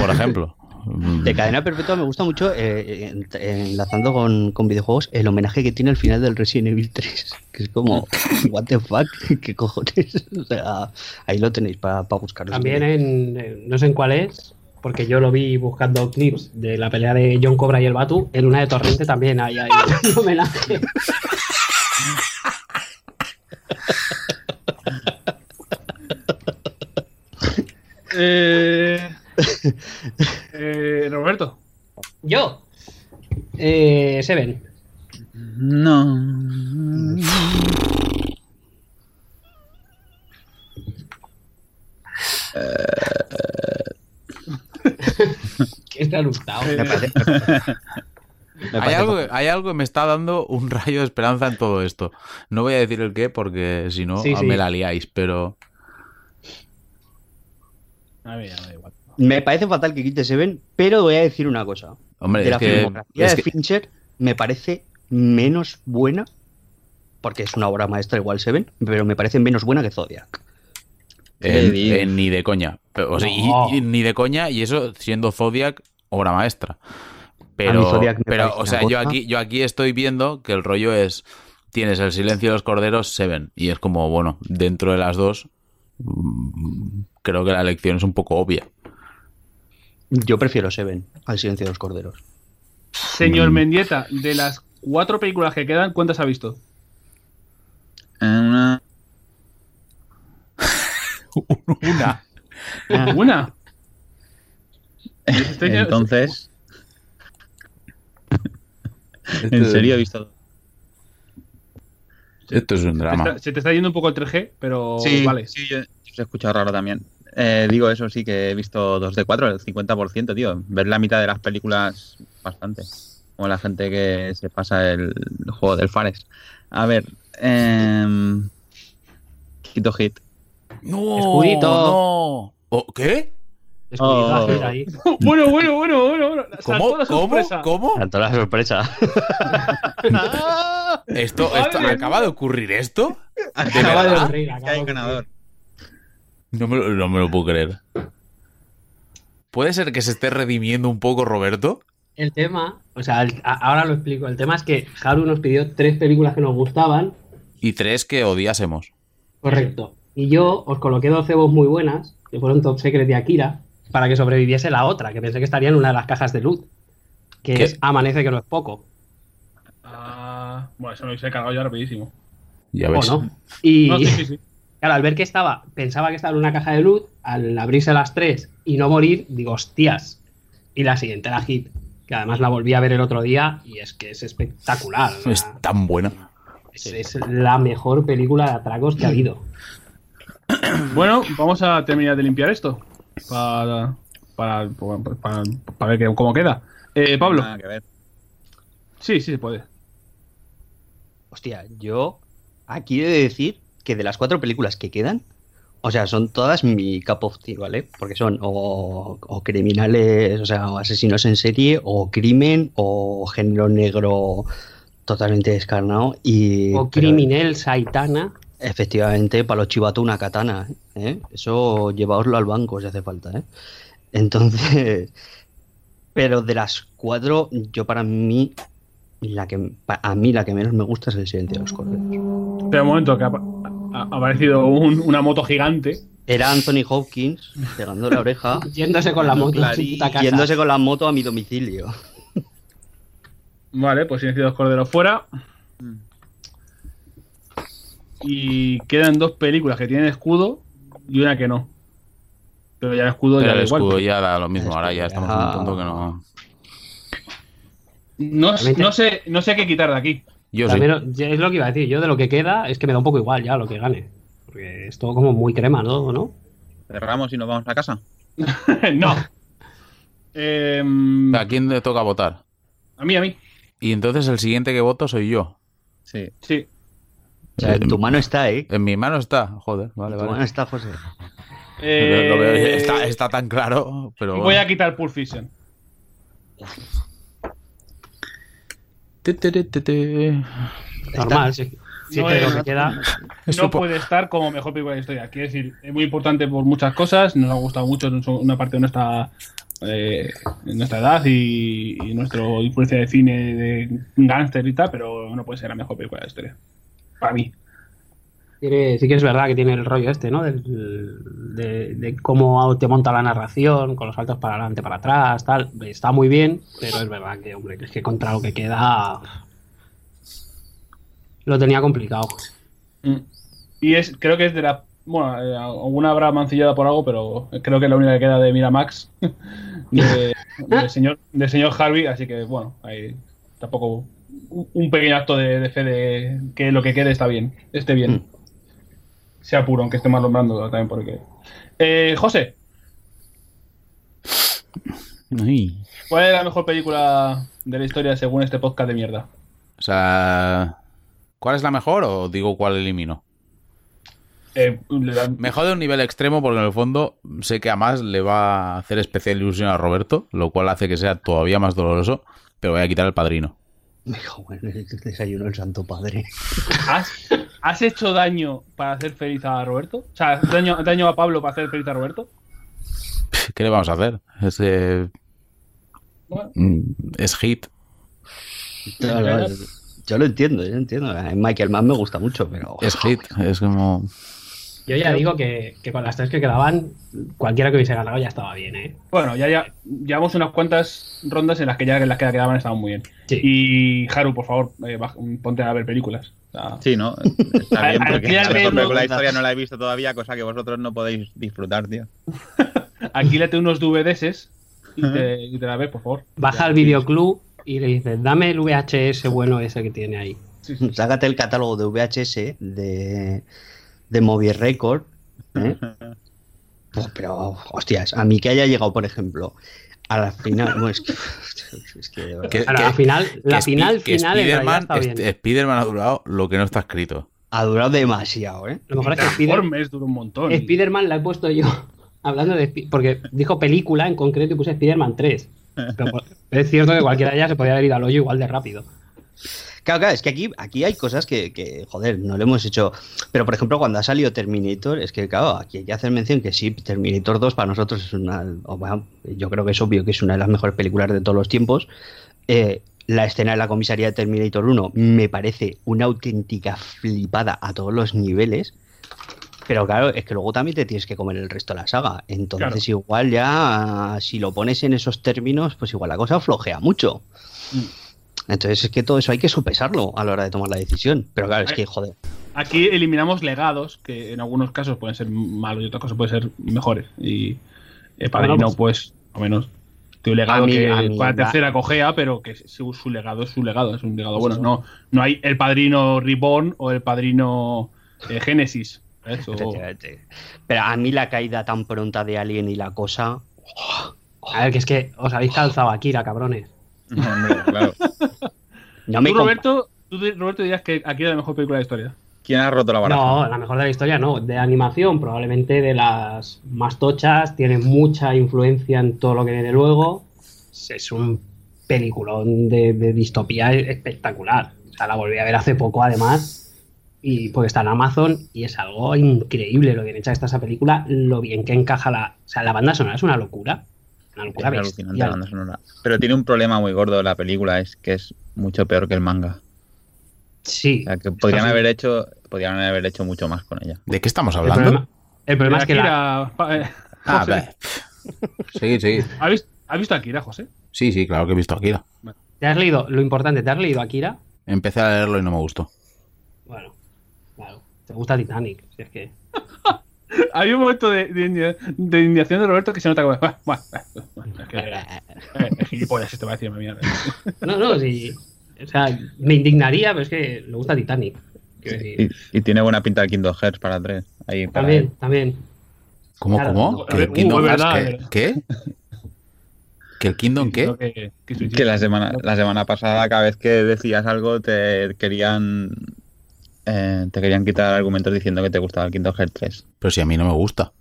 Speaker 2: por ejemplo. mm,
Speaker 4: De cadena perpetua me gusta mucho, eh, en- enlazando con, con videojuegos, el homenaje que tiene al final del Resident Evil 3. Que es como, what the fuck, qué cojones. O sea, ahí lo tenéis para buscarlo.
Speaker 3: También en, en- no sé en cuál es, porque yo lo vi buscando clips de la pelea de John Cobra y el Batu. En una de Torrente también hay, hay un homenaje.
Speaker 1: Eh, eh, Roberto,
Speaker 3: Yo. Eh, Seven.
Speaker 5: No.
Speaker 3: ¿Qué te ha gustado?
Speaker 1: eh,
Speaker 2: Hay algo, que- hay algo que me está dando un rayo de esperanza en todo esto. No voy a decir el qué porque si no
Speaker 3: Sí,
Speaker 2: ah,
Speaker 3: sí.
Speaker 2: me la liáis, pero
Speaker 1: a ver, da igual.
Speaker 4: Me parece fatal que quite Seven, pero voy a decir una cosa.
Speaker 2: hombre,
Speaker 4: de la
Speaker 2: es que,
Speaker 4: filmografía
Speaker 2: es
Speaker 4: de
Speaker 2: que-
Speaker 4: Fincher me parece menos buena, porque es una obra maestra igual Seven, pero me parece menos buena que Zodiac.
Speaker 2: Eh,
Speaker 5: Sí.
Speaker 2: eh, ni de coña. Pero, o sea, y-
Speaker 3: No.
Speaker 2: y ni de coña, y eso siendo Zodiac obra maestra. Pero,
Speaker 4: Zodiac me
Speaker 2: pero
Speaker 4: parece
Speaker 2: o sea,
Speaker 4: una
Speaker 2: yo
Speaker 4: cosa.
Speaker 2: aquí, yo aquí estoy viendo que el rollo es: tienes el silencio de los corderos, Seven. Y es como, bueno, dentro de las dos, mm, creo que la elección es un poco obvia.
Speaker 4: Yo prefiero Seven al Silencio de los Corderos.
Speaker 1: Señor Mendieta, de las cuatro películas que quedan, ¿cuántas ha visto?
Speaker 5: Una-
Speaker 2: Una.
Speaker 1: Una. Estoy-
Speaker 5: Entonces,
Speaker 2: Este
Speaker 5: en serio he visto.
Speaker 2: Esto es
Speaker 1: se,
Speaker 2: un
Speaker 1: te
Speaker 2: drama.
Speaker 1: está, se te está yendo un poco el 3G, pero Oh, vale.
Speaker 5: sí, yo- se escucha raro también. Eh, digo eso, sí que he visto dos de cuatro, el 50%, tío. Ver la mitad de las películas, bastante. Como la gente que se pasa el juego del Fares. A ver, eh, Quito Hit.
Speaker 2: ¡No!
Speaker 3: Escudito.
Speaker 2: no. ¿O ¿Qué?
Speaker 3: Es
Speaker 2: Oh.
Speaker 3: curioso, mira ahí.
Speaker 1: Bueno, bueno, bueno, bueno. bueno. Saltó
Speaker 2: ¿Cómo?
Speaker 1: la
Speaker 2: ¿Cómo?
Speaker 1: sorpresa.
Speaker 2: ¿Cómo?
Speaker 4: Tanto la sorpresa.
Speaker 2: ¿Esto,
Speaker 1: Madre
Speaker 2: esto
Speaker 1: mía.
Speaker 2: ¿Acaba de ocurrir esto?
Speaker 1: Ah,
Speaker 3: Acaba de
Speaker 5: verdad?
Speaker 3: ocurrir, acaba de
Speaker 5: Hay
Speaker 3: ocurrir.
Speaker 5: ganador.
Speaker 2: No me, lo, no me lo puedo creer. ¿Puede ser que se esté redimiendo un poco Roberto?
Speaker 3: El tema, o sea, el- a- ahora lo explico. El tema es que Haru nos pidió tres películas que nos gustaban,
Speaker 2: Y tres que odiásemos.
Speaker 3: correcto. Y yo os coloqué 12 voz muy buenas, que fueron Top Secret y Akira, para que sobreviviese la otra, que pensé que estaría en una de las cajas de luz, que
Speaker 2: ¿Qué?
Speaker 3: es Amanece que no es poco.
Speaker 1: Ah, bueno, eso lo he cargado ya rapidísimo.
Speaker 2: Ya
Speaker 3: ¿O
Speaker 2: ves.
Speaker 3: no? Y
Speaker 1: No, sí, sí, sí.
Speaker 3: claro, al ver que estaba, pensaba que estaba en una caja de luz, al abrirse las tres y no morir, digo, hostias. Y la siguiente, la hit, que además la volví a ver el otro día y es que es espectacular. o sea,
Speaker 2: Es tan buena.
Speaker 3: es, es la mejor película de atracos que ha habido.
Speaker 1: Bueno, vamos a terminar de limpiar esto. Para, para, para, para- para ver qué- cómo queda. Eh, Pablo,
Speaker 5: Nada que ver.
Speaker 1: sí, sí se puede.
Speaker 4: Hostia, yo aquí he de decir que de las cuatro películas que quedan, o sea, son todas mi cup of tea, ¿vale? Porque son o, o criminales, o sea, o asesinos en serie, o crimen, o género negro totalmente descarnado y...
Speaker 3: O
Speaker 4: pero-
Speaker 3: Criminal Saitana.
Speaker 4: Efectivamente, para los chivatos una katana. ¿eh? Eso llevaoslo al banco si hace falta. ¿eh? Entonces, pero de las cuatro, yo para mí, la que pa- a mí la que menos me gusta es el silencio de los corderos.
Speaker 1: Espera un momento, que ha, ha- ha aparecido un- una moto gigante.
Speaker 4: Era Anthony Hopkins pegando la oreja,
Speaker 3: Yéndose con la moto a su
Speaker 5: Clarín,
Speaker 3: puta casa.
Speaker 4: yéndose con la moto a mi domicilio.
Speaker 1: Vale, pues silencio de los corderos fuera. Y quedan dos películas que tienen escudo y una que no. Pero ya el escudo
Speaker 2: Pero
Speaker 1: ya
Speaker 2: el
Speaker 1: da igual.
Speaker 2: escudo ya da lo mismo.
Speaker 4: El
Speaker 2: Ahora ya
Speaker 4: escudo
Speaker 2: estamos
Speaker 4: ya-
Speaker 2: en un punto que no.
Speaker 1: No,
Speaker 3: Realmente-
Speaker 1: no sé, no sé qué quitar de aquí.
Speaker 2: Yo sí.
Speaker 3: También lo- ya es lo que iba a decir. Yo de lo que queda es que me da un poco igual ya lo que gane. Porque es todo como muy crema, ¿no? ¿No?
Speaker 5: Cerramos y nos vamos a casa.
Speaker 1: no. Em,
Speaker 2: ¿A quién le toca votar?
Speaker 1: a mí, a mí.
Speaker 2: Y entonces el siguiente que voto soy yo.
Speaker 5: Sí.
Speaker 1: Sí.
Speaker 4: O sea, en tu mano está, ¿eh?
Speaker 2: En mi mano está. Joder, vale,
Speaker 4: En tu mano
Speaker 2: vale.
Speaker 4: está, José.
Speaker 2: Lo- lo veo-
Speaker 1: Eh,
Speaker 2: está, está tan claro, pero
Speaker 1: Voy
Speaker 2: bueno.
Speaker 1: a quitar Pulp Fiction.
Speaker 2: Te, te, te, te, te.
Speaker 3: Normal. Sí, sí
Speaker 1: No
Speaker 3: que
Speaker 1: es-
Speaker 3: lo que queda.
Speaker 1: No
Speaker 2: Supo-
Speaker 1: puede estar como mejor película de la historia. Quiero decir, es muy importante por muchas cosas. Nos ha gustado mucho en su- una parte de nuestra, eh, nuestra edad y, y nuestra influencia de cine de gángster y tal, pero no puede ser la mejor película de la historia. Para mí.
Speaker 3: Tiene- sí que es verdad que tiene el rollo este, ¿no? Del- de, de cómo te monta la narración, con los saltos para adelante, para atrás, tal. Está muy bien, pero es verdad que, hombre, que es que contra lo que queda lo tenía complicado.
Speaker 1: Mm. Y es, creo que es de la. Bueno, eh, alguna habrá mancillada por algo, pero creo que es la única que queda de Miramax, de, del señor, del señor Harvey, así que bueno, ahí tampoco. un- Un pequeño acto de, de fe de que lo que quede está bien, esté bien. Sea puro, aunque esté mal nombrando también porque. Eh, José,
Speaker 2: Ay.
Speaker 1: ¿cuál es la mejor película de la historia según este podcast de mierda?
Speaker 2: O sea, ¿cuál es la mejor o digo cuál elimino?
Speaker 1: Eh, la-
Speaker 2: Me jode un nivel extremo porque en el fondo sé que a más le va a hacer especial ilusión a Roberto, lo cual hace que sea todavía más doloroso, pero voy a quitar el padrino.
Speaker 4: Me dijo, bueno, el desayuno del Santo Padre.
Speaker 1: ¿Has, has hecho daño para hacer feliz a Roberto? O sea, ¿has daño, daño a Pablo para hacer feliz a Roberto?
Speaker 2: ¿Qué le vamos a hacer? Es, eh,
Speaker 1: Bueno.
Speaker 2: mm, es hit.
Speaker 4: No, no, yo lo entiendo, yo lo entiendo. A Michael Mann me gusta mucho, pero.
Speaker 2: Es hit. Es como.
Speaker 3: Yo ya digo que, que con las tres que quedaban, cualquiera que hubiese ganado ya estaba bien, ¿eh?
Speaker 1: Bueno, ya, ya llevamos unas cuantas rondas en las que ya las que quedaban estaban muy bien.
Speaker 3: Sí.
Speaker 1: Y Haru, por favor, eh, baj- ponte a ver películas. O sea,
Speaker 5: Sí, ¿no? Está
Speaker 1: Al-
Speaker 5: bien,
Speaker 1: al
Speaker 5: porque
Speaker 1: final
Speaker 5: la
Speaker 1: vemos-
Speaker 5: mejor película de la historia no la he visto todavía, cosa que vosotros no podéis disfrutar, tío.
Speaker 1: Alquílate unos DVDs y te, y te la ves, por favor.
Speaker 3: Baja al videoclub y le dices, dame el VHS bueno ese que tiene ahí.
Speaker 4: Sácate el catálogo de VHS de, de Movie Record. ¿eh? Pues, pero, hostias, a mí que haya llegado, por ejemplo, a la final. bueno, es que. es que de verdad.
Speaker 2: Que,
Speaker 3: Ahora,
Speaker 2: que-
Speaker 3: la final, la
Speaker 2: que Spi-
Speaker 3: final,
Speaker 2: que
Speaker 3: final en realidad
Speaker 2: Spiderman, este,
Speaker 3: está bien.
Speaker 2: Sp- Spiderman ha durado lo que no está escrito.
Speaker 4: ha durado demasiado, ¿eh?
Speaker 3: Lo mejor es que Spider-
Speaker 1: Transformers dura un montón.
Speaker 3: Spider-Man la he puesto yo. Hablando de. Spi- Porque dijo película en concreto y puse Spider-Man 3. Pero por- es cierto que cualquiera de ellas se podía haber ido al hoyo igual de rápido.
Speaker 4: Claro, claro, es que aquí, aquí hay cosas que, que, joder, no le hemos hecho. Pero, por ejemplo, cuando ha salido Terminator, es que, claro, aquí hay que hacer mención que sí, Terminator 2 para nosotros es una. o bueno, yo creo que es obvio que es una de las mejores películas de todos los tiempos. Eh, la escena de la comisaría de Terminator 1 me parece una auténtica flipada a todos los niveles. Pero claro, es que luego también te tienes que comer el resto de la saga. Entonces, igual ya, si lo pones en esos términos, pues igual la cosa flojea mucho. Entonces es que todo eso hay que sopesarlo a la hora de tomar la decisión. Pero claro, es que, joder,
Speaker 1: Aquí eliminamos legados, que en algunos casos pueden ser malos y otras cosas pueden ser mejores. Y eh, Padrino,
Speaker 3: Hablamos.
Speaker 1: pues, o menos. Tiene un legado
Speaker 4: A mí-
Speaker 1: que
Speaker 4: a mí
Speaker 1: para
Speaker 4: la-
Speaker 1: tercera cojea, pero que su, su legado es su legado, es un legado bueno. No, no hay el padrino Reborn o el padrino eh, Génesis. ¿sabes? O-
Speaker 4: efectivamente. Pero a mí la caída tan pronta de Alien y la cosa...
Speaker 3: A ver, que es que os habéis calzado a Kira, cabrones.
Speaker 5: Hombre, claro.
Speaker 4: No me
Speaker 1: Tú,
Speaker 4: compa-
Speaker 1: Roberto, tú, di- Roberto, dirías que aquí es la mejor película de la historia.
Speaker 5: ¿Quién ha roto la baraja?
Speaker 3: No, la mejor de la historia no. De animación, probablemente de las más tochas. Tiene mucha influencia en todo lo que viene luego. Es un peliculón de, de distopía espectacular. O sea, la volví a ver hace poco, además. Y porque está en Amazon y es algo increíble lo bien hecha que está esa película, lo bien que encaja la. O sea, la banda sonora es una locura. Una
Speaker 5: Es
Speaker 3: locura
Speaker 5: alucinante la
Speaker 3: bestial.
Speaker 5: banda sonora. Pero tiene un problema muy gordo la película, es que es mucho peor que el manga.
Speaker 3: Sí.
Speaker 5: O sea, que podrían
Speaker 3: sí.
Speaker 5: haber hecho, podrían haber hecho mucho más con ella.
Speaker 2: ¿De qué estamos
Speaker 3: El
Speaker 2: hablando?
Speaker 3: problema, el problema es que la,
Speaker 1: Akira, pa- eh,
Speaker 2: Ah,
Speaker 1: José,
Speaker 2: vale. Seguid, seguid.
Speaker 1: ¿has visto, has visto Akira, José?
Speaker 2: Sí, sí, claro que he visto Akira.
Speaker 3: ¿Te has leído? Lo importante, ¿te has leído Akira?
Speaker 2: Empecé a leerlo y no me gustó.
Speaker 3: Bueno, claro. Te gusta Titanic, si es que.
Speaker 1: Hay un momento de, de, india- de indignación de Roberto que se nota como. "Buah, este buah, buah, buah, es que- eh, es gilipollas, esto va a decirme mierda.
Speaker 3: No, no, sí. O sea, me indignaría, pero es que le gusta Titanic. Quiero decir,
Speaker 5: Y, y tiene buena pinta el Kingdom Hearts para 3. Ahí para
Speaker 3: También, también.
Speaker 2: ¿Cómo,
Speaker 3: Claro.
Speaker 2: cómo? ¿Que
Speaker 1: Uh,
Speaker 2: el Kingdom
Speaker 1: es
Speaker 2: Hearts
Speaker 1: verdad,
Speaker 2: qué? ¿Qué? ¿Que el Kingdom qué?
Speaker 1: Creo que- que sí, sí.
Speaker 5: Que la semana, la semana pasada, cada vez que decías algo, te querían. eh, te querían quitar argumentos diciendo que te gustaba el Kingdom Hearts 3.
Speaker 2: Pero si a mí no me gusta.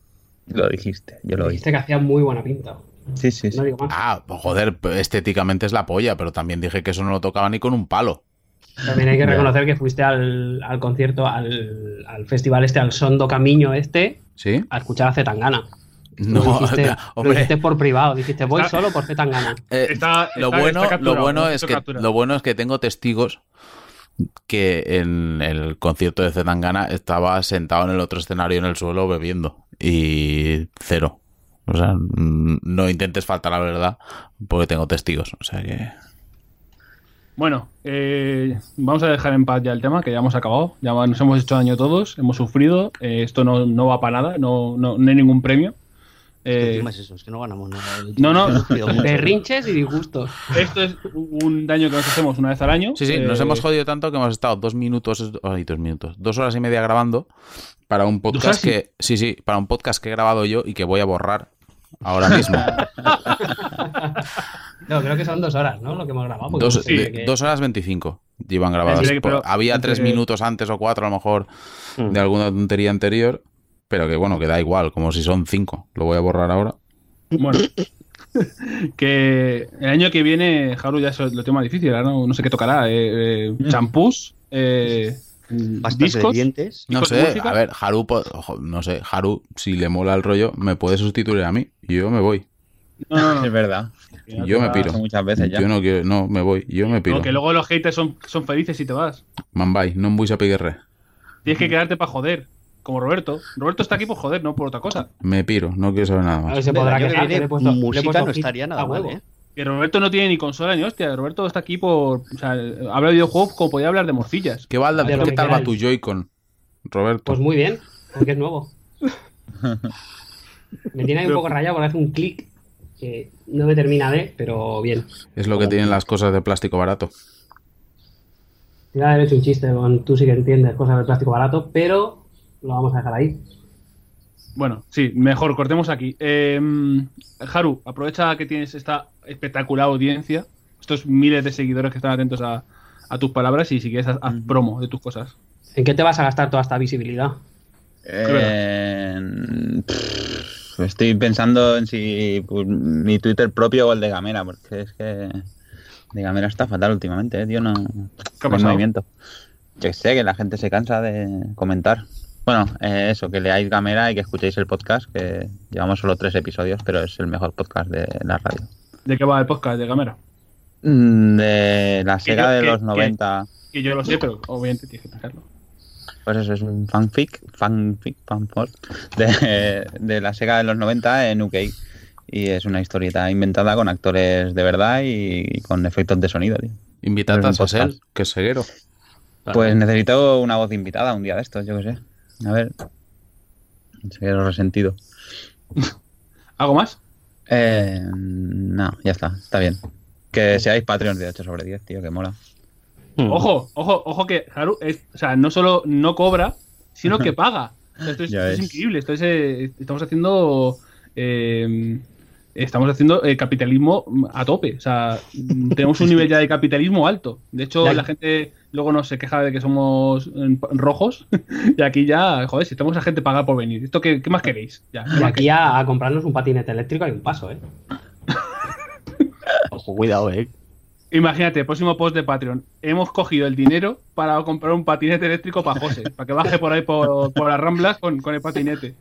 Speaker 5: Lo dijiste, yo lo hice.
Speaker 3: Dijiste que hacía muy buena pinta.
Speaker 5: Sí, sí, sí.
Speaker 3: No digo más.
Speaker 2: Ah, pues, joder, estéticamente es la polla, pero también dije que eso no lo tocaba ni con un palo.
Speaker 3: También hay que
Speaker 5: Ya.
Speaker 3: reconocer que fuiste al, al concierto, al, al festival este, al Sondo Camino este,
Speaker 2: ¿Sí?
Speaker 3: a escuchar a Zetangana. Lo
Speaker 2: No,
Speaker 3: dijiste,
Speaker 2: acá-
Speaker 3: lo
Speaker 2: hombre.
Speaker 3: dijiste por privado, dijiste voy
Speaker 1: Ah.
Speaker 3: solo por Zetangana.
Speaker 2: eh,
Speaker 1: Está-
Speaker 2: lo,
Speaker 1: está-
Speaker 2: bueno,
Speaker 1: está capturado,
Speaker 2: lo, bueno
Speaker 1: ¿no?
Speaker 2: es
Speaker 1: Está
Speaker 2: que,
Speaker 1: capturado.
Speaker 2: lo bueno es que tengo testigos que en el concierto de Zetangana estaba sentado en el otro escenario en el suelo bebiendo. Y cero. O sea, mm, no intentes faltar a la verdad porque tengo testigos. O sea que.
Speaker 1: Bueno, eh, vamos a dejar en paz ya el tema, que ya hemos acabado. Ya nos hemos hecho daño todos, hemos sufrido. eh, esto no, no va para nada, no, no, no hay ningún premio. Eh,
Speaker 4: Encima es eso, es que no ganamos nada.
Speaker 1: no, no.
Speaker 4: Hemos jodido mucho.
Speaker 3: Berrinches y disgustos.
Speaker 1: esto es un daño que nos hacemos una vez al año.
Speaker 2: Sí, sí, nos
Speaker 1: Eh,
Speaker 2: hemos jodido tanto que hemos estado dos minutos, ay, dos minutos, dos horas y media grabando para un
Speaker 1: horas
Speaker 2: podcast
Speaker 1: y-
Speaker 2: que, sí, sí, para un podcast que he grabado yo y que voy a borrar ahora mismo.
Speaker 1: Ah,
Speaker 3: No, creo que son dos horas, ¿no? Lo que hemos
Speaker 1: pues
Speaker 3: grabado. porque
Speaker 2: dos,
Speaker 3: no sé
Speaker 2: de-
Speaker 3: qué-
Speaker 2: dos horas veinticinco llevan grabadas.
Speaker 1: Entre que- pero-
Speaker 2: Por- Había
Speaker 1: entre
Speaker 2: tres
Speaker 1: que-
Speaker 2: minutos antes o cuatro a lo mejor
Speaker 4: Mm.
Speaker 2: de alguna tontería anterior, pero que bueno, que da igual, como si son cinco. Lo voy a borrar ahora.
Speaker 1: Bueno, que el año que viene, Haru, ya es lo tema difícil, ahora no, no sé qué tocará. eh, eh, champús, eh,
Speaker 4: Pastas de
Speaker 1: discos.
Speaker 4: dientes.
Speaker 2: No
Speaker 1: ¿Discos de
Speaker 2: sé,
Speaker 1: música?
Speaker 2: a ver, Haru, po- ojo, no sé, Haru, si le mola el rollo, me puede sustituir a mí. Yo me voy.
Speaker 1: No, no, no.
Speaker 5: Es verdad.
Speaker 2: Yo me piro.
Speaker 5: Pasa muchas veces ya.
Speaker 2: Yo no quiero, no, me voy. Yo me piro.
Speaker 1: No, que luego los haters son, son felices si te vas.
Speaker 2: Mambay, no me voy a piguerre.
Speaker 1: Tienes que quedarte para joder, como Roberto. Roberto está aquí por joder, no por otra cosa.
Speaker 2: Me piro, no quiero saber nada
Speaker 3: A
Speaker 2: más.
Speaker 3: ver, se
Speaker 4: Hombre,
Speaker 3: podrá
Speaker 4: el año que
Speaker 3: quejar. que
Speaker 4: viene
Speaker 3: le he puesto- le he
Speaker 4: música
Speaker 3: puesto
Speaker 4: no
Speaker 3: hit
Speaker 4: estaría nada
Speaker 3: a
Speaker 4: mal,
Speaker 3: huevo.
Speaker 4: ¿eh?
Speaker 1: Que Roberto no tiene ni consola ni hostia. Roberto está aquí por. O sea, habla de videojuegos como podía hablar de morcillas.
Speaker 2: ¿Qué, balda-
Speaker 3: De lo
Speaker 2: ¿qué
Speaker 3: que
Speaker 2: tal va
Speaker 3: queráis.
Speaker 2: tu Joy-Con, Roberto?
Speaker 3: Pues muy bien, porque es nuevo. Me tiene ahí un poco rayado porque hace un clic que no me termina de, pero bien.
Speaker 2: es lo que tienen las cosas de plástico barato.
Speaker 3: Te iba a haber hecho un chiste con tú sí que entiendes cosas de plástico barato, pero lo vamos a dejar ahí.
Speaker 1: Bueno, sí, mejor, cortemos aquí. Eh, Haru, aprovecha que tienes esta espectacular audiencia, estos miles de seguidores que están atentos a, a tus palabras y si quieres haz, haz promo de tus cosas.
Speaker 3: ¿En qué te vas a gastar toda esta visibilidad?
Speaker 1: Claro.
Speaker 5: Eh, pff, estoy pensando en si pues, mi Twitter propio o el de Gamera, porque es que de Gamera está fatal últimamente, eh, tío, no,
Speaker 1: ¿Qué ha
Speaker 5: no hay
Speaker 1: pasado?
Speaker 5: movimiento. Yo sé que la gente se cansa de comentar. Bueno, eh, eso, que leáis Gamera y que escuchéis el podcast, que llevamos solo tres episodios, pero es el mejor podcast de la radio.
Speaker 1: ¿De qué va el podcast de Gamera?
Speaker 5: Mm, De la
Speaker 1: Que yo-
Speaker 5: Sega de
Speaker 1: que-
Speaker 5: los
Speaker 1: que-
Speaker 5: 90.
Speaker 1: Que yo lo sé, pero obviamente tienes que pensarlo.
Speaker 5: Pues eso es un fanfic, fanfic, fanfic de, de la Sega de los 90 en UK. Y es una historieta inventada con actores de verdad y con efectos de sonido, tío.
Speaker 2: Invitada a
Speaker 5: Es un podcast.
Speaker 2: Sosel, que es ceguero.
Speaker 5: Pues necesito una voz invitada un día de estos, yo qué sé. A ver. Sería resentido.
Speaker 1: ¿Algo más?
Speaker 5: Eh, no, ya está, está bien. Que seáis Patreons de 8 sobre 10, tío, que mola.
Speaker 1: Ojo, ojo, ojo que Haru, es- o sea, no solo no cobra, sino que paga. O sea, esto es,
Speaker 5: Ya
Speaker 1: esto es
Speaker 5: ves.
Speaker 1: increíble. Esto es, eh, estamos haciendo. eh, estamos haciendo eh, capitalismo a tope. O sea, mm, tenemos un nivel ya de capitalismo alto. De hecho,
Speaker 3: Ya.
Speaker 1: la gente luego nos se queja de que somos mm, rojos. y aquí ya, joder, si estamos a gente pagar por venir. ¿Esto qué, qué más queréis? Ya, ¿qué
Speaker 3: Y
Speaker 1: más
Speaker 3: aquí a, a comprarnos un patinete eléctrico hay un paso, ¿eh?
Speaker 4: Ojo, cuidado, eh.
Speaker 1: Imagínate, próximo post de Patreon. Hemos cogido el dinero para comprar un patinete eléctrico para José, para que baje por ahí por, por las ramblas con, con el patinete.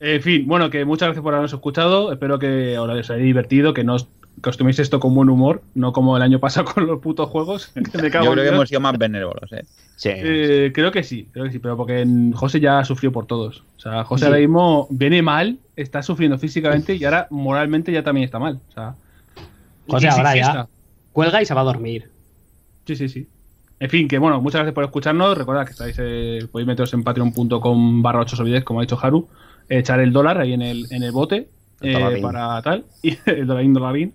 Speaker 1: En fin, bueno, que muchas gracias por habernos escuchado. Espero que ahora os haya divertido, que no os, que os toméis esto con buen humor, no como el año pasado con los putos juegos. que me cago
Speaker 5: Yo
Speaker 1: en
Speaker 5: creo que
Speaker 1: Dios.
Speaker 5: hemos sido más benévolos, eh.
Speaker 4: Sí.
Speaker 1: Eh, creo que sí, creo que sí, pero porque en- José ya sufrió por todos. O sea, José ahora
Speaker 3: Sí.
Speaker 1: mismo viene mal, está sufriendo físicamente y ahora moralmente ya también está mal. O sea,
Speaker 3: José,
Speaker 1: y sin
Speaker 3: ahora ya.
Speaker 1: fiesta.
Speaker 3: Cuelga y se va a dormir.
Speaker 1: Sí, sí, sí. En fin, que bueno, muchas gracias por escucharnos. Recordad que estáis, eh, podéis meteros en patreon.com barra 8 sobre 10, como ha dicho Haru, eh, echar el dólar ahí en el, en el bote
Speaker 4: El
Speaker 1: eh,
Speaker 4: dolarín.
Speaker 1: para tal, y el dólarín, dolarín.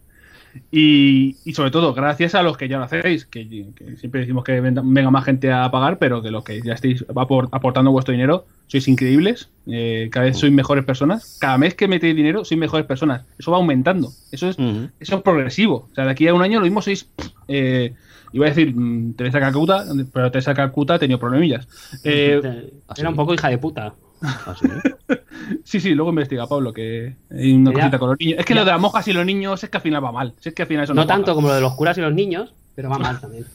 Speaker 1: Y, y sobre todo, gracias a los que ya lo hacéis, que, que siempre decimos que venga venga más gente a pagar, pero que los que ya estáis apor- aportando vuestro dinero, sois increíbles, eh, cada vez sois mejores personas, cada mes que metéis dinero sois mejores personas, eso va aumentando, eso es,
Speaker 4: Ujú.
Speaker 1: eso es progresivo, o sea, de aquí a un año lo mismo sois, eh, iba a decir mm, Teresa Calcuta, pero Teresa Calcuta ha tenido problemillas. Eh,
Speaker 4: así.
Speaker 3: Era un poco hija de puta.
Speaker 4: Así, ¿eh?
Speaker 1: Sí, sí, luego investiga, Pablo, que hay una
Speaker 3: Ya.
Speaker 1: cosita con los niños. Es que
Speaker 3: Ya.
Speaker 1: lo de las mojas y los niños es que al final va mal. Si es que al final eso
Speaker 3: No
Speaker 1: moja.
Speaker 3: tanto como lo de los curas y los niños, pero va mal también.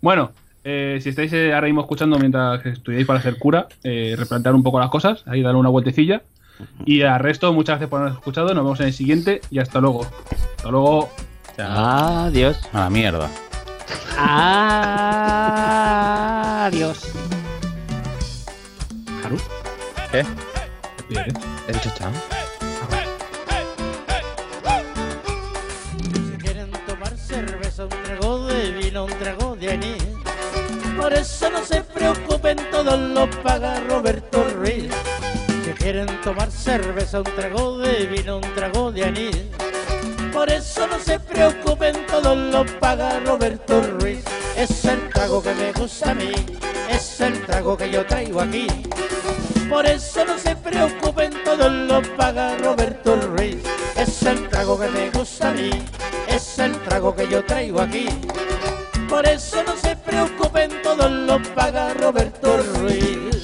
Speaker 1: Bueno, eh, si estáis eh, ahora mismo escuchando mientras estudiáis para ser cura, eh, replantear un poco las cosas, ahí darle una vueltecilla. Y al resto, muchas gracias por habernos escuchado. Nos vemos en el siguiente y hasta luego. Hasta luego.
Speaker 4: Adiós.
Speaker 2: A la mierda.
Speaker 3: Adiós.
Speaker 1: Despídete.
Speaker 5: He dicho chao.
Speaker 6: Si quieren tomar cerveza, un trago de vino, un trago de anís. Por eso no se preocupen, todos lo paga Roberto Ruiz. Si quieren tomar cerveza, un trago de vino, un trago de anís. Por eso no se preocupen, todos lo paga Roberto Ruiz. Es el trago que me gusta a mí, es el trago que yo traigo aquí. Por eso no se preocupen, todos lo paga Roberto Ruiz. Es el trago que me gusta a mí, es el trago que yo traigo aquí. Por eso no se preocupen, todos lo paga Roberto Ruiz.